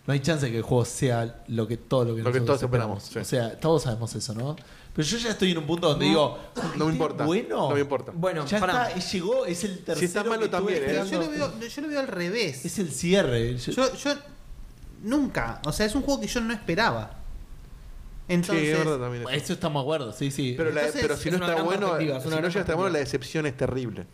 S3: No hay chance de que el juego sea lo que todo lo que
S4: Lo que
S3: nosotros
S4: todos esperamos, sí.
S3: O sea, todos sabemos eso, ¿no? Pero yo ya estoy en un punto donde digo,
S4: No me importa.
S3: Bueno,
S4: No me importa.
S1: Bueno,
S3: ya
S1: pará.
S3: está, llegó, es el tercero.
S4: está malo
S3: que estuve
S4: también, ¿eh?
S2: Pero
S3: esperando.
S2: yo lo veo, yo lo veo al revés.
S3: Es el cierre. Yo-
S2: Yo, yo nunca, o sea, es un juego que yo no esperaba.
S4: Sí,
S2: Entonces,
S4: es verdad también. eso.
S3: Eso estamos de acuerdo, sí, sí.
S4: Pero, la-
S2: Entonces,
S4: pero si
S1: es
S4: no
S1: una
S4: está
S1: gran
S4: bueno, si
S1: perspectiva, es una
S4: no
S1: gran
S4: llega está bueno,
S1: perspectiva.
S4: la decepción es terrible.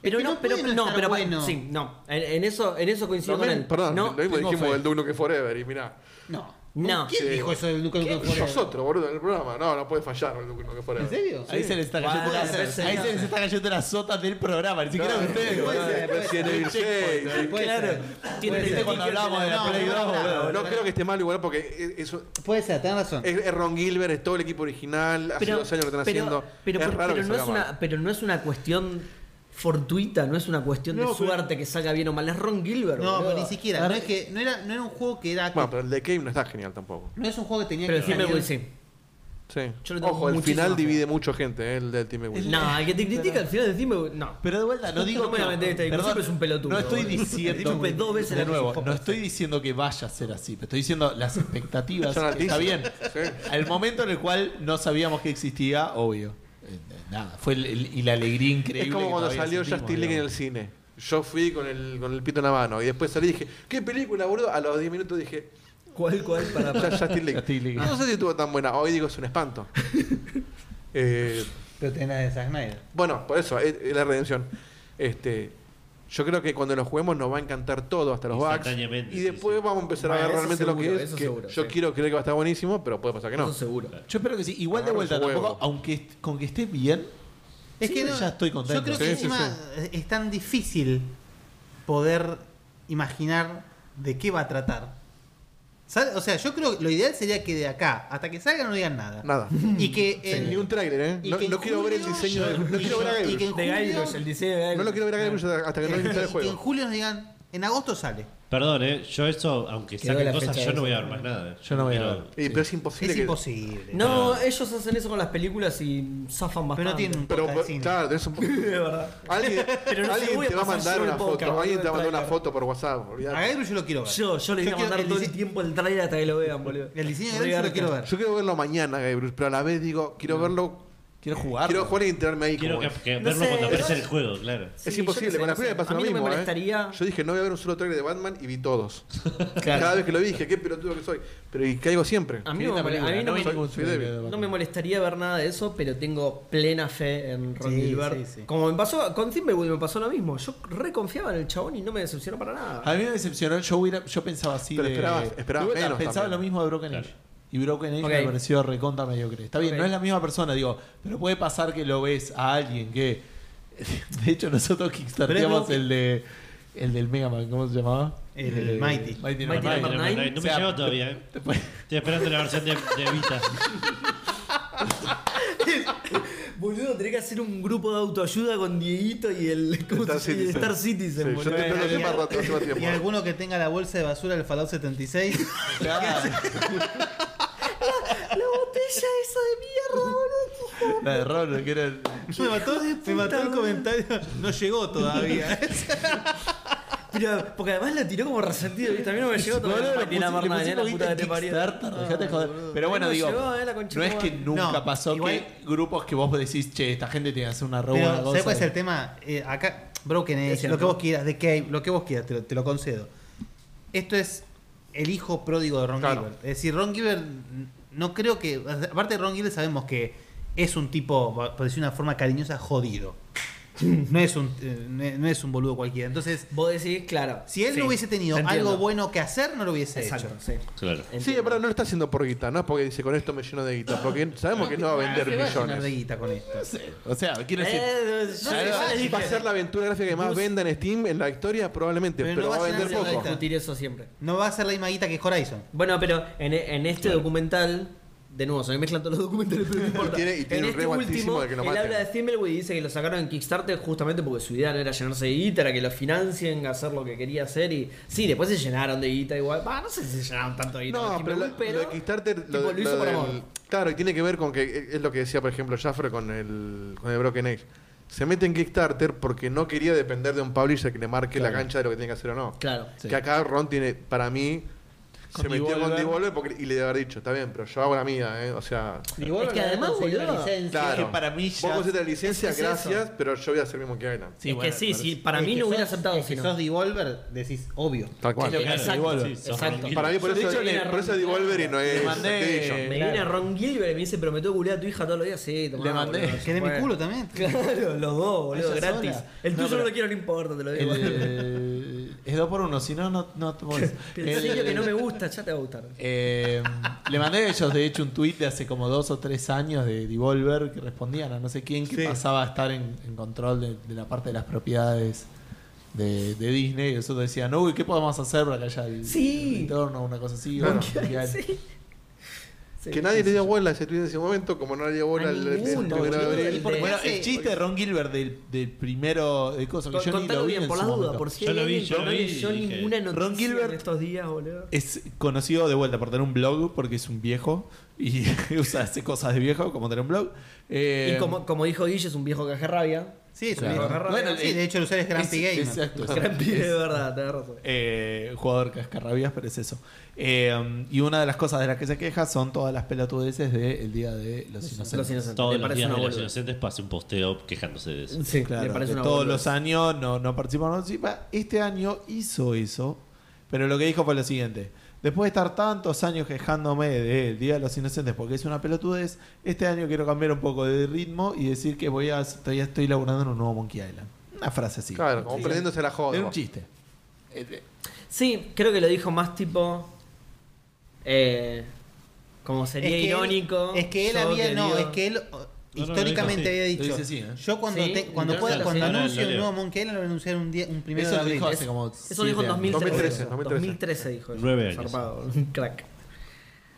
S1: Pero
S2: que
S1: no,
S2: no
S1: pero
S2: puede no
S1: no,
S2: estar
S1: pero
S2: bueno.
S1: sí, no. En, en eso, en eso coincido con
S4: También,
S1: él.
S4: perdón,
S1: no,
S4: lo mismo
S1: tengo
S4: dijimos
S1: fe.
S4: del Duke Nukem Forever y mirá.
S2: no.
S1: No.
S2: ¿Quién
S4: Sí.
S2: dijo eso del Nuka Nuka Forever?
S4: Nosotros, boludo, en el programa. No, no puede fallar el Duke Nukem Forever.
S2: ¿En serio?
S3: Ahí se les está cayendo,
S1: Bueno,
S3: la, ahí
S1: sí,
S3: se les está cayendo la sota del programa, ni siquiera de ustedes.
S2: puede
S3: boludo.
S2: ser.
S4: Resident Evil seis. eh,
S2: Puede
S1: Claro.
S2: ser.
S1: Tiene
S3: ¿Viste
S1: el
S3: cuando
S1: sticker
S3: hablábamos de la
S2: No,
S3: Play
S2: no,
S3: 2,
S2: no,
S3: boludo?
S4: No creo que Eh, esté mal igual porque es, es-
S2: Puede ser, tenés razón.
S4: es- es Ron Gilbert, es todo el equipo original, hace dos años lo están
S1: pero-
S4: haciendo.
S1: pero-
S4: es
S1: pero-
S4: raro
S1: pero
S4: que
S1: no es
S4: salga mal.
S1: una, pero no es una cuestión fortuita, no es una cuestión de suerte que salga bien o mal. Es Ron Gilbert.
S2: No,
S1: boludo.
S2: pero ni siquiera. No, es que, no, era, no era un juego que era.
S4: Bueno, pero el de Game no está genial tampoco.
S2: no es un juego que tenía
S1: Pero
S2: que
S1: siempre
S2: salir-
S1: voy sí.
S4: Sí.
S1: Yo le tengo
S4: Ojo, el
S1: muchísima
S4: final
S1: fe.
S4: divide mucho gente, eh, el del Team Ewing.
S1: No, el que te critica al final del tiempo, no.
S3: Pero de vuelta, no digo
S1: No me
S3: que-
S1: la vendés esta discusión,
S3: Perdón,
S1: pero es un pelotudo,
S3: No estoy
S1: boludo.
S3: diciendo.
S1: Disculpe, dos veces
S3: eh. de
S1: la
S3: nuevo,
S1: misma
S3: no estoy diciendo que vaya a ser así. Pero estoy diciendo las expectativas.
S4: Son
S3: está
S4: altísimas.
S3: bien.
S4: Sí.
S3: Al momento en el cual no sabíamos que existía, obvio. Eh, Nada, fue el- el- y la alegría increíble.
S4: Es como
S3: que
S4: cuando
S3: todavía
S4: salió
S3: sentimos,
S4: Justin Lin en el
S3: digamos.
S4: cine. Yo fui con el, con el pito en la mano y después salí y dije, ¿qué película, boludo? A los 10 minutos dije,
S1: ¿Cuál, cuál? Para,
S4: ya Justin Lin.
S3: Justin Lin.
S4: No sé si estuvo tan buena. Hoy digo, es un espanto. Eh,
S2: Pero tenés la de Zack Snyder.
S4: bueno, por eso, es, es la redención. Este, yo creo que cuando lo juguemos nos va a encantar todo, hasta los bugs.
S5: Instantáneamente,
S4: Y
S5: sí,
S4: después
S5: sí.
S4: vamos a empezar a
S1: Bueno,
S4: ver
S1: eso
S4: realmente lo
S1: seguro,
S4: que es.
S1: eso
S4: que
S1: seguro,
S4: yo
S1: sí.
S4: quiero creer que va a estar buenísimo, pero puede pasar que no.
S1: Eso seguro.
S3: Yo espero que sí. Igual de
S4: Agarra
S3: vuelta,
S4: ese huevo.
S3: tampoco, aunque est- con que esté bien.
S2: Es
S3: sí,
S2: que no,
S3: ya estoy contento.
S2: Yo creo
S4: Sí,
S2: que
S4: sí,
S2: encima es tan difícil poder imaginar de qué va a tratar. ¿Sabe? O sea, yo creo que lo ideal sería que de acá, hasta que salga, no digan nada.
S4: Nada.
S2: Y que.
S4: Sí,
S2: en-
S4: Ni un tráiler, ¿eh?
S2: y
S4: No,
S2: que en
S4: no quiero ver el
S2: julio-
S4: diseño de. No
S2: y
S4: quiero ver a
S2: que- y
S4: Gabriel.
S2: que en
S1: De
S2: julio-
S1: Guybrush, el diseño de Guybrush.
S4: No lo quiero ver a Gabriel hasta que no
S2: y
S4: instale el
S2: que en
S4: juego.
S2: julio nos digan, en agosto sale.
S5: Perdón, eh, yo eso, aunque
S1: Quedó
S5: saquen
S1: la
S5: cosas,
S1: fecha
S5: yo
S1: de
S5: no voy a
S1: ese.
S5: ver más nada.
S3: Yo no voy a
S5: Pero-
S3: ver.
S4: Y, pero es imposible.
S2: es
S4: que-
S2: imposible.
S1: No, ellos hacen eso con las películas y zafan bastante.
S2: Pero no tienen un
S4: Pero,
S2: podcast de cine.
S4: claro, tenés un po-
S1: De verdad.
S4: Alguien,
S1: Pero no sé,
S4: alguien
S1: voy a
S4: te va a
S1: pasar
S4: mandar
S1: yo el
S4: una
S1: podcast,
S4: foto. Alguien
S1: boludo,
S4: te va a mandar
S1: del
S4: una
S1: tráiler.
S4: foto por WhatsApp. olvidate.
S2: A Gabriel yo lo quiero ver.
S1: Yo, yo les voy a
S2: quiero-
S1: mandar
S2: el
S1: todo el
S2: dise-
S1: tiempo el trailer hasta que lo vean, boludo.
S2: El diseño de Gabriel yo lo quiero ver.
S4: Yo quiero verlo mañana, Gabriel, pero a la vez digo, quiero verlo.
S3: Quiero jugar.
S4: Quiero jugar y enterarme ahí.
S5: Quiero
S4: como
S5: que,
S4: es.
S5: que
S1: No
S5: verlo
S1: sé,
S5: cuando aparece
S1: no-
S5: el juego, claro.
S1: Sí,
S4: Es
S1: yo
S4: imposible,
S1: qué sé,
S4: con la
S1: no sé.
S4: primera me pasa
S1: A
S4: lo
S1: mí no
S4: mismo.
S1: me
S4: ¿eh?
S1: molestaría.
S4: Yo dije, no voy a ver un solo trailer de Batman y vi todos. Cada vez que lo vi dije, qué pelotudo que soy. Pero y caigo siempre.
S1: A mí no me mole- a mí no me-
S4: soy, soy débil.
S1: No me molestaría ver nada de eso, pero tengo plena fe en Ron
S2: Sí,
S1: Gilbert.
S2: sí, sí.
S1: Como me pasó con Timberwood, me pasó lo mismo. Yo reconfiaba en el chabón y no me decepcionó para nada.
S3: A mí me decepcionó. Yo, hubiera- yo pensaba así.
S4: Pero
S3: de-
S4: esperabas- esperabas
S3: de vuelta,
S4: menos
S3: Pensaba
S4: también.
S3: lo mismo de Broken Age. Y Broken Age
S1: Ok.
S3: me pareció recontra mediocre. Está bien,
S1: Ok.
S3: no es la misma persona, digo. Pero puede pasar que lo ves a alguien que. De hecho, nosotros kickstarteamos
S2: Broken-
S3: el de. El del Mega Man, ¿cómo se llamaba? Eh,
S2: El Mighty.
S1: Mighty
S3: Mighty,
S1: Number
S3: Number Nine.
S5: Nine,
S1: Nine,
S5: No
S3: o
S5: me
S3: sea,
S5: llegó todavía, eh.
S3: Te puede-
S5: Estoy esperando la versión de, de Vita.
S1: Boludo, tenés que hacer un grupo de autoayuda con Dieguito y el ¿cómo
S4: Star
S1: se- y
S4: Citizen.
S1: Star Citizen,
S4: Sí, yo
S1: boludo.
S4: te espero hace más rato, hace más
S2: Y
S4: tiempo.
S2: alguno que tenga la bolsa de basura del Fallout 76.
S3: Claro.
S1: La botella esa de mierda, boludo.
S3: La de Roller, que era el.
S2: me mató, me mató el
S1: boludo.
S2: comentario. No llegó todavía.
S1: Pero, porque además la tiró como resentido, ¿viste? A mí no me llegó todo
S3: Boludo, lo
S1: el ni la
S3: pusi- le
S1: marna, ni la
S3: pusimos
S1: puta que te
S3: en
S1: parió.
S3: Kickstarter, dejate de joder. Pero bueno,
S1: Ahí
S3: digo,
S1: llegó, eh, la concha
S3: no es
S1: de
S3: que
S1: madre.
S3: nunca
S2: No,
S3: pasó
S2: igual-
S3: que grupos que vos decís, che, esta gente tiene que hacer una roba.
S2: Pero, ¿sabes cuál es el tema? Eh, acá, Broken
S1: Es
S2: Age,
S1: cierto.
S2: lo que vos quieras, The Cave, lo que vos quieras, te lo, te lo concedo. Esto es el hijo pródigo de Ron
S4: Claro.
S2: Gilbert. Es decir, Ron Gilbert, n- no creo que. Aparte de Ron Gilbert, sabemos que es un tipo, por decir una forma cariñosa, jodido. No es un, eh, no es- no es un boludo cualquiera. Entonces,
S1: Vos decís, claro.
S2: si él
S1: Sí,
S2: no hubiese tenido
S1: te entiendo.
S2: algo bueno que hacer, no lo hubiese
S1: Exacto,
S2: hecho.
S1: sí.
S5: Claro.
S4: Sí,
S1: Entiendo.
S4: pero no lo está haciendo por guita, no es porque dice con esto me lleno de guita, porque sabemos que no va a vender
S2: Ah, se va a llenar de
S4: millones.
S2: guita con esto.
S3: O sea, quiero decir.
S1: Eh, no sé,
S3: Claro,
S1: yo dije-
S4: Va a ser la aventura gráfica que más venda en Steam en la historia, probablemente,
S2: Pero
S4: pero,
S2: no va
S4: va a
S2: a
S4: vender
S2: llenar de
S4: poco.
S2: guita.
S1: discutir eso siempre.
S2: No va a ser la misma guita que Horizon.
S1: Bueno, pero en, en este documental, de nuevo, se me mezclan todos los documentales, pero no importa.
S4: tiene- y tiene
S1: en
S4: un
S1: este
S4: riesgo altísimo
S1: último,
S4: de que lo
S1: él
S4: maten.
S1: habla de Thimbleweed y dice que lo sacaron en Kickstarter justamente porque su idea no era llenarse de guita, era que lo financien, hacer lo que quería hacer y... Sí, después se llenaron de guita igual. Bah, no sé si se llenaron tanto de guita.
S4: No,
S1: con
S4: pero,
S1: Thimbleweed,
S4: la- lo de Kickstarter lo,
S1: tipo, lo hizo
S4: lo
S1: por
S4: del-
S1: amor.
S4: Claro, y tiene que ver con que eh, es lo que decía, por ejemplo, Jaffer con el, con el Broken Age. Se mete en Kickstarter porque no quería depender de un publisher que le marque la cancha de lo que tiene que hacer o no.
S1: Claro.
S4: Que acá Ron tiene, para mí, se metió con Devolver porque- y le debe haber dicho, está bien, pero yo hago la mía, ¿eh? O sea,
S1: Es que además, boludo.
S4: claro.
S3: que para mí
S4: Vos
S3: ya.
S4: conseguiste la licencia,
S1: es eso.
S4: gracias, pero yo voy a hacer el mismo que Aina.
S1: es
S3: bueno,
S1: que sí,
S3: claro.
S1: sí, para mí
S2: Es que
S1: no hubiera
S2: sos-
S1: aceptado
S2: es
S1: si
S2: que
S1: no.
S2: sos Devolver, decís, obvio.
S4: Tal cual.
S5: Claro,
S1: Exacto,
S5: sí, sos
S1: exacto.
S5: Ron
S4: Para mí por
S3: De
S4: eso,
S3: hecho, le-
S4: por eso es Devolver y no es
S3: mandé-
S4: Activision.
S1: Me
S3: Claro.
S1: viene a Ron Gilbert y me dice, pero me tengo que culiar a tu hija todos los días. Sí, tomá,
S3: Le mandé.
S1: boludo.
S2: Que de mi
S1: Bueno.
S2: culo también.
S1: Claro, los dos, boludo,
S3: Ella
S1: gratis.
S3: sola.
S1: El tuyo
S3: No,
S1: no
S3: pero- eh,
S1: lo quiero, no importa, te lo digo.
S3: El- es 2 por 1 si no, no, no te podés.
S1: Pero en
S3: El-
S1: serio que no me gusta, ya te va a gustar.
S3: Eh, le mandé a ellos, de hecho, un tweet de hace como dos o tres años de Devolver que respondían a no sé quién que
S2: Sí.
S3: pasaba a estar en, en control de, de la parte de las propiedades de, de Disney. Y nosotros decían, uy, ¿qué podemos hacer para que haya el,
S1: Sí.
S3: el retorno? Una cosa así.
S4: Claro.
S3: bueno, propiedades.
S1: Sí. Sí.
S4: Que nadie le dio bola a ese tweet en ese momento, como no le dio bola
S1: A
S4: al este el
S1: ninguno,
S4: primero de
S1: boludo.
S4: abril.
S2: por qué
S3: Bueno,
S2: hace-
S3: el chiste de Ron Gilbert del, del primero de cosas que
S1: Con-
S3: yo ni
S1: Contalo
S3: lo vi
S1: bien,
S3: en
S1: por
S3: su
S1: las dudas,
S3: momento.
S1: por si
S5: Yo lo
S1: hay
S5: vi,
S1: alguien
S5: yo
S1: que
S5: lo
S1: no
S5: vi,
S1: leyó
S5: dije,
S1: ninguna noticia
S3: Ron Gilbert-
S1: en estos días, boludo.
S3: Es conocido de vuelta por tener un blog porque es un viejo y usa hace cosas de viejo como tener un blog. Eh,
S1: y como, como dijo Guille, es un viejo caja rabia.
S2: Sí, es un
S3: Claro.
S2: viejo raro.
S3: Bueno,
S2: Sí,
S1: eh,
S3: el-
S2: de hecho el usuario es Grumpy
S3: Es-
S2: Gamer.
S3: Exacto. es-
S1: Gran pibe, de
S3: es,
S1: verdad, tenés razón.
S3: eh, jugador cascarrabias, pero es eso. Eh, y una de las cosas de las que se queja son todas las pelotudeces del Día de los Inocentes.
S1: Los inocentes.
S5: Todos
S1: Me
S5: los
S1: parece
S5: días
S1: una
S5: de los
S1: boludez.
S5: inocentes pase un posteo quejándose de eso.
S1: Sí,
S3: Claro,
S1: me parece
S3: que
S1: una
S3: todos
S1: boludez.
S3: los años no, no participa, no participa. Este año hizo eso, pero lo que dijo fue lo siguiente. Después de estar tantos años quejándome del Día de los Inocentes porque es una pelotudez, este año quiero cambiar un poco de ritmo y decir que voy a, todavía estoy laburando en un nuevo Monkey Island. Una frase así.
S4: Claro, como prendiéndose la joda.
S3: Era un chiste.
S1: Sí, creo que lo dijo más tipo. Eh, como sería
S2: que él-
S1: irónico.
S2: es que él
S1: yo
S2: había, no,
S1: querido-
S2: es que él oh,
S5: no, lo
S2: históricamente
S5: dijo
S2: había dicho.
S3: Lo dice así, ¿eh?
S2: Yo cuando,
S1: Sí,
S2: te- cuando,
S1: literal,
S2: pueda-
S1: sí.
S2: cuando
S5: Ahora lo
S2: anuncio el
S5: leo.
S2: nuevo Monkey Island, lo voy a anunciar un día, un primero
S3: Eso
S2: de
S3: lo dijo
S2: abril.
S3: hace como
S1: Eso lo dijo en
S3: 2000
S1: 2013.
S4: 2013, 2013.
S1: 2013 dijo. él.
S5: Nueve años.
S1: Zarpado, un crack.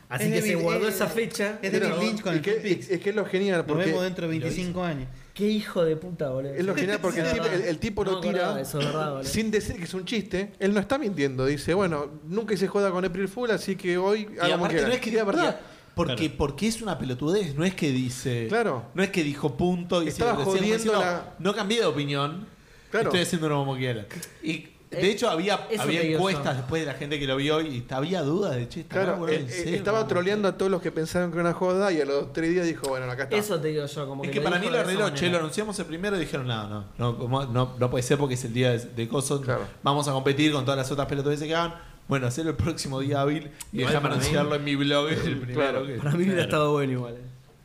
S1: Así
S2: Es
S1: que se
S2: David-
S1: guardó
S2: eh,
S1: esa fecha.
S2: es David
S1: Pero,
S2: Lynch con el
S4: que,
S2: Twin Peaks.
S4: es, es que es lo genial,
S2: Nos vemos
S4: porque
S2: dentro de 25 años.
S1: Qué hijo de puta, boludo.
S4: es lo genial porque el,
S1: Es
S4: tipo-
S1: verdad.
S4: el- el tipo
S1: No
S4: lo
S1: me acordaba
S4: tira
S1: de Eso es verdad, boludo.
S4: sin decir que es un chiste. Él no está mintiendo, dice, bueno, nunca hice joda con April Fool, así que hoy
S3: Y
S4: hagan lo
S3: aparte
S4: quieran.
S3: no es que
S4: Y es verdad.
S3: Porque,
S5: Claro.
S3: porque es una pelotudez, no es que dice.
S4: Claro.
S3: No es que dijo punto y
S4: Estaba
S3: se lo decía,
S4: jodiendo
S3: como diciendo,
S4: la-
S3: No cambié de opinión.
S4: Claro.
S3: Estoy haciendo una como quiera. Y de
S1: Eh,
S3: hecho había,
S1: eso
S3: había
S1: te digo
S3: encuestas
S1: yo.
S3: después de la gente que lo vio y había dudas de che, estará,
S4: Claro,
S3: boludo,
S4: eh,
S3: Ah, en
S4: eh,
S3: serio,
S4: estaba
S3: como-
S4: troleando a todos los que pensaron que era una joda y a los tres días dijo, bueno, acá está.
S1: Eso te digo yo. Como
S3: Es
S1: que
S3: que para mí
S1: dijo
S3: lo
S1: de esa
S3: arregló, che, lo
S1: manera.
S3: anunciamos el primero y dijeron, no, no, no, como- no, no puede ser porque es el día de, de coso,
S4: Claro.
S3: vamos a competir con todas las otras pelotudeces que hagan, bueno, hacerlo el próximo día hábil y déjame anunciarlo en mi blog el primero.
S4: Claro.
S3: que-
S1: Para mí hubiera
S5: Claro.
S1: estado bueno igual. eh.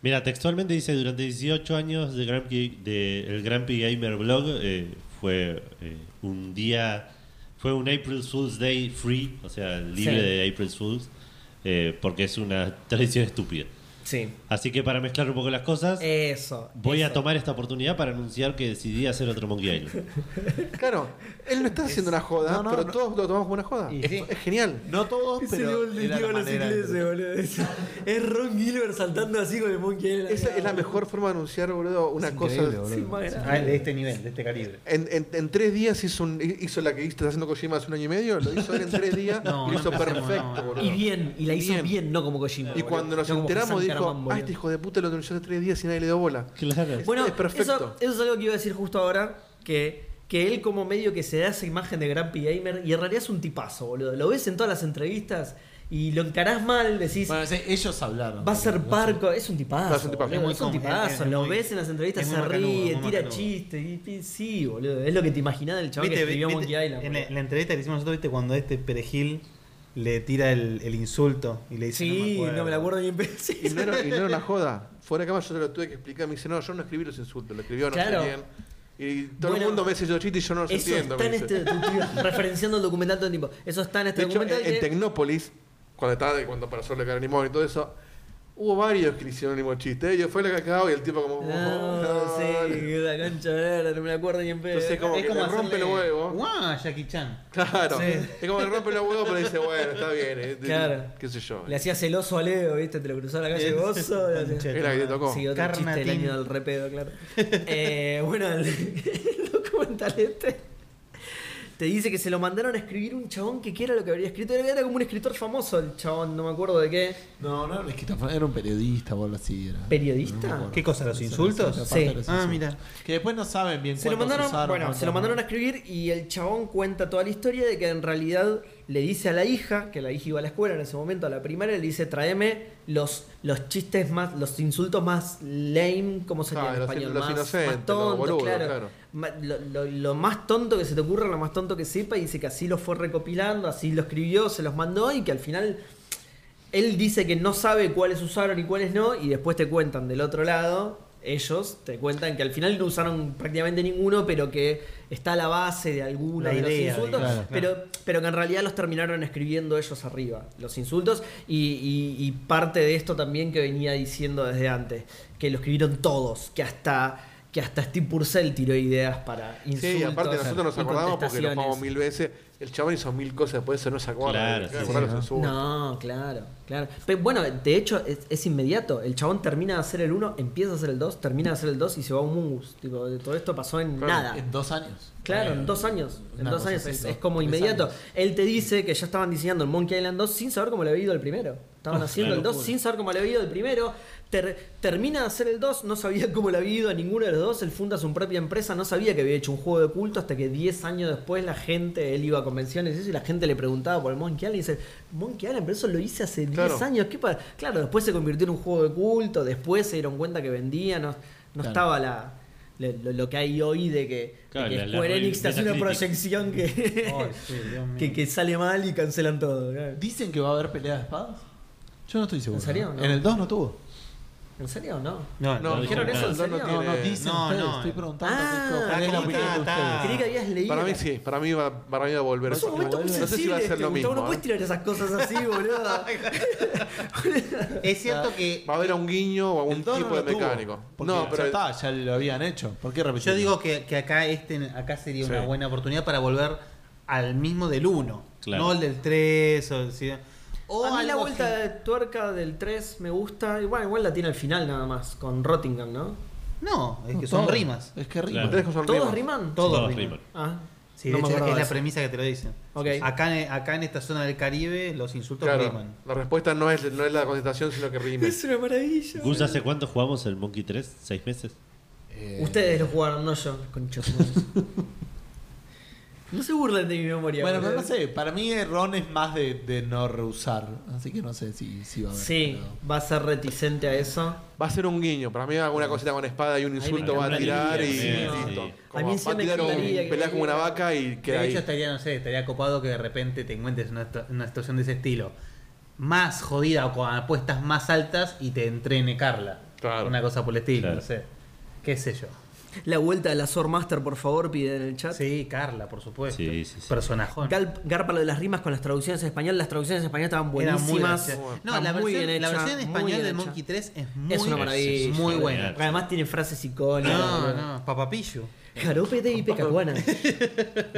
S5: Mira, textualmente dice, durante 18 años de Grumpy- de- el Grumpy Gamer Blog eh, fue eh, un día, fue un April Fool's Day free, o sea, libre
S1: Sí.
S5: de April Fool's, eh, porque es una tradición estúpida.
S1: Sí.
S5: Así que para mezclar un poco las cosas,
S1: Eso.
S5: voy
S1: Eh, eso.
S5: a tomar esta oportunidad para anunciar que decidí hacer otro Monkey Island.
S4: Claro, él no está haciendo una joda,
S3: No, no,
S4: pero
S3: no.
S4: todos lo tomamos como una joda.
S2: Y
S4: Es,
S2: sí.
S4: es genial.
S3: No todos,
S1: Ese
S3: pero
S1: gol del
S3: era
S1: Diego
S3: la
S1: a los
S3: manera de-
S1: ingleses, boludo. Es, es Ron Gilbert saltando así con el monkey. Island.
S4: Esa es la mejor forma de anunciar, boludo, una cosa.
S3: increíble, boludo.
S1: Sí, más grande.
S2: Ah, de este nivel, de este calibre.
S4: En, en- en tres días hizo, un- hizo la que estás haciendo Kojima hace un año y medio, lo hizo él en tres días,
S2: No,
S4: lo
S2: no
S4: hizo
S2: empecemos,
S4: perfecto,
S2: no.
S4: boludo.
S1: Ah, Y bien, y la hizo
S4: Bien.
S1: bien, no como Kojima.
S4: Y
S1: boludo.
S4: cuando nos
S1: No como
S4: enteramos
S1: Hassan
S4: dijo,
S1: Caramán,
S4: ah,
S1: boludo.
S4: este hijo de puta lo anunció hace tres días y nadie le dio bola.
S5: claro.
S1: Bueno,
S4: es perfecto.
S1: Eso, eso es algo que iba a decir justo ahora, que, que él como medio que se da esa imagen de Grumpy Gamer y en realidad es un tipazo, boludo. Lo ves en todas las entrevistas y lo encarás mal, decís,
S3: Bueno, sí, ellos hablaron.
S1: va a ser
S3: No sé.
S1: parco, es un tipazo.
S4: Es un tipazo.
S1: boludo,
S2: Es muy
S1: es un
S2: cómodo,
S1: tipazo,
S2: es- es
S1: lo
S2: muy-
S1: ves en las entrevistas,
S2: es muy
S1: se
S2: macanudo,
S1: ríe,
S2: muy
S1: tira
S2: macanudo.
S1: chistes, y, y- sí, boludo, es lo que te imaginás del chaval que
S2: ¿Viste,
S1: escribió
S2: viste,
S1: Monkey Island.
S2: en la,
S1: boludo.
S2: en la entrevista que hicimos nosotros, ¿viste? Cuando este perejil le tira el, el insulto y le dice.
S1: Sí, no me la acuerdo ni en pedo.
S4: Y no, era, y no era una joda. Fuera de cama yo te lo tuve que explicar. Me dice, no, yo no escribí los insultos, lo escribió no
S1: Claro.
S4: sé quién. Y todo
S1: Bueno,
S4: el mundo me dice yo chiste y yo no los
S1: Eso
S4: entiendo.
S1: está
S4: me
S1: en
S4: dice.
S1: este documental, referenciando el documental todo el tiempo. Eso está en este
S4: De hecho, en,
S1: documental.
S4: en
S1: que-
S4: Tecnópolis, cuando estaba cuando para hacerle cara a Nimón y todo eso, hubo varios que le hicieron el mismo chiste. Y yo fue la cacao y el tipo como.
S1: No,
S4: "Oh, no".
S1: Ah, sí, la cancha verde, no me la acuerdo ni en pedo.
S4: Entonces, como que le rompe el huevo.
S2: ¡Guau, Jackie Chan!
S4: Claro. Es como le rompe el huevo, pero dice, bueno, está bien. eh,
S1: Claro.
S4: Qué sé yo.
S1: Le hacías el oso a Leo, ¿viste? Te lo cruzaba la calle vos. o le hacías-
S4: Era que te tocó.
S1: Sí, otro
S2: Carnatín.
S1: chiste del año del repedo, claro. Eh, bueno, el, el documental este Te dice que se lo mandaron a escribir un chabón que quiera lo que habría escrito. Era era como un escritor famoso el chabón, no me acuerdo de qué.
S3: No, no era un esquizofrénico, era un periodista o algo así. Era.
S1: ¿Periodista?
S3: me acuerdo.
S2: ¿Qué cosa, los
S3: Esa-
S2: insultos?
S3: esa parte
S1: Sí.
S3: de los
S2: Ah,
S3: insultos.
S2: mira.
S3: Que después no saben bien
S1: Se lo
S3: cuántos
S1: mandaron,
S3: usaron,
S1: bueno,
S3: cuántos
S1: se lo
S3: no.
S1: mandaron a escribir y el chabón cuenta toda la historia de que en realidad le dice a la hija, que la hija iba a la escuela en ese momento, a la primaria, le dice, tráeme los, los chistes más, los insultos más lame, ¿cómo se llama
S4: Ah,
S1: en
S4: los-
S1: español?
S4: los
S1: más,
S4: inocentes,
S1: más tonto,
S4: los boludos,
S1: claro.
S4: claro.
S1: Ma- Lo, lo- lo más tonto que se te ocurra, lo más tonto que sepa, y dice que así lo fue recopilando, así lo escribió, se los mandó y que al final él dice que no sabe cuáles usaron y cuáles no, y después te cuentan del otro lado, ellos te cuentan que al final no usaron prácticamente ninguno, pero que está a la base de alguna
S2: La
S1: de
S2: idea,
S1: los insultos,
S2: digamos,
S1: pero, pero que en realidad los terminaron escribiendo ellos arriba, los insultos, y, y- y parte de esto también que venía diciendo desde antes, que lo escribieron todos, que hasta que hasta Steve Purcell tiró ideas para insultos.
S4: Sí, aparte nosotros nos
S1: y
S4: acordamos porque lo jugamos
S1: contestaciones.
S4: mil veces. El chabón hizo mil cosas, después eso no se acuerda.
S5: Claro,
S4: Hay que
S5: sí,
S4: acordarse
S3: sí,
S4: en su-
S1: No, claro, claro. Pero bueno, de hecho es, es inmediato. El chabón termina de hacer el 1, empieza a hacer el 2, termina de hacer el 2 y se va a un mungus. Tipo, de- todo esto pasó en
S4: Claro,
S1: nada.
S3: En dos años.
S1: Claro, en dos años. En
S3: Eh, Una
S1: dos
S3: cosa
S1: años.
S3: así,
S1: Es,
S3: dos,
S1: es como
S3: tres
S1: inmediato.
S3: años.
S1: Él te dice que ya estaban diseñando el Monkey Island 2 sin saber cómo le había ido el primero. Estaban
S3: Ah,
S1: haciendo el 2 sin saber cómo le había ido el primero. Ter- termina de hacer el 2, no sabía cómo le había ido a ninguno de los dos. Él funda su propia empresa, no sabía que había hecho un juego de culto hasta que 10 años después la gente, él iba a convenciones y eso, y la gente le preguntaba por el Monkey Island y dice, Monkey Island, pero eso lo hice hace 10
S4: Claro.
S1: años. ¿Qué pa-?". claro, después se convirtió en un juego de culto, después se dieron cuenta que vendía, no, no
S3: Claro.
S1: estaba la... le- Lo, lo que hay hoy de que
S5: Claro,
S1: que
S5: la- la
S1: Square
S5: re-
S1: Enix te hace una
S5: Metacritic.
S1: proyección que,
S2: Ay, sí, Dios mío.
S1: que, que sale mal y cancelan todo. claro.
S3: ¿Dicen que va a haber pelea de espadas? Yo no estoy seguro.
S1: ¿En serio? No.
S3: En el 2 no tuvo.
S1: ¿En serio o no?
S2: No,
S4: No,
S5: No,
S4: dijeron
S5: no,
S4: eso,
S1: ¿en
S4: el don no
S1: serio?
S4: tiene.
S3: No, no, dicen
S2: No,
S3: ustedes.
S2: no.
S3: Estoy preguntando
S1: Ah,
S3: qué- cuál es la
S2: ¿cómo
S3: opinión
S2: está?
S3: de
S2: Está.
S3: ustedes.
S1: Creí que habías leído.
S4: Para mí sí, para mí va, para mí va a volver.
S1: Es un momento muy
S4: no sé si va a
S1: sensible
S4: ser
S1: este,
S4: lo
S1: Gustavo,
S4: mismo.
S1: No puedes
S4: ¿eh?
S1: tirar esas cosas así, boludo.
S2: Es cierto que
S4: Va a haber un guiño o algún
S3: El 2
S4: tipo
S3: no
S4: de
S3: lo tuvo,
S4: mecánico.
S3: porque
S4: no, pero
S3: ya está, ya lo habían hecho. ¿Por qué repetir?
S2: yo digo que, que acá este acá sería una
S5: Sí.
S2: buena oportunidad para volver al mismo del 1,
S5: Claro.
S2: no el del 3 o el si- o
S1: a mí la
S2: algo
S1: vuelta
S2: así.
S1: de tuerca del 3 me gusta. Igual, igual la tiene al final nada más, con Rottingham, ¿no?
S2: No, es que son rimas.
S3: Es que
S5: Claro.
S3: rimas.
S4: tres cosas
S1: ¿Todos
S4: rimas.
S1: riman?
S2: Todos
S5: Todos
S2: riman.
S5: riman.
S1: Ah,
S2: Sí,
S1: no
S2: de
S1: me
S2: hecho,
S1: acordaba
S2: es
S1: de
S2: la
S1: eso.
S2: premisa que te lo dicen.
S1: Ok.
S2: Acá, en- acá en esta zona del Caribe los insultos
S4: Claro,
S2: riman.
S4: la respuesta no es, no es la contestación, sino que rime.
S1: Es una maravilla.
S5: Gus, ¿hace cuánto jugamos el Monkey 3? ¿Seis meses?
S3: Eh,
S1: Ustedes lo jugaron, no yo. Conchos. no se burlen de mi memoria.
S3: Bueno, pero
S1: boludo.
S3: no sé. Para mí Ron es más de, de no rehusar. Así que no sé si, si va a haber.
S1: Sí,
S3: pero-
S1: va a ser reticente a eso.
S4: Va a ser un guiño. Para mí alguna cosita con espada y un insulto
S5: me
S4: va a tirar y
S5: encantaría, sí.
S4: listo.
S5: Sí.
S4: Como
S1: A mí
S4: va
S1: sí
S4: a
S1: me
S4: tirar un
S1: encantaría que-
S4: pelea como una vaca y queda
S2: de hecho,
S4: ahí.
S2: estaría, no sé, estaría copado que de repente te encuentres en una, situ- en una situación de ese estilo. Más jodida o con apuestas más altas y te entrene Carla.
S4: Claro.
S2: Una cosa por el estilo,
S5: Claro.
S2: no sé. ¿Qué sé yo?
S1: La vuelta de la Sword Master, por favor, pide en el chat.
S2: Sí, Carla, por supuesto.
S5: Sí, sí, sí.
S2: Personajón.
S1: Gal- Garpa lo de las rimas con las traducciones en español. Las traducciones en español estaban
S2: Era muy
S1: buenísimas.
S2: graciosa. No,
S1: Estaban
S2: la
S1: muy
S2: versión,
S1: bien
S2: la
S1: hecha,
S2: versión en
S1: muy
S2: español
S1: bien
S2: del
S1: hecha.
S2: Monkey 3 es muy
S1: Es una maravilla.
S5: es
S2: muy
S5: buena.
S2: buena.
S5: genial.
S1: Además tiene frases icónicas.
S2: No,
S1: boludo.
S2: no, Papapillo.
S1: Jarope de Ipecacuana.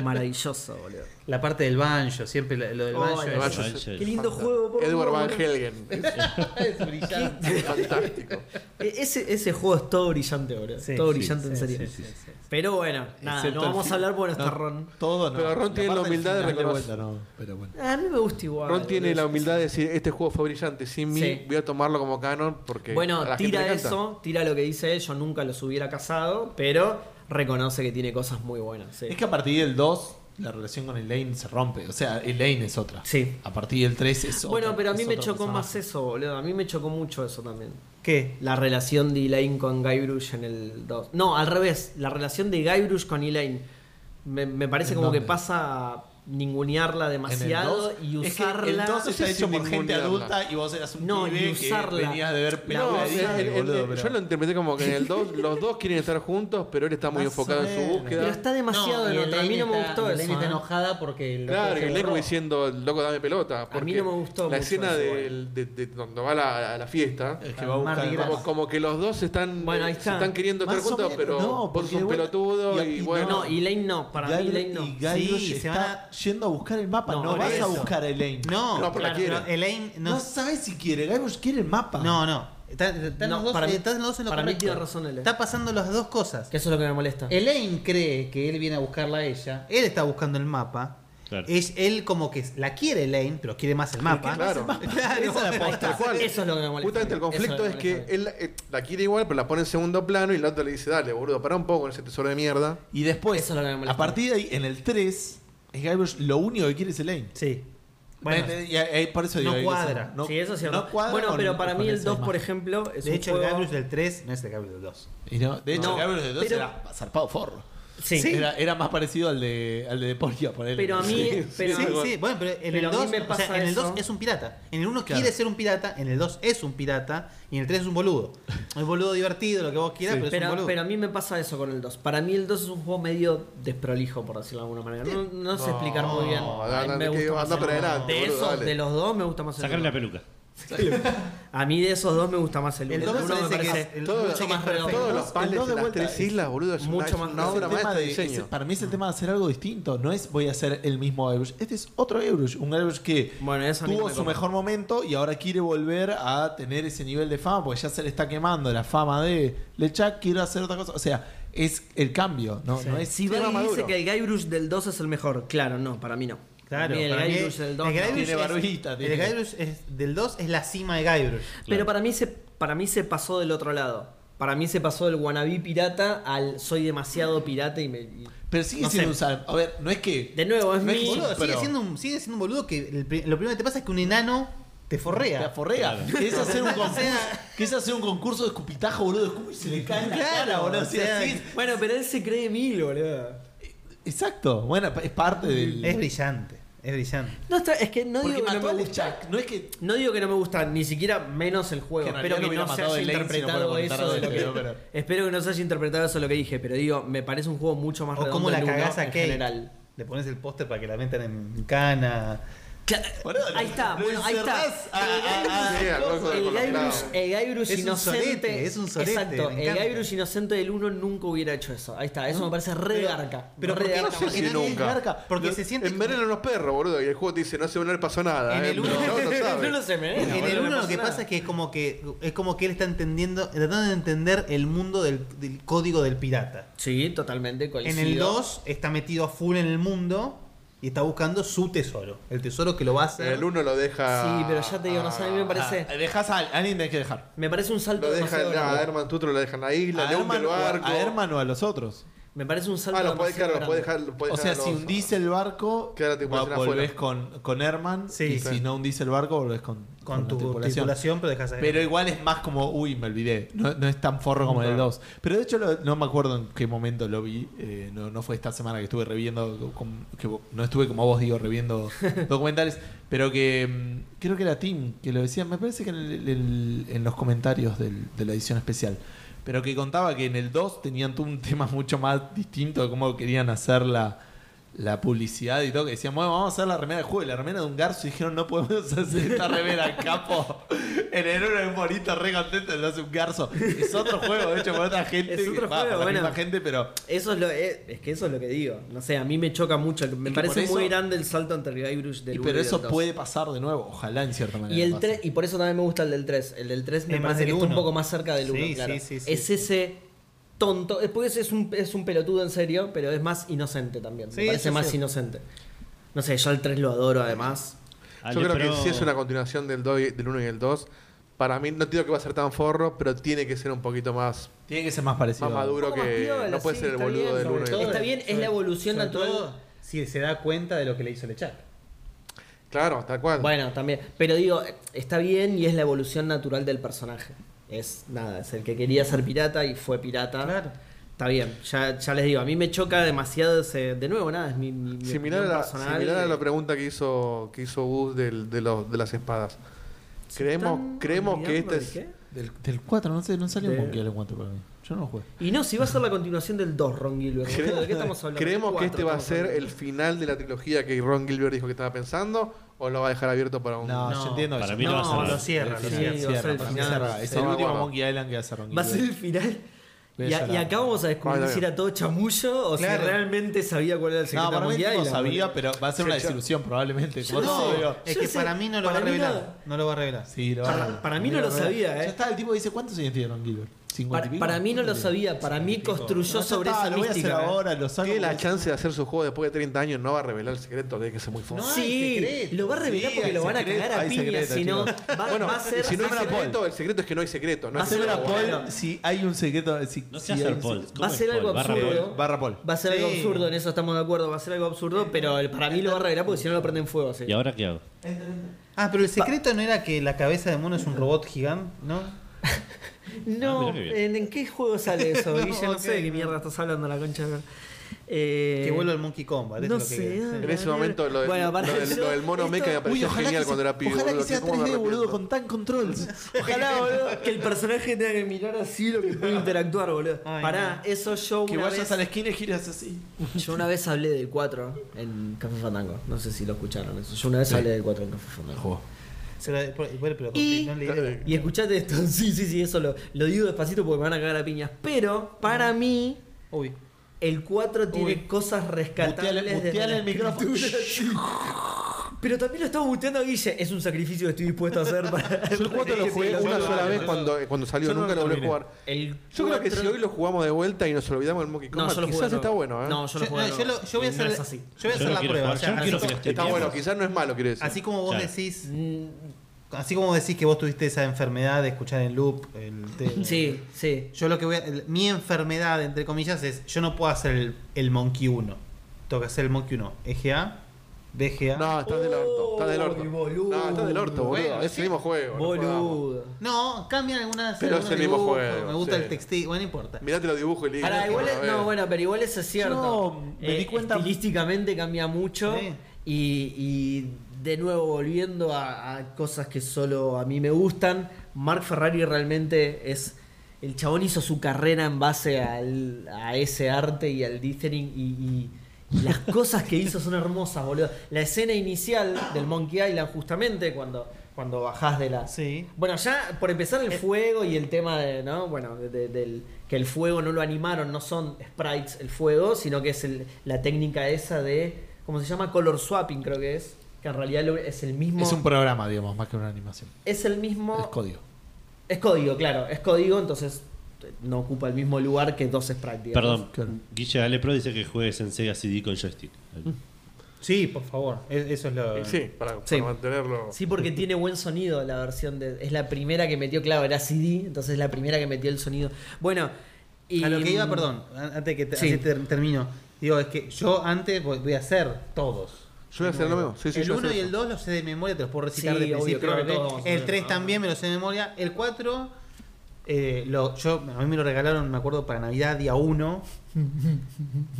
S1: Maravilloso, boludo.
S2: La parte del banjo, siempre la- lo del
S1: Oh,
S2: banjo.
S1: el
S2: es-
S4: banjo.
S1: Qué lindo juego, por
S4: Edward
S1: favor,
S4: Van
S1: boludo.
S4: Helgen.
S2: es brillante.
S4: Es fantástico.
S1: E- Ese, ese juego es todo brillante, boludo.
S2: Sí,
S1: todo
S5: sí,
S1: brillante, en serio.
S2: Sí, sí, sí.
S1: Pero bueno, nada,
S3: Excepto
S1: no
S3: el
S1: vamos a
S3: fin.
S1: hablar por nuestro
S3: No.
S1: ron.
S3: Todo no.
S4: Pero Ron tiene la
S3: parte del
S4: humildad de
S3: final
S4: reconocer.
S3: vuelta no, pero bueno.
S1: A mí me gusta igual.
S4: Ron tiene
S1: boludo.
S4: la humildad de decir, este juego fue brillante, sin mí
S1: Sí.
S4: voy a tomarlo como canon porque... a
S1: Bueno,
S4: la gente
S1: tira
S4: le encanta.
S1: eso, tira lo que dice él. Yo nunca los hubiera casado, pero reconoce que tiene cosas muy buenas. sí.
S3: Es que a partir del 2 la relación con Elaine se rompe. O sea, Elaine es otra.
S1: Sí.
S3: A partir del 3 es otra.
S1: Bueno, pero a mí
S3: es
S1: me
S3: otro
S1: chocó
S3: personaje.
S1: más eso, boludo. A mí me chocó mucho eso también.
S2: ¿Qué?
S1: La relación de Elaine con Guybrush en el 2. No, al revés. La relación de Guybrush con Elaine. Me, me parece
S3: ¿En
S1: como que
S3: dónde?
S1: pasa a ningunearla demasiado
S3: En el 2,
S1: y
S3: es que
S1: usarla.
S3: el 2
S4: No
S3: está
S4: sé
S3: hecho
S4: si
S3: por gente
S4: ningunearla.
S3: adulta y vos eras un
S1: No,
S3: pibe
S1: y usarla.
S3: que venías de ver
S1: La
S4: No,
S3: películas de
S4: o sea,
S3: Disney,
S4: el- el-
S3: eh, boludo, pero-
S4: yo lo interpreté como que en el 2 los dos quieren estar juntos, pero él está muy
S3: Más
S4: enfocado
S3: o
S4: en su
S3: menos.
S4: búsqueda.
S1: Pero está demasiado
S2: y
S1: en otra. A mí
S2: Elaine
S1: no me
S2: está-
S1: gustó
S2: Elaine
S1: eso.
S2: está
S1: ¿eh?
S2: enojada porque. el
S4: Claro,
S2: loco
S4: y
S2: se
S4: Lego
S2: borró.
S4: diciendo, loco, dame pelota. Porque
S1: no me gustó
S4: La
S1: mucho
S4: escena
S1: eso,
S4: del- de, de cuando va a la, a la fiesta,
S3: Es que va a buscar
S2: Mardi Gras.
S4: como, como que los dos están,
S1: Bueno, ahí
S4: se
S1: está.
S4: están queriendo estar
S3: Más o
S4: juntos,
S3: menos,
S4: pero
S3: no,
S4: vos sos
S3: porque
S4: un
S3: bueno,
S4: pelotudo
S3: y-
S4: y,
S3: y
S4: bueno.
S1: No, Elaine no. Para mí
S3: Guybrush-
S1: Elaine no.
S3: Y Guybrush
S2: Sí, se
S3: está
S2: van a-
S3: yendo a buscar el mapa.
S1: No,
S3: No,
S1: por
S3: vas
S1: eso.
S3: a buscar a Elaine.
S2: No,
S4: No, pero la
S2: claro,
S4: quiere.
S2: pero Elaine
S3: No
S2: no.
S3: sabes si quiere. Guybrush quiere el mapa.
S2: No, no. Está- Están
S1: No,
S2: los dos,
S1: para mí-
S2: están los dos en lo
S1: para mí
S2: correcto.
S1: tiene razón él, eh.
S2: Está pasando las dos cosas.
S1: Que eso es lo que me molesta.
S2: Elaine cree que él viene a buscarla a ella. Él está buscando el mapa.
S5: Claro.
S2: Es, él como que la quiere Elaine, pero quiere más el mapa.
S4: Claro.
S2: Claro.
S1: Esa es la posta.
S4: Tal cual.
S1: Eso es lo que me molesta.
S4: Justamente
S1: Eso
S4: el
S1: es lo
S4: conflicto
S1: me
S4: es que
S1: molesta.
S4: él eh, la quiere igual, pero la pone en segundo plano y la otra le dice, dale, boludo, pará un poco con ese tesoro de mierda.
S3: Y después,
S1: Eso es lo que me molesta.
S3: a partir de ahí, en el 3, Skybush lo único que quiere es Elaine.
S2: Sí.
S3: Bueno,
S2: Bueno,
S3: y ahí- ahí por eso digo,
S2: no
S3: ahí
S2: cuadra.
S3: no-
S1: sí, eso es cierto.
S3: no cuadra
S1: bueno,
S3: con-
S1: pero para
S3: con
S1: mí el
S3: esa
S1: 2, por
S3: imagen.
S1: ejemplo, es
S2: de
S1: un
S2: hecho,
S1: juego...
S2: el Gabriel del 3 no es el Gabriel del 2.
S3: Y no- de hecho,
S1: No,
S3: Skybush de 2
S1: pero-
S3: era zarpado forro.
S1: Sí,
S3: Era, era más parecido al de, al de Depolia, por él.
S1: pero a mí... pero
S2: sí,
S1: a mí-
S2: sí, bueno, pero en
S1: pero
S2: el
S1: a mí
S2: 2,
S1: me pasa
S2: en el
S1: eso.
S2: 2 es un pirata. En el 1
S3: Claro.
S2: quiere ser un pirata, en el 2 es un pirata y en el 3 es un boludo. Un boludo divertido, lo que vos quieras, pero es un
S1: Pero,
S2: boludo.
S1: pero a mí me pasa eso con el 2. Para mí el 2 es un juego medio desprolijo, por decirlo de alguna manera. No, no sé explicar muy bien.
S4: no,
S1: A mí
S4: no,
S1: me
S4: que
S1: gusta más
S4: anda
S1: el
S4: para
S1: uno.
S4: adelante,
S1: de
S4: boludo,
S1: esos,
S4: dale.
S1: de los dos me gusta más el
S5: Sacarle la
S1: 1.
S5: peluca.
S1: A mí de esos dos me gusta más el 1.
S2: el 2
S1: uno me
S2: me parece que
S1: parece
S2: es el
S4: todo-
S2: uno
S4: mucho
S2: que es
S1: más
S2: perfecto.
S1: redondo.
S4: Todos los
S3: dos- el
S4: paneles
S3: dos
S4: de
S3: de
S4: las
S3: vuelta
S4: tres
S3: es
S4: islas, boludo, es
S1: mucho
S4: una,
S1: más
S4: una
S3: Es el tema
S4: obra maestra de
S3: de- es-
S4: diseño.
S3: para mí es el tema de hacer algo distinto. No es voy a hacer el mismo Airbrush. Este es otro Airbrush. Un Airbrush que
S1: Bueno, eso a mí no
S3: tuvo
S1: me
S3: su
S1: copa.
S3: mejor momento y ahora quiere volver a tener ese nivel de fama porque ya se le está quemando la fama de Lechak. Quiero hacer otra cosa. O sea, es el cambio. No, no es.
S1: Si
S4: Tema
S1: Barry dice
S4: maduro.
S1: que el Guybrush del 2 es el mejor, claro, no, para mí no.
S2: Claro,
S1: Para mí el
S2: para mí
S1: Guybrush del 2
S2: el
S1: no.
S2: Guybrush
S3: Tiene
S2: es-
S3: barbita, tiene-
S2: El Guybrush es- del 2 es la cima de Guybrush.
S1: Pero para mí, se, para mí se pasó del otro lado. Para mí se pasó del wannabe pirata al soy demasiado pirata y me... y-
S3: Pero sigue
S1: no
S3: siendo
S1: sé.
S3: un sal- A ver, no es que.
S1: De nuevo, es
S3: no
S1: mi-
S3: que-
S2: Boludo, sigue,
S3: pero-
S2: siendo un, sigue siendo un boludo que el pri- lo primero que te pasa es que un enano te forrea.
S3: La forrea.
S5: Claro.
S3: Que es hacer un concurso,
S2: sea-
S3: que es hacer un concurso de escupitajo, boludo. Escupe y se le cae en la cara, boludo.
S2: o
S3: O sea,
S2: sea,
S3: sí,
S1: Bueno, pero él se cree mil, boludo.
S3: Exacto. Bueno, es parte del.
S2: Es brillante, es brillante.
S1: No, está- es que no
S3: porque
S1: digo que no
S3: mató
S1: me
S3: a
S1: gusta.
S3: Lechak. No es que.
S1: No digo que no me gusta, ni siquiera menos el juego.
S3: Que en
S1: espero
S3: realidad
S1: que
S3: lo
S1: no
S3: hubiera
S1: se
S3: matado
S1: haya
S3: Elaine si no fuera
S1: interpretado
S3: por
S1: eso
S3: contarlo
S1: de lo
S3: de
S1: que.
S3: este, pero-
S1: Espero que no se haya interpretado eso de lo que dije, pero digo, me parece un juego mucho más
S2: O
S1: redondo
S2: como la
S1: el uno
S2: cagás a
S1: en
S2: Kate.
S1: general.
S2: Le pones el póster para que la metan en cana.
S1: Claro,
S3: Boludo,
S1: ahí está,
S3: lo
S1: bueno, ahí
S3: encerrás
S1: está.
S3: a- a- a-
S4: Sí, al coso de
S1: El
S4: colocado.
S1: Guybrush, el Guybrush
S2: Es un
S1: inocente.
S2: sorete, es un sorete,
S1: Exacto,
S2: me
S1: el
S2: encanta.
S1: Guybrush inocente del 1 nunca hubiera hecho eso. Ahí está, eso me parece re garca.
S2: pero
S1: re
S2: ¿por qué no
S1: garca.
S2: se-
S4: Sí,
S2: porque nadie
S4: nunca.
S2: es garca, porque se siente-
S4: Envenenan a unos perros, boludo, y el juego te dice, no se no le pasó nada.
S2: En
S4: eh,
S2: el uno-
S4: pero el chabón no sabe.
S1: No lo sé, me
S2: en el uno lo que pasa es que es como que es como que él está entendiendo, tratando de entender el mundo del, del código del pirata.
S1: Sí, totalmente
S2: En
S1: coincido.
S2: el 2 está metido a full en el mundo y está buscando su tesoro. El tesoro que lo va a hacer.
S4: En el uno lo deja...
S1: Sí, pero ya te digo, no sé, a mí me parece...
S3: Ah, dejas a alguien tenés que dejar.
S1: Me parece un salto
S4: Lo deja
S1: demasiado
S4: a
S1: grande.
S4: Herman Tutro, lo dejan en la isla,
S3: A
S4: le hunde
S3: Herman,
S4: el
S3: o a,
S4: barco.
S3: a Herman o a los otros.
S1: Me parece un salto
S4: Ah, lo puede,
S1: demasiado
S4: claro, lo puede
S1: grande.
S4: dejar. lo puede
S3: O sea,
S4: dejar a
S3: si
S4: los-
S3: hundís el barco,
S4: Quédate,
S3: va-
S4: pues,
S3: volvés
S4: afuera.
S3: con, con Herman.
S2: Sí,
S3: y
S2: sí.
S3: si no hundís el barco, volvés con,
S2: con,
S3: la
S2: tu tripulación. pero dejas a
S3: Pero igual es más como, uy, me olvidé. No, no es tan forro como en el 2. Pero de hecho, lo- no me acuerdo en qué momento lo vi. Eh, no, no fue esta semana que estuve reviendo. con- que vo- no estuve como vos, digo, reviendo documentales. Pero que mm, creo que era Tim que lo decía. Me parece que en, el- el- en los comentarios del- de la edición especial. Pero que contaba que en el 2 tenían todo un tema mucho más distinto de cómo querían hacer la. la publicidad y todo, que decían, bueno, vamos a hacer la remera del juego y la remera de un garzo y dijeron, no podemos hacer esta remera, capo. En el uno es bonito, re contento, lo hace un garzo. Es otro juego, de hecho, con otra gente.
S1: Es otro
S3: que- va,
S1: juego,
S3: con la
S1: bueno.
S3: misma gente, pero
S1: Eso es lo eh, es que eso es lo que digo. No sé, a mí me choca mucho, me
S3: que
S1: parece
S3: por eso-
S1: muy grande el salto entre el Guybrush del
S3: y-
S1: 1 y
S3: pero
S1: del
S3: eso
S1: 2.
S3: puede pasar de nuevo, ojalá en cierta manera.
S1: y el
S3: pase.
S1: tres- y por eso también me gusta el del 3. El del 3 me
S2: Es más
S1: parece
S2: del
S1: que está un
S2: uno.
S1: poco más cerca del
S2: Sí,
S1: 1,
S2: sí,
S1: claro.
S2: sí, sí,
S1: es
S2: sí.
S1: ese tonto, es porque es un es un pelotudo en serio, pero es más inocente también.
S2: Sí,
S1: me
S2: eso
S1: parece
S2: es
S1: más
S2: cierto.
S1: inocente. No sé, yo el 3 lo adoro además.
S5: Ale,
S4: Yo creo
S5: pero-
S4: que si es una continuación del 2 y- del 1 y el 2, para mí no digo que va a ser tan forro, pero tiene que ser un poquito más,
S3: Tiene que ser más parecido.
S4: más maduro
S1: poco más
S4: que.
S1: piola,
S4: no puede
S1: sí,
S4: ser el
S1: está
S4: boludo
S1: bien,
S4: del
S1: sobre
S4: 1 y
S1: todo.
S4: el 2.
S1: Está bien, es la evolución
S2: sobre
S1: natural.
S2: todo Si se da cuenta de lo que le hizo Lechak.
S4: Claro, tal cual.
S1: Bueno, también. Pero digo, está bien y es la evolución natural del personaje. Es nada, es el que quería ser pirata y fue pirata.
S2: Claro.
S1: Está bien, ya, ya les digo, a mí me choca demasiado ese. De nuevo, nada, es mi. mi- mi
S4: similar a
S1: opinión
S4: la,
S1: personal
S4: similar a
S1: de-
S4: la pregunta que hizo, que hizo Gus del- de, los- de las espadas.
S1: ¿Se
S4: Creemos,
S1: están
S4: creemos que
S1: olvidando
S4: este
S1: de
S4: es.
S1: qué?
S3: Del, del 4, no sé, no salió
S1: De-
S3: con que el 4 para mí. Yo no lo jugué.
S1: Y no, si va a ser la continuación del 2, Ron Gilbert. boludo, ¿De qué estamos hablando?
S4: ¿Creemos
S1: Del
S4: que
S1: cuatro
S4: este va a
S1: estamos
S4: ser
S1: hablando.
S4: el final de la trilogía que Ron Gilbert dijo que estaba pensando? ¿O lo va a dejar abierto para un.?
S3: No,
S2: No,
S3: yo entiendo.
S5: para
S3: yo-
S5: mí no
S3: no,
S5: va a ser
S2: lo
S5: nada.
S2: cierra, lo
S3: sí,
S1: cierra.
S3: cierra,
S1: va a ser el
S3: para mí
S1: final.
S3: cierra. Es
S4: Sí,
S3: el
S4: me
S3: último
S4: acuerdo.
S3: Monkey Island que va a ser Ron
S1: Va a ser
S3: Gilbert.
S1: el final. Y, a- y acá vamos a descubrir
S4: Vale,
S1: si era todo chamullo o
S2: Claro.
S1: si realmente sabía cuál era el secreto
S3: No, para mí
S1: mundial.
S3: no
S1: y la-
S3: sabía, pero va a ser
S4: Sí,
S3: una
S4: yo-
S3: desilusión probablemente.
S1: Yo
S3: Como
S1: no
S3: todo,
S1: sé.
S3: digo,
S2: Es
S1: Yo
S2: que
S1: sé,
S2: para mí no lo va a
S1: para mí
S2: revelar. No lo va a revelar.
S3: Sí, lo van
S1: Para,
S3: a-
S1: para mí no lo sabía,
S3: Ya
S1: ¿eh?
S3: está, el tipo dice, ¿cuántos años tiene Ron Gilbert? ¿Cincuenta y
S1: Para,
S3: pico?
S1: para mí no lo
S3: Sí.
S1: sabía, para mí construyó
S3: No, ya
S1: sobre
S3: está,
S1: esa
S3: lo voy a hacer
S1: mística.
S3: ahora, lo saco.
S4: Tiene la
S3: porque-
S4: chance de hacer su juego después de 30 años, no va a revelar el secreto, tiene que ser muy fuerte.
S2: No, hay
S1: Sí,
S2: secreto.
S1: lo va a revelar
S3: Sí,
S1: porque
S3: hay
S1: lo van a
S3: secreto,
S1: cagar a
S3: hay
S1: piña,
S3: secreto,
S1: si no
S3: chicos.
S1: va,
S4: bueno,
S1: va a
S4: y
S1: ser
S4: si no hay
S1: va a ser-
S4: secreto, el secreto es que no hay secreto. No
S1: Va
S4: es
S1: a ser
S4: que-
S3: Barra
S1: la
S3: Paul, si hay un secreto. Si,
S5: No
S3: si
S5: seas
S3: hay
S5: el
S3: un
S5: Paul.
S3: secreto-
S5: ¿Cómo
S1: Va a
S5: es
S1: ser algo
S5: Paul? Barra
S1: absurdo.
S5: Paul.
S3: Barra Paul.
S1: Va a ser algo
S2: Sí.
S1: absurdo, en eso estamos de acuerdo, va a ser algo absurdo, pero el- para mí lo va a revelar porque si no lo prenden fuego. sí.
S5: ¿Y ahora qué hago?
S2: Ah, pero el secreto no era que la cabeza de mono es un robot gigante, ¿no?
S5: Ah,
S1: No,
S5: mirá qué bien.
S1: ¿en, en qué juego sale eso?
S2: No,
S1: Guille? no sé de
S2: ok,
S1: qué
S2: no.
S1: mierda estás hablando la concha. Eh,
S2: que vuelva al Monkey Kombat. es
S1: No
S2: lo que-
S1: sé.
S2: sí.
S4: En ese momento lo del,
S1: Bueno, para
S4: lo del-
S1: eso-
S4: lo del mono
S1: esto-
S4: mecha me pareció genial cuando era pibe.
S3: ojalá que
S4: boludo,
S3: sea
S4: ¿cómo me
S3: 3D, boludo,
S4: arrepiento?
S3: con tan controls.
S1: Eh, Ojalá, boludo, que el personaje tenga que mirar así lo que puede interactuar, boludo.
S2: Ay,
S1: Pará, eso yo
S3: que
S1: una
S3: vayas
S1: vez...
S3: a la esquina y giras así.
S1: Yo una vez hablé del 4 en Café Fandango. No sé si lo escucharon eso. Yo una vez hablé del 4 en Café Fandango.
S2: Pero, pero, pero
S1: Y-
S2: no leí la-
S1: Y escuchate esto. Sí, sí, sí, eso lo, lo digo despacito porque me van a cagar a piñas. Pero, para mí,
S2: Uy.
S1: el 4 tiene
S2: Uy.
S1: cosas rescatables.
S3: Muteale-
S1: desde
S3: muteale
S1: la
S3: el micrófono.
S1: escritura. Pero también lo estamos buteando a Guille. Es un sacrificio que estoy dispuesto a hacer para.
S4: Yo el 4 lo jugué
S2: yo
S4: una
S2: no-
S4: sola
S2: yo
S4: vez
S2: no-
S4: cuando, eh, cuando salió,
S3: yo no
S4: nunca
S3: lo
S4: lo volví a
S3: terminé.
S4: jugar.
S1: El
S4: Yo creo que si
S1: 4
S4: hoy lo jugamos de vuelta y nos olvidamos del Monkey
S1: No,
S4: Kombat,
S1: yo lo jugué.
S4: quizás
S1: no.
S4: está bueno, ¿eh?
S1: No, yo lo
S2: Yo-
S1: jugué.
S2: no, yo lo- yo voy a
S1: No
S2: hacer
S1: es
S2: la-
S1: así.
S2: yo voy a
S5: Yo
S2: hacer
S5: no
S2: la
S5: quiero
S2: prueba.
S5: jugar,
S2: o sea,
S5: yo no
S2: así
S5: quiero
S2: como-
S5: que la
S4: Está
S5: Bien.
S4: bueno, quizás no es malo, quiero decir.
S2: Así como vos
S5: Claro.
S2: decís,
S1: Mm,
S2: así como vos decís que vos tuviste esa enfermedad de escuchar en loop el tema.
S1: Sí, sí.
S2: Yo lo que voy a- el- mi enfermedad entre comillas es yo no puedo hacer el, el Monkey 1. Tengo que hacer el Monkey E 1, EGA, BGA.
S4: No, estás del orto, estás del orto.
S1: Uy, boludo.
S4: No, estás del orto, boludo.
S2: Bueno,
S4: Es el mismo juego. no jodamos.
S1: Boludo.
S2: No, cambian algunas
S4: Pero es
S2: algunos
S4: el mismo
S2: dibujos,
S4: juego,
S2: Me gusta
S4: sí.
S2: el textil, bueno, no importa.
S4: Mirate los dibujos y listo.
S1: Pará, igual es- no, bueno, pero igual eso es cierto. Eh,
S3: Yo me di cuenta-
S1: Estilísticamente cambia mucho.
S2: Sí.
S1: Y, y de nuevo, volviendo a, a cosas que solo a mí me gustan, Mark Ferrari realmente es. El chabón hizo su carrera en base al- a ese arte y al dithering y. y- y las cosas que hizo son hermosas, boludo. La escena inicial del Monkey Island, justamente, cuando, cuando bajás de la,
S2: Sí.
S1: bueno, ya por empezar
S2: Eh.
S1: el fuego y el tema de, ¿no? Bueno, de- de- del que el fuego no lo animaron, no son sprites el fuego, sino que es el- la técnica esa de, ¿cómo se llama? Color swapping creo que es, que en realidad lo- es el mismo...
S3: Es un programa, digamos, más que una animación.
S1: es el mismo...
S3: Es código.
S1: es código, claro, es código, entonces eh, no ocupa el mismo lugar que dos sprites. digamos.
S5: Perdón,
S3: Claro.
S5: Guille Ale Pro dice que juegues en Sega CD con joystick.
S2: Sí, por favor, e- eso es lo
S4: Sí, para,
S1: Sí.
S4: para mantenerlo.
S1: Sí, porque tiene buen sonido la versión de... Es la primera que metió, claro, era CD, entonces es la primera que metió el sonido. Bueno, y...
S2: A lo que iba, perdón, an- antes que te-
S1: Sí.
S2: así ter- termino. Digo, es que yo antes voy voy a hacer todos.
S4: Yo voy a hacer lo mismo. Sí, sí,
S2: el
S4: yo voy
S2: 1
S4: a hacer
S2: y el
S4: eso.
S2: 2 los sé de memoria, te los puedo recitar
S1: Sí,
S2: de
S1: obvio,
S2: principio.
S1: creo que
S2: a
S1: todos
S2: ver.
S1: vamos a
S2: el
S1: hacer,
S2: 3
S1: ¿no?
S2: también me lo sé de memoria. El 4, eh, lo- yo, a mí me lo regalaron, me acuerdo, para Navidad, día 1.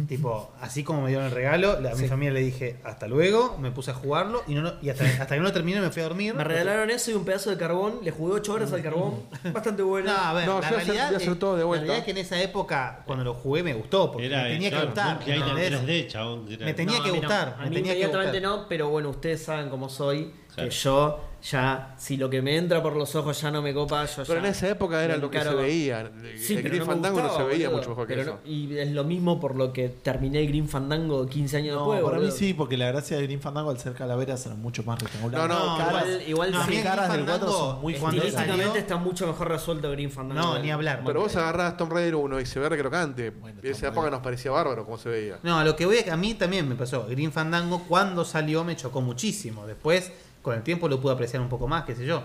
S2: tipo, así como me dieron el regalo, la- a mi
S1: Sí.
S2: familia le dije hasta luego, me puse a jugarlo y, no, lo- y hasta, hasta que no lo terminé me fui a dormir.
S1: Me regalaron eso y un pedazo de carbón. Le jugué 8 horas al carbón. Bastante bueno.
S2: Mm. No, a ver,
S4: No,
S2: la
S4: yo voy a hacer-
S2: realidad,
S4: voy a hacer
S2: es-
S4: todo de
S2: la
S4: vuelta.
S2: realidad es que en esa época, cuando lo jugué, me gustó, porque me tenía que
S5: claro,
S2: gustar.
S5: Monkey Island
S2: ¿entendés?
S5: 3D, chabón. era-
S2: Me tenía
S1: No,
S2: que
S1: a mí no.
S2: gustar,
S1: A
S2: me
S1: mí
S2: tenía que
S1: inmediatamente
S2: gustar.
S1: no, pero bueno, ustedes saben cómo soy.
S5: Claro.
S1: Que yo ya, si lo que me entra por los ojos ya no me copa, yo
S4: Pero en
S1: ya-
S4: esa época era
S1: me
S4: lo que se
S1: encaro.
S4: veía. El
S1: Sí,
S4: el
S1: pero
S4: Green
S1: no me
S4: Fandango no se
S1: gustaba,
S4: veía
S1: boludo.
S4: mucho mejor que
S1: Pero no-
S4: eso.
S1: y es lo mismo por lo que terminé el Green Fandango 15 años
S3: No,
S1: después.
S3: para mí
S1: boludo.
S3: sí, porque la gracia de Green Fandango al ser calaveras era mucho más rectangular.
S4: No, no,
S3: caras,
S1: igual- igual
S2: no,
S3: las
S1: sí.
S2: a mí
S3: caras
S2: Green
S3: del 4
S2: Fandango,
S3: son muy
S2: cuando
S3: famosas.
S2: salió-
S1: Estilísticamente está mucho mejor resuelto Green Fandango. eh.
S2: No, ni hablar.
S4: Pero vos agarrás Tomb Raider 1 y se ve recrocante.
S3: Bueno,
S4: Y esa
S3: Tomb
S4: época
S3: Raider.
S4: nos parecía bárbaro como se veía.
S2: No, lo que voy a, a mí también me pasó. Green Fandango cuando salió me chocó muchísimo. Después, con el tiempo lo pude apreciar un poco más, qué sé yo.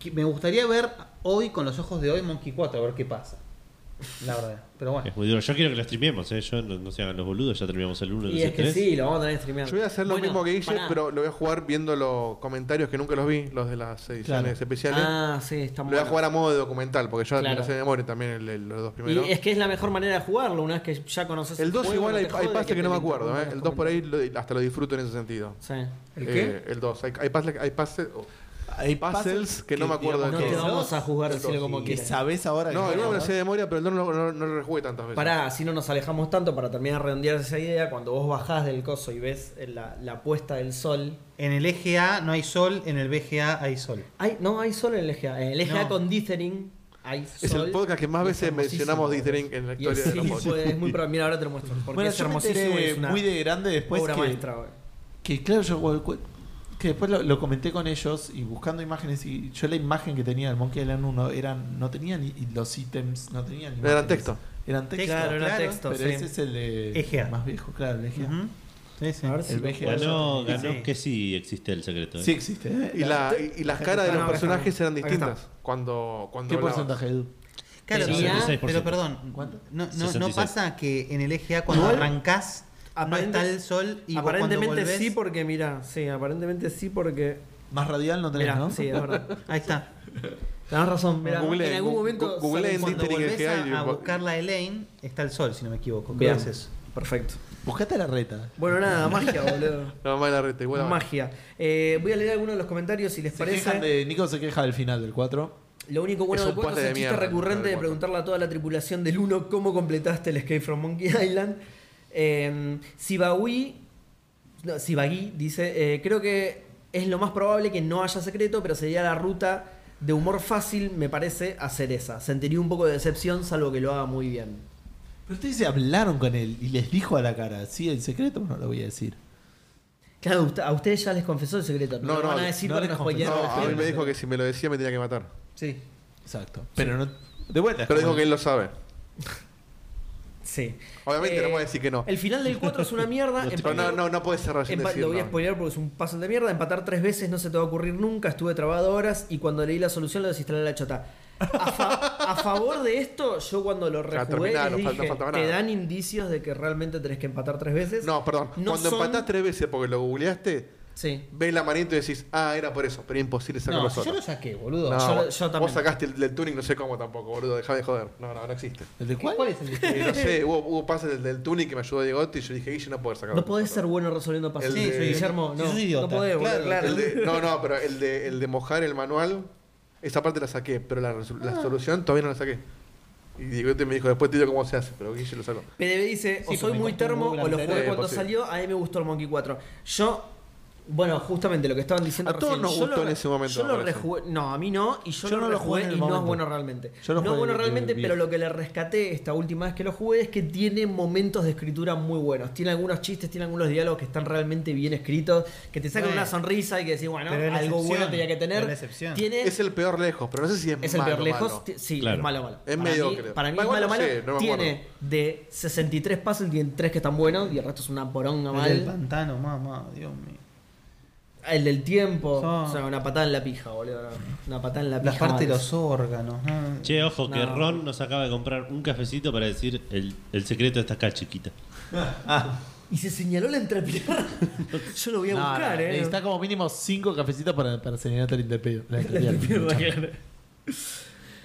S2: Que- Me gustaría ver hoy, con los ojos de hoy, Monkey 4, a ver qué pasa. La verdad. Pero bueno.
S5: Es muy duro. Yo quiero que lo streamemos, ¿eh? Yo no, no se hagan los boludos, ya terminamos el 1
S1: Y es que sí, lo vamos a tener streameado.
S4: Yo voy a hacer lo
S1: Bueno,
S4: mismo que Guille,
S1: pará.
S4: pero lo voy a jugar viendo los comentarios que nunca los vi, los de las ediciones
S3: Claro.
S4: especiales.
S1: Ah, sí, está
S4: lo
S1: muy
S4: voy a
S1: bueno.
S4: jugar a modo de documental, porque yo
S1: Claro.
S4: me lo sé de memoria también el- el- los dos
S1: Y
S4: primeros.
S1: es que es la mejor manera de jugarlo, una vez que ya conoces
S4: el 2
S1: juego,
S4: igual
S1: no
S4: hay,
S1: te
S4: hay
S1: jode
S4: pases que no me acuerdo,
S1: te
S4: ¿eh? El 2 por ahí lo- hasta lo disfruto en ese sentido.
S1: Sí.
S2: ¿El qué?
S4: Eh, el 2. Hay, hay puzzles, hay puzzles- oh.
S3: Hay
S4: puzzles que no me acuerdo
S1: No
S3: digamos,
S4: de
S1: te
S4: todo.
S1: vamos a jugar
S4: El
S1: decirlo
S4: dos,
S1: como
S4: sí.
S3: Que
S1: quieras.
S3: sabes ahora
S4: No,
S3: que
S4: el 1 me lo sé
S3: ¿verdad?
S4: de memoria, pero el 2 no, no- no lo rejugué tantas veces.
S1: Pará, así no nos alejamos tanto para terminar de redondear esa idea. Cuando vos bajás del coso y ves eh, la, la puesta del sol.
S2: En el E EGA no hay sol, en el BGA hay sol.
S1: Ay, no, hay sol en el EGA. En el EGA
S2: No.
S1: con dithering hay
S4: Es
S1: sol.
S4: el podcast que
S1: y
S4: más
S1: es
S4: veces
S1: hermosísimo.
S4: mencionamos Easter egg en la
S1: Y es,
S4: historia de los
S1: sí,
S4: podcasts.
S1: pues, es muy probable. Mira, ahora te lo muestro. Porque
S3: Bueno,
S1: es
S3: yo me
S1: hermosísimo y
S3: enteré
S1: es una
S3: muy de grande después
S1: obra
S3: que,
S1: maestra. güey.
S3: que claro, yo cu- cu- que después lo, lo comenté con ellos y buscando imágenes y yo la imagen que tenía del Monkey Island 1 eran, no tenían i- los ítems, no tenían
S4: No eran
S3: imágenes.
S4: texto.
S3: Eran texto.
S2: Claro,
S1: Claro, era
S2: claro.
S1: texto,
S3: pero
S1: sí. E
S3: ese es el de
S2: Egea.
S3: más viejo, claro, el Egea.
S2: Ujú. Sí, sí.
S1: A ver si
S3: El
S1: lo
S3: VGA.
S1: puedo-
S5: Ganó,
S2: Sí.
S5: ganó que sí existe el secreto. ¿eh?
S3: Sí existe. ¿eh?
S4: Y, la, y, y las caras
S1: No,
S4: de los
S1: acá está.
S4: personajes eran
S1: Acá
S4: distintas. Cuando, cuando
S3: ¿Qué
S4: hablabas.
S3: porcentaje, Edu?
S2: Claro,
S5: Sí,
S2: pero-
S5: 66%.
S2: pero perdón,
S3: ¿Cuánto?
S2: No, no, no
S5: 66.
S2: pasa que en el EGA cuando
S1: Igual,
S2: arrancás no
S1: aparente-
S2: está el sol y vos cuando
S1: aparentemente
S2: volvés-
S1: sí, porque mira, sí, aparentemente sí, porque.
S3: Más radial no tenés,
S1: Mirá,
S3: ¿no?
S1: sí, es verdad.
S2: Ahí está.
S1: Tenés razón, mirá,
S4: Google-
S1: en algún
S4: gu-
S1: momento.
S4: gu- Google
S1: sale
S4: en
S1: cuando-
S2: Cuando
S4: Disney
S2: volvés
S4: EGA y-
S2: a, a buscar la Elaine, está el sol, si no me equivoco. Creo
S1: Bien.
S2: que es eso.
S1: Perfecto.
S3: Buscate la reta.
S1: Bueno, nada, magia, boludo.
S4: No, más la reta, igual a-
S1: Magia. Eh, voy a leer algunos de los comentarios si les
S3: Se
S1: parece.
S3: quejan de Nico se queja del final del 4.
S1: Lo único bueno
S4: Es
S1: del
S4: un
S1: 4 es
S4: puzzle
S1: el
S4: de
S1: chiste
S4: mierda,
S1: recurrente
S4: el
S1: de
S4: cuatro.
S1: preguntarle a toda la tripulación del 1 cómo completaste el Escape from Monkey Island. Eh, Sibagui, no, Sibagui dice, eh, creo que es lo más probable que no haya secreto, pero sería la ruta de humor fácil, me parece, hacer esa. Sentiría un poco de decepción, salvo que lo haga muy bien.
S3: Pero ustedes se hablaron con él y les dijo a la cara, sí, el secreto no lo voy a decir.
S1: Claro, usted- a ustedes ya les confesó el secreto. No,
S4: No,
S1: lo
S4: no,
S1: van a decir
S3: no
S1: para
S3: les
S1: no
S4: No,
S1: spoilear a la
S4: a mí
S1: gente.
S4: me dijo que si me lo decía me tenía que matar.
S1: Sí,
S3: Exacto. Pero no... De vuelta. es
S4: Pero
S3: como-
S4: dijo que él lo sabe.
S1: sí.
S4: Obviamente
S1: Eh,
S4: no puede decir que no.
S1: El final del 4 es una mierda. Ah, en
S4: Pero no,
S1: primer-
S4: no, no puede cerrar sin
S1: Empa-
S4: decir
S1: lo voy a
S4: no.
S1: spoilear porque es un paso de mierda. Empatar tres veces no se te va a ocurrir nunca. Estuve trabado horas y cuando leí la solución lo desinstalé a la chota. A, fa- a favor de esto, yo cuando lo
S4: Ya,
S1: rejugué
S4: terminá,
S1: les
S4: no fal- no
S1: dije,
S4: faltaba
S1: te
S4: nada".
S1: dan indicios de que realmente tenés que empatar tres veces.
S4: No, perdón.
S1: No
S4: Cuando
S1: son-
S4: empatás tres veces porque lo googleaste,
S1: Sí.
S4: ves la manito y decís, ah, era por eso. Pero imposible sacarlo
S1: No, si yo
S4: solo.
S1: lo saqué, boludo.
S4: No,
S1: yo, lo-
S4: vos-
S1: yo también.
S4: Vos sacaste el, del tuning, no sé cómo tampoco, boludo. Dejá de joder. No, no, no existe.
S3: ¿El de cuál?
S2: es el
S4: Eh, no sé, hubo, hubo pases del, del tuning que me ayudó Diegotti y yo dije, Guille, no puedo sacarlo.
S1: No podés ser bueno resolviendo pasos.
S4: El de-
S1: Guillermo,
S2: Sí,
S1: no.
S2: soy idiota.
S1: No podés, boludo,
S2: Claro,
S1: claro.
S4: El de- no, no, pero el de, el de mojar el manual, esa parte la saqué, pero la, resol-
S1: Ah.
S4: la solución todavía no la saqué. Y Diegotti me dijo, después te digo cómo se hace, pero Guille lo sacó.
S1: PDB dice, o
S2: Sí,
S1: soy
S2: me
S1: muy
S2: costó
S1: termo
S2: muy
S1: o lo
S2: grande.
S1: jugué
S4: Eh,
S1: cuando
S4: posible.
S1: salió, a mí me gustó el Monkey 4. Yo, bueno, justamente lo que estaban diciendo
S4: A todos
S1: recién,
S4: nos
S1: yo lo
S4: gustó en
S1: re-
S4: ese momento,
S1: Yo
S4: me
S1: lo
S4: parece.
S1: rejugué, no, a mí no, y yo, no lo jugué
S3: en
S1: y
S3: el
S1: no es
S3: momento.
S1: bueno realmente.
S3: Yo lo
S1: no es
S3: jugué
S1: bueno
S3: de- de
S1: realmente,
S3: viejo.
S1: pero lo que le rescaté esta última vez que lo jugué es que tiene momentos de escritura muy buenos. Tiene algunos chistes, tiene algunos diálogos que están realamente bien escritos, que te sacan
S2: Bueno.
S1: una sonrisa y que decís, bueno,
S2: Pero es la
S1: algo
S2: excepción,
S1: bueno tenía que
S2: es la
S1: tener.
S2: excepción.
S1: Tiene,
S4: Es el peor lejos, pero no sé si es,
S1: es el
S4: malo,
S1: peor lejos.
S4: malo.
S1: ti- Sí,
S5: Claro.
S1: es malo, malo.
S4: Es
S1: para
S4: mediocre.
S1: Mí, para mí
S4: Igual
S1: es malo,
S4: no
S1: malo.
S4: sé, no me
S1: tiene
S4: acuerdo.
S1: de 63 puzzles, tiene 3 que están buenos y el resto es una poronga mal.
S2: El pantano, mamá, Dios mío.
S1: El del tiempo.
S2: Ah.
S1: O sea, una patada en la pija, boludo. no. Una patada en la pija.
S2: La parte de
S1: mal.
S2: los órganos. ah.
S5: Che, ojo, que
S1: No.
S5: Ron nos acaba de comprar un cafecito para decir el, el secreto está acá, chiquita.
S2: ah.
S1: Y se señaló la entrepierna. Yo lo voy a
S3: No,
S1: buscar,
S3: no,
S1: eh.
S3: Necesita como mínimo 5 cafecitos para, para señalarte el interpedio. La interpedio.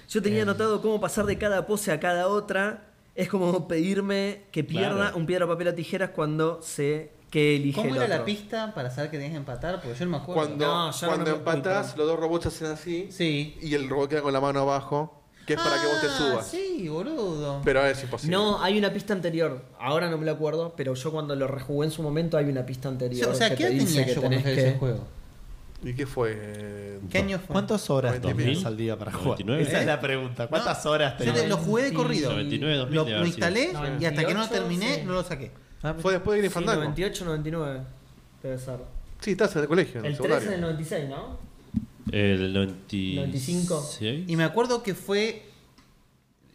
S1: Yo
S2: Eh.
S1: tenía anotado cómo pasar de cada pose a cada otra. Es como pedirme que pierda
S5: Claro.
S1: un piedra, papel o tijeras cuando sé que elige
S2: ¿Cómo
S1: el
S2: era
S1: otro.
S2: la pista para saber que tenías que empatar? Porque yo no me acuerdo.
S4: Cuando,
S1: No, ya
S4: cuando
S1: no me-
S4: empatás,
S1: uy,
S4: los dos robots hacen así
S2: Sí.
S4: y el robot queda con la mano abajo, que es para que vos te
S2: Ah,
S4: subas.
S2: Sí, boludo.
S4: Pero es imposible.
S1: No, hay una pista anterior. Ahora no me la acuerdo, pero yo cuando lo rejugué en su momento hay una pista anterior.
S2: o sea,
S1: que
S2: ¿qué
S1: te
S2: edad
S1: dice
S2: tenía
S1: que
S2: yo cuando
S1: tenés
S2: jugué
S1: que-
S2: ese juego?
S4: ¿Y qué fue? Eh,
S2: ¿Qué año fue?
S3: ¿Cuántas horas
S4: 20.000?
S3: tenías al día para jugar?
S5: 99.
S3: Esa es la pregunta. ¿Cuántas
S2: No,
S3: horas
S2: Yo
S3: tenías?
S2: lo jugué de corrido.
S5: 99, 2000
S2: Lo, lo
S5: debe haber sido.
S2: instalé y hasta que no lo
S1: 98,
S2: terminé,
S1: sí.
S2: no lo saqué.
S4: Fue después de Green
S1: Sí,
S4: Fandango.
S1: 98, 99. Debe ser.
S4: Sí, estás en el colegio, en el,
S1: El 13
S4: secundario.
S1: del 96, ¿no?
S5: El 95.
S1: 95.
S2: Y me acuerdo que fue.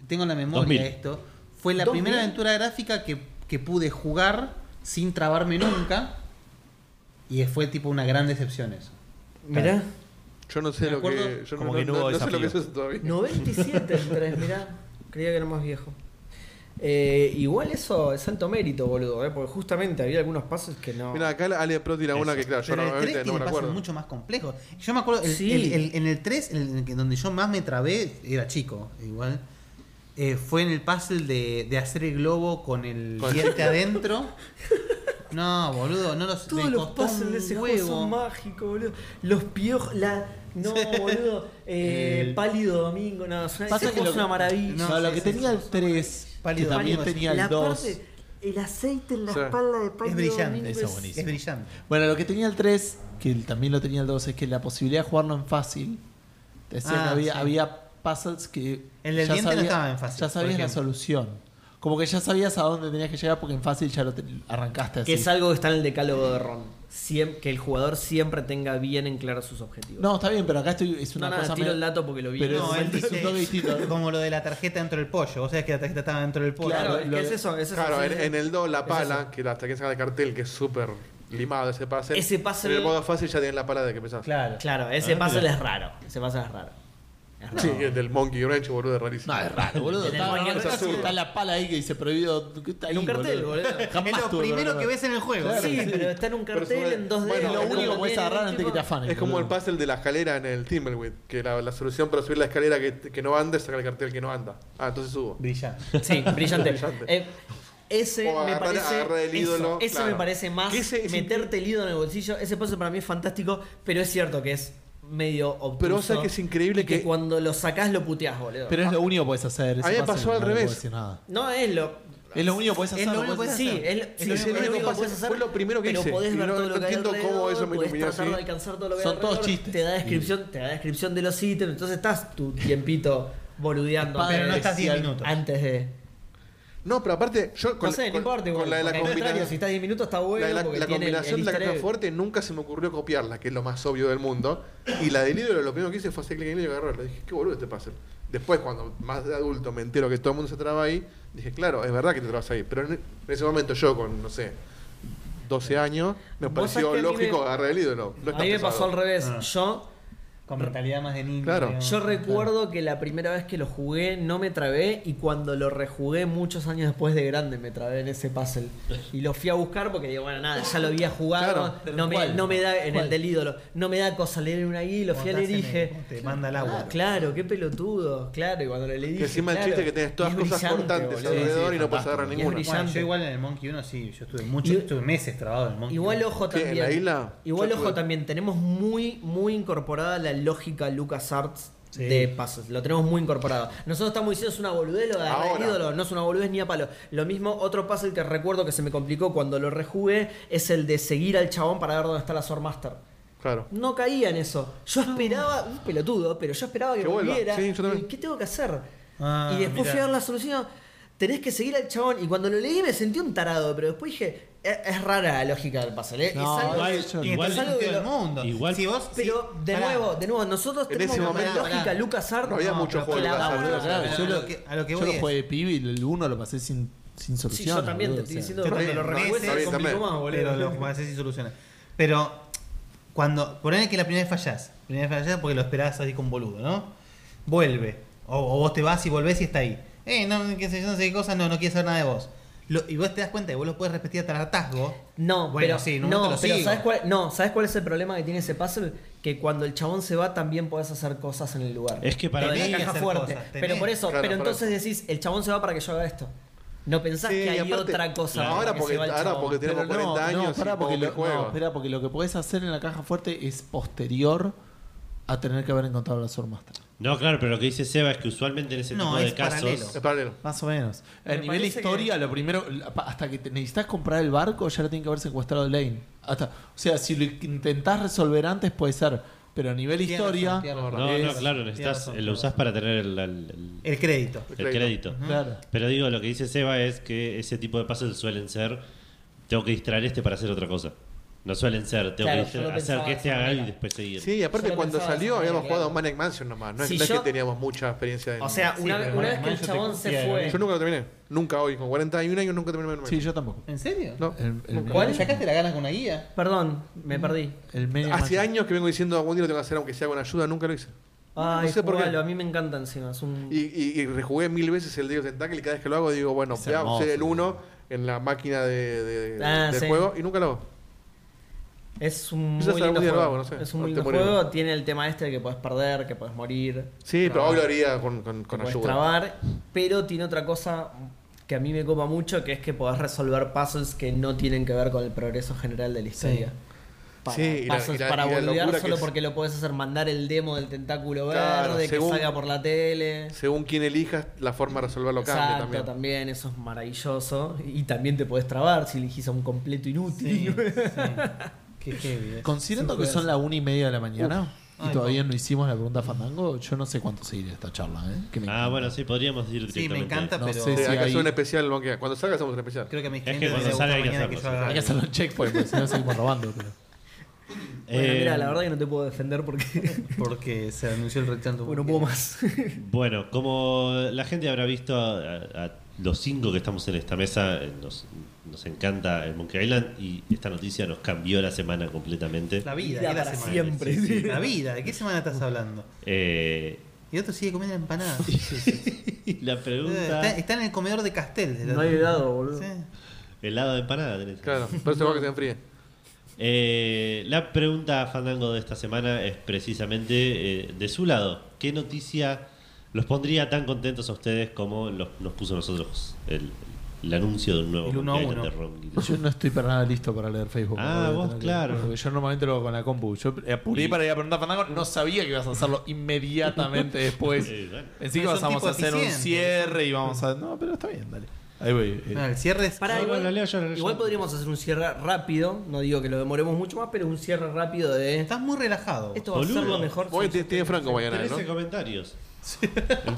S2: Tengo en la memoria
S5: 2000.
S2: esto. Fue la
S1: 2000.
S2: primera aventura gráfica que, que pude jugar sin trabarme nunca. Y fue tipo una gran decepción eso.
S1: Mirá.
S4: Yo no sé
S2: Me
S4: lo que.
S2: acuerdo
S4: Yo
S3: como
S4: no,
S3: que
S4: no-
S3: no hubo
S4: no sé lo que es
S3: desafío.
S4: eso todavía.
S1: 97 el 3, mirá. Creía que era más viejo. Eh, igual eso es alto mérito, boludo, eh, porque justamente había algunos pasos que no.
S4: Mira, acá la- Ale Pro tira una que, claro, yo
S2: Pero el 3
S4: normalmente no
S2: tiene
S4: me la
S2: pasos
S4: acuerdo.
S2: mucho más complejos. Yo me acuerdo, el-
S1: Sí.
S2: el- el- en el 3, en el que- donde yo más me trabé, era chico, igual. eh, fue en el puzzle de, de hacer el globo con el
S4: Con-
S2: diente adentro. No, boludo, no los
S1: Todos
S2: me
S1: los
S2: costó
S1: pasos
S2: un
S1: de ese juego
S2: huevo.
S1: son mágicos, boludo. Los piojos, la. No, boludo. Eh,
S3: El-
S1: Pálido Domingo, no, es una,
S3: Pasa
S1: ese
S3: que
S1: juego
S3: lo
S1: es una
S3: que-
S1: maravilla.
S3: No,
S2: No,
S3: lo
S2: sí,
S3: que
S2: sí,
S3: tenía
S2: sí.
S3: el 3, que
S2: Pálido,
S3: también
S2: pálido,
S3: tenía el
S1: La
S3: 2.
S1: parte, el aceite en la
S4: Sí.
S1: espalda de
S2: Es
S1: Pálido
S2: brillante,
S1: Domingo
S3: eso es buenísimo.
S2: es brillante.
S3: Bueno, lo que tenía el 3, que el- también lo tenía el 2, es que la posibilidad de jugarlo en fácil. Te decía
S2: Ah,
S3: que había,
S2: sí.
S3: había puzzles que.
S2: El del
S3: ya
S2: diente no estaba en fácil,
S3: Ya sabías
S2: por
S3: la
S2: ejemplo.
S3: solución. Como que ya sabías a dónde tenías que llegar porque en fácil ya lo te- arrancaste así.
S1: Que es algo que está en el decálogo de Ron. Siem- que el jugador siempre tenga bien en claro sus objetivos.
S3: No, está bien, pero acá estoy, es
S1: no,
S3: una
S1: nada,
S3: cosa.
S1: tiro
S3: medio-
S1: el dato porque lo vi.
S3: pero
S2: No,
S3: es-
S2: él
S3: es un toque
S2: dice
S3: distinto.
S2: como lo de la tarjeta dentro del pollo. Vos sabés que la tarjeta estaba dentro del pollo.
S1: claro,
S3: Claro,
S1: es
S3: lo-
S1: que es eso. Es eso,
S4: Claro,
S1: es
S4: en,
S1: eso.
S4: en el 2 la
S1: Es
S4: pala,
S1: eso.
S4: que la- hasta que saca de cartel, que es súper limado ese pase.
S1: Ese puzzle-
S4: En el modo fácil ya tienen la pala de que empezás.
S2: Claro.
S1: Claro, ese
S5: Ah,
S1: puzzle
S5: mira.
S1: es raro. Ese puzzle es raro. Es raro.
S4: Sí, el del Monkey Wrench, boludo, es rarísimo.
S3: No, es raro, boludo.
S1: En el
S3: Está,
S1: Monkey
S3: está-
S4: Wrench.
S3: está la pala ahí que dice prohibido. ¿qué está
S1: En
S3: ahí,
S1: un cartel, boludo.
S3: Jamás
S2: es lo
S3: tuve,
S2: primero
S3: boludo.
S2: que ves en el juego.
S3: Claro.
S1: sí,
S3: sí.
S1: pero está en un
S4: Pero
S1: cartel
S4: sobre-
S1: en 2D.
S4: bueno,
S3: Es lo
S4: Es
S3: único que
S4: como-
S3: puedes agarrar antes que te afanen.
S4: Es como el
S3: boludo.
S4: puzzle de la escalera en el Timberwolf, que la, la solución para subir la escalera que, que no anda es sacar el cartel que no anda. Ah, entonces subo.
S2: Brillante.
S1: Sí, brillante.
S4: Brillante.
S1: Eh, ese
S4: O
S1: me
S4: agarrar-
S1: parece.
S4: agarrar el
S1: eso,
S4: ídolo,
S1: ese
S4: claro.
S1: me parece más
S4: Que ese es
S1: meterte el ídolo en el bolsillo. Ese paso para mí es fantástico, pero es cierto que es medio obtuso.
S4: Pero vos sabés que es increíble
S1: y que,
S4: que-
S1: cuando lo sacás lo puteás, boludo.
S3: Pero es lo único que puedes hacer. ese
S4: A mí me
S3: puzzle
S4: pasó
S3: no
S4: al
S3: le
S4: revés.
S3: puedo decir nada.
S1: no es lo.
S3: Es lo único que puedes
S2: Es
S3: hacer.
S2: lo
S3: no
S2: único que
S3: podés
S2: puedes
S1: Sí,
S2: hacer.
S1: es, lo-
S4: Sí,
S1: sí,
S4: es el
S1: es lo
S4: único
S1: único que
S4: paso,
S1: podés hacer.
S4: fue lo primero que
S1: pero
S4: hice,
S1: podés
S4: y
S1: ver
S4: no-
S1: todo
S4: no
S1: lo que hay
S4: entiendo
S1: alrededor,
S4: cómo eso me
S1: podés
S4: iluminó
S1: tratar
S4: así.
S1: de alcanzar todo lo que hay
S3: Son todos
S1: alrededor,
S3: chistes.
S1: Te da descripción, te da descripción de los ítems, entonces estás tu tiempito boludeando.
S2: Pero no estás 10 minutos.
S1: antes de.
S4: No, pero aparte, yo con,
S1: no sé, no
S4: con-
S1: importa.
S4: con
S1: igual,
S4: la de la
S1: al contrario, Si
S4: combinación.
S1: está 10 minutos está bueno.
S4: la de la-
S1: porque
S4: la
S1: tiene el-
S4: combinación
S1: el
S4: de la
S1: easter
S4: caja
S1: egg.
S4: fuerte nunca se me ocurrió copiarla, que es lo más obvio del mundo. Y la del ídolo, lo primero que hice fue hacer clic en el ídolo y agarrarla. Dije, qué boludo este puzzle. Después, cuando más de adulto me entero que todo el mundo se traba ahí, dije, claro, es verdad que te trabas ahí. Pero en, en ese momento yo, con, no sé, 12 años, me
S1: Vos
S4: pareció
S1: sabés que a mí
S4: lógico
S1: me-
S4: agarrar el ídolo. No
S1: A
S4: está
S1: mí me
S4: pesado.
S1: pasó al revés.
S2: Ah.
S1: Yo,
S2: Con mentalidad más de niño.
S4: Claro.
S2: digamos.
S1: yo recuerdo que la primera vez que lo jugué no me trabé y cuando lo rejugué muchos años después de grande me trabé en ese puzzle. Y lo fui a buscar porque digo, bueno, nada, ya lo había
S4: Claro,
S1: jugado.
S3: pero
S1: no, me,
S3: ¿cuál?
S1: no me da en
S3: ¿Cuál?
S1: el del ídolo. No me da cosa leer una guía y lo fui a leer y
S2: Botás en
S1: dije.
S2: el- Te manda el agua.
S1: Ah, claro, qué pelotudo. Claro, y cuando le leí.
S4: Que encima el chiste es que tenés todas cosas cortantes
S2: boludo.
S4: alrededor
S2: Sí,
S4: y no puedes agarrar
S1: Y es
S4: ninguna.
S1: brillante.
S2: Bueno, yo igual en el Monkey 1 sí, yo estuve mucho,
S1: Y-
S2: estuve meses trabado en el Monkey
S1: Igual
S2: 1.
S1: ojo
S4: Sí, en
S1: también.
S4: la isla,
S1: Igual
S4: yo
S1: ojo
S4: tuve-
S1: también. Tenemos muy, muy incorporada la lógica LucasArts
S2: Sí.
S1: de pasos. Lo tenemos muy incorporado. Nosotros estamos diciendo es una boludez lo de agarrar el
S4: Ahora.
S1: ídolo. No es una boludez ni a palo. Lo mismo, otro puzzle que recuerdo que se me complicó cuando lo rejugué es el de seguir al chabón para ver dónde está la Swordmaster.
S4: Claro.
S1: No caía en eso. Yo esperaba, un pelotudo, pero yo esperaba que,
S4: Que vuelva.
S1: volviera.
S4: Sí, yo también.
S1: ¿Qué tengo que hacer?
S2: Ah,
S1: y después
S2: mirá.
S1: fui a ver la solución. Tenés que seguir al chabón. Y cuando lo leí me sentí un tarado, pero después dije, es, es rara la lógica del puzzle. ¿eh?
S3: No,
S1: es algo
S5: igual-
S1: que-
S5: yo-
S2: Tiene
S5: igual-
S2: todo el
S1: algo que
S2: sentido del
S1: lo-
S2: mundo.
S5: igual-
S2: Si vos,
S1: pero
S2: si-
S1: de
S2: pará.
S1: nuevo, de nuevo, nosotros
S4: En
S1: tenemos
S4: ese
S1: una
S4: momento-
S1: lógica Lucas Art.
S4: No había mucho juego de
S1: clavada.
S4: Lucas Arts,
S3: Pero claro,
S2: Claro,
S3: yo
S2: a
S3: lo,
S2: lo que- a lo que
S3: yo
S2: voy
S3: lo
S2: es-
S3: jugué de pibe y el 1 lo pasé sin, sin
S1: Sí,
S3: solución.
S1: yo también te
S3: boludo,
S1: estoy
S3: o sea.
S1: diciendo,
S2: Está
S1: cuando lo
S2: bien,
S1: rejugué se
S4: está
S1: me
S4: bien,
S1: complicó
S4: también.
S1: más,
S2: Pero
S1: boludo.
S2: lo jugás y solucionas. Pero cuando. Ponele que la primera vez fallás. La primera vez fallás porque lo esperás así con boludo, ¿no? Vuelve. O, o vos te vas y volvés y está ahí. Eh, no, qué sé yo, no sé qué cosa, no, no quiero saber nada de vos. Lo- y vos te das cuenta que vos lo puedes repetir a hartazgo.
S1: No,
S2: Bueno,
S1: pero,
S2: sí, en un
S1: no,
S2: momento lo
S1: pero
S2: sigo.
S1: ¿sabes cuál, no, ¿sabes cuál es el problema que tiene ese puzzle? Que cuando el chabón se va también podés hacer cosas en el lugar.
S5: Es que para
S1: Lo de
S5: mí-
S1: la caja
S2: hacer
S1: fuerte.
S2: cosas, tenés.
S1: pero por eso,
S4: Claro,
S1: pero
S4: por
S1: entonces decís, el chabón se va para que yo haga esto. No pensás
S4: Sí,
S1: que hay
S4: y aparte,
S1: otra cosa. para
S4: Ahora
S1: que
S4: porque,
S1: se va el
S4: ahora
S1: chabón.
S4: porque tenemos
S3: Pero
S4: 40
S3: no, no,
S4: años
S3: pará,
S4: y
S3: porque
S4: porque
S3: lo,
S4: juego.
S3: no, pará, porque lo que podés hacer en la caja fuerte es posterior a tener que haber encontrado la Swordmaster.
S5: No, claro, pero lo que dice Seba es que usualmente en ese
S2: No,
S5: tipo de
S2: es
S5: casos.
S2: paralelo.
S4: Es paralelo.
S3: Más o menos. A
S1: Me
S3: nivel
S1: parece
S3: historia,
S1: que-
S3: lo primero, la- pa- hasta que te- necesitas comprar el barco, ya lo tiene que haber secuestrado Lane. Hasta, o sea, si lo intentás resolver antes puede ser, pero a nivel
S2: Tienes razón,
S3: historia,
S2: tienes
S5: No,
S2: razón.
S5: no,
S3: Es-
S5: claro,
S2: tienes
S5: necesitas,
S2: razón,
S5: lo
S2: tienes
S5: usás para tener el, el- el-
S2: El crédito.
S5: el
S4: crédito.
S5: crédito.
S3: claro.
S5: Pero digo, lo que dice Seba es que ese tipo de pasos suelen ser: tengo que distraer este para hacer otra cosa. No suelen ser, tengo
S1: Claro,
S5: que distra-
S1: yo lo
S5: hacer
S1: pensaba
S5: que
S1: de
S5: este
S1: esa
S5: haga algo y
S1: manera.
S5: después seguir.
S4: Sí, y aparte
S1: Yo lo
S4: cuando
S1: pensaba de esa
S4: salió
S1: manera,
S4: habíamos jugado
S1: claro.
S4: Maniac Mansion nomás. No, es-
S1: Si
S4: no es
S1: yo-
S4: que teníamos mucha experiencia en...
S1: O sea,
S2: Sí,
S1: una,
S2: pero
S1: una vez
S2: bueno,
S1: que el
S2: yo te ¿eh?
S1: chabón se
S2: confío,
S1: fue.
S2: ¿no?
S4: Yo nunca lo terminé. Nunca hoy. Con 41 años nunca terminé Maniac
S3: Sí,
S4: Mansion.
S3: yo tampoco.
S2: ¿En serio?
S4: No.
S3: El, el,
S2: ¿Cuál? ¿Sacaste la gana con una guía?
S1: Perdón,
S4: Mm.
S1: me perdí.
S3: el Maniac
S4: Hace
S3: Mansion.
S4: años que vengo diciendo algún día lo tengo que hacer aunque sea con ayuda. Nunca lo hice.
S1: Ay,
S4: no sé por qué.
S1: jugalo, a mí me encanta encima. Es un...
S4: Y, y- y rejugué mil veces el Deus Tentacle y cada vez que lo hago digo, bueno,
S3: Es
S4: voy a
S3: hermoso.
S4: hacer el 1 en la máquina de, de-
S1: Ah,
S4: del
S1: sí.
S4: juego y nunca lo hago.
S1: Es un
S4: Quizás
S1: muy lindo
S4: algún día lo
S1: juego.
S4: hago, no sé,
S1: es un muy
S4: o te
S1: lindo
S4: morís.
S1: juego. Tiene el tema este de que podés perder, que podés morir,
S4: Sí, pero hoy lo haría con, con,
S1: que
S4: con
S3: Pues
S1: podés
S4: ayuda.
S1: trabar. Pero tiene otra cosa que a mí me copa mucho, que es que podés resolver puzzles que no tienen que ver con el progreso general de la historia. Para,
S4: Sí, y la-
S1: puzzles
S4: y la-
S1: para
S4: y la
S1: boludear
S4: locura que
S1: solo
S4: es-
S1: porque lo podés hacer mandar el demo del tentáculo
S4: Claro,
S1: verde,
S4: según-
S1: que salga por la tele.
S4: Según quien elijas, la forma de resolverlo cambia
S1: Exacto,
S4: también.
S1: también. eso es maravilloso. Y también te podés trabar si elegís a un completo inútil.
S2: Qué heavy, eh.
S3: Considerando que son las una y media de la mañana y
S2: Ay,
S3: todavía no hicimos la pregunta Fandango, yo no sé cuánto seguirá esta charla. ¿eh? Que me
S5: Ah,
S3: encanta.
S5: bueno, sí, podríamos ir
S2: Sí, me
S5: directamente.
S2: encanta,
S3: No
S2: pero
S3: sé
S4: Sí,
S3: si
S4: hay que
S3: ahí-
S4: hacer un especial Banquea. Cuando salga hacemos un especial.
S2: creo que a mi
S5: que
S2: gente
S5: cuando
S2: le gusta
S5: salga hay que
S2: mañana que yo
S5: hacerlo,
S2: haga
S3: Hay que hacerlo en checkpoint porque si no seguimos robando. Pero...
S5: Eh,
S1: Bueno, mira, la verdad que no te puedo defender porque
S2: Porque se anunció el retanto.
S1: porque no puedo más.
S5: Eh, Bueno, como la gente habrá visto a, a- a los cinco que estamos en esta mesa, eh, nos, nos encanta el Monkey Island y esta noticia nos cambió la semana completamente.
S2: La vida,
S1: Vida
S2: y la
S1: para
S2: semana.
S1: siempre.
S2: Sí, sí, La vida, ¿de qué semana estás hablando?
S5: Eh,
S2: Y otro sigue comiendo empanadas.
S5: y la
S2: está,
S5: pregunta,
S2: está en el comedor de Castel.
S1: No hay dado, boludo.
S2: Sí.
S5: helado de empanada tenés.
S4: Claro, pero eso va que se enfríe.
S5: Eh, la pregunta Fandango de esta semana es precisamente eh, de su lado. ¿Qué noticia los pondría tan contentos a ustedes como los- nos puso a nosotros el, el anuncio de un nuevo
S2: El uno a
S5: Monkey Island
S2: uno.
S5: de Ron Gilbert?
S3: Yo no estoy para nada listo para leer Facebook.
S5: Ah,
S3: Voy a
S5: vos,
S3: tener que-
S5: claro.
S3: Porque yo normalmente lo hago con la compu. Yo eh, apuré
S5: Y-
S3: para ir a preguntar Fandango, no sabía que ibas a hacerlo inmediatamente después.
S5: Eh, bueno.
S3: Pensé que
S2: No, son
S3: íbamos a
S2: tipos
S3: hacer un
S2: eficientes.
S3: cierre y vamos a. No, pero está bien, dale. Ahí voy. eh.
S2: No, el cierre es.
S1: Pará,
S5: No,
S1: igual,
S5: no, lo leo yo, lo leo
S1: igual
S5: yo.
S1: podríamos hacer un cierre rápido, no digo que lo demoremos mucho más, pero un cierre rápido de...
S2: Estás muy relajado.
S1: Esto va a ser lo
S5: Boludo.
S1: mejor.
S4: Hoy tiene tiene Franco mañana, ¿no?
S5: 13 comentarios en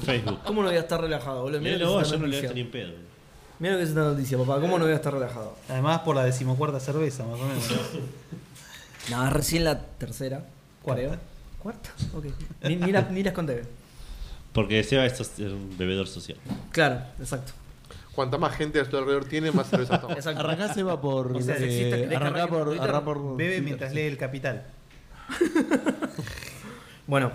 S5: Facebook.
S1: ¿Cómo no voy a estar relajado, boludo? Mirá
S5: Léelo
S1: lo que
S5: vos,
S1: es
S5: yo
S1: esta
S5: no leo
S1: noticia.
S5: esto ni en pedo.
S1: Mira lo que es esta noticia, papá. ¿Cómo no voy a estar relajado?
S2: Además por la decimocuarta cerveza, más o menos.
S1: No, recién la tercera.
S2: Cuarta.
S1: creo. ¿Cuarta? eh? Ok. Ni, ni las, ni las conté.
S5: Porque Seba es sos- es un bebedor social.
S1: Claro, exacto.
S4: Cuanta más gente a tu alrededor tiene, más cerveza toma.
S1: exacto.
S3: Arrancá se va por.
S1: O sea, si existe,
S3: eh,
S1: ¿querés que
S3: arrancá
S1: arranque por
S3: por.
S1: Twitter?
S3: arrancá por
S2: Bebe
S3: Twitter,
S2: mientras
S3: sí.
S2: lee el capital.
S1: Bueno,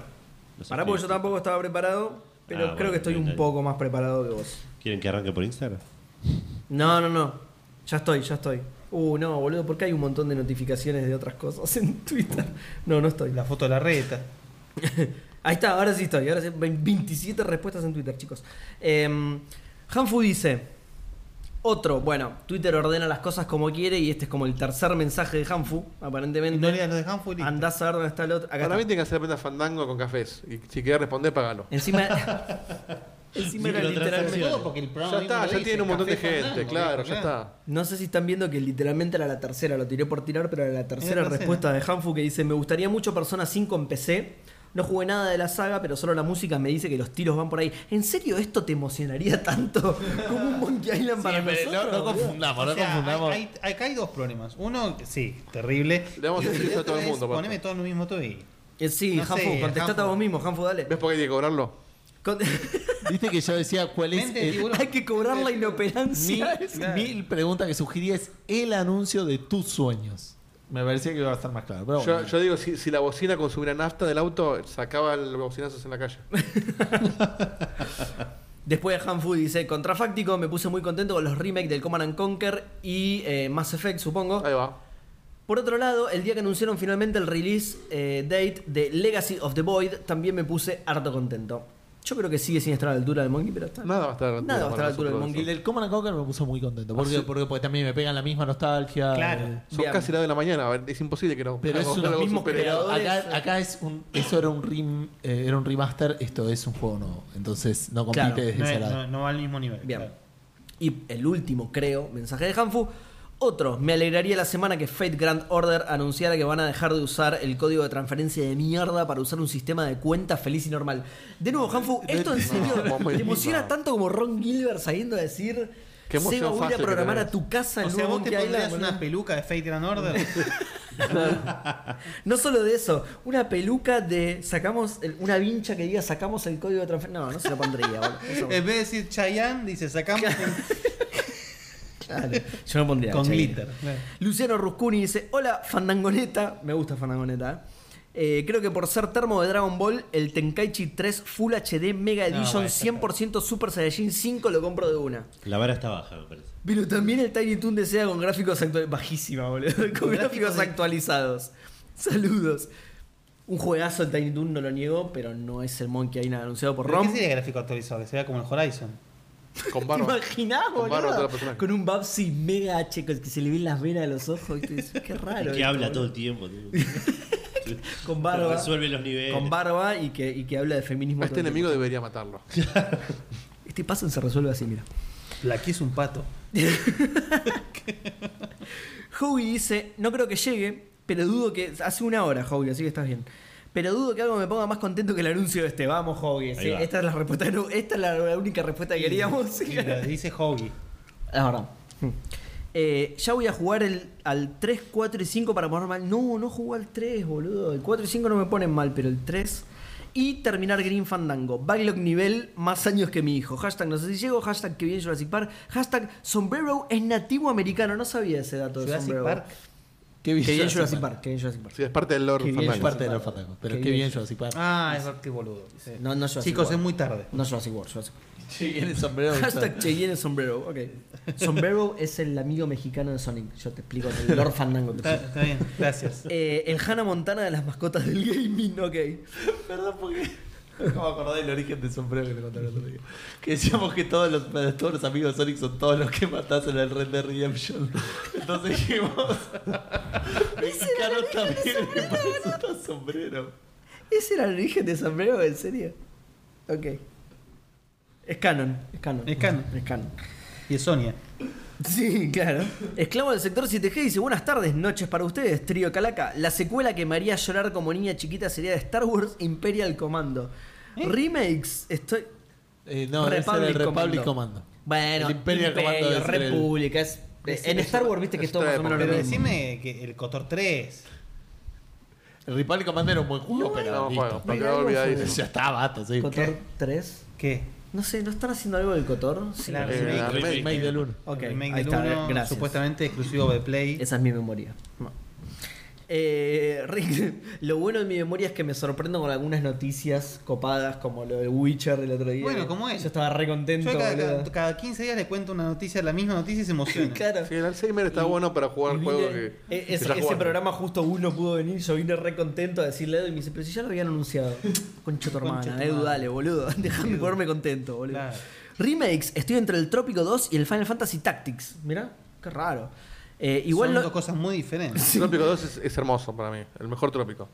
S5: Los
S1: pará porque yo tampoco estaba preparado, pero
S5: Ah,
S1: creo
S5: bueno,
S1: que estoy
S5: bien,
S1: un
S5: dale.
S1: poco más preparado que vos.
S5: ¿Quieren que arranque por Instagram?
S1: No, no, no. Ya estoy, ya estoy. Uh, no, boludo, ¿por qué hay un montón de notificaciones de otras cosas en Twitter? No, no estoy.
S2: La foto de la reta.
S1: Ahí está, ahora sí estoy. Ahora sí, 27 respuestas en Twitter, chicos. Em, Hanfu dice: Otro, bueno, Twitter ordena las cosas como quiere y este es como el tercer mensaje de Hanfu, aparentemente.
S2: No leas los de Hanford y listo.
S1: Andás a ver dónde está el otro. Acá
S4: Para
S1: está.
S4: mí tiene que hacer venta fandango con cafés. Y si quieres responder, pagalo.
S1: Encima. encima era literalmente.
S5: transacciones.
S2: Todo porque el programa
S4: Ya está,
S2: mismo lo
S4: ya
S2: dice,
S4: tiene un montón de
S2: Café
S4: gente,
S2: Fandango,
S4: claro,
S2: viejo,
S4: ya está.
S1: No sé si están viendo que literalmente era la tercera, lo tiré por tirar, pero era la tercera
S2: tercera.
S1: respuesta de Hanfu que dice: Me gustaría mucho Persona 5 en PC. No jugué nada de la saga, pero solo la música me dice que los tiros van por ahí. ¿En serio esto te emocionaría tanto como un Monkey Island para
S3: Siempre, no-
S1: nosotros?
S3: no
S1: boludo?
S3: confundamos,
S2: O
S3: no
S2: sea,
S3: confundamos.
S2: hay, hay- acá hay dos problemas. Uno, sí, terrible.
S4: Le vamos a
S2: Y
S4: decir
S2: el
S4: eso a
S2: otro
S4: todo el
S2: es,
S4: mundo, aparte.
S2: Poneme todo en un mismo toy.
S1: Eh, sí,
S2: No
S1: Hanfu,
S2: sé,
S1: contestate a
S2: Hanfu.
S1: vos mismo, Hanfu, dale.
S4: ¿Ves por qué hay que cobrarlo?
S1: Con-
S3: Viste que yo decía cuál es.
S2: Mente,
S3: el-
S2: tiburón.
S1: Hay que cobrar la
S3: mil,
S1: inoperancia.
S3: mil preguntas que sugería es el anuncio de tus sueños. Me parecía que iba a estar más claro. Pero
S4: Yo,
S3: bueno.
S4: yo digo, si, si la bocina consumiera nafta del auto, sacaba los bocinazos en la calle.
S1: Después Hanfu dice, contrafáctico, me puse muy contento con los remakes del Command and Conquer y eh, Mass Effect, supongo.
S4: Ahí va.
S1: Por otro lado, el día que anunciaron finalmente el release eh, date de Legacy of the Void, también me puse harto contento. Yo creo que sigue sin estar a la altura del Monkey, pero está.
S4: Nada va a estar a la altura
S1: Nada va a estar a la altura
S4: para
S1: del
S4: nosotros.
S3: Y el
S1: Monkey.
S3: del Command and Conquer me puso muy contento. Porque,
S4: Ah, sí.
S3: porque, porque también me pegan la misma nostalgia.
S2: Claro.
S3: eh,
S4: Son
S1: Bien.
S4: casi las de la mañana, a ver, es imposible que no.
S3: Pero es
S4: Algo-
S3: unos
S4: algo
S1: mismos
S4: supere.
S1: creadores.
S3: Acá, acá es un, eso era un, rim, eh, era un remaster, esto es un juego nuevo. Entonces no compite
S1: Claro,
S3: desde
S2: No,
S3: ese
S2: es-
S3: lado.
S2: no- no va al mismo nivel.
S1: Bien.
S2: claro.
S1: Y el último, creo, mensaje de Hanfu. Otro, me alegraría la semana que Fate Grand Order anunciara que van a dejar de usar el código de transferencia de mierda para usar un sistema de cuenta feliz y normal. De nuevo, Hanfu, esto en serio
S4: no, no,
S1: te emociona
S4: no.
S1: tanto como Ron Gilbert saliendo a decir,
S4: Qué emoción
S1: Seba, voy a ir a
S4: fácil que
S1: programar
S4: tenés".
S1: a tu casa el
S2: O sea,
S1: nuevo
S2: vos te
S1: Monkey
S2: pondrías
S1: Island,
S2: una
S1: boludo.
S2: peluca de Fate Grand Order.
S1: No solo de eso, una peluca de sacamos el- una vincha que diga sacamos el código de transferencia. No, no se lo pondría, boludo. Eso-
S2: en vez de decir Chayanne, dice sacamos con-
S1: claro, yo no pondría.
S2: con
S1: che.
S2: glitter. Claro.
S1: Luciano Ruscuni dice, hola Fandangoneta, me gusta Fandangoneta. eh. Eh, creo que por ser termo de Dragon Ball, el Tenkaichi 3 Full HD Mega
S2: No,
S1: Edition
S2: Ah, bueno, está
S1: 100% Super Saiyajin 5 lo compro de una.
S5: La vara está baja, me parece.
S1: Pero también el Tiny Toon desea con gráficos actualizados. Bajísima, boludo. Con gráficos
S2: de-
S1: actualizados. Saludos. Un juegazo el Tiny Toon, no lo niego, pero no es el Monkey Island anunciado por
S2: ¿Pero ¿Qué
S1: Rom.
S2: sería gráfico actualizado? Que se vea como el Horizon.
S4: Con
S1: ¿Te
S4: barro.
S1: imaginás,
S4: Con barro a todos los
S1: boludo?
S4: personajes.
S1: Con un Babsy mega H que se le ven las venas de los ojos. ¿viste? Es- Qué raro.
S5: que
S1: esto,
S5: habla
S1: boludo.
S5: todo el tiempo. tío.
S1: Con barba.
S5: Resuelve los niveles.
S1: Con barba y que, y que habla de feminismo.
S4: A este
S1: todo el
S4: enemigo
S1: tiempo.
S4: debería matarlo.
S1: Este paso se resuelve así, mira.
S2: La es un pato.
S1: Howie dice, no creo que llegue. pero dudo que. Hace una hora, Hobby, así que estás bien. Pero dudo que algo me ponga más contento que el anuncio este. Vamos, Hobby. sí,
S5: va.
S1: Esta es la respuesta. no, Esta es la, la única respuesta que queríamos.
S2: Mira, dice Hoggy.
S1: Es verdad. Eh, ya voy a jugar el, al 3, 4 y 5 para poner mal. No, no jugué al 3, boludo. El 4 y 5 no me ponen mal, pero el 3. Y terminar Green Fandango. Backlog nivel más años que mi hijo. Hashtag no sé si llego. Hashtag que bien Jurassic Park. Hashtag sombrero es nativo americano. No sabía ese dato de
S2: Jurassic
S1: sombrero.
S2: Park.
S3: Qué
S1: Que bien Jurassic Park. Que bien Jurassic Park.
S4: Sí, es parte del lore
S1: Qué bien,
S3: Es
S4: fandango.
S3: parte de los fatacos. Pero
S1: Qué
S3: qué, bien,
S1: bien.
S3: Jurassic Park.
S2: Ah, es verdad, qué boludo. Sí.
S1: No, no Jurassic
S2: Chicos,
S1: World.
S2: es muy tarde.
S1: No Jurassic World, Jurassic World.
S3: Che, bien el sombrero.
S1: Hashtag Cheyenne Sombrero, ok. Sombrero es el amigo mexicano de Sonic. Yo te explico, el Lord Fandango. te
S2: Está,
S1: explico.
S2: está bien, gracias.
S1: Eh, el Hannah Montana de las mascotas del gaming, ok.
S3: Perdón, porque. No me acordé del origen del sombrero que te contaron el otro día. Que decíamos que todos los, todos los amigos de Sonic son todos los que matasen en el Red Dead Redemption. Entonces dijimos. Mexicanos también le parece un sombrero.
S1: ¿Ese era el origen de Sombrero? ¿En serio? Ok. Es canon, es canon.
S2: Es canon.
S1: Es canon.
S2: Y es Sonia.
S1: Sí, claro. Esclavo del sector 7G dice, buenas tardes, noches para ustedes, trío Calaca. La secuela que me haría llorar como niña chiquita sería de Star Wars Imperial Commando. Remakes, estoy...
S3: Eh, no, ese era el Republic Commando.
S1: Bueno,
S3: El Imperial
S1: Imperio,
S3: Commando debe ser el-
S1: República. es-
S2: es-
S1: en
S2: es-
S1: Star Wars, viste que es todo
S4: otra
S1: más o menos
S4: época,
S1: lo
S2: Pero
S4: Mm.
S1: mismo.
S2: decime que el Cotor 3.
S3: El Republic Commando era un buen juego, pero.
S4: No,
S3: listo.
S4: juego, pero
S1: Mira,
S4: quedó
S1: algo
S4: olvidadísimo.
S3: Ya está, basta, sí.
S1: ¿Cotor 3?
S2: ¿Qué?
S1: No sé, ¿no están haciendo algo del Cotor? Sí.
S2: Claro.
S4: Eh,
S2: remake,
S4: la
S5: remake.
S4: remake.
S3: Remake del 1.
S1: Ok,
S2: el remake
S1: ahí
S2: del
S1: está,
S2: uno,
S1: gracias.
S2: supuestamente exclusivo de Play.
S1: Esa es mi memoria. No. Eh, Rick, lo bueno de mi memoria es que me sorprendo con algunas noticias copadas como lo de Witcher del otro día.
S2: Bueno, como es.
S1: Yo estaba re contento.
S2: Yo cada,
S1: boludo.
S2: cada- cada 15 días le cuento una noticia, la misma noticia y se emociona.
S1: Claro.
S4: Sí, el Alzheimer está bueno para jugar
S1: Y vine-
S4: juegos que.
S1: e-
S4: que
S1: ese-
S4: ya
S1: ese
S4: jugaste.
S1: programa justo uno pudo venir, yo vine re contento a decirle a Edu y me dice, pero si ya lo habían anunciado. Concha tu hermana,
S2: Concha tu
S1: Edu,
S2: madre.
S1: dale, boludo. Déjame
S2: Edu.
S1: ponerme contento, boludo.
S2: Claro.
S1: Remakes, estoy entre el Trópico 2 y el Final Fantasy Tactics. Mirá, qué raro. Eh, igual
S2: Son
S1: no-
S2: dos cosas muy diferentes.
S4: Trópico 2 es, es hermoso para mí, el mejor trópico.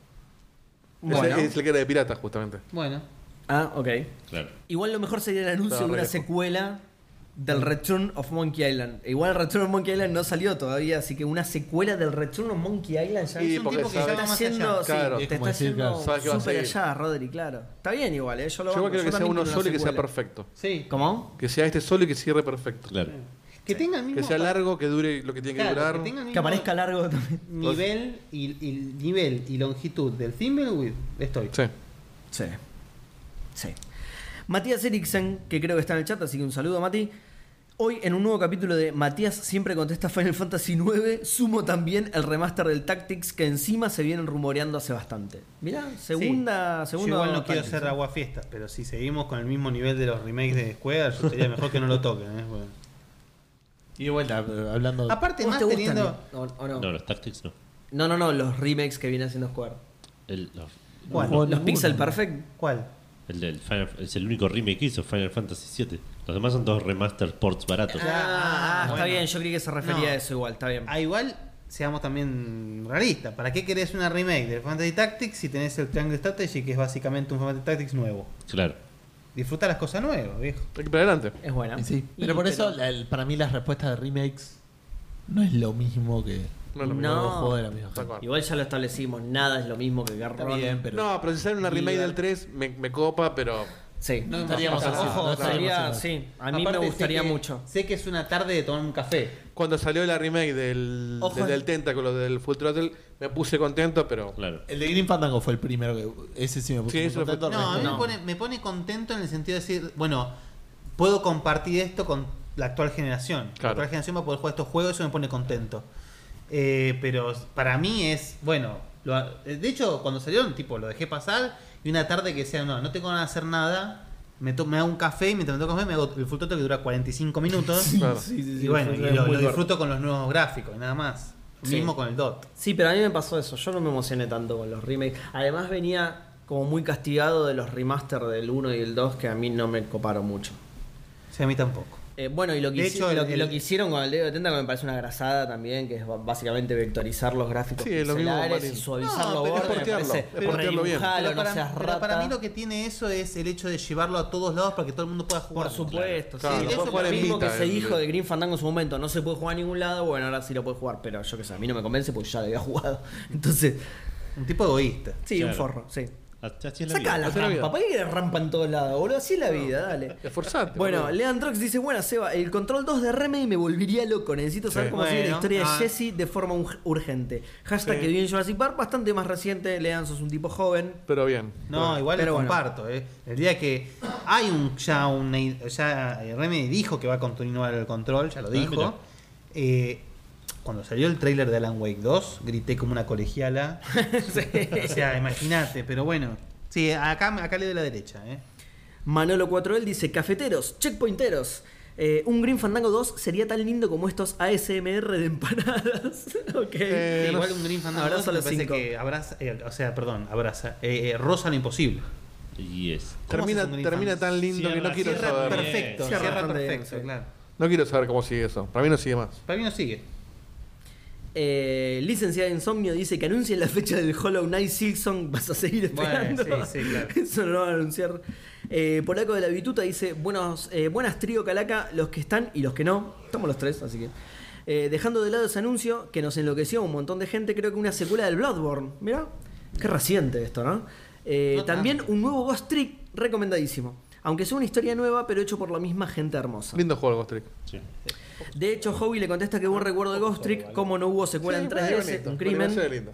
S4: Ese
S1: Bueno.
S4: Es, el que era de piratas, justamente.
S2: Bueno,
S1: Ah, ok.
S5: Claro.
S1: Igual lo mejor sería el anuncio de
S4: Estaba
S1: una
S4: re lejos.
S1: secuela del Return of Monkey Island. Igual el Return of Monkey Island no salió todavía, así que una secuela del Return of Monkey Island ya
S4: Y
S2: es un
S4: porque
S2: tipo que
S4: sabe-
S2: ya
S1: te está
S2: va más allá.
S1: haciendo, sí, te
S4: Claro.
S3: Es
S1: está
S3: como decir,
S1: haciendo
S3: claro,
S4: sabe que va a
S1: súper
S4: seguir.
S1: allá, Rodri, claro. Está bien igual, ¿eh? yo lo
S4: Yo
S1: banco,
S4: igual quiero que sea
S1: también
S4: uno
S1: quiero
S4: solo
S1: una
S4: y que sea
S1: secuela.
S4: perfecto.
S2: Sí.
S1: ¿Cómo?
S4: Que sea este solo y que cierre perfecto.
S5: Claro.
S2: Que tenga el mismo.
S4: Que sea largo, que dure lo que tiene que
S2: claro,
S4: durar.
S2: que tenga el mismo
S1: Que aparezca largo también.
S2: nivel y, y nivel y longitud del Thimbleweed. Estoy.
S4: Sí.
S1: Sí. Sí. Matías Eriksen, que creo que está en el chat, así que un saludo a Mati. Hoy en un nuevo capítulo de Matías siempre contesta Final Fantasy IX, sumo también el remaster del Tactics que encima se vienen rumoreando hace bastante. Mirá, segunda,
S2: Sí.
S1: segunda.
S2: Yo igual no quiero
S1: Tactics.
S2: ser aguafiestas, pero si seguimos con el mismo nivel de los remakes de Square, yo sería mejor que no lo toquen. ¿eh? Bueno.
S3: Y de vuelta, eh, hablando.
S2: Aparte,
S1: ¿Vos
S2: más
S1: te gustan? ¿eh?
S2: teniendo.
S1: No, o no?
S5: No, los tactics no.
S1: No, no, no, los remakes que viene haciendo Square.
S5: El, no.
S2: ¿Cuál?
S3: Oh, No,
S1: Los
S3: ninguno.
S1: Pixel Perfect.
S2: ¿Cuál?
S5: El del Final- es el único remake que hizo Final Fantasy VII. Los demás son dos remaster ports baratos.
S1: Ah, está
S2: bueno.
S1: bien, yo creí que se refería
S2: No.
S1: a eso igual, está bien.
S2: Ah, igual, seamos también realistas. ¿Para qué querés una remake del Fantasy Tactics si tenés el Triangle Strategy, que es básicamente un Fantasy Tactics nuevo?
S5: Claro.
S2: Disfruta las cosas nuevas, viejo.
S4: Hay que ir para adelante.
S1: Es buena.
S3: Y sí. Pero
S1: Y-
S3: por eso, la- el- para mí, las respuestas de remakes no es lo mismo que.
S4: No es lo
S1: No.
S4: mismo.
S3: los juegos de la misma
S4: Tal
S3: gente.
S4: cual.
S1: Igual ya lo establecimos, nada es lo mismo que Garrón.
S3: Está bien, pero.
S4: No, pero si sale una remake del 3, me, me copa, pero.
S1: Sí.
S3: No estaríamos
S2: Ojo,
S3: así. No estaríamos
S1: Sería-
S3: así.
S1: sí, a mí
S2: Aparte,
S1: me
S2: sé
S1: gustaría
S2: que-
S1: mucho.
S2: Sé que es una tarde de tomar un café.
S4: Cuando salió la remake del,
S1: Ojo.
S4: del, del Tentáculo, del Full Throttle, me puse contento, pero.
S5: Claro.
S3: El de Green Fandango fue el primero que. Ese sí me puso
S4: Sí,
S3: muy
S4: eso fue-
S3: contento, el
S2: No, a mí
S3: resto
S2: Me, pone, me pone contento en el sentido de decir, bueno, puedo compartir esto con la actual generación. La
S4: Claro.
S2: actual generación va a poder jugar estos juegos, eso me pone contento. Eh, pero para mí es, bueno, lo- de hecho cuando salieron, tipo, lo dejé pasar y una tarde que decía, no, no tengo nada que hacer nada, me, to- me hago un café y mientras me tomo café me hago el full total que dura 45 minutos.
S4: Claro.
S2: y bueno, y lo, lo disfruto con los nuevos gráficos y nada más. Lo
S1: Sí.
S2: mismo con el DOT.
S1: Sí, pero a mí me pasó eso. Yo no me emocioné tanto con los remakes. Además, venía como muy castigado de los remaster del 1 y el 2 que a mí no me coparon mucho.
S2: Sí, a mí tampoco.
S1: Eh, bueno, y lo que,
S2: De
S1: hici-
S2: hecho, el-
S1: lo, que-
S2: el-
S1: lo que hicieron con el dedo de Tentacle me parece una grasada también, que es ba- básicamente vectorizar los gráficos
S4: Sí, es lo mismo,
S1: pixelares
S4: Marín.
S1: y suavizar
S2: No,
S1: los
S2: pero es
S1: bordes. me
S4: portearlo,
S1: parece,
S4: es portearlo bien.
S1: redibujalo,
S2: Pero para,
S1: no seas
S2: pero
S1: rata.
S2: para mí lo que tiene eso es el hecho de llevarlo a todos lados para que todo el mundo pueda jugar.
S1: Por supuesto,
S4: Claro,
S1: sí.
S4: lo
S1: Eso
S4: puedes
S1: es
S4: jugar
S1: lo
S4: en
S1: mismo que
S4: Vita,
S1: se
S4: en-
S1: dijo de Green Fandango en su momento. No se puede jugar a ningún lado, bueno, ahora sí lo puede jugar, pero yo qué sé, a mí no me convence porque ya lo había jugado. Entonces,
S2: Un tipo egoísta.
S1: sí, un
S5: Claro.
S1: forro, sí.
S5: Así es la
S1: Saca
S5: vida.
S1: la
S4: Así es la vida.
S1: rampa, ¿para qué rampa en todos lados, boludo? Así es la vida, dale.
S4: Esforzate.
S1: Bueno,
S4: boludo.
S1: Leandrox dice, bueno, Seba, el control 2 de Remedy me volvería loco. Necesito saber
S4: Sí.
S1: cómo sigue la
S2: Bueno,
S1: historia
S2: ah.
S1: de Jesse de forma un- urgente. Hashtag
S2: Sí.
S1: que viene Jurassic Park, bastante más reciente. Leandro sos un tipo joven.
S4: Pero bien.
S2: No, igual
S1: pero
S2: lo
S1: bueno.
S2: comparto. eh. El día que hay un ya un ya Remedy dijo que va a continuar el control, ya lo
S5: Ah,
S2: dijo.
S5: mira.
S2: Eh, cuando salió el tráiler de Alan Wake 2, grité como una colegiala. O sea, imagínate, pero bueno. Sí, acá, acá le doy la derecha, eh.
S1: Manolo 4L dice, cafeteros, checkpointeros. eh, un Green Fandango 2 sería tan lindo como estos ASMR de empanadas. ok.
S4: Eh,
S2: Sí,
S4: no
S2: igual
S4: sé.
S2: un Green Fandango
S1: Abrazo
S2: 2
S1: a
S2: me
S1: los
S2: parece
S1: cinco.
S2: que abraza, eh, o sea, perdón, abraza, eh, eh, roza lo imposible.
S5: Yes.
S2: ¿Cómo
S4: Termina,
S2: haces un
S4: termina
S2: infante?
S4: tan lindo que no
S5: Cierra,
S4: quiero
S5: cierra
S4: saber.
S5: perfecto.
S2: cierra,
S1: Cierra bastante bien,
S2: perfecto,
S1: sí.
S2: claro.
S4: No quiero saber cómo sigue eso. Para mí no sigue más.
S2: Para mí no sigue.
S1: Eh, licenciada Insomnio dice que anuncien la fecha del Hollow Knight Silksong. Vas a seguir
S2: Bueno,
S1: esperando.
S2: sí, sí, claro.
S1: Eso no lo van a anunciar. Eh, Polaco de la Bituta dice: Buenos, eh, Buenas trío Calaca, los que están y los que no. Estamos los tres, así que. Eh, dejando de lado ese anuncio que nos enloqueció a un montón de gente, creo que una secuela del Bloodborne. Mirá, qué reciente esto, ¿no? Eh,
S2: No tanto.
S1: también un nuevo Ghost Trick recomendadísimo. Aunque sea una historia nueva, pero hecho por la misma gente hermosa.
S4: Lindo juego el Ghost Trick.
S5: Sí.
S1: De hecho, Hobby le contesta que
S4: Ah,
S1: buen recuerdo de Ghost Trick, como no hubo secuela en 3DS, un crimen.
S4: Animación es lindo.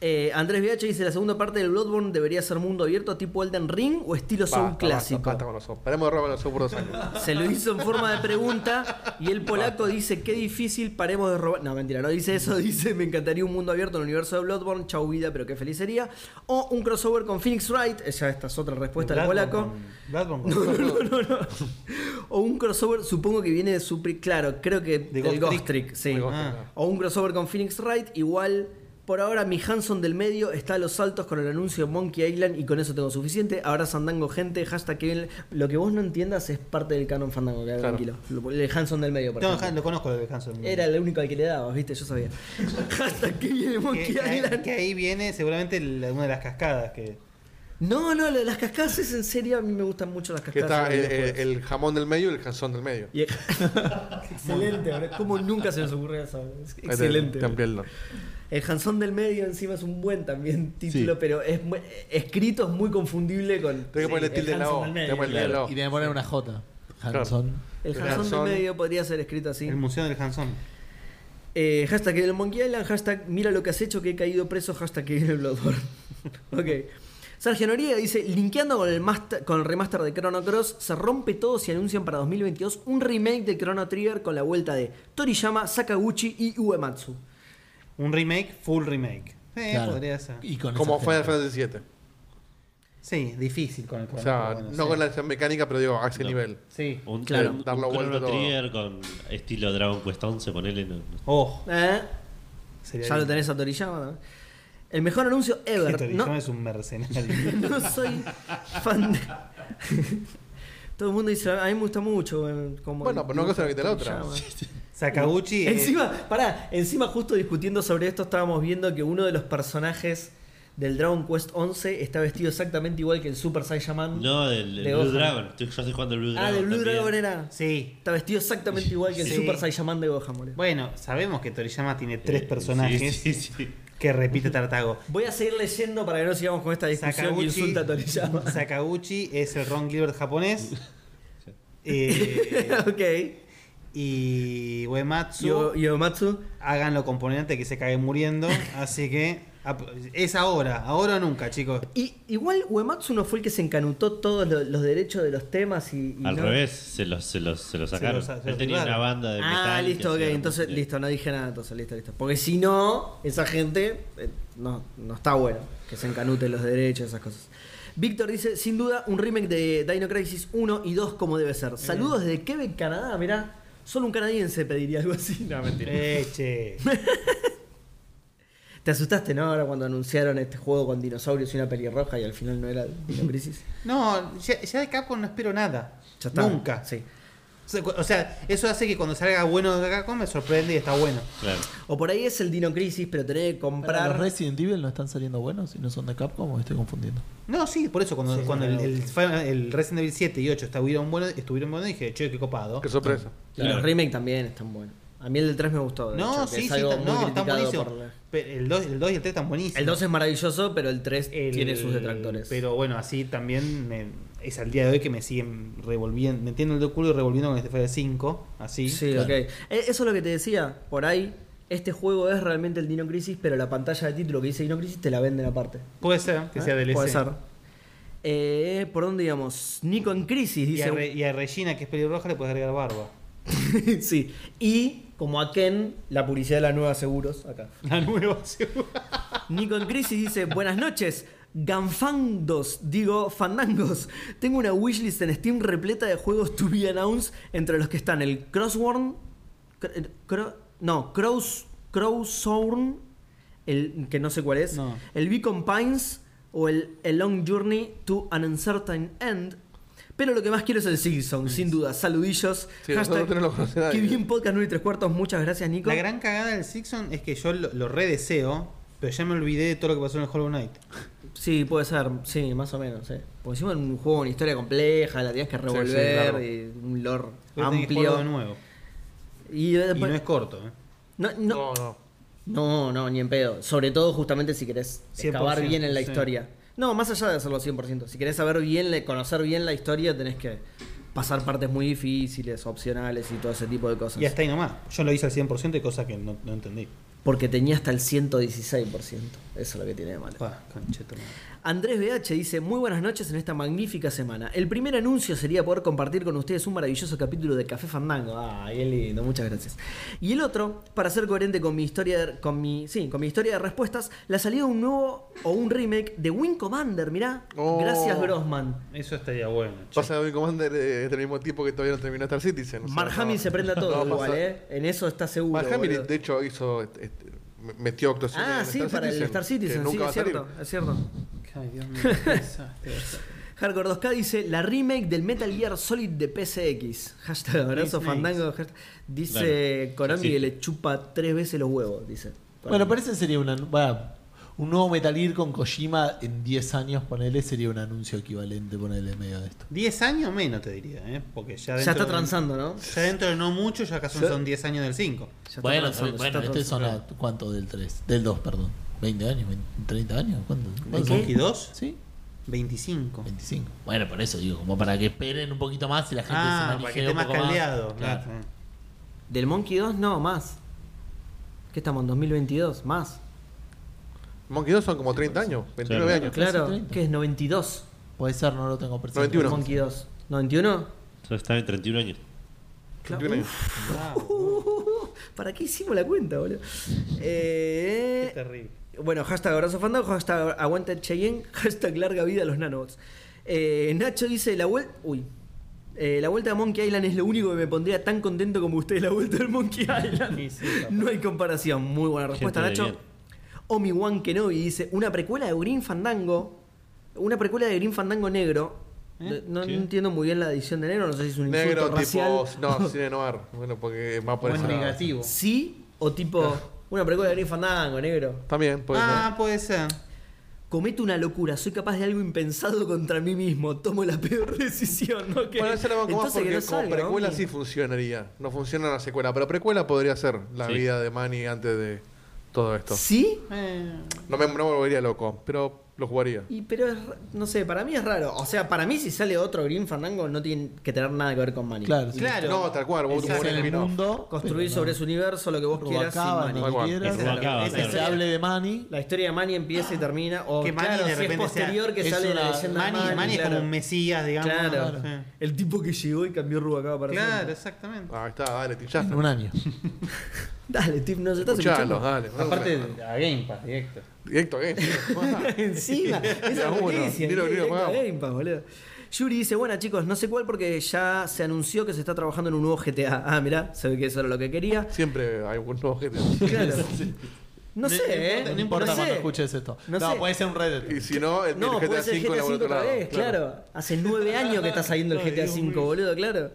S1: Eh, Andrés VH dice, la segunda parte del Bloodborne debería ser mundo abierto tipo Elden Ring o estilo
S4: Basta,
S1: Soul
S4: basta,
S1: clásico.
S4: Basta con los ojos. Paremos de robar con los ojos por dos años.
S1: Se lo hizo en forma de pregunta y el polaco dice, qué difícil, paremos de robar... No, mentira, no dice eso, dice, me encantaría un mundo abierto en el universo de Bloodborne, chau vida, pero qué feliz sería. O un crossover con Phoenix Wright, esa esta es otra respuesta del
S2: Bloodborne
S1: polaco.
S2: con- Bloodborne con-
S1: O un crossover, supongo que viene de Supri, claro, creo que del
S2: Ghost
S1: Ghost,
S2: Trick.
S1: Trick, sí.
S4: Del Ghost
S2: Ah.
S4: Trick,
S1: O un crossover con Phoenix Wright, igual. Por ahora mi Hanson del medio está a los saltos con el anuncio de Monkey Island y con eso tengo suficiente. Ahora Sandango gente, hashtag que bien- Lo que vos no entiendas es parte del canon Fandango, quedá
S4: Claro.
S1: tranquilo. Lo- El Hanson del medio, por
S2: No,
S1: ejemplo.
S2: lo conozco de Hanson.
S1: Era el único al que le dabas, viste, yo sabía. hashtag que viene
S2: que,
S1: Monkey
S2: que ahí,
S1: Island.
S2: que ahí viene seguramente la- una de las cascadas que
S1: No, no, lo de las cascadas es en serio, a mí me gustan mucho las
S4: Que
S1: cascadas.
S4: está el,
S1: en videojuegos.
S4: el- el jamón del medio y el canzón del medio.
S1: Y- Excelente, bro. ¿Cómo nunca se nos ocurrió eso? Es
S4: Ahí te-
S1: Excelente.
S4: te amplié el nombre.
S1: El Jansón del medio encima es un buen también título,
S4: Sí.
S1: pero es mu- escrito es muy confundible con...
S4: Tengo que ponerle
S1: el
S4: tilde en la
S1: Hanson del
S4: O. Tengo que
S1: medio.
S4: ponerle tilde en la O.
S9: Y me ponen una J. Hanson.
S1: El
S4: Pero
S1: Jansón
S4: Hanson-
S1: del medio podría ser escrito así.
S2: el museo del Hanson.
S1: Eh, hashtag en el Monkey Island, hashtag mira lo que has hecho que he caído preso, hashtag que viene el Bloodborne. ok. Sergio Noriega dice, linkeando con el, master- con el remaster de Chrono Cross, se rompe todo si anuncian para 2022 un remake de Chrono Trigger con la vuelta de Toriyama, Sakaguchi y Uematsu.
S2: Un remake, full remake. Sí,
S9: Claro.
S2: podría ser.
S9: Y con
S4: Como
S9: esa
S4: Final
S9: gente.
S4: Fantasy VII.
S2: Sí, difícil con el
S4: O sea,
S2: bueno,
S4: no
S2: sí.
S4: con la mecánica, pero digo, a ese
S5: No.
S4: nivel.
S2: Sí.
S5: Un,
S4: Claro,
S5: un,
S4: darlo
S5: un
S4: vuelta
S5: Chrono
S4: todo.
S5: Trigger con estilo Dragon Quest 11, ponele. No, no.
S2: Oh,
S1: ¿Eh?
S2: sería
S1: Ya lo
S2: lindo.
S1: tenés a Toriyama. ¿no? El mejor anuncio ever.
S2: Toriyama
S1: No,
S2: es un mercenario.
S1: no soy fan de... Todo el mundo dice, a mí me gusta mucho. eh, Como
S4: Bueno, pero una cosa no quita la otra.
S1: Toriyama.
S2: Sakaguchi eh,
S1: Encima, pará, encima justo discutiendo sobre esto estábamos viendo que uno de los personajes del Dragon Quest 11 está vestido exactamente igual que el Super Saiyaman.
S5: No, del el
S1: De
S5: Blue
S1: Gohan.
S5: Dragon. Estoy- Yo estoy jugando el Blue
S1: ah,
S5: Dragon.
S1: del Blue
S5: también.
S1: Dragon era.
S2: Sí.
S1: Está vestido exactamente igual que el
S2: Sí.
S1: Super Saiyaman de Gohan, boludo.
S2: Bueno, sabemos que Toriyama tiene tres
S5: Eh,
S2: personajes
S5: Sí, sí, sí.
S2: que repite Tartago.
S1: Voy a seguir leyendo para que no sigamos con esta discusión que
S2: Sakaguchi,
S1: insulta a Toriyama.
S2: Sakaguchi es el Ron Gilbert japonés. Eh,
S1: ok.
S2: y Uematsu.
S1: Yo, Yomatsu.
S2: hagan lo componente que se cague muriendo. Así que ap- es ahora, ahora o nunca, chicos.
S1: Y, igual Uematsu no fue el que se encanutó todos lo- los, derechos de los temas y. y
S5: Al
S1: no-
S5: revés, se los, se los, se los
S2: Se
S5: sacaron.
S2: los- se los
S5: Él tenía
S2: privaron.
S5: una banda de metal.
S1: Ah,
S5: que
S1: listo, ok.
S5: hacía
S1: Entonces,
S5: música.
S1: listo, no dije nada, entonces, listo, listo. Porque si no, esa gente eh, no, no está bueno que se encanuten los derechos, esas cosas. Víctor dice, sin duda, un remake de Dino Crisis 1 y 2 como debe ser. Saludos desde Quebec, Canadá, mirá. Solo un canadiense pediría algo así. No, mentira.
S2: Eh, che.
S1: Te asustaste, ¿no? Ahora cuando anunciaron este juego con dinosaurios y una pelirroja y al final no era Dino Crisis.
S2: No, ya, ya de Capcom no espero nada.
S1: Ya está.
S2: Nunca.
S1: Sí.
S2: sea, cu- O sea, eso hace que cuando salga bueno de Capcom me sorprende y está bueno.
S5: Claro.
S1: O por ahí es el Dino Crisis, pero tener que
S3: Para
S1: comprar.
S3: los Resident Evil no están saliendo buenos y no son de Capcom, o me estoy confundiendo.
S2: No, sí, por eso cuando, cuando el, el Final- el Resident Evil 7 y 8 estuvieron buenos, estuvieron buenos dije, che, qué copado.
S4: Qué sorpresa.
S1: Y los
S5: Claro.
S1: remake también están buenos. A mí el del 3 me gustó. de
S2: No,
S1: hecho, que
S2: sí,
S1: es
S2: sí,
S1: algo
S2: están-
S1: muy
S2: no, están
S1: criticado
S2: buenísimos.
S1: por la-
S2: Pero El 2 el 2 y el 3 están buenísimos.
S1: El 2 es maravilloso, pero el 3
S2: El-
S1: tiene sus detractores.
S2: Pero bueno, así también me- es al día de hoy que me siguen revolviendo, metiendo el de culo y revolviendo con este Final 5. Así.
S1: Sí, ok. Eh, Eso es lo que te decía. Por ahí, este juego es realmente el Dino Crisis, pero la pantalla de título que dice Dino Crisis te la venden aparte.
S2: Puede ser que
S1: ¿Eh?
S2: sea DLC.
S1: Puede ser. Eh, ¿Por dónde digamos? Nico en crisis,
S2: Y a, Re-
S1: dice.
S2: y a Regina, que es pelirroja, le puedes agregar barba.
S1: sí. Y como a Ken, la publicidad de la nueva seguros acá.
S2: La nueva seguro.
S1: Nico en crisis dice, buenas noches. Ganfandos, digo fandangos. Tengo una wishlist en Steam repleta de juegos to be announced, entre los que están el Crossworn, cr- eh, cro- no, Crows, Crowsorn, el que no sé cuál es,
S2: No.
S1: el Beacon Pines o el A Long Journey to an Uncertain End. Pero lo que más quiero es el Silksong, sin duda. Saludillos.
S4: Sí, nosotros no lo conoce nadie.
S1: qué bien podcast 9 y 3 cuartos. Muchas gracias, Nico.
S2: La gran cagada del Sixon es que yo lo, lo redeseo, pero ya me olvidé de todo lo que pasó en el Hollow Knight.
S1: Sí, puede ser, sí, más o menos. eh. Porque encima es un juego, una historia compleja, la tienes que revolver,
S4: claro.
S1: y un lore
S2: Voy a tener que jugarlo de
S1: amplio.
S2: nuevo.
S1: Y, eh,
S2: Y no es corto, ¿eh?
S1: no, no,
S4: No, no.
S1: no, no, ni en pedo. Sobre todo justamente si querés excavar
S2: 100%,
S1: bien en la
S2: sí.
S1: historia. No, más allá de hacerlo 100%. Si querés saber bien, la- conocer bien la historia, tenés que pasar partes muy difíciles, opcionales y todo ese tipo de cosas.
S2: Y hasta ahí nomás. Yo lo hice al 100% y cosas que no, no entendí.
S1: Porque tenía hasta el 116%. Eso es lo que tiene de malo.
S2: Pa, concheto, madre.
S1: Andrés BH dice, muy buenas noches en esta magnífica semana. El primer anuncio sería poder compartir con ustedes un maravilloso capítulo de Café Fandango. Ah, qué lindo, muchas gracias. Y el otro, para ser coherente con mi historia de, con mi, sí, con mi historia de respuestas, la salida de un nuevo o un remake de Wing Commander, mirá.
S4: Oh.
S1: Gracias Grossman.
S2: Eso estaría bueno. che.
S4: Pasa a mi Commander eh, es del mismo tiempo que todavía no terminó Star Citizen. o sea,
S1: Marjami
S4: no.
S1: se prende a todo
S4: No,
S1: igual,
S4: pasa-
S1: ¿eh? En eso está seguro.
S4: Mark Hamill,
S1: boludo.
S4: de hecho, hizo. este, este, metió actuación
S1: Ah,
S4: en
S1: sí, para el Star
S4: que
S1: Citizen,
S4: nunca
S1: sí,
S4: va a
S1: es cierto,
S4: salir.
S1: es cierto.
S2: Ay, Dios mío, qué desastre.
S1: Hardcore 2K dice la remake del Metal Gear Solid de PSX. Hashtag abrazo
S2: Snakes.
S1: fandango. hashtag- Dice
S5: Claro,
S1: Konami
S5: sí.
S1: que le chupa tres veces los huevos, dice.
S3: Bueno, parece sería una, va, un nuevo Metal Gear con Kojima en 10 años, ponele, sería un anuncio equivalente, ponele en medio de esto.
S2: 10 años menos te diría, ¿eh? Porque ya
S1: ya
S2: dentro
S1: está
S2: de-
S1: transando, ¿no?
S2: Ya dentro de no mucho, ya casi son 10 años del 5.
S1: Ya está
S3: bueno,
S1: transando, ya
S3: bueno
S1: está
S3: este son
S1: transando.
S3: a, ¿cuánto del 3? Del 2, perdón. 20 años, 20, 30 años, ¿cuánto? ¿Cuánto?
S2: ¿Monkey 2?
S3: Sí,
S2: 25.
S3: 25. Bueno, por eso digo, como para que esperen un poquito más y la gente
S2: Ah,
S3: se
S2: para que
S3: manijee
S2: esté
S3: un
S2: más
S3: poco
S2: caldeado. Ah,
S3: Claro.
S2: claro.
S1: Del Monkey 2 no, más. ¿Qué estamos en 2022? Más.
S4: Monkey 2 son como 30 años, 29
S5: Claro.
S4: años.
S1: Claro,
S3: 30.
S1: ¿qué es 92?
S3: Puede ser, no lo tengo presente.
S4: 91.
S1: Monkey 2. ¿91?
S5: Entonces estaba en 31 años.
S4: 21 años.
S1: ¿Para qué hicimos la cuenta, boludo? Eh,
S2: Qué terrible.
S1: Bueno, hashtag abrazo fandango, hashtag aguanta Cheyenne, hashtag larga vida a los nanobots. Eh, Nacho dice, la vuelta... Uy. Eh, la vuelta a Monkey Island es lo único que me pondría tan contento como ustedes la vuelta del Monkey Island.
S2: Sí, sí, papá.
S1: no hay comparación. Muy buena respuesta,
S5: Gente de
S1: Nacho.
S5: bien.
S1: Omi-Wan Kenobi dice, una precuela de Green Fandango, una precuela de Green Fandango negro.
S2: ¿Eh?
S1: No, no
S5: ¿Qué?
S1: entiendo muy bien la edición de negro, no sé si es un insulto
S4: Negro, tipo.
S1: racial.
S4: No, cine noir. Bueno, porque más por
S2: O es
S4: ese lado.
S2: negativo.
S1: Sí, o tipo, una precuela de Green Fandango, negro.
S4: También, pues.
S2: ah, puede ser.
S1: Cometo una locura, soy capaz de algo impensado contra mí mismo, tomo la peor decisión, ¿no? Que-
S4: Bueno, esa la banco más
S1: Entonces que
S4: porque
S1: no
S4: como
S1: salga,
S4: precuela
S1: ¿no?
S4: sí funcionaría. No funciona la secuela, pero precuela podría ser la
S5: Sí.
S4: vida de Manny antes de todo esto.
S1: ¿Sí?
S2: Eh,
S4: No me, no me volvería loco, pero lo jugaría.
S1: Y, pero, es ra- no sé, para mí es raro. O sea, para mí si sale otro Green Fandango no tiene que tener nada que ver con Manny.
S3: Claro, sí.
S2: claro.
S4: No, tal cual, vos
S3: Es
S4: como
S2: Exacto.
S4: en el
S3: el
S4: spin-off.
S3: mundo.
S1: Construir sobre su universo lo que vos quieras sin
S3: Rubacaba,
S1: Manny.
S4: Tal
S3: no
S4: cual.
S3: quieras.
S5: Es Rubacaba,
S3: Que
S5: claro.
S3: se hable de Manny.
S1: La historia de Manny empieza y termina. O
S2: Que Manny
S1: claro,
S2: de
S1: si es
S2: repente
S1: posterior
S2: sea-
S1: que
S3: es
S1: sale la
S3: una-
S1: leyenda de
S2: Manny,
S1: Manny.
S2: Manny es
S1: claro.
S2: como un mesías, digamos.
S1: Claro.
S2: Sí.
S1: El tipo que llegó y cambió Rubacaba para
S2: Claro,
S1: siempre.
S2: exactamente.
S4: Ah, ahí está, dale,
S3: En
S4: tichaste.
S3: un año.
S1: Dale, Tip, nos estás
S4: Escuchalo,
S1: escuchando.
S4: dale.
S2: Aparte, a Game Pass, directo.
S4: Directo a Game.
S1: Encima, esa es
S4: Era
S1: la
S4: uno,
S1: noticia,
S4: ni lo- ni lo
S1: directo a
S4: pagamos.
S1: Game Pass, boludo. Yuri dice, bueno chicos, no sé cuál porque ya se anunció que se está trabajando en un nuevo GTA. Ah, mirá, se ve que eso era lo que quería.
S4: Siempre hay un nuevo gente.
S1: Claro. No
S2: No
S1: sé, ¿eh?
S2: importa,
S3: No importa
S1: sé.
S3: cuando escuches esto.
S1: No
S3: No,
S1: sé.
S3: puede ser un
S4: Y
S3: Reddit.
S4: si no, el,
S1: No,
S4: el GTA
S1: puede ser el GTA
S4: V en
S1: V
S4: algún
S1: otra
S4: otro lado.
S1: vez, claro. Hace nueve años que está saliendo el GTA V, boludo, claro.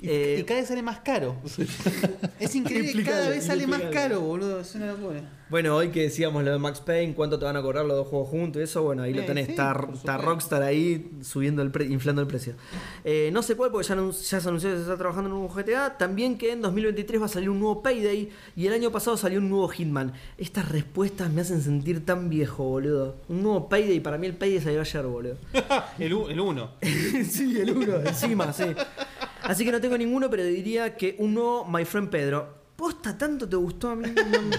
S2: Y,
S1: Eh,
S2: y cada vez sale más caro. es increíble, cada vez sale más caro, boludo. Es una locura.
S1: Bueno, hoy que decíamos lo de Max Payne, cuánto te van a cobrar los dos juegos juntos, eso, bueno, ahí lo
S2: Eh,
S1: tenés,
S2: sí,
S1: está,
S2: por
S1: está
S2: supuesto.
S1: Rockstar ahí subiendo el pre- inflando el precio. Eh, no sé cuál, porque ya, anun- ya se anunció que se está trabajando en un nuevo GTA, también que en 2023 va a salir un nuevo Payday y el año pasado salió un nuevo Hitman. Estas respuestas me hacen sentir tan viejo, boludo. Un nuevo Payday, para mí el Payday salió ayer, boludo.
S2: El, u- el uno.
S1: sí, el uno, encima, sí. Así que no tengo ninguno, pero diría que uno, My Friend Pedro. Posta, tanto te gustó a mí. no-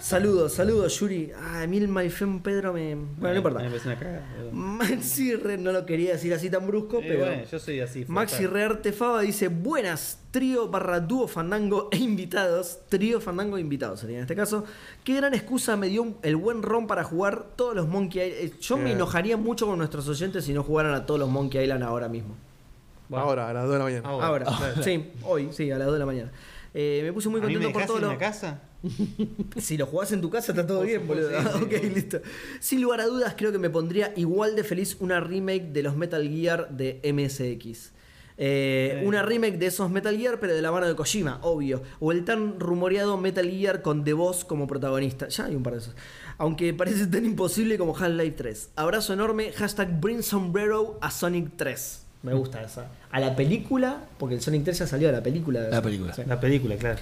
S1: Saludos, saludos, Yuri. Ah, a mí el My Friend Pedro me. Bueno, no importa.
S2: Me parece una cagada, boludo.
S1: Maxi Re- no lo quería decir así tan brusco,
S2: Eh,
S1: pero.
S2: bueno, yo soy así.
S1: Maxi
S2: fatal.
S1: Rearte Fava dice: Buenas, trío barra dúo fandango e invitados. Trío fandango e invitados sería en este caso. Qué gran excusa me dio un- el buen ron para jugar todos los Monkey Island. Eh, Yo me
S4: Bien.
S1: enojaría mucho con nuestros oyentes si no jugaran a todos los Monkey Island ahora mismo.
S4: Ahora, a las 2 de la mañana.
S2: Ahora.
S1: Ahora, sí, hoy, sí, a las 2 de la mañana. Eh, me puse muy
S2: ¿A mí me
S1: contento por
S2: dejás
S1: todo
S2: en
S1: lo.
S2: la casa?
S1: Si lo jugás en tu casa está todo
S2: Por
S1: bien, boludo.
S2: supuesto, sí, sí.
S1: ok, listo. Sin lugar a dudas, creo que me pondría igual de feliz una remake de los Metal Gear de MSX. Eh,
S2: Sí.
S1: Una remake de esos Metal Gear, pero de la mano de Kojima, obvio. O el tan rumoreado Metal Gear con The Boss como protagonista. Ya hay un par de esos. Aunque parece tan imposible como Half-Life 3. Abrazo enorme, hashtag Bring Sombrero a Sonic 3. Me gusta esa. A la película, porque el Sonic 3 ya salió a la película.
S3: La película.
S1: Sí.
S2: La película, claro.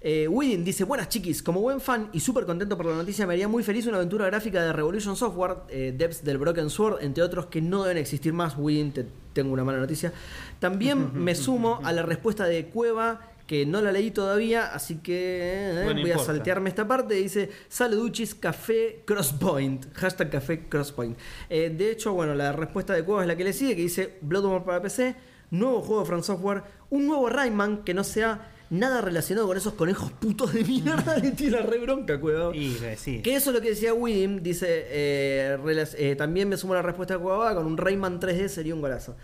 S1: Eh, Widin dice, buenas chiquis, como buen fan y súper contento por la noticia, me haría muy feliz una aventura gráfica de Revolution Software, eh, Depths del Broken Sword, entre otros que no deben existir más. Widin, te tengo una mala noticia. También me sumo a la respuesta de Cueva, que no la leí todavía, así que eh,
S2: Bueno,
S1: voy a
S2: importa.
S1: saltearme esta parte. Dice, saluduchis, café crosspoint, hashtag café crosspoint. Eh, de hecho, bueno, la respuesta de Cueva es la que le sigue, que dice Bloodborne para PC, nuevo juego de From Software, un nuevo Rayman que no sea nada relacionado con esos conejos putos de mierda de tira re bronca, cuidado.
S2: Y eh, sí.
S1: Que eso es lo que decía Widim, dice, eh, relac- eh, también me sumo a la respuesta de Cueva, con un Rayman 3D sería un golazo.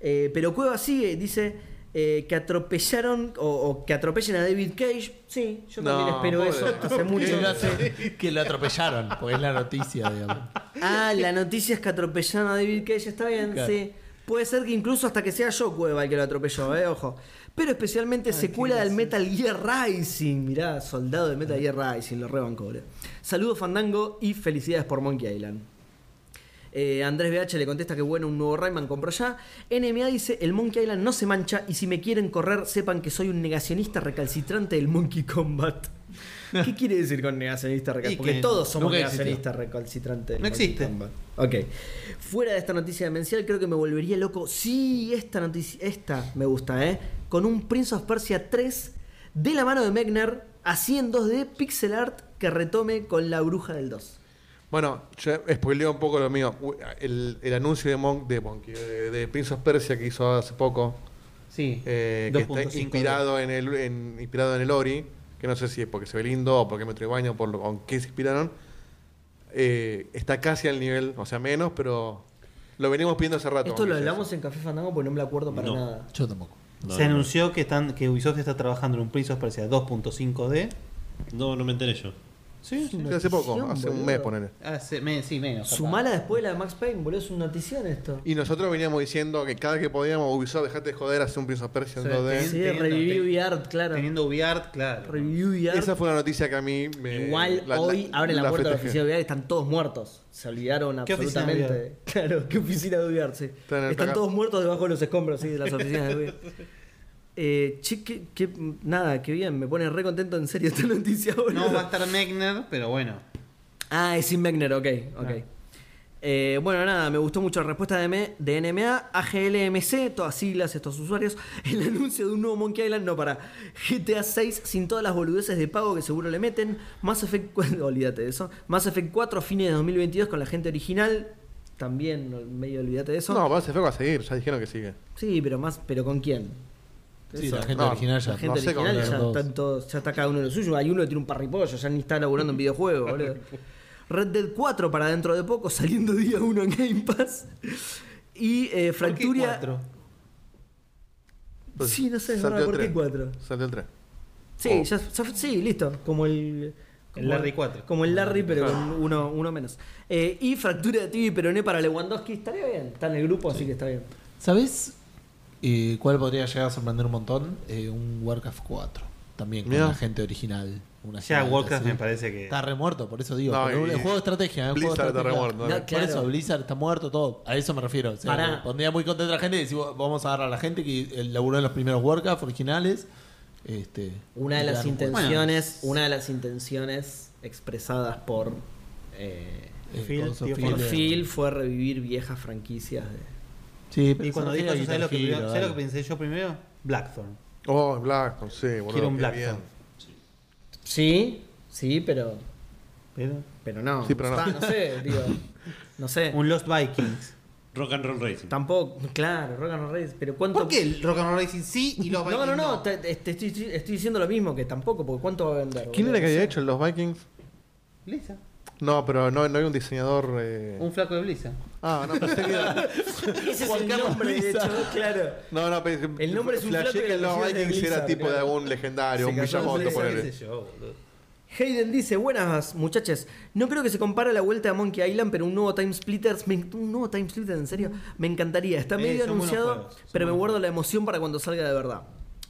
S1: Eh, pero Cueva sigue, dice eh, que atropellaron o, o que atropellen a David Cage. Sí, yo también
S4: No,
S1: espero
S4: pobre.
S1: eso hace
S3: Que
S1: mucho.
S3: lo, hace- que lo atropellaron, porque es la noticia, digamos.
S1: Ah, la noticia es que atropellaron a David Cage, está bien,
S3: Claro.
S1: sí. Puede ser que incluso hasta que sea yo Cueva el que lo atropelló, eh, ojo. Pero
S3: Ah,
S1: especialmente secuela del Metal Gear Rising. Mirá, soldado de Metal Gear Rising, lo rebanco, boludo. Saludos Fandango y felicidades por Monkey Island. Eh, Andrés BH le contesta que bueno, un nuevo Rayman compró ya. NMA dice, el Monkey Island no se mancha y si me quieren correr sepan que soy un negacionista recalcitrante del Monkey Combat. ¿Qué quiere decir con negacionista
S2: Y
S1: recalcitrante? Porque
S2: que
S1: todos somos
S3: nunca existió.
S1: negacionistas recalcitrantes. del
S2: No
S1: Monkey
S2: existe.
S1: Combat. Ok. Fuera de esta noticia demencial, creo que me volvería loco. Sí, esta noticia, esta me gusta, ¿eh? Con un Prince of Persia 3 de la mano de Megner, así en 2D, pixel art que retome con la bruja del 2.
S4: Bueno, yo spoileo un poco lo mío. Uy, El, el anuncio de Monk, de, Monkey, de, de Prince of Persia que hizo hace poco,
S2: Sí.
S4: eh, que está
S2: 2.5
S4: inspirado en, el, en- inspirado en el Ori, que no sé si es porque se ve lindo o porque me trae baño, por lo, o en qué se inspiraron, eh, está casi al nivel, o sea, menos, pero lo venimos pidiendo hace rato.
S1: Esto lo
S4: aunque sea
S1: hablamos
S4: eso.
S1: en Café Fandango porque no me lo acuerdo para
S5: No.
S1: nada.
S3: Yo tampoco.
S5: No,
S2: se
S5: no,
S2: anunció que están que Ubisoft está trabajando en un Prince of Persia 2.5D.
S5: No, no me enteré yo.
S2: Sí.
S4: Sí, hace poco,
S1: notición,
S4: hace
S1: boludo.
S4: un mes, ponele.
S2: Hace, me- Ah, sí, menos. capaz.
S1: Sumala después de la de Max Payne, boludo, es una notición esto.
S4: Y nosotros veníamos diciendo que cada que podíamos, Ubisoft, dejate de joder, hacer un Prince of Persia en
S2: Sí,
S4: 2D.
S2: teniendo-
S1: Sí, revivió y art, claro.
S2: Teniendo VR, claro.
S1: Review y art.
S4: Esa fue la noticia que a mí me.
S1: Igual
S4: la- la-
S1: hoy abren la, puerta de la
S4: festejé.
S1: oficina de Ubiar y están todos muertos. Se olvidaron
S2: ¿Qué oficina de
S1: absolutamente. claro, qué oficina de Ubiar, sí.
S4: en el
S1: Están,
S4: placar.
S1: todos muertos debajo de los escombros, sí, de las oficinas de Ubiar. Eh, che, qué- qué- nada, qué bien, me pone re contento en serio esta noticia, boludo.
S2: No va a estar Megner, pero bueno.
S1: Ah, es sin Megner, ok, ok.
S2: Claro.
S1: Eh, bueno, nada, me gustó mucho la respuesta de, M- de NMA, AGLMC, todas siglas, estos usuarios, el anuncio de un nuevo Monkey Island, no para GTA 6 sin todas las boludeces de pago que seguro le meten, Mass Effect, cu- olvídate de eso, Mass Effect 4 a fines de 2022 con la gente original, también no, medio olvídate de eso.
S4: No, va, se fue a seguir, ya dijeron que sigue.
S1: Sí, pero más, pero ¿con quién?
S3: Sí,
S1: Eso.
S3: la gente
S4: no,
S3: original ya.
S1: La gente
S4: sé cómo
S1: original ya,
S3: eran todos.
S1: están todos- ya está cada uno en lo suyo. Hay uno que tiene un parripollo, ya ni está laburando en videojuego, boludo. Red Dead 4 para dentro de poco, saliendo día 1 en Game Pass. Y eh,
S2: ¿Por qué
S1: Fracturia.
S2: cuatro?
S4: Entonces,
S1: Sí, no sé, es
S4: saltó
S1: verdad,
S4: el
S1: ¿por qué
S4: tren.
S1: 4?
S4: Saltó el 3.
S1: Sí,
S4: Oh.
S1: ya- ya fue- sí, listo. Como el.
S2: El
S1: como-
S2: Larry Ah. 4.
S1: Como el Larry, pero con uno, uno menos. Eh, y fractura de tibia y peroné para Lewandowski. Estaría bien. Está en el grupo, así que está bien.
S3: ¿Sabes? Eh, ¿Cuál podría llegar a sorprender un montón? Eh, un Warcraft 4. También con
S4: Mirá.
S3: la gente original. Una
S2: Ya
S3: gente
S2: Warcraft
S3: así.
S2: me parece que.
S3: Está remuerto, por eso digo.
S4: No,
S3: pero
S4: y-
S3: el juego de estrategia. el juego de
S4: Blizzard está
S3: estrategia.
S4: remuerto,
S3: No,
S4: eh.
S3: Por
S1: Claro.
S3: eso, Blizzard está muerto, todo. A eso me refiero. O sea,
S1: Pará.
S3: Pondría muy contenta la gente y decimos, vamos a dar a la gente que eh, laburó en los primeros Warcraft originales. Este,
S1: Una de
S3: y
S1: las
S3: dar un juego.
S1: intenciones, una de las intenciones expresadas por, eh,
S3: Eh,
S2: Phil,
S3: coso,
S2: tío,
S1: por
S2: Phil.
S1: Phil fue revivir viejas franquicias de,
S3: Sí, pero
S2: Y cuando
S3: se
S2: dijo eso,
S3: refiere a
S2: ¿sabes lo, que,
S3: Guitar
S2: primero-
S3: Hero,
S2: ¿sabes lo
S3: algo.
S2: que pensé yo primero? Blackthorn.
S4: Oh, Blackthorn, sí, boludo.
S2: Quiero un
S4: qué
S2: Blackthorn.
S4: bien.
S1: Sí, sí, pero
S2: Pero-
S1: pero no.
S4: Sí, pero no.
S1: Está, no sé, digo. No sé.
S2: Un Lost Vikings.
S5: Rock and Roll Racing.
S1: Tampoco, claro, Rock and Roll Race, pero cuánto
S2: ¿Por qué el Rock and Roll Racing sí y Lost
S1: No,
S2: Vikings
S1: no, no, te- te- te estoy, estoy diciendo lo mismo que tampoco, porque cuánto va a vender.
S4: ¿Quién
S1: boludo?
S4: era que había hecho los Vikings?
S2: Blizzard.
S4: No, pero no, no había un diseñador. eh,
S2: Un flaco de Blizzard.
S4: Ah, no, pensé que era-
S1: Ese es el nombre, de hecho, claro.
S4: No, no, pensé.
S1: El nombre es un
S4: flashé
S1: plato y
S4: que
S1: la
S4: los
S1: versión es de
S4: Vikings era
S1: Blizzard,
S4: tipo de
S1: claro.
S4: algún legendario,
S1: Se
S4: un
S1: cayó
S4: Miyamoto,
S1: Blizzard,
S4: ponele.
S2: Qué sé yo, boludo.
S1: Hayden dice, buenas muchachas, no creo que se compare la vuelta a Monkey Island, pero un nuevo Time Splitters, me- un nuevo Time Splitters, en serio, me encantaría. Está
S2: Eh,
S1: medio
S2: son buenos
S1: anunciado,
S2: juegos, son
S1: pero me
S2: buenos
S1: guardo
S2: juegos.
S1: la emoción para cuando salga de verdad.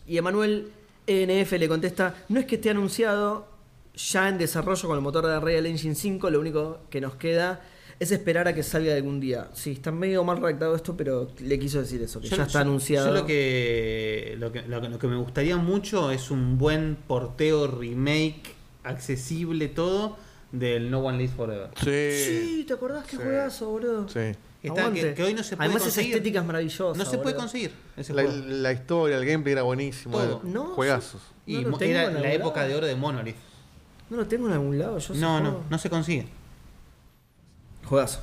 S1: Y Emanuel ENF le contesta, no es que esté anunciado, ya en desarrollo con el motor de Unreal Engine 5, lo único que nos queda es esperar a que salga algún día. Sí, está medio mal redactado esto, pero le quiso decir eso, que ya está anunciado.
S2: Yo lo que, lo, que, lo, que, lo que me gustaría mucho es un buen porteo, remake, accesible todo del No One Lives Forever.
S4: Sí.
S1: Sí, ¿te acordás qué
S4: Sí.
S1: juegazo, boludo?
S4: Sí.
S2: Está,
S1: Aguante.
S2: que, que hoy no se puede
S1: Además,
S2: conseguir.
S1: esa estética es maravillosa.
S2: No se puede
S1: boludo.
S2: conseguir ese
S4: La,
S2: juego.
S4: la historia, el gameplay era buenísimo.
S2: Todo.
S4: era-
S1: No,
S4: Juegazos.
S2: Y
S1: No lo
S2: mo-
S1: tengo
S2: era
S1: en
S2: la
S1: algún
S2: época
S1: lado.
S2: de oro de Monolith.
S1: No lo tengo en algún lado. Yo ese
S2: No, no,
S1: juego.
S2: no se consigue.
S1: Juegazo.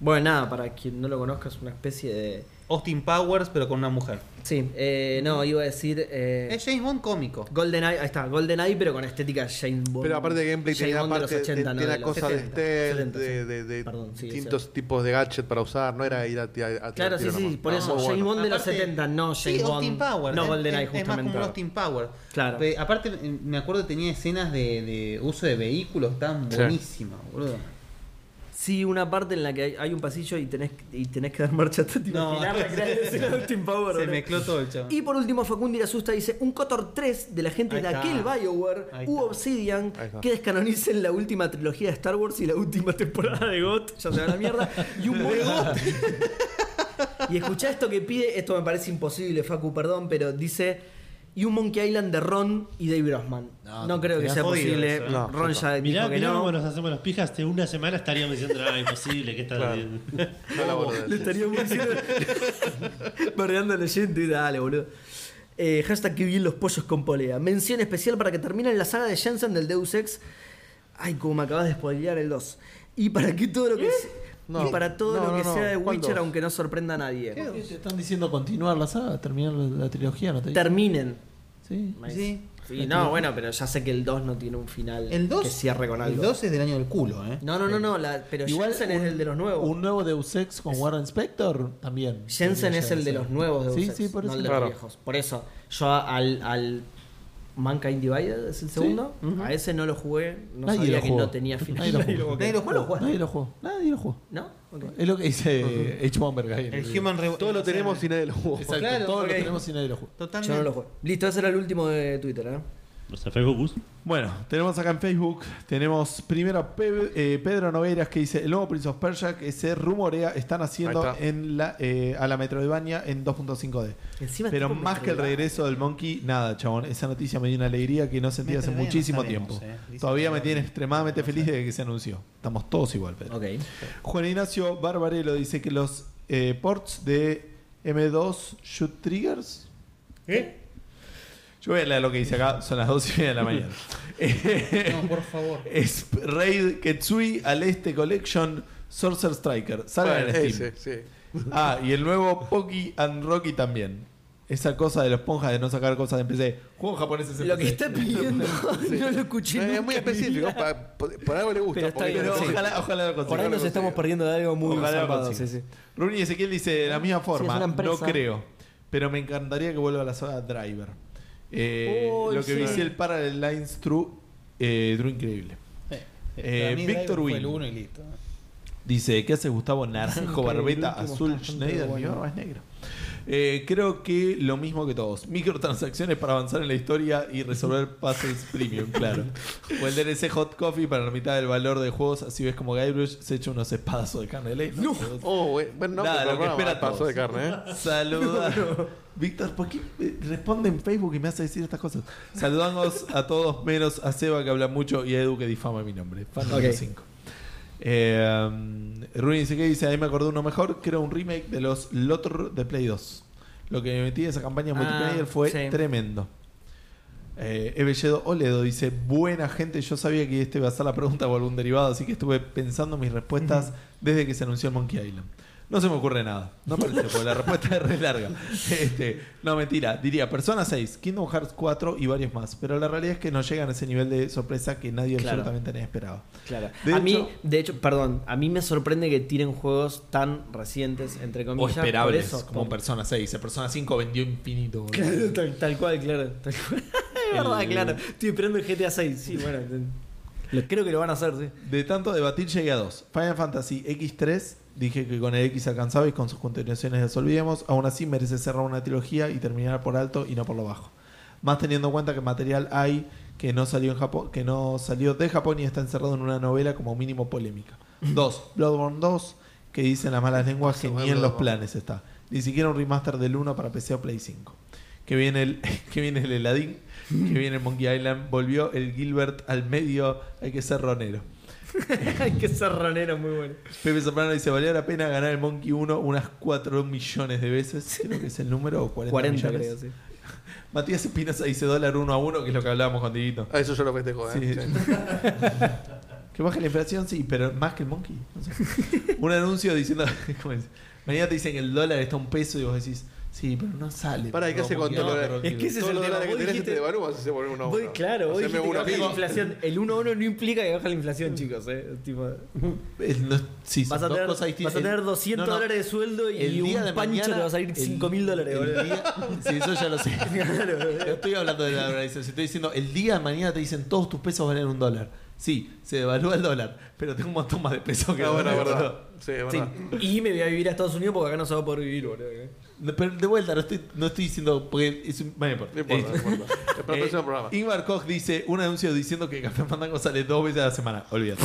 S1: Bueno, nada, para quien no lo conozca, es una especie de.
S2: Austin Powers, pero con una mujer.
S1: Sí, eh, no, iba a decir. eh,
S2: Es James Bond cómico.
S1: GoldenEye, ahí está, GoldenEye, pero con estética James Bond.
S4: Pero aparte de gameplay
S1: James
S4: tenía,
S1: Bond de
S4: parte,
S1: los 80, no
S4: tenía
S1: de los
S4: cosas
S1: 70,
S4: de stealth,
S1: 70, sí.
S4: de, de- de
S1: Perdón, sí,
S4: distintos
S1: es
S4: tipos de gadget para usar, no era ir a, ti- a, a tirar
S1: Claro, sí,
S4: tiro
S1: sí,
S4: nomás.
S1: por
S4: No,
S1: eso.
S4: bueno.
S1: James Bond de los
S2: Aparte-
S1: 70, no James
S2: sí, Austin
S1: Bond.
S2: Powers.
S1: No
S2: Es-
S1: GoldenEye,
S2: es- Es más como
S1: justamente.
S2: un Austin Powers.
S1: Claro.
S2: Pe- aparte, eh, me acuerdo que tenía escenas de, de uso de vehículos tan
S4: Sí.
S2: buenísimas, boludo.
S1: Sí, una parte en la que hay, hay un pasillo y tenés, y tenés que dar marcha atrás. ¿te
S2: No.
S1: imaginás la gran escena de Austin Powers,
S2: Se
S1: boludo?
S2: mezcló todo el chavo.
S1: Y por último, Facundi Asusta dice: Un Cotor 3 de la gente
S2: Ahí
S1: de
S2: está.
S1: aquel BioWare
S2: Ahí
S1: u
S2: está.
S1: Obsidian
S4: Ahí está.
S1: que descanonicen la última trilogía de Star Wars y la última temporada de GOT. Ya se va la mierda. Y un buen y escuchá esto que pide: esto me parece imposible, Facu, perdón, pero dice. Y un Monkey Island de Ron y Dave Grossman. No,
S3: No,
S1: creo que
S3: te
S1: sea
S2: jodido
S1: posible.
S2: eso, ¿eh?
S4: No,
S1: Ron ya dijo
S5: Mirá,
S1: que
S5: mirá
S1: no.
S5: cómo nos hacemos las pijas. De una semana estaríamos diciendo, ah, imposible, ¿qué estás
S4: Claro.
S5: haciendo?
S4: No la boludez.
S1: Le estaríamos diciendo. Bardeando leyendo y dale, boludo. Eh, hashtag que bien los pollos con polea. Mención especial para que terminen la saga de Jensen del Deus Ex. Ay, como me acabas de spoilear el 2. Y para que todo lo que. se-
S4: No.
S1: y para todo
S4: No,
S1: lo que
S4: no, no.
S1: sea de
S4: ¿Cuál
S1: Witcher,
S4: dos?
S1: aunque no sorprenda a nadie.
S3: ¿Qué? Te están diciendo continuar la saga, terminar la, la trilogía, ¿no te dicen?
S1: Terminen.
S3: Sí.
S2: Sí.
S1: Sí, no, bueno, pero ya sé que el 2 no tiene un final
S2: El 2
S1: que cierre con
S2: El
S1: algo.
S2: 2 es del año del culo, ¿eh?
S1: No, no, no, no. la- pero Jensen es
S3: un-
S1: el de los nuevos.
S3: Un nuevo Deus Ex con Warren Spector también.
S1: Jensen
S3: podría
S1: es el de
S3: llegar a
S1: los
S3: ser.
S1: nuevos Deus
S3: Sí,
S1: Ex,
S3: sí, por
S1: no
S3: eso.
S1: el de
S4: Claro.
S1: los viejos. Por eso, yo al, al Mankind Divided, es el segundo, a ese no lo jugué, no
S3: Nadie
S1: sabía
S3: lo
S1: que
S3: jugó.
S1: no tenía final.
S3: Nadie lo jugó.
S2: Nadie lo jugó.
S1: ¿Vos lo jugaste?
S3: Nadie lo jugó. Nadie lo jugó.
S1: ¿No? Ok.
S3: Es lo que dice H. Bomberg ahí. en
S2: El
S3: video.
S2: Human Revolution.
S4: Todo lo tenemos y nadie lo jugó.
S3: Exacto,
S2: Claro,
S3: todos
S2: ok.
S3: lo tenemos y nadie lo jugó.
S2: Totalmente.
S1: Pues Yo no lo jugué. Listo, ese era el último de Twitter, ¿eh?
S5: Los Facebook
S9: Bueno, tenemos acá en Facebook, tenemos primero a Pe- eh, Pedro Nogueras que dice, el nuevo Prince of Persia que se rumorea están haciendo
S4: Ahí está.
S9: en la, eh, a la Metroidvania en 2.5D.
S1: Encima es
S9: Pero
S1: tipo
S9: más que el
S1: Metroidvania.
S9: regreso del Monkey, nada, chabón. Esa noticia me dio una alegría que no sentí hace
S2: Metroidvania
S9: muchísimo
S2: no sabemos,
S9: tiempo.
S2: eh. Dicen
S9: Todavía
S2: que
S9: me
S2: no.
S9: tiene extremadamente feliz desde que se anunció. Estamos todos igual, Pedro.
S1: Ok.
S9: Juan Ignacio Barbarello dice que los eh, ports de M2 Shoot Triggers.
S2: ¿Eh?
S9: Yo voy a leer lo que dice acá, son las 2 y media de la mañana. Eh,
S2: No, por favor.
S9: es Raid Ketsui al Este Collection Sorcerer Striker. Salgan
S4: Bueno,
S9: en Steam.
S4: ese, sí.
S9: Ah, y el nuevo Poki and Rocky también. Esa cosa de los ponjas de no sacar cosas de PC. Juegos japoneses en
S1: Lo
S9: PC.
S1: que está pidiendo, no lo escuché.
S4: No, Eh, es
S1: nunca
S4: muy
S1: en mi
S4: específico,
S1: vida.
S4: pa- por, por algo le gusta.
S1: Pero está
S4: porque-
S1: bien,
S9: Pero
S1: sí.
S9: ojalá, ojalá lo
S1: Por ahí
S9: consigan.
S1: nos estamos perdiendo de algo muy
S9: Ojalá lo
S1: zarpado,
S9: consigan.
S1: sí, sí.
S9: Rooney Ezequiel dice de la misma
S1: es
S9: forma,
S1: una empresa.
S9: no creo, pero me encantaría que vuelva a la saga Driver. Eh,
S1: Uy,
S9: lo que
S1: sí.
S9: dice el Parallel Lines True, eh, True increíble. Eh,
S2: Para mí Driver
S9: Víctor
S2: fue
S9: Wynn.
S2: el uno y listo.
S9: Dice, ¿qué hace Gustavo Naranjo,
S1: increíble,
S9: Barbeta,
S1: el último
S9: Azul,
S1: está bastante
S9: Schneider?
S1: bueno.
S9: Mi barba es negra. Eh, creo que lo mismo que todos. Microtransacciones para avanzar en la historia y resolver puzzles premium, claro. O el DLC Hot Coffee para la mitad del valor de juegos. Así ves como Guybrush se echa unos espadazos de carne de ley. No.
S4: Oh, güey, bueno, no,
S9: Nada,
S4: pero
S9: lo que
S4: no,
S9: espera
S4: no, paso
S9: todos.
S4: de carne, ¿eh?
S9: Saluda. Víctor, ¿por qué eh, responde en Facebook y me hace decir estas cosas? Saludamos a todos menos a Seba que habla mucho y a Edu que difama mi nombre. Fan número
S1: Ok.
S9: 5. Eh, um, Rubén dice que dice, ahí me acordé uno mejor, que era un remake de los Lotor de Play 2. Lo que me metí en esa campaña
S1: Ah,
S9: multiplayer fue
S1: sí.
S9: tremendo. Eh, Ebelledo Oledo dice, buena gente, yo sabía que este iba a ser la pregunta o algún derivado, así que estuve pensando mis respuestas desde que se anunció el Monkey Island. No se me ocurre nada. No parece, porque la respuesta es re larga. Este, no, mentira. Diría Persona 6, Kingdom Hearts 4 y varios más. Pero la realidad es que no llegan a ese nivel de sorpresa que nadie
S1: Claro.
S9: absolutamente nadie esperaba.
S1: Claro.
S9: De
S1: a
S9: hecho-
S1: mí, de hecho, perdón, a mí me sorprende que tiren juegos tan recientes, entre
S9: O
S1: comillas. por
S9: esperables,
S1: eso,
S9: como
S1: por-
S9: Persona 6. El Persona 5 vendió infinito. boludo.
S1: Claro, tal, tal cual, claro. tal cual. Es verdad, claro. Estoy esperando el GTA 6. Sí, bueno. lo- creo que lo van a hacer, sí.
S9: De tanto debatir llegué a dos. Final Fantasy X3, dije que con el X alcanzaba y con sus continuaciones las olvidemos. Aún así merece cerrar una trilogía y terminar por alto y no por lo bajo. Más teniendo en cuenta que material hay que no salió en Japón, que no salió de Japón y está encerrado en una novela como mínimo polémica. Dos, Bloodborne 2, que dicen las malas lenguas que
S4: Pasó de
S9: ni en los
S4: Bloodborne.
S9: planes está. Ni siquiera un remaster del 1 para PC o Play 5. Que viene el, que viene el heladín, que viene el Monkey Island, volvió el Gilbert al medio, hay que ser ronero.
S1: Ay, qué serranero, muy bueno.
S9: Pepe Soprano dice, valía la pena ganar el Monkey 1 unas 4 millones de veces, creo que es el número, o 40,
S1: 40,
S9: millones.
S1: creo, sí.
S9: Matías Espinosa dice dólar 1 a 1, que es lo que hablábamos con Dieguito.
S4: Ah, eso yo lo festejo, ¿eh?
S9: Sí.
S4: Sí.
S9: que baje la inflación, sí, pero más que el Monkey. no sé. Un anuncio diciendo, ¿cómo es? Mañana te dicen que el dólar está a un peso y vos decís, sí, pero no sale.
S4: Pará, ¿y qué hace con
S9: Monkey,
S4: todo
S9: no,
S4: lo de-
S9: pero-
S1: Es que ese es
S4: Todos
S1: el
S4: los
S1: tema.
S4: dólares que
S1: Vos
S4: tenés se te
S1: dijiste,
S4: devalúan, se pone uno a
S1: Voy,
S4: uno.
S1: claro, hoy
S4: Haceme uno
S1: baja la
S4: amigo.
S1: inflación. El 1-1 no implica que baja la inflación, chicos. Eh. Tipo,
S9: Es- no- sí, son
S1: vas, a
S9: dos
S1: tener,
S9: cosas distintas.
S1: vas a tener
S9: El-
S1: 200
S9: no, no,
S1: dólares de sueldo y
S9: el día
S1: un
S9: de
S1: pancho
S9: mañana,
S1: te va a salir
S9: el-
S1: 5 mil dólares,
S9: el
S1: boludo.
S9: día- Sí, eso ya lo sé. No estoy hablando de la valorización. Estoy diciendo, el día de mañana te dicen todos tus pesos valen un dólar. Sí, se devalúa el dólar, pero tengo un montón más de pesos que
S4: Ah, bueno, es
S9: dólares,
S4: verdad.
S9: boludo.
S4: Sí, es
S1: Sí.
S4: verdad.
S1: Y me voy a vivir a Estados Unidos porque acá no se va a poder vivir, boludo. eh.
S9: No, Pero de vuelta, no estoy, no estoy diciendo. Porque es un, bueno, no importa.
S4: No importa, no
S9: Eh,
S4: importa. Es para el
S9: eh,
S4: próximo programa.
S9: Ingmar Koch dice un anuncio diciendo que Café Fandango sale dos veces a la semana. Olvídate.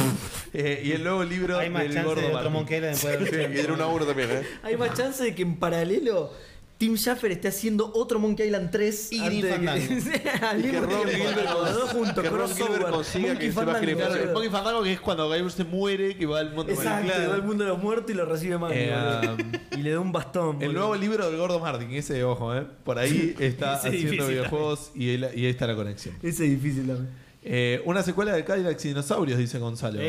S9: Eh, y el nuevo libro
S2: Hay más
S9: del
S2: chance
S9: gordo
S2: de otro
S9: Martín.
S2: Monkey Island después
S4: Sí,
S2: de
S4: y era uno a uno también, ¿eh?
S1: Hay más chance de que en paralelo Tim Schafer esté haciendo otro Monkey Island 3
S2: Y
S1: antes
S2: Green
S1: de que- al
S4: Y que
S1: mismo
S4: Ron
S1: tiempo.
S4: Gilbert
S1: Los dos
S4: cons-
S1: juntos,
S4: que Ron
S1: crossover,
S4: Gilbert consiga
S1: Monkey
S4: que se baje la
S1: Fandango,
S4: inflación.
S9: Claro, el
S1: boludo.
S9: Monkey Fandango que es cuando Guybrush se muere, que va al mundo.
S1: Exacto,
S9: Bueno,
S1: va al mundo de los muertos y lo recibe Manny.
S9: Eh,
S1: boludo. y le da un bastón.
S9: El
S1: boludo.
S9: nuevo libro del gordo Martin, ese ojo, ¿eh? Por ahí está
S1: Ese difícil
S9: haciendo
S1: también.
S9: videojuegos y, él- y ahí está la conexión.
S1: Ese es difícil también.
S9: Eh, una secuela de Cadillacs y dinosaurios, dice Gonzalo.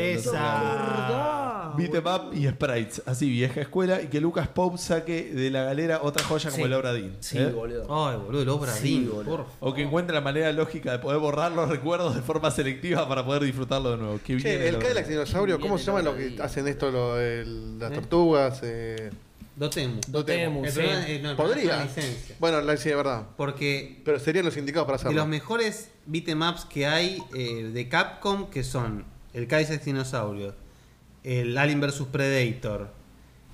S1: Ah,
S2: Esa.
S9: Beat 'em up y sprites, así vieja escuela, y que Lucas Pope saque de la galera otra joya como
S1: Sí.
S9: el Obra Dinn,
S1: Sí,
S9: ¿eh?
S1: boludo.
S2: Ay, boludo, el obra
S1: Sí,
S2: Dinn,
S1: boludo.
S2: por
S9: O que encuentre la manera lógica de poder borrar los recuerdos de forma selectiva para poder disfrutarlo de nuevo. Qué bien
S4: Che, el
S9: Obra
S4: Cadillac
S9: Dinn.
S4: dinosaurio, ¿cómo
S1: Viene
S4: se llama
S1: el
S4: lo
S1: otro
S4: que
S1: día.
S4: hacen esto lo- el- las tortugas? Eh,
S2: Dotemu.
S1: Dotemu,
S2: El
S1: sí.
S2: problema es- no, el problema es la
S4: ¿Podría?
S2: licencia.
S4: Bueno, la sí, es verdad.
S2: Porque
S4: Pero serían los indicados para
S2: de los
S4: hacerlo.
S2: mejores beatemaps que hay eh, de Capcom, que son el Kaiser Dinosaurio, el Alien vs Predator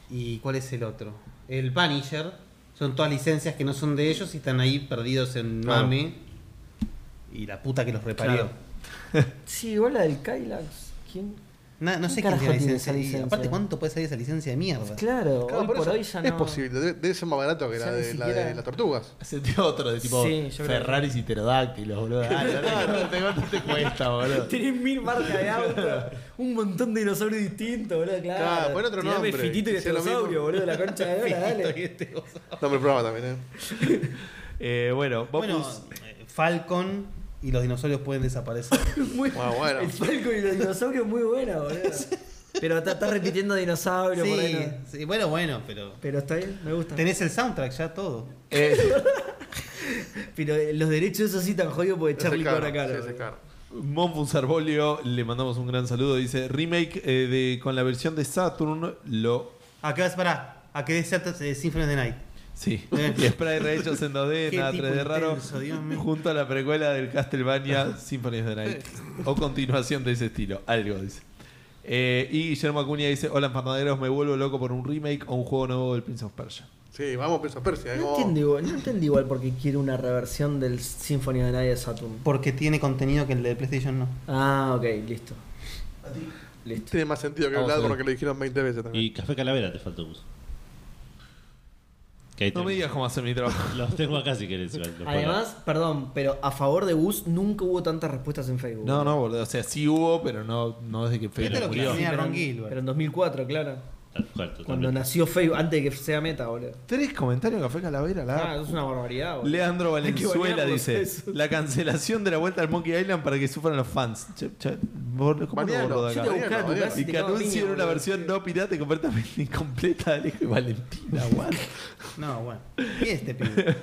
S2: y ¿cuál es el otro? El Punisher. Son todas licencias que no son de ellos y están ahí perdidos en
S4: Claro.
S2: mame. Y la puta que los reparió.
S1: Claro. Sí, igual la del Kylax. ¿Quién?
S2: Na- no sé
S1: ¿Qué
S2: quién tiene la
S1: carajo tiene esa
S2: licencia. Y
S1: licencia? Pues
S2: Aparte, ¿cuánto puede salir esa licencia de mierda?
S1: Claro,
S4: Claro,
S1: hoy
S4: por
S1: por
S4: Ah, eso
S1: hoy ya no.
S4: Es posible, debe, debe ser más barato que
S1: Ya
S4: la
S1: ni
S4: de, la de
S1: siquiera-
S4: las tortugas.
S9: Hacete otro de tipo
S1: Sí, yo creo que-
S9: Ferraris y pterodáctilos, boludo. Ah, no, te- no te cuesta, boludo.
S1: Tenés mil marcas de auto, un montón de dinosaurios distintos, boludo, claro.
S4: Claro, pon otro
S1: Tirame
S4: nombre,
S1: Fitito y
S4: que sea lo
S1: Estetosaurio,
S4: mismo. este.
S1: boludo, la concha de hora, dale.
S4: Nombre del programa también, ¿eh?
S9: Eh, bueno, vos
S2: Bueno, eh, Falcon y los dinosaurios pueden desaparecer.
S1: Muy-
S4: Bueno, bueno.
S1: El Falcon y los dinosaurios muy buena, boludo. Pero está, está repitiendo dinosaurio por ahí.
S2: sí,
S1: ¿no?
S2: sí, bueno, bueno, pero.
S1: Pero está bien, me gusta.
S2: Tenés el soundtrack ya todo.
S1: Pero eh, los derechos eso sí tan jodidos porque Charlie
S4: Ese es
S1: cobra
S4: caro,
S1: caro.
S4: sí, ese es caro.
S9: Monfus Arbolio, le mandamos un gran saludo. Dice remake eh, de, con la versión de Saturn, lo.
S2: ¿A qué vas para? ¿A qué desertas de Symphony of the Night?
S9: Sí.
S2: Eh.
S9: Y spray rehechos en 2D,
S2: Qué
S9: nada
S2: tipo
S9: 3D raro.
S2: intenso, Dios mío.
S9: Junto a la precuela del Castlevania Symphony of the Night. O continuación de ese estilo, algo dice. Eh, y Guillermo Acuña dice: Hola, empanaderos, me vuelvo loco por un remake o un juego nuevo del Prince of Persia.
S4: Sí, vamos preso a Persia. ¿eh?
S1: No
S4: Como-
S1: entiendo, igual, no entiendo igual por qué quiere una reversión del Symphony of the Night de Saturn.
S2: Porque tiene contenido que el de PlayStation no.
S1: Ah, ok, listo. Listo.
S4: Tiene más sentido que
S9: Vamos
S4: hablar
S9: a ver.
S4: por lo que le dijeron 20 veces también.
S5: Y Café Calavera te faltó Gus. Que ahí
S9: No me
S5: tenés.
S9: digas cómo hacer mi trabajo.
S5: Los tengo acá si querés. igual, los
S1: Además, perdón, pero a favor de Gus nunca hubo tantas respuestas en Facebook.
S9: No, no, boludo. O sea, sí hubo, pero no, no desde que
S2: Fíjate
S9: Facebook
S2: Este lo que
S9: murió.
S2: hacía
S1: pero,
S2: Ron
S1: en,
S2: Gilbert.
S1: pero en 2004, claro.
S5: puedo- Tal cual, totalmente.
S1: Cuando nació Facebook, antes de que sea meta, boludo.
S9: Tres comentarios Café Calavera.
S1: Ah,
S9: La...
S1: eso es una barbaridad, boludo.
S9: Leandro
S1: Hay que
S9: Valenzuela
S1: banearlos
S9: dice:
S1: esos.
S9: La cancelación de la vuelta al Monkey Island para que sufran los fans. Che, che, bor- ¿Cómo lo
S4: Banealo,
S9: borro de
S4: yo
S9: acá?
S4: te voy a buscar a tu
S1: casa te
S9: Y que
S1: cago a piña,
S9: anuncien una
S1: boludo.
S9: versión no pirata y completamente incompleta de Alejo y Valentina, guau.
S2: No, bueno. ¿Y este pibe?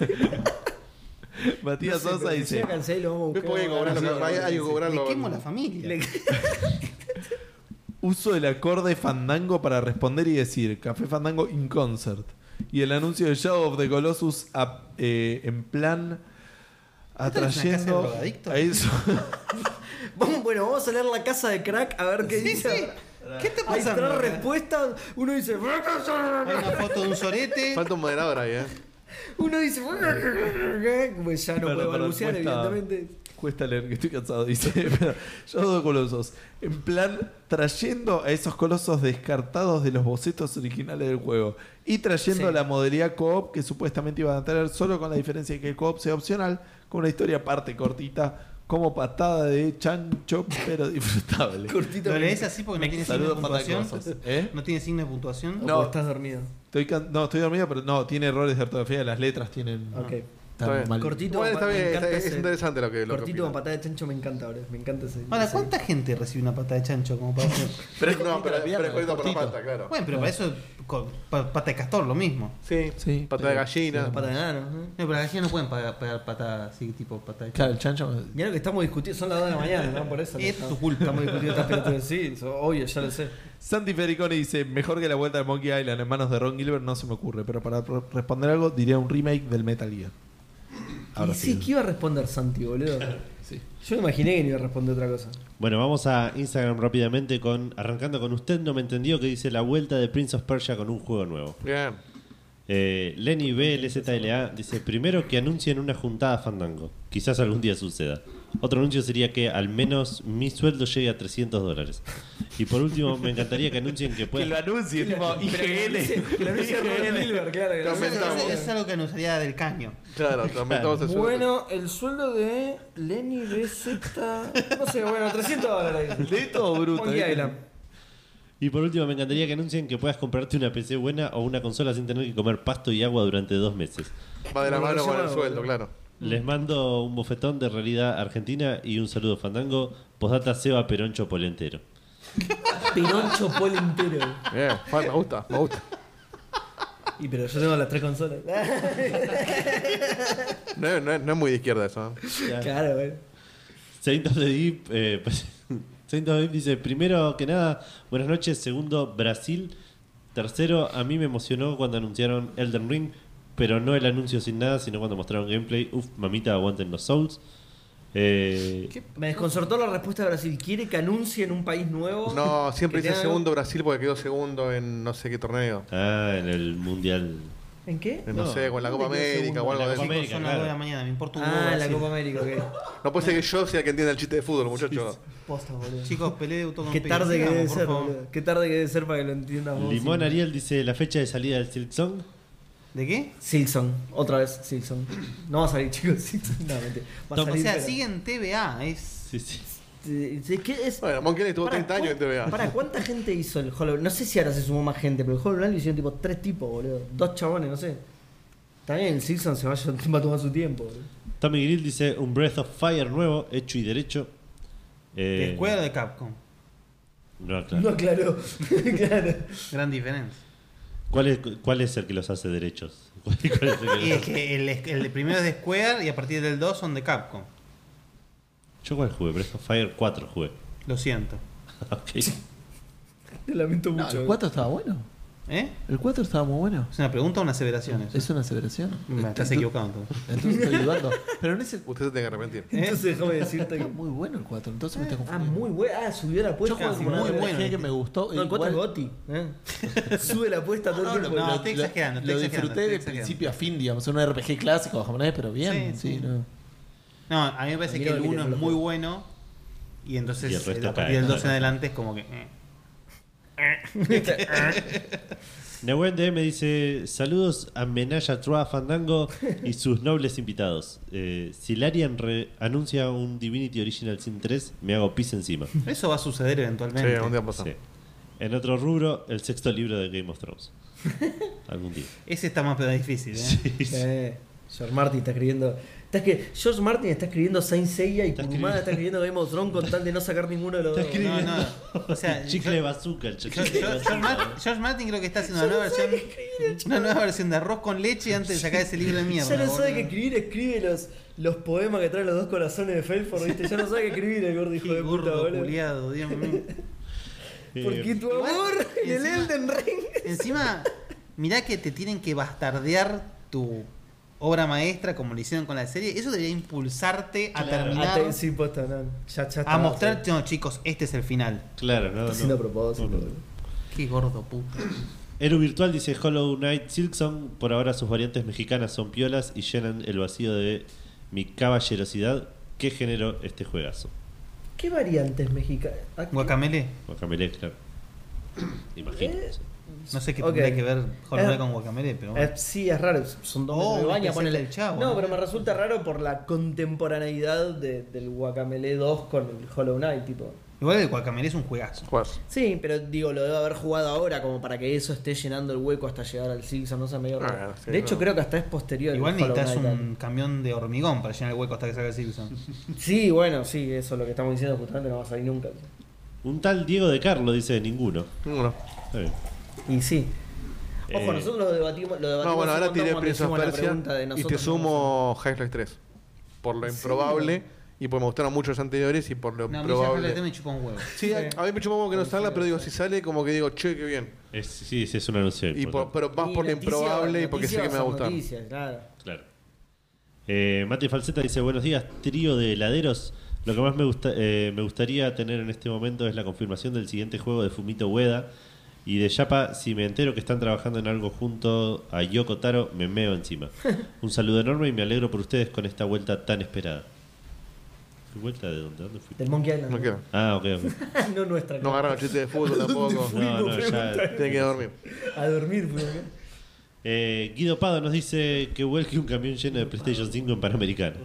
S9: Matías
S1: No sé,
S9: Sosa
S1: pero si
S9: dice.
S1: llega Cancelo, vamos a buscar.
S4: No podés cobrarlo,
S1: Sí,
S4: capaz, hay, hay que cobrarlo.
S2: Le quemo la familia.
S1: Le-
S9: Uso del acorde fandango para responder y decir Café Fandango in concert. Y el anuncio de Shadow of the Colossus a- eh, en plan
S2: ¿Esto es una casa de
S9: atrayendo
S2: drogadictos?
S9: a eso.
S1: Vamos, bueno, vamos a leer la casa de crack a ver qué
S2: Sí,
S1: dice.
S2: sí. ¿Qué te
S1: Hay
S2: pasa?
S1: tres respuestas. Uno dice.
S2: Hay una foto de un sorete.
S4: Falta un moderador ahí, ¿eh?
S1: Uno dice. Pues ya no
S9: Perdón,
S1: puedo
S9: perdón,
S1: balbucear,
S9: cuesta-
S1: evidentemente.
S9: Cuesta leer que estoy cansado, dice. pero Shadow of the Colossus. En plan, trayendo a esos colosos descartados de los bocetos originales del juego. Y trayendo
S1: Sí.
S9: la modalidad co-op que supuestamente iban a tener, solo con la diferencia de que el co-op sea opcional, con una historia aparte cortita, como patada de chancho, pero disfrutable.
S1: Cortito.
S2: Lo lees así porque no tiene signo de
S9: Saludos para
S2: puntuación.
S9: cosas. ¿Eh?
S2: No tiene signo de puntuación.
S1: No.
S9: No.
S1: estás dormido.
S9: Estoy can- no, estoy dormido, pero no, tiene errores de ortografía, las letras tienen.
S1: Ok.
S9: están
S4: Está bien.
S9: mal.
S1: Cortito.
S4: Bueno, está
S1: me
S4: bien,
S1: encanta
S4: está- es
S1: ese-
S4: interesante lo que lo que
S1: Cortito con
S4: opinan.
S1: patada de chancho me encanta, bro. Me encanta ese.
S2: Ahora,
S1: ese-
S2: ¿cuánta gente recibe una pata de chancho como para hacer?
S4: Pero es no, pero,
S9: la pierna,
S4: pero es cortito por la
S9: cortito.
S4: pata, claro.
S2: Bueno, pero para eso, co- pa- pata de castor, lo mismo.
S4: Sí,
S9: Sí,
S4: pata de gallina.
S1: Pata de nano. ¿eh?
S2: No, pero las gallinas no pueden pagar- pegar pata así, tipo pata de
S9: Claro, el chancho.
S1: Mirá lo que estamos discutiendo, son las 2 de la mañana, ¿no? Por eso.
S2: Es
S1: ¿no?
S2: tu culpa.
S1: Estamos discutiendo estas pelotudes. Sí, so- obvio, ya lo sé.
S9: Santi Fericoni dice: Mejor que la vuelta de Monkey Island en manos de Ron Gilbert no se me ocurre, pero para pro- responder algo diría un remake del Metal Gear. Ahora
S1: y sí,
S9: sí.
S1: ¿qué iba a responder Santi, boludo? Yo me imaginé que no iba a responder otra cosa.
S5: Bueno, vamos a Instagram rápidamente con arrancando con usted no me entendió que dice la vuelta de Prince of Persia con un juego nuevo.
S4: Bien.
S5: Eh, Lenny BLZLA dice primero que anuncien una juntada Fandango. Quizás algún día suceda. Otro anuncio sería que al menos mi sueldo llegue a 300 dólares. Y por último, me encantaría que anuncien que
S9: Que lo
S5: pueda...
S9: anuncie, tipo IGL.
S1: Que lo dice Ron Gilbert, claro. que lo
S4: Lo
S1: dice.
S2: Eso-
S4: aumentamos.
S2: eso Es algo que anunciaría del caño.
S4: Claro, te aumentamos el sueldo.
S1: Bueno, el sueldo de Lenny BZ. No sé, bueno, 300 dólares.
S9: De todo bruto. ¿eh?
S1: Monkey
S9: ¿viste?
S1: Island.
S5: Y por último, me encantaría que anuncien que puedas comprarte una PC buena o una consola sin tener que comer pasto y agua durante dos meses.
S4: Va de la
S1: Lo
S4: mano con el
S1: llamaba,
S4: sueldo,
S1: boludo.
S4: claro.
S5: Les mando un bofetón de realidad argentina y un saludo fandango. Postdata Seba Peroncho Polentero.
S1: Pironcho Pol entero.
S4: Bien, fan, me gusta, me gusta.
S1: Y pero yo tengo las tres consolas.
S4: No, es- no es- no es muy de izquierda eso. ¿eh?
S1: claro, bueno.
S5: Saint of the Deep, eh, Saint of the Deep dice, primero que nada, buenas noches, segundo, Brasil, tercero, a mí me emocionó cuando anunciaron Elden Ring, pero no el anuncio sin nada, sino cuando mostraron gameplay, uf, mamita, aguanten los souls. Eh,
S1: Me desconcertó la respuesta de Brasil. ¿Quiere que anuncie en un país nuevo?
S4: No, siempre
S1: Que
S4: dice
S1: tenga-
S4: segundo Brasil porque quedó segundo en no sé qué torneo.
S5: ah, en el Mundial.
S1: ¿En qué?
S4: En, No,
S5: No,
S4: sé, con la
S5: ¿dónde
S4: Copa
S5: quedó
S4: América
S5: segundo?
S4: o algo
S5: La
S4: de
S5: Copa
S4: eso.
S5: América.
S2: Chicos, son las
S5: claro.
S2: 2 de la mañana, me importa un huevo.
S1: Ah, la
S2: Brasil.
S1: Copa América, ok.
S4: No puede ser que yo sea el que entienda el chiste de fútbol, muchachos.
S1: Posta, boludo.
S2: Chicos, peleé de auto con
S1: Qué
S2: Peña,
S1: tarde que
S2: sigamos,
S1: debe
S2: por
S1: ser,
S2: favor.
S1: boludo. Qué tarde que debe ser para que lo entiendas vos.
S5: Limón Ariel dice, la fecha de salida del Silk Song.
S2: ¿De qué?
S1: Silson, otra vez Silson. No va a salir, chicos, Silson. No, mentira. Va a
S2: O
S1: salir,
S2: sea,
S1: pero-
S2: siguen TVA. Es...
S5: Sí, sí.
S1: Eh, eh, ¿Qué es?
S4: Bueno, Monkey Island estuvo
S1: Pará,
S4: 30 años en
S1: ¿cuán-
S4: TVA.
S1: Pará, ¿cuánta gente hizo el Hollow No sé si ahora se sumó más gente, pero el Hollow Knight lo hicieron tipo tres tipos, boludo. Dos chabones, no sé. También el Silson se va a, lle- va a tomar su tiempo, boludo.
S5: Tommy Grill dice, un Breath of Fire nuevo, hecho y derecho. Eh,
S2: ¿De Square o de Capcom?
S5: no, claro.
S1: No aclaró. claro.
S2: Gran diferencia.
S5: ¿Cuál, es, ¿Cuál es el que los hace derechos? ¿Cuál, cuál es el que los
S2: Y es
S5: hace-
S2: que el, el primero es de Square y a partir del 2 son de Capcom.
S5: Yo cuál jugué, Breath of Fire 4 jugué.
S2: Lo siento.
S5: Ok.
S1: Te lamento
S9: No,
S1: mucho.
S9: el
S1: boludo.
S9: 4 estaba bueno.
S2: ¿Eh?
S3: ¿El 4 estaba muy bueno?
S2: ¿Es una pregunta o una aseveración? eso?
S3: ¿Es una aseveración?
S2: Me estás
S3: Entonces-
S2: equivocado entonces.
S3: Entonces estoy dudando. Pero no es el
S4: Usted se tiene que arrepentir.
S2: ¿Eh?
S1: Entonces, déjame decirte
S3: Está
S1: que.
S3: muy bueno el 4, entonces me está
S1: Ah,
S3: confundiendo.
S1: muy bueno. Ah, subió la
S3: Yo
S1: apuesta.
S3: juego
S1: Sí,
S3: como
S2: muy
S3: una
S2: bueno.
S3: RPG que me gustó.
S1: No, el 4 es
S3: igual
S1: Gotti. ¿eh? Sube la apuesta todo el
S2: No,
S1: tiempo.
S2: no,
S3: lo-
S2: estoy
S3: lo-
S2: exagerando, estoy
S3: Lo
S2: exagerando,
S3: disfruté
S2: estoy
S3: de
S2: exagerando.
S3: principio a fin, digamos. Un RPG clásico japonés, pero bien.
S2: Sí,
S3: Sí,
S2: sí.
S3: no.
S2: No, a mí me parece
S1: A mí
S2: que
S1: no
S2: el
S1: me
S2: 1
S1: quieren los
S2: es muy
S1: juegos.
S2: bueno. Y entonces
S5: Y el resto
S2: a
S5: cae,
S2: partir del
S5: ¿no?
S2: 12 en adelante es como que. eh.
S5: Nehuen DM dice: Saludos a Menaya Trua Fandango y sus nobles invitados. Eh, si Larian re- anuncia un Divinity Original Sin 3, me hago pis encima.
S2: Eso va a suceder
S4: Sí,
S2: eventualmente.
S4: un día pasó.
S5: Sí. En otro rubro, el sexto libro de Game of Thrones. Algún día.
S2: Ese está más pero difícil, ¿eh?
S1: Eh, George Martin está escribiendo. Está que George Martin está escribiendo Saint Seiya y
S5: Está
S1: Kurumada está escribiendo Game of Thrones con tal de no sacar ninguno de los
S5: Está
S1: dos.
S5: escribiendo-
S2: No, no. O sea,
S5: chicle
S2: yo-
S5: de bazooka, el chicle
S2: George-
S5: de
S2: George
S5: bazooka.
S2: George Martin, George Martin creo que está haciendo una nueva versión. Una nueva versión de arroz con leche antes de sacar ese libro de mierda.
S1: Ya no sabe
S2: boludo.
S1: qué escribir, escribe los, los poemas que traen los dos corazones de Felford, ¿viste? Ya no sabe qué escribir el gordo hijo
S2: Qué
S1: de puta,
S2: gordo
S1: boludo.
S2: culiado, Dios mío.
S5: Eh,
S1: Porque tu
S2: Igual,
S1: amor en el
S2: encima-
S1: Elden Ring.
S2: Encima, mirá que te tienen que bastardear tu obra maestra como lo hicieron con la serie. Eso debería impulsarte a
S1: Ah,
S2: terminar,
S1: te- sí, posta, no. Ya, ya
S2: a
S1: está, sí.
S2: mostrarte, no chicos, este es el final.
S5: Claro, no,
S1: Está
S5: no.
S1: haciendo a propósito.
S5: No, no.
S2: Qué gordo puto.
S5: Eru Virtual dice Hollow Knight Silksong. Por ahora sus variantes mexicanas son piolas y llenan el vacío de mi caballerosidad. ¿Qué generó este juegazo?
S1: ¿Qué variantes mexicanas? ¿A qué-
S2: Guacamele,
S5: Guacamele, claro. Imagino.
S1: Eh,
S5: sí.
S2: no sé qué
S1: Ok.
S2: tendrá que ver Hollow Knight
S1: Eh,
S2: con Guacamele, pero bueno.
S1: Eh, sí, es raro. Son dos
S2: Oh,
S1: metros de
S2: yo
S1: baña,
S2: pensé
S1: ponele.
S2: que el chavo,
S1: no,
S2: ¿no?
S1: pero me resulta raro por la contemporaneidad de- del Guacamele 2 con el Hollow Knight, tipo.
S2: Igual el Guacamele es un juegazo.
S4: Juegas.
S1: Sí, pero digo, lo debe haber jugado ahora como para que eso esté llenando el hueco hasta llegar al Silson, no sé, medio raro.
S4: Ah, sí,
S1: de hecho,
S4: claro.
S1: creo que hasta es posterior. el
S2: Igual
S1: Hollow
S2: necesitas
S1: Knight.
S2: un camión de hormigón para llenar el hueco hasta que salga el Simpson.
S1: Sí, bueno, sí, eso es lo que estamos diciendo justamente no va a salir nunca.
S5: Un tal Diego de Carlo dice ninguno.
S4: Ninguno.
S5: Está bien.
S1: Y sí. Ojo,
S5: Eh,
S1: nosotros lo debatimos, lo debatimos
S4: No, bueno,
S1: hace
S4: ahora
S1: un montón
S4: tiré
S1: cuando
S4: Prince of
S1: hicimos la
S4: Persia
S1: pregunta de
S4: y
S1: nosotros
S4: te
S1: no
S4: sumo Half-Life 3. Por lo improbable y porque me gustaron mucho los anteriores y por lo
S2: No, a mí ya Hollow Knight
S4: improbable.
S2: me chupó un huevo.
S4: Sí, a a mí me chupó como que no salga, pero digo, si sale, como que digo, che, qué bien.
S5: Es, sí, sí, es una anuncio.
S4: Y por- pero más
S1: Y
S4: por lo
S1: noticia-
S4: improbable y porque sé
S1: noticia
S4: que me va a
S1: son
S4: gustar.
S1: noticias, claro.
S5: Claro. Eh, Mati Falseta dice: Buenos días, trío de heladeros. Lo que más me, gusta, eh, me gustaría tener en este momento es la confirmación del siguiente juego de Fumito Ueda. Y de Yapa, si me entero que están trabajando en algo junto a Yoko Taro, me meo encima. Un saludo enorme y me alegro por ustedes con esta vuelta tan esperada. ¿Fui ¿Vuelta de dónde? ¿Dónde fui?
S1: Del Monkey Island.
S4: No quiero.
S5: Ah, ok, ok.
S1: no nuestra.
S4: No agarraron chiste de fútbol tampoco.
S5: No, no, ya.
S4: Tienen que ir a dormir.
S1: A dormir, fuimos, ¿eh?
S5: Eh, Guido Pado nos dice que vuelque un camión lleno de PlayStation 5 en Panamericano.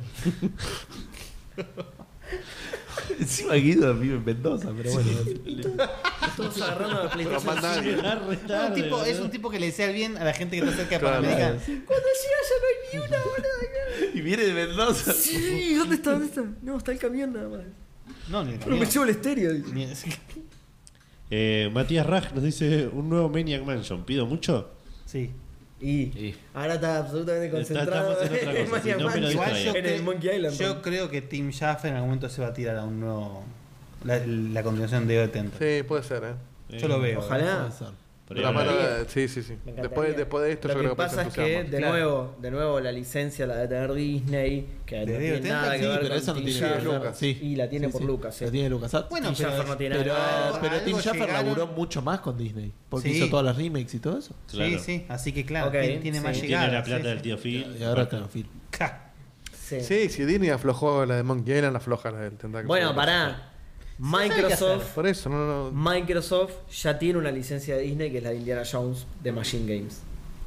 S3: Encima Guido vive en Mendoza, pero bueno.
S1: Todos agarrando la
S4: Pero
S1: PlayStation.
S4: más nadie.
S5: Ah, re
S2: No, un
S5: tarde,
S2: tipo- es
S5: boludo.
S2: un tipo que le desea el bien a la gente que está cerca de
S4: Claro.
S2: Panamericana.
S1: Cuando llega ya no hay ni una, boludo.
S3: y viene de Mendoza.
S1: Sí, ¿dónde está? ¿Dónde está? No, está el camión nada más.
S2: No, ni el
S1: Pero me
S2: camión.
S1: llevo el estéreo. dice.
S2: Ni- sí.
S5: Eh, Matías Raj nos dice un nuevo Maniac Mansion. ¿Pido mucho?
S2: Sí.
S1: Y ahora está absolutamente
S5: Está-
S1: concentrado
S5: estamos en otra cosa,
S1: Maniac
S5: si no me lo
S1: Mansion.
S5: distraigo.
S2: Igual yo,
S1: en
S2: cre-
S1: el Monkey Island.
S2: yo
S1: ¿no?
S2: creo que Tim Jaffe en algún momento se va a tirar a un nuevo. La, la continuación de Atento.
S4: Sí, puede ser, ¿eh?
S2: Yo lo veo.
S1: Ojalá.
S5: Por ahí
S4: La
S5: habrá-
S4: mano de- sí, sí, sí.
S1: Me encantaría.
S4: Después, después de esto,
S1: Lo
S4: yo
S1: que
S4: creo que
S1: pasa
S4: se
S1: es que,
S4: entusiasma.
S1: de
S2: Claro.
S1: nuevo, de nuevo, la licencia la debe tener Disney, que no
S2: Desde
S1: tiene
S2: los
S1: nada
S2: 80,
S1: que
S3: Sí,
S1: ver
S3: pero
S1: con
S3: eso no
S1: Tim
S3: tiene que
S1: Schafer.
S3: ver Lucas. Sí.
S1: Y la tiene
S3: Sí,
S1: por
S3: sí.
S1: Lucas, eh. sí.
S3: La tiene Lucas. Ah,
S2: Bueno,
S1: Tim Schafer no tiene
S3: pero,
S1: nada que ver.
S3: pero
S2: algo
S3: Tim Schafer
S2: llegaron-
S3: laburó mucho más con Disney. Porque
S2: Sí.
S3: hizo todas las remakes y todo eso.
S5: Claro.
S2: Sí, sí. Así que claro,
S1: Ok,
S2: tiene, tiene
S1: sí.
S2: más
S1: Tiene
S5: Tiene
S2: llegada.
S5: la plata
S2: sí,
S5: del
S2: sí.
S5: tío Phil.
S3: Y ahora está en film.
S2: Ja.
S1: Sí.
S4: Sí, si Disney aflojó la de Monkey Island, afloja la del tentáculo.
S1: Bueno, pará. Microsoft,
S4: Por eso, no, no.
S1: Microsoft ya tiene una licencia de Disney que es la de Indiana Jones de Machine Games.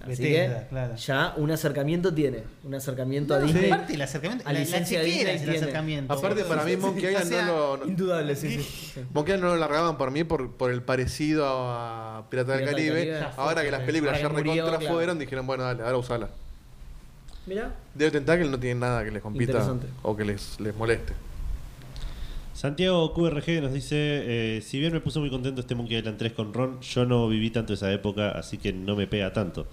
S1: Así
S2: Bethesda,
S1: que
S2: claro.
S1: ya un acercamiento tiene. Un acercamiento a
S2: No,
S1: Disney.
S2: Aparte el acercamiento.
S1: A
S2: La, la
S1: licencia de
S2: chequera
S1: Disney
S2: es el
S1: tiene.
S2: acercamiento.
S4: Aparte, para mí Monkey
S2: O
S4: Island
S2: sea,
S4: no lo... no-
S1: Indudable, sí, sí.
S4: Monkey Island no lo largaban por mí por, por el parecido a Pirata
S1: Pirata
S4: del
S1: del
S4: Caribe.
S1: Caribe.
S4: Ahora que las películas ya
S1: Ahora que murió,
S4: recontra
S1: claro.
S4: fueron, dijeron, bueno, dale, ahora usala.
S1: Mirá.
S4: Deo Tentacle no tiene nada que les compita
S1: Interesante.
S4: o que les, les moleste.
S5: Santiago QRG nos dice: eh, Si bien me puso muy contento este Monkey Island 3 con Ron, yo no viví tanto esa época, así que no me pega tanto.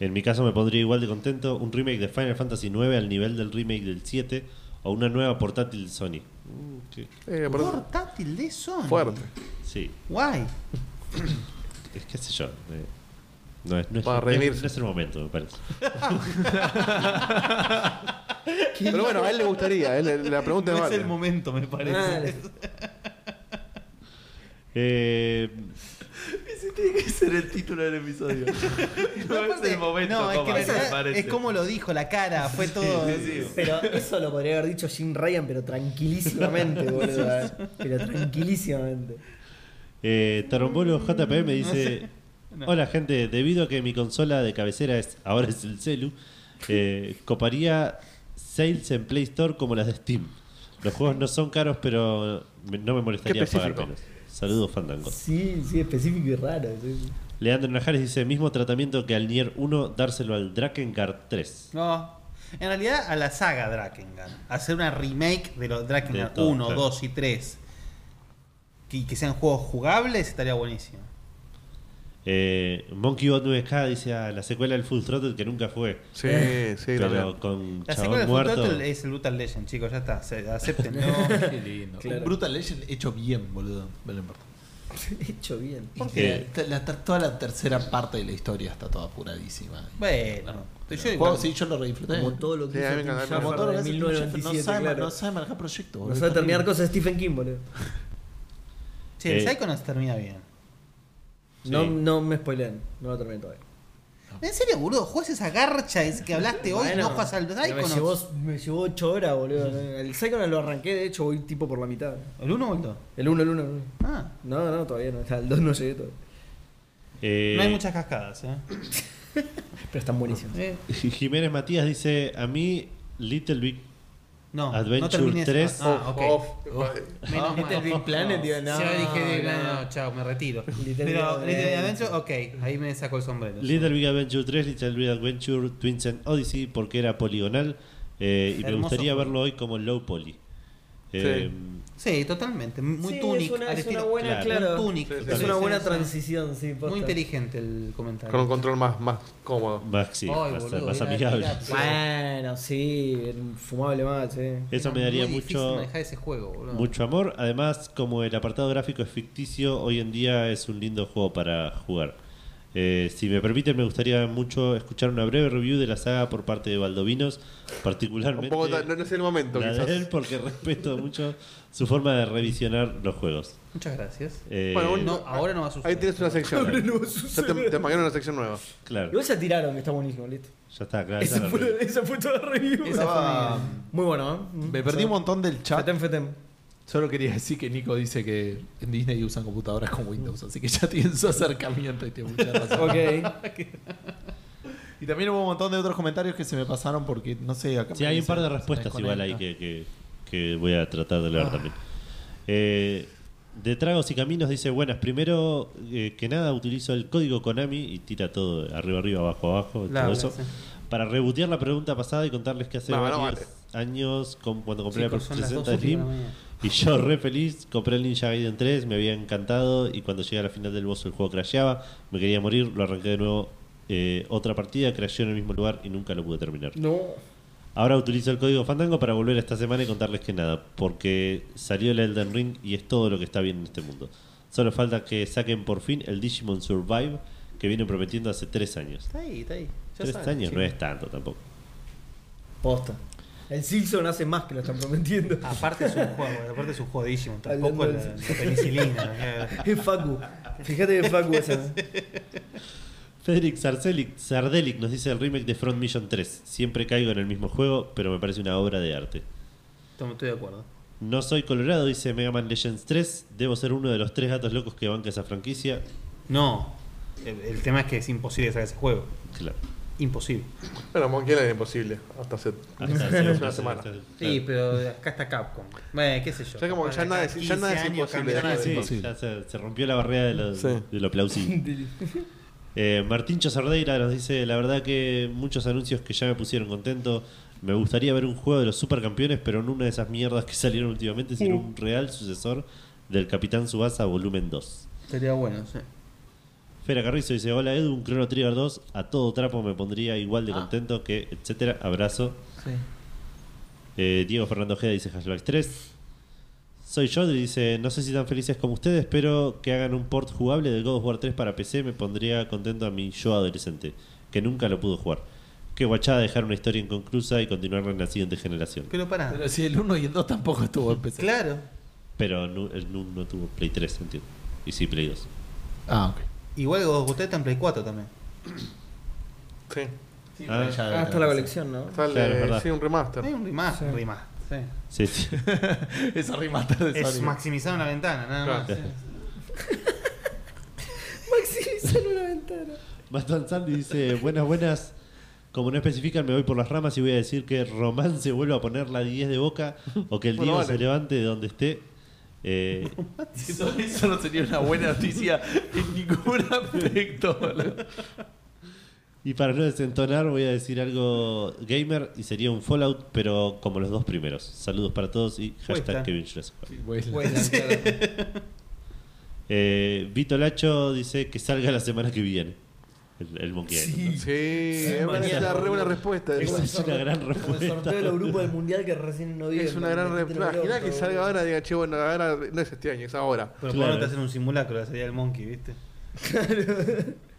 S5: En mi caso, me pondría igual de contento un remake de Final Fantasy 9 al nivel del remake del 7 o una nueva portátil de Sony. Mm, que-
S4: Eh, por-
S2: Portátil de Sony.
S4: fuerte.
S5: Sí,
S2: Guay.
S5: es qué sé yo. eh. No es, no es-
S4: Para
S5: no es-
S4: redimirse.
S5: no es el momento, me parece.
S4: Pero bueno, a él le gustaría, a él- la pregunta
S2: No
S4: es
S2: es el
S4: válida.
S2: momento, me parece.
S1: Vale.
S5: Eh,
S9: Ese tiene que ser el título del episodio. No, es
S2: Aparte,
S9: el momento,
S2: no, es que
S9: coma,
S2: en
S9: me
S2: realidad
S9: parece.
S2: es como lo dijo, la cara, fue todo.
S1: Pero eso lo podría haber dicho Jim Ryan, pero tranquilísimamente, boludo. eh. Pero tranquilísimamente.
S5: eh, Tarombolo JPM dice: Hola, gente, debido a que mi consola de cabecera es ahora es el celu, eh, coparía sales en Play Store como las de Steam. Los juegos no son caros, pero me- no me molestaría
S4: Qué
S5: pagar
S4: específico.
S5: menos. Saludos, Fandango.
S1: Sí, sí, específico y raro. sí.
S5: Leandro Najares dice: Mismo tratamiento que al Nier 1, dárselo al Drakengard 3.
S2: No. En realidad, a la saga Drakengard. Hacer una remake de los
S5: De
S2: Drakengard
S5: todo,
S2: 1,
S5: claro.
S2: 2 y 3. Que, que sean juegos jugables estaría buenísimo.
S5: Eh, Monkey Bot 9K dice: "Ah, La secuela del Full Throttle que nunca fue.
S4: Sí, sí,
S5: pero
S4: también.
S5: con
S2: La
S5: Chabón
S2: secuela de Full
S5: muerto.
S2: Throttle es el Brutal Legend, chicos, ya está. se- Acéptenlo.
S9: Qué lindo. Un Brutal Legend hecho bien, boludo. No le importa.
S1: Hecho bien.
S5: Eh,
S9: Te- la ter- toda la tercera parte de la historia está toda apuradísima.
S2: bueno, yo
S9: El juego, sí, yo lo redisfruté.
S1: Como todo lo que
S4: Sí, a
S1: hizo
S4: mí
S1: Tim
S4: me encanta.
S9: Como
S1: Schafer
S9: todo lo que
S1: de
S9: hace Tim Schafer, no
S1: 1997,
S9: sabe,
S1: claro.
S9: no sabe manejar proyectos.
S1: No
S9: boludo,
S1: sabe
S9: es
S1: terminar
S9: terrible.
S1: cosas de Stephen King, boludo.
S2: Che, el
S5: Eh.
S2: Psycho no se termina bien.
S1: No,
S5: Sí.
S1: no me spoilen, no lo terminé todavía.
S2: En serio, boludo, jugás esa garcha es que hablaste hoy, no jugás al
S1: me,
S2: Psycho.
S1: llevó,
S2: no?
S1: me llevó 8 horas, boludo. El Psychonaut lo arranqué, de hecho, voy tipo por la mitad.
S2: ¿El 1 o el 2?
S1: El 1, el 1, el 1.
S2: Ah.
S1: No, no, todavía no. Al 2 no llegué todavía.
S5: eh,
S2: No hay muchas cascadas, ¿eh?
S1: Pero están buenísimos.
S2: Eh,
S5: Jiménez Matías dice: A mí, Little Big.
S2: No, no
S5: Adventure
S2: terminé esa.
S5: 3.
S2: Ah, ok.
S4: Off, off.
S2: Menos mal.
S1: Little Big Planet, digo, no,
S2: Yo dije, no,
S1: no. eh,
S2: no, chao, me retiro.
S1: Little
S2: Pero
S1: Big
S2: Little Big
S1: Adventure.
S2: Adventure, ok, ahí me sacó el sombrero.
S5: Little Big Adventure 3, Little Big Adventure Twins and Odyssey, porque era poligonal. eh, y me
S2: Hermoso
S5: gustaría
S2: juego.
S5: verlo hoy como low poly. Eh,
S2: Sí, totalmente. Muy
S1: Sí,
S2: tunic.
S1: es una,
S2: al
S1: es una
S2: estilo-
S1: buena,
S5: claro,
S1: claro.
S2: Muy tunic.
S4: Sí, sí,
S2: total.
S1: Es una
S2: Sí,
S1: buena
S2: sí.
S1: transición, sí. posta.
S2: Muy inteligente el comentario.
S4: Con un control más, más cómodo.
S5: Más, sí,
S2: Ay,
S5: más,
S2: boludo,
S5: más
S2: era-
S5: amigable.
S2: era-
S1: Bueno, sí, fumable más, sí.
S2: eh.
S5: Eso me
S2: Era
S5: daría
S2: muy difícil
S5: mucho.
S2: manejar ese juego, boludo.
S5: Mucho amor. Además, como el apartado gráfico es ficticio, hoy en día es un lindo juego para jugar. Eh, si me permiten, me gustaría mucho escuchar una breve review de la saga por parte de Baldovinos,
S4: Un
S5: particularmente
S4: poco, ta- no, no es el momento,
S5: la
S4: quizás.
S5: de él, porque respeto mucho su forma de revisionar los juegos.
S2: Muchas gracias.
S5: Eh,
S4: Bueno,
S2: No, ahora no va a suceder.
S4: Ahí tienes una sección. Ya te, te pagaron una sección nueva.
S5: Claro,
S1: Igual ya tiraron, que está buenísimo, listo.
S5: ya está,
S4: Ah,
S5: claro. ya
S1: Esa
S5: la
S1: fue,
S5: reviví.
S1: esa fue toda la review.
S2: Esa fue mi-
S1: Muy bueno, ¿eh?
S9: Me perdí un montón del chat.
S1: Fetem, fetem.
S9: Solo quería decir que Nico dice que en Disney usan computadoras con Windows, así que ya tienen su acercamiento y tiene mucha razón.
S1: Ok.
S9: Y también hubo un montón de otros comentarios que se me pasaron porque no sé. Acá
S5: Sí,
S9: me
S5: hay un
S9: dicen,
S5: par de
S9: se me
S5: respuestas igual ahí
S9: desconecta.
S5: que, que- que voy a tratar de
S2: Ah.
S5: leer también. Eh, de Tragos y Caminos dice, buenas, primero eh, que nada utilizo el código Konami y tira todo arriba, arriba, abajo, abajo,
S2: La
S5: todo
S2: habla,
S5: eso.
S2: sí.
S5: Para rebotear la pregunta pasada y contarles que hace
S4: No, no
S5: varios
S4: vale.
S5: años, con- cuando compré
S2: Chicos,
S5: la
S2: son las
S5: 360
S2: dos y pico de
S5: Slim,
S2: la mañana.
S5: y yo re feliz, compré el Ninja Gaiden 3, me había encantado y cuando llegué a la final del boss el juego crasheaba, me quería morir, lo arranqué de nuevo, eh, otra partida, crasheó en el mismo lugar y nunca lo pude terminar.
S1: No.
S5: Ahora utilizo el código Fandango para volver esta semana y contarles que nada, porque salió el Elden Ring y es todo lo que está bien en este mundo. Solo falta que saquen por fin el Digimon Survive que vienen prometiendo hace tres años.
S2: Está ahí, está ahí. Ya
S5: Tres
S2: saben,
S5: años no
S2: chicos.
S5: es tanto tampoco.
S1: Posta. El Silson hace más que lo están prometiendo.
S2: Aparte es un juego, aparte es un juego de Digimon, tampoco
S1: Hablando
S2: la,
S1: de-
S2: la penicilina. ¿no?
S1: Es Facu. Fíjate que es Facu esa.
S5: Federic Sarcelic- Sardelic nos dice el remake de Front Mission 3. Siempre caigo en el mismo juego, pero me parece una obra de arte.
S2: Estoy estoy de acuerdo.
S5: No soy colorado, dice Mega Man Legends 3. Debo ser uno de los tres gatos locos que banca esa franquicia.
S2: No, el, el tema es que es imposible sacar ese juego.
S5: Claro.
S2: Imposible.
S4: Bueno, Monkey Island era imposible. Hasta hace.
S5: Hasta hace
S4: Una semana.
S5: claro.
S2: Sí, pero acá está Capcom. Bueno, qué sé yo.
S4: O sea, como que ya nada es- ya nada es imposible.
S2: cambiaron
S5: Ah, Sí,
S2: de-
S4: Imposible.
S5: ya se, se rompió la barrera de lo,
S4: Sí.
S5: de lo plausible. Eh, Martín Chazardeira nos dice, la verdad que muchos anuncios que ya me pusieron contento. Me gustaría ver un juego de los supercampeones, pero no una de esas mierdas que salieron últimamente, sino un real sucesor del Capitán Subasa Volumen 2.
S2: Sería bueno, sí.
S5: Fera Carrizo dice, hola Edu, un Chrono Trigger 2, a todo trapo me pondría igual de contento que, etcétera, abrazo.
S2: sí.
S5: Eh, Diego Fernando Ojeda dice Hashtag 3. Soy yo, y dice, no sé si tan felices como ustedes, pero que hagan un port jugable del God of War 3 para PC me pondría contento a mi yo adolescente, que nunca lo pudo jugar. Qué guachada dejar una historia inconclusa y continuarla en la siguiente generación.
S2: Pero pará.
S3: Pero si el 1 y el 2 tampoco estuvo en PC.
S2: Claro.
S5: Pero no, el Nun no tuvo Play 3, entiendo. Y sí, Play 2.
S3: Ah, ok.
S2: Igual que ustedes están en Play 4 también.
S4: Sí.
S5: Ah,
S1: Ah, está la colección, ¿no?
S4: Está el,
S5: Claro,
S4: eh,
S5: es verdad.
S4: sí, un remaster.
S2: Hay un remaster.
S1: Sí.
S2: remaster, sí.
S5: sí, sí.
S3: Esa remaster de
S2: Es
S3: Sony.
S2: maximizar una ventana, nada más.
S5: Claro.
S2: sí.
S1: Maximizar una ventana.
S5: Batman Sandy dice, buenas, buenas. Como no especifican, me voy por las ramas y voy a decir que Román se vuelva a poner la 10 de boca o que el
S4: Bueno,
S5: Diego
S4: vale.
S5: se levante de donde esté. Eh,
S3: Eso, eso no sería una buena noticia en ningún aspecto. boludo.
S5: y para no desentonar, voy a decir algo gamer y sería un Fallout, pero como los dos primeros. Saludos para todos y
S2: Cuesta.
S5: hashtag Kevin Schlesinger.
S1: Bueno, claro.
S5: Eh, Vito Lacho dice que salga la semana que viene. El, el Monkey Island,
S4: Sí, es una,
S1: mañana.
S4: es una re buena respuesta.
S5: ¿no? Esa
S4: Es,
S5: es una gran
S1: El
S5: respuesta.
S1: sorteo de los grupos del mundial que recién no vi.
S4: una gran respuesta. Imagina que salga ahora y diga, che, bueno, ahora no es este año, es ahora.
S2: Pero
S5: Claro.
S2: por no te hacen un simulacro, la sería el Monkey, ¿viste?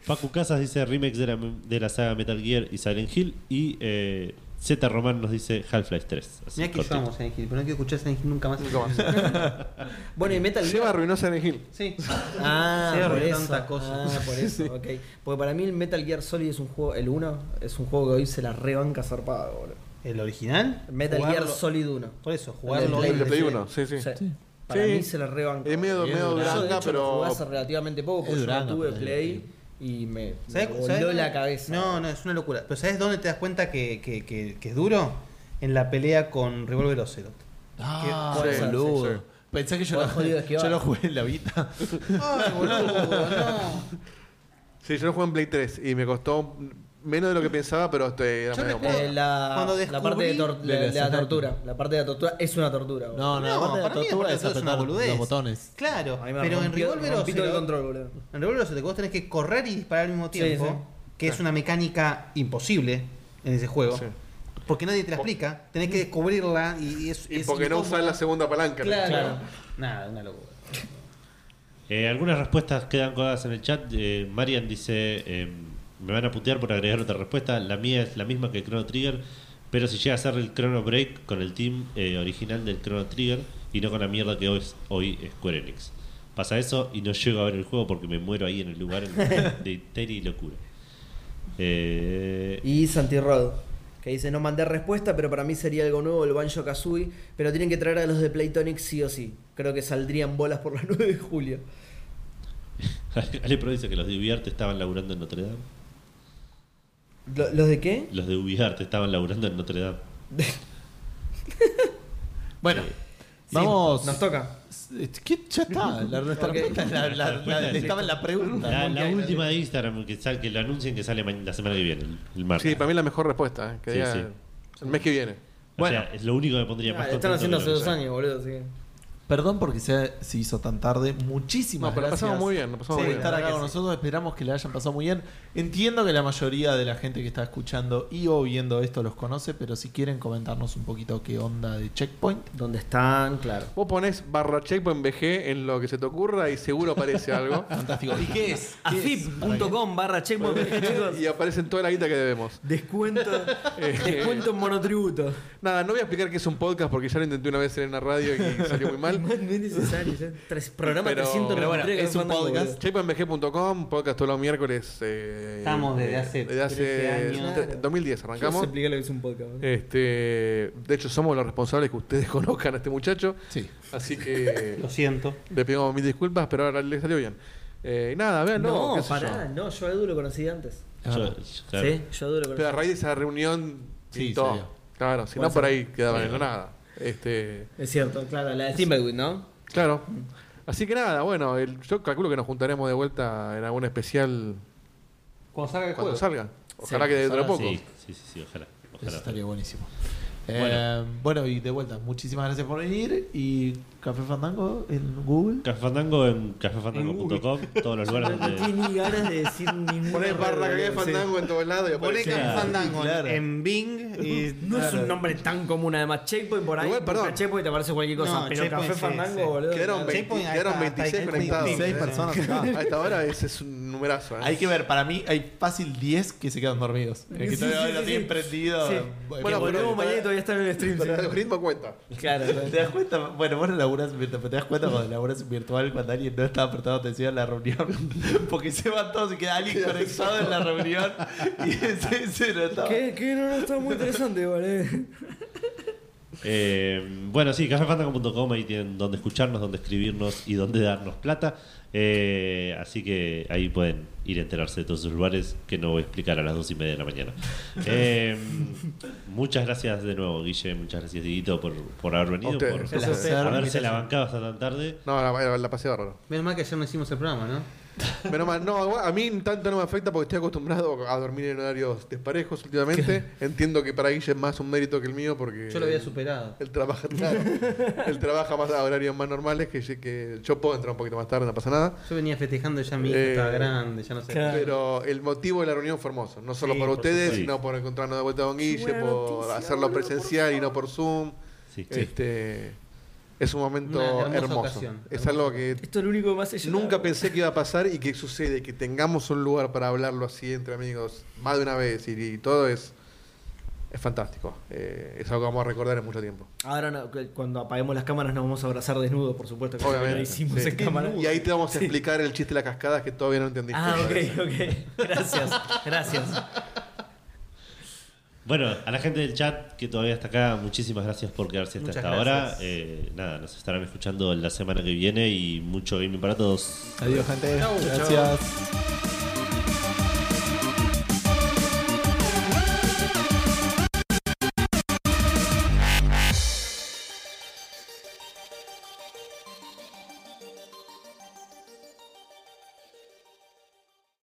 S5: Facu Casas dice remix de la, de la saga Metal Gear y Silent Hill. Y eh, Z Román nos dice Half-Life 3. Así,
S2: Mirá que
S5: cortito.
S2: usamos Silent Hill, pero no quiero escuchar Silent Hill nunca más.
S4: Nunca más.
S1: Bueno, y Metal
S4: Lleva
S1: Gear.
S4: arruinó Silent Hill.
S2: Sí.
S1: Ah,
S2: Lleva
S1: por eso.
S2: tanta cosa.
S1: Ah, por eso, ok. Porque para mí el Metal Gear Solid es un juego, el 1, es un juego que hoy se la rebanca zarpada, boludo.
S2: ¿El original?
S1: Metal
S2: Jugarlo-
S1: Gear Solid 1.
S2: Por eso,
S4: El
S2: jugarlo
S4: de
S2: hoy.
S4: Play uno, sí, sí.
S1: Para
S4: Sí.
S1: mí se la rebanca.
S4: Es medio,
S1: boludo.
S4: medio
S1: Yo, de
S4: blanda,
S1: hecho, lo
S4: pero.
S1: jugué hace relativamente poco, porque
S9: Es
S1: yo no
S9: blanda,
S1: tuve
S9: pero-
S1: Play y me, me
S2: ¿Sabés-
S1: voló
S2: sabés dónde-
S1: la cabeza. Eh,
S2: No, no, es una locura. Pero ¿sabes dónde te das cuenta que, que, que, que es duro? En la pelea con Revolver Ocelot.
S3: Ah,
S4: Sí,
S3: boludo. Pensé que yo
S1: Joder,
S3: lo,
S1: jodido esquivar.
S3: yo lo jugué en la vida.
S2: ¡Ay, boludo! ¡No!
S4: Sí, yo lo jugué en Play 3 y me costó menos de lo que pensaba, pero este, era
S2: Yo
S4: medio
S2: recuerdo-
S4: como-
S1: Eh, la,
S2: Cuando
S1: la parte de, tor-
S3: descubrí-
S1: la-
S3: de la-
S1: la tortura. La parte de la tortura es una tortura. boludo.
S3: No, no,
S2: No,
S3: la parte de
S2: para
S3: la
S2: mí
S3: tortura
S2: aparte
S3: es
S2: todo es una
S3: apretar
S2: boludez.
S3: los botones.
S2: Claro,
S1: A mí me
S2: pero en
S1: rompió-
S2: Revolver
S1: rompí todo el
S2: Ocelot.
S1: control, boludo.
S2: En Revolver Ocelot vos tenés que correr y disparar al mismo
S1: Sí,
S2: tiempo,
S1: sí.
S2: que es una mecánica imposible en ese juego.
S4: Sí.
S2: Porque nadie te la explica, tenés que descubrirla y, y es.
S4: Y
S2: es
S4: porque no
S2: incómoda.
S4: usan la segunda palanca.
S2: Claro.
S1: Claro.
S2: Nada, una locura.
S5: Eh, algunas respuestas quedan colgadas en el chat. Eh, Marian dice: eh, Me van a putear por agregar otra respuesta. La mía es la misma que Chrono Trigger. Pero si llega a ser el Chrono Break con el team eh, original del Chrono Trigger y no con la mierda que hoy es, hoy es Square Enix. Pasa eso y no llego a ver el juego porque me muero ahí en el lugar de histeria y locura. Eh,
S1: Y Santi Rod, que dice, no mandé respuesta, pero para mí sería algo nuevo el Banjo Kazooie, pero tienen que traer a los de Playtonic sí o sí. Creo que saldrían bolas por la 9 de julio.
S5: Ale Pro dice que los de Ubiarte estaban laburando en Notre Dame.
S1: ¿Lo- ¿Los de qué?
S5: Los de Ubiarte estaban laburando en Notre Dame.
S3: Bueno,
S1: Sí,
S3: vamos.
S1: Nos toca.
S3: ¿Qué? Ya está. La, nuestra
S1: Ok.
S3: respuesta es la, la, la-
S5: Listo.
S3: estaba en la pregunta.
S5: La, la
S3: Monkey
S5: última de Instagram que, sal- que lo anuncien que sale ma- la semana que viene, el, el martes.
S4: Sí, para mí la mejor respuesta. eh, Que
S5: Sí,
S4: diga,
S5: sí.
S4: El mes que viene.
S5: o sea, es lo único que me pondría
S1: Ah,
S5: más
S1: lo están haciendo
S5: contento
S1: hace
S5: que lo
S1: dos años,
S5: sea.
S1: boludo. así que-
S3: Perdón porque se, se hizo tan tarde.
S4: No,
S3: Muchísimas
S4: pero la
S3: gracias.
S4: pasamos muy bien, la pasamos
S3: por
S4: muy bien.
S3: estar acá
S2: que
S3: con
S2: sí.
S3: nosotros. Esperamos que la hayan pasado muy bien. Entiendo que la mayoría de la gente que está escuchando y o viendo esto los conoce, pero si quieren comentarnos un poquito qué onda de Checkpoint.
S1: ¿Dónde están? Ah, Claro.
S4: Vos ponés barra checkpoint VG en lo que se te ocurra y seguro aparece algo.
S3: Fantástico. ¿Y qué es? ¿Qué es?
S1: Afip.com barra checkpoint, chicos.
S4: y aparecen toda la guita que debemos.
S1: Descuento,
S4: Eh,
S1: descuento en monotributo.
S4: Nada, no voy a explicar que es un podcast porque ya lo intenté una vez en una radio y salió muy mal.
S1: No es necesario. ya. Tres- programa
S4: Pero-
S1: 393
S4: pero
S3: bueno,
S1: que
S3: es un
S1: mandan,
S3: podcast.
S1: boludo.
S4: checkpointbg.com, podcast todos los miércoles. eh,
S2: Estamos desde
S4: eh,
S2: hace
S4: desde hace
S2: 13 años.
S4: tre- 2010
S1: Yo os
S4: arrancamos.
S1: expliqué lo que es un podcast. boludo.
S4: Este, de hecho, somos los responsables que ustedes conozcan a este muchacho.
S3: Sí.
S4: Así que
S2: Lo siento.
S4: le pedimos mil disculpas, pero ahora le salió bien. Eh, nada, véanlo.
S1: No,
S4: qué sé
S1: pará,
S4: yo.
S1: no, yo a Edu lo conocí antes.
S5: Yo-
S3: verdad.
S5: yo- claro.
S1: Sí, yo a Edu lo conocí.
S4: Pero a raíz de esa reunión,
S3: Sí,
S4: pintó.
S3: salió.
S4: Claro, si
S1: Puede
S4: no, por
S1: ser.
S4: ahí quedaban en la nada. Este,
S1: Es cierto, claro, la de Timberwood, ¿no?
S4: Claro. Así que nada, bueno, el- yo calculo que nos juntaremos de vuelta en algún especial
S2: Cuando salga el
S4: cuando
S2: juego.
S4: salga. Ojalá que dentro de
S5: Ojalá,
S4: poco.
S5: Ah, Sí, sí, sí, sí, ojalá.
S3: Eso
S5: ojalá.
S3: estaría buenísimo. Eh, bueno, y de vuelta, muchísimas gracias por venir. Y Café Fandango en Google.
S5: Café Fandango en cafefandango.com, todos los lugares
S1: No
S5: donde.
S1: tiene ni ganas de decir ningún.
S4: Poné barra café fandango en todos lados y
S2: Poné
S4: aparece.
S2: Café
S5: claro,
S2: Fandango
S3: claro.
S2: en Bing y
S1: No es un nombre tan común, además. Checkpoint por ahí.
S4: Igual, perdón.
S1: busca Checkpoint te aparece cualquier cosa.
S2: No,
S1: pero
S2: Checkpoint,
S1: Café
S2: sí,
S1: Fandango,
S2: sí.
S1: boludo.
S4: Quedaron,
S2: Checkpoint,
S4: 20
S2: ahí
S4: quedaron
S2: está, está ahí
S4: 26 conectados.
S2: conectado.
S3: 26
S2: sí.
S3: personas acá.
S4: A esta hora es, es un numerazo. ¿eh?
S3: Hay que ver, para mí hay fácil 10 que se quedan dormidos. El
S1: Sí,
S3: que todavía
S1: sí,
S3: lo
S1: sí,
S3: tiene
S1: sí.
S3: prendido.
S1: Sí.
S3: eh,
S4: Bueno,
S1: Bueno,
S4: pero-
S1: volvemos mañana y todavía está en el stream.
S4: Pero el
S1: sí.
S4: algoritmo cuenta.
S1: Claro,
S3: ¿Te das cuenta? Bueno, vos no laburás, mientras- te das cuenta cuando laburás virtual cuando alguien no está prestando atención a la reunión. Porque se van todos y queda alguien conectado en la reunión. Y ese, ese no estaba.
S1: ¿Qué? ¿Qué? No, no, está muy interesante, vale.
S5: Eh, bueno, sí, cafefandango.com, ahí tienen donde escucharnos, donde escribirnos y donde darnos plata. Eh, así que ahí pueden ir a enterarse de todos esos lugares que no voy a explicar a las dos y media de la mañana. Eh, muchas gracias de nuevo, Guille, muchas gracias, Diguito, por, por haber
S4: A
S5: venido,
S4: ustedes.
S5: por
S4: Gracias a ustedes.
S5: haberse la bancado hasta tan tarde.
S4: No, la, la- la pasé bárbaro.
S2: Menos mal que ayer no hicimos el programa, ¿no?
S4: Menos mal, no, igual a mí tanto no me afecta porque estoy acostumbrado a dormir en horarios desparejos últimamente. Entiendo que para Guille es más un mérito que el mío porque.
S2: Yo lo había superado.
S4: Él trabaja, claro, él trabaja más a horarios más normales que, yo- que yo puedo entrar un poquito más tarde, no pasa nada.
S2: Yo venía festejando ya mi hija
S4: Eh,
S2: estaba grande, ya no sé.
S1: claro.
S4: Pero el motivo de la reunión fue hermoso. No solo
S2: Sí,
S4: por
S2: por
S4: ustedes,
S5: supuesto.
S4: sino por encontrarnos de vuelta con Guille, por hacerlo presencial y no por Zoom.
S5: Sí,
S4: Este, es un momento
S2: Una hermosa
S4: hermoso.
S2: ocasión.
S4: Es
S2: Hermosa
S4: algo que
S1: Esto es lo único que me hace llorar.
S4: nunca pensé que iba a pasar y que sucede, que tengamos un lugar para hablarlo así entre amigos más de una vez y, y todo es, es fantástico. Eh, es algo que vamos a recordar en mucho tiempo.
S1: Ahora, no, cu- cuando apaguemos las cámaras, nos vamos a abrazar desnudos, por supuesto. Que
S4: Obviamente,
S1: lo hicimos
S4: sí.
S1: en cámara.
S4: Y ahí te vamos a explicar el chiste de la cascada que todavía no entendiste.
S1: Ah, ok, ok. Gracias, gracias.
S5: Bueno, a la gente del chat que todavía está acá, muchísimas gracias por quedarse hasta
S2: Muchas
S5: esta
S2: gracias.
S5: hora. Eh, nada, nos estarán escuchando la semana que viene y mucho gaming para todos.
S3: Adiós, gente.
S2: Chau, chau.
S3: Gracias.
S4: Chau.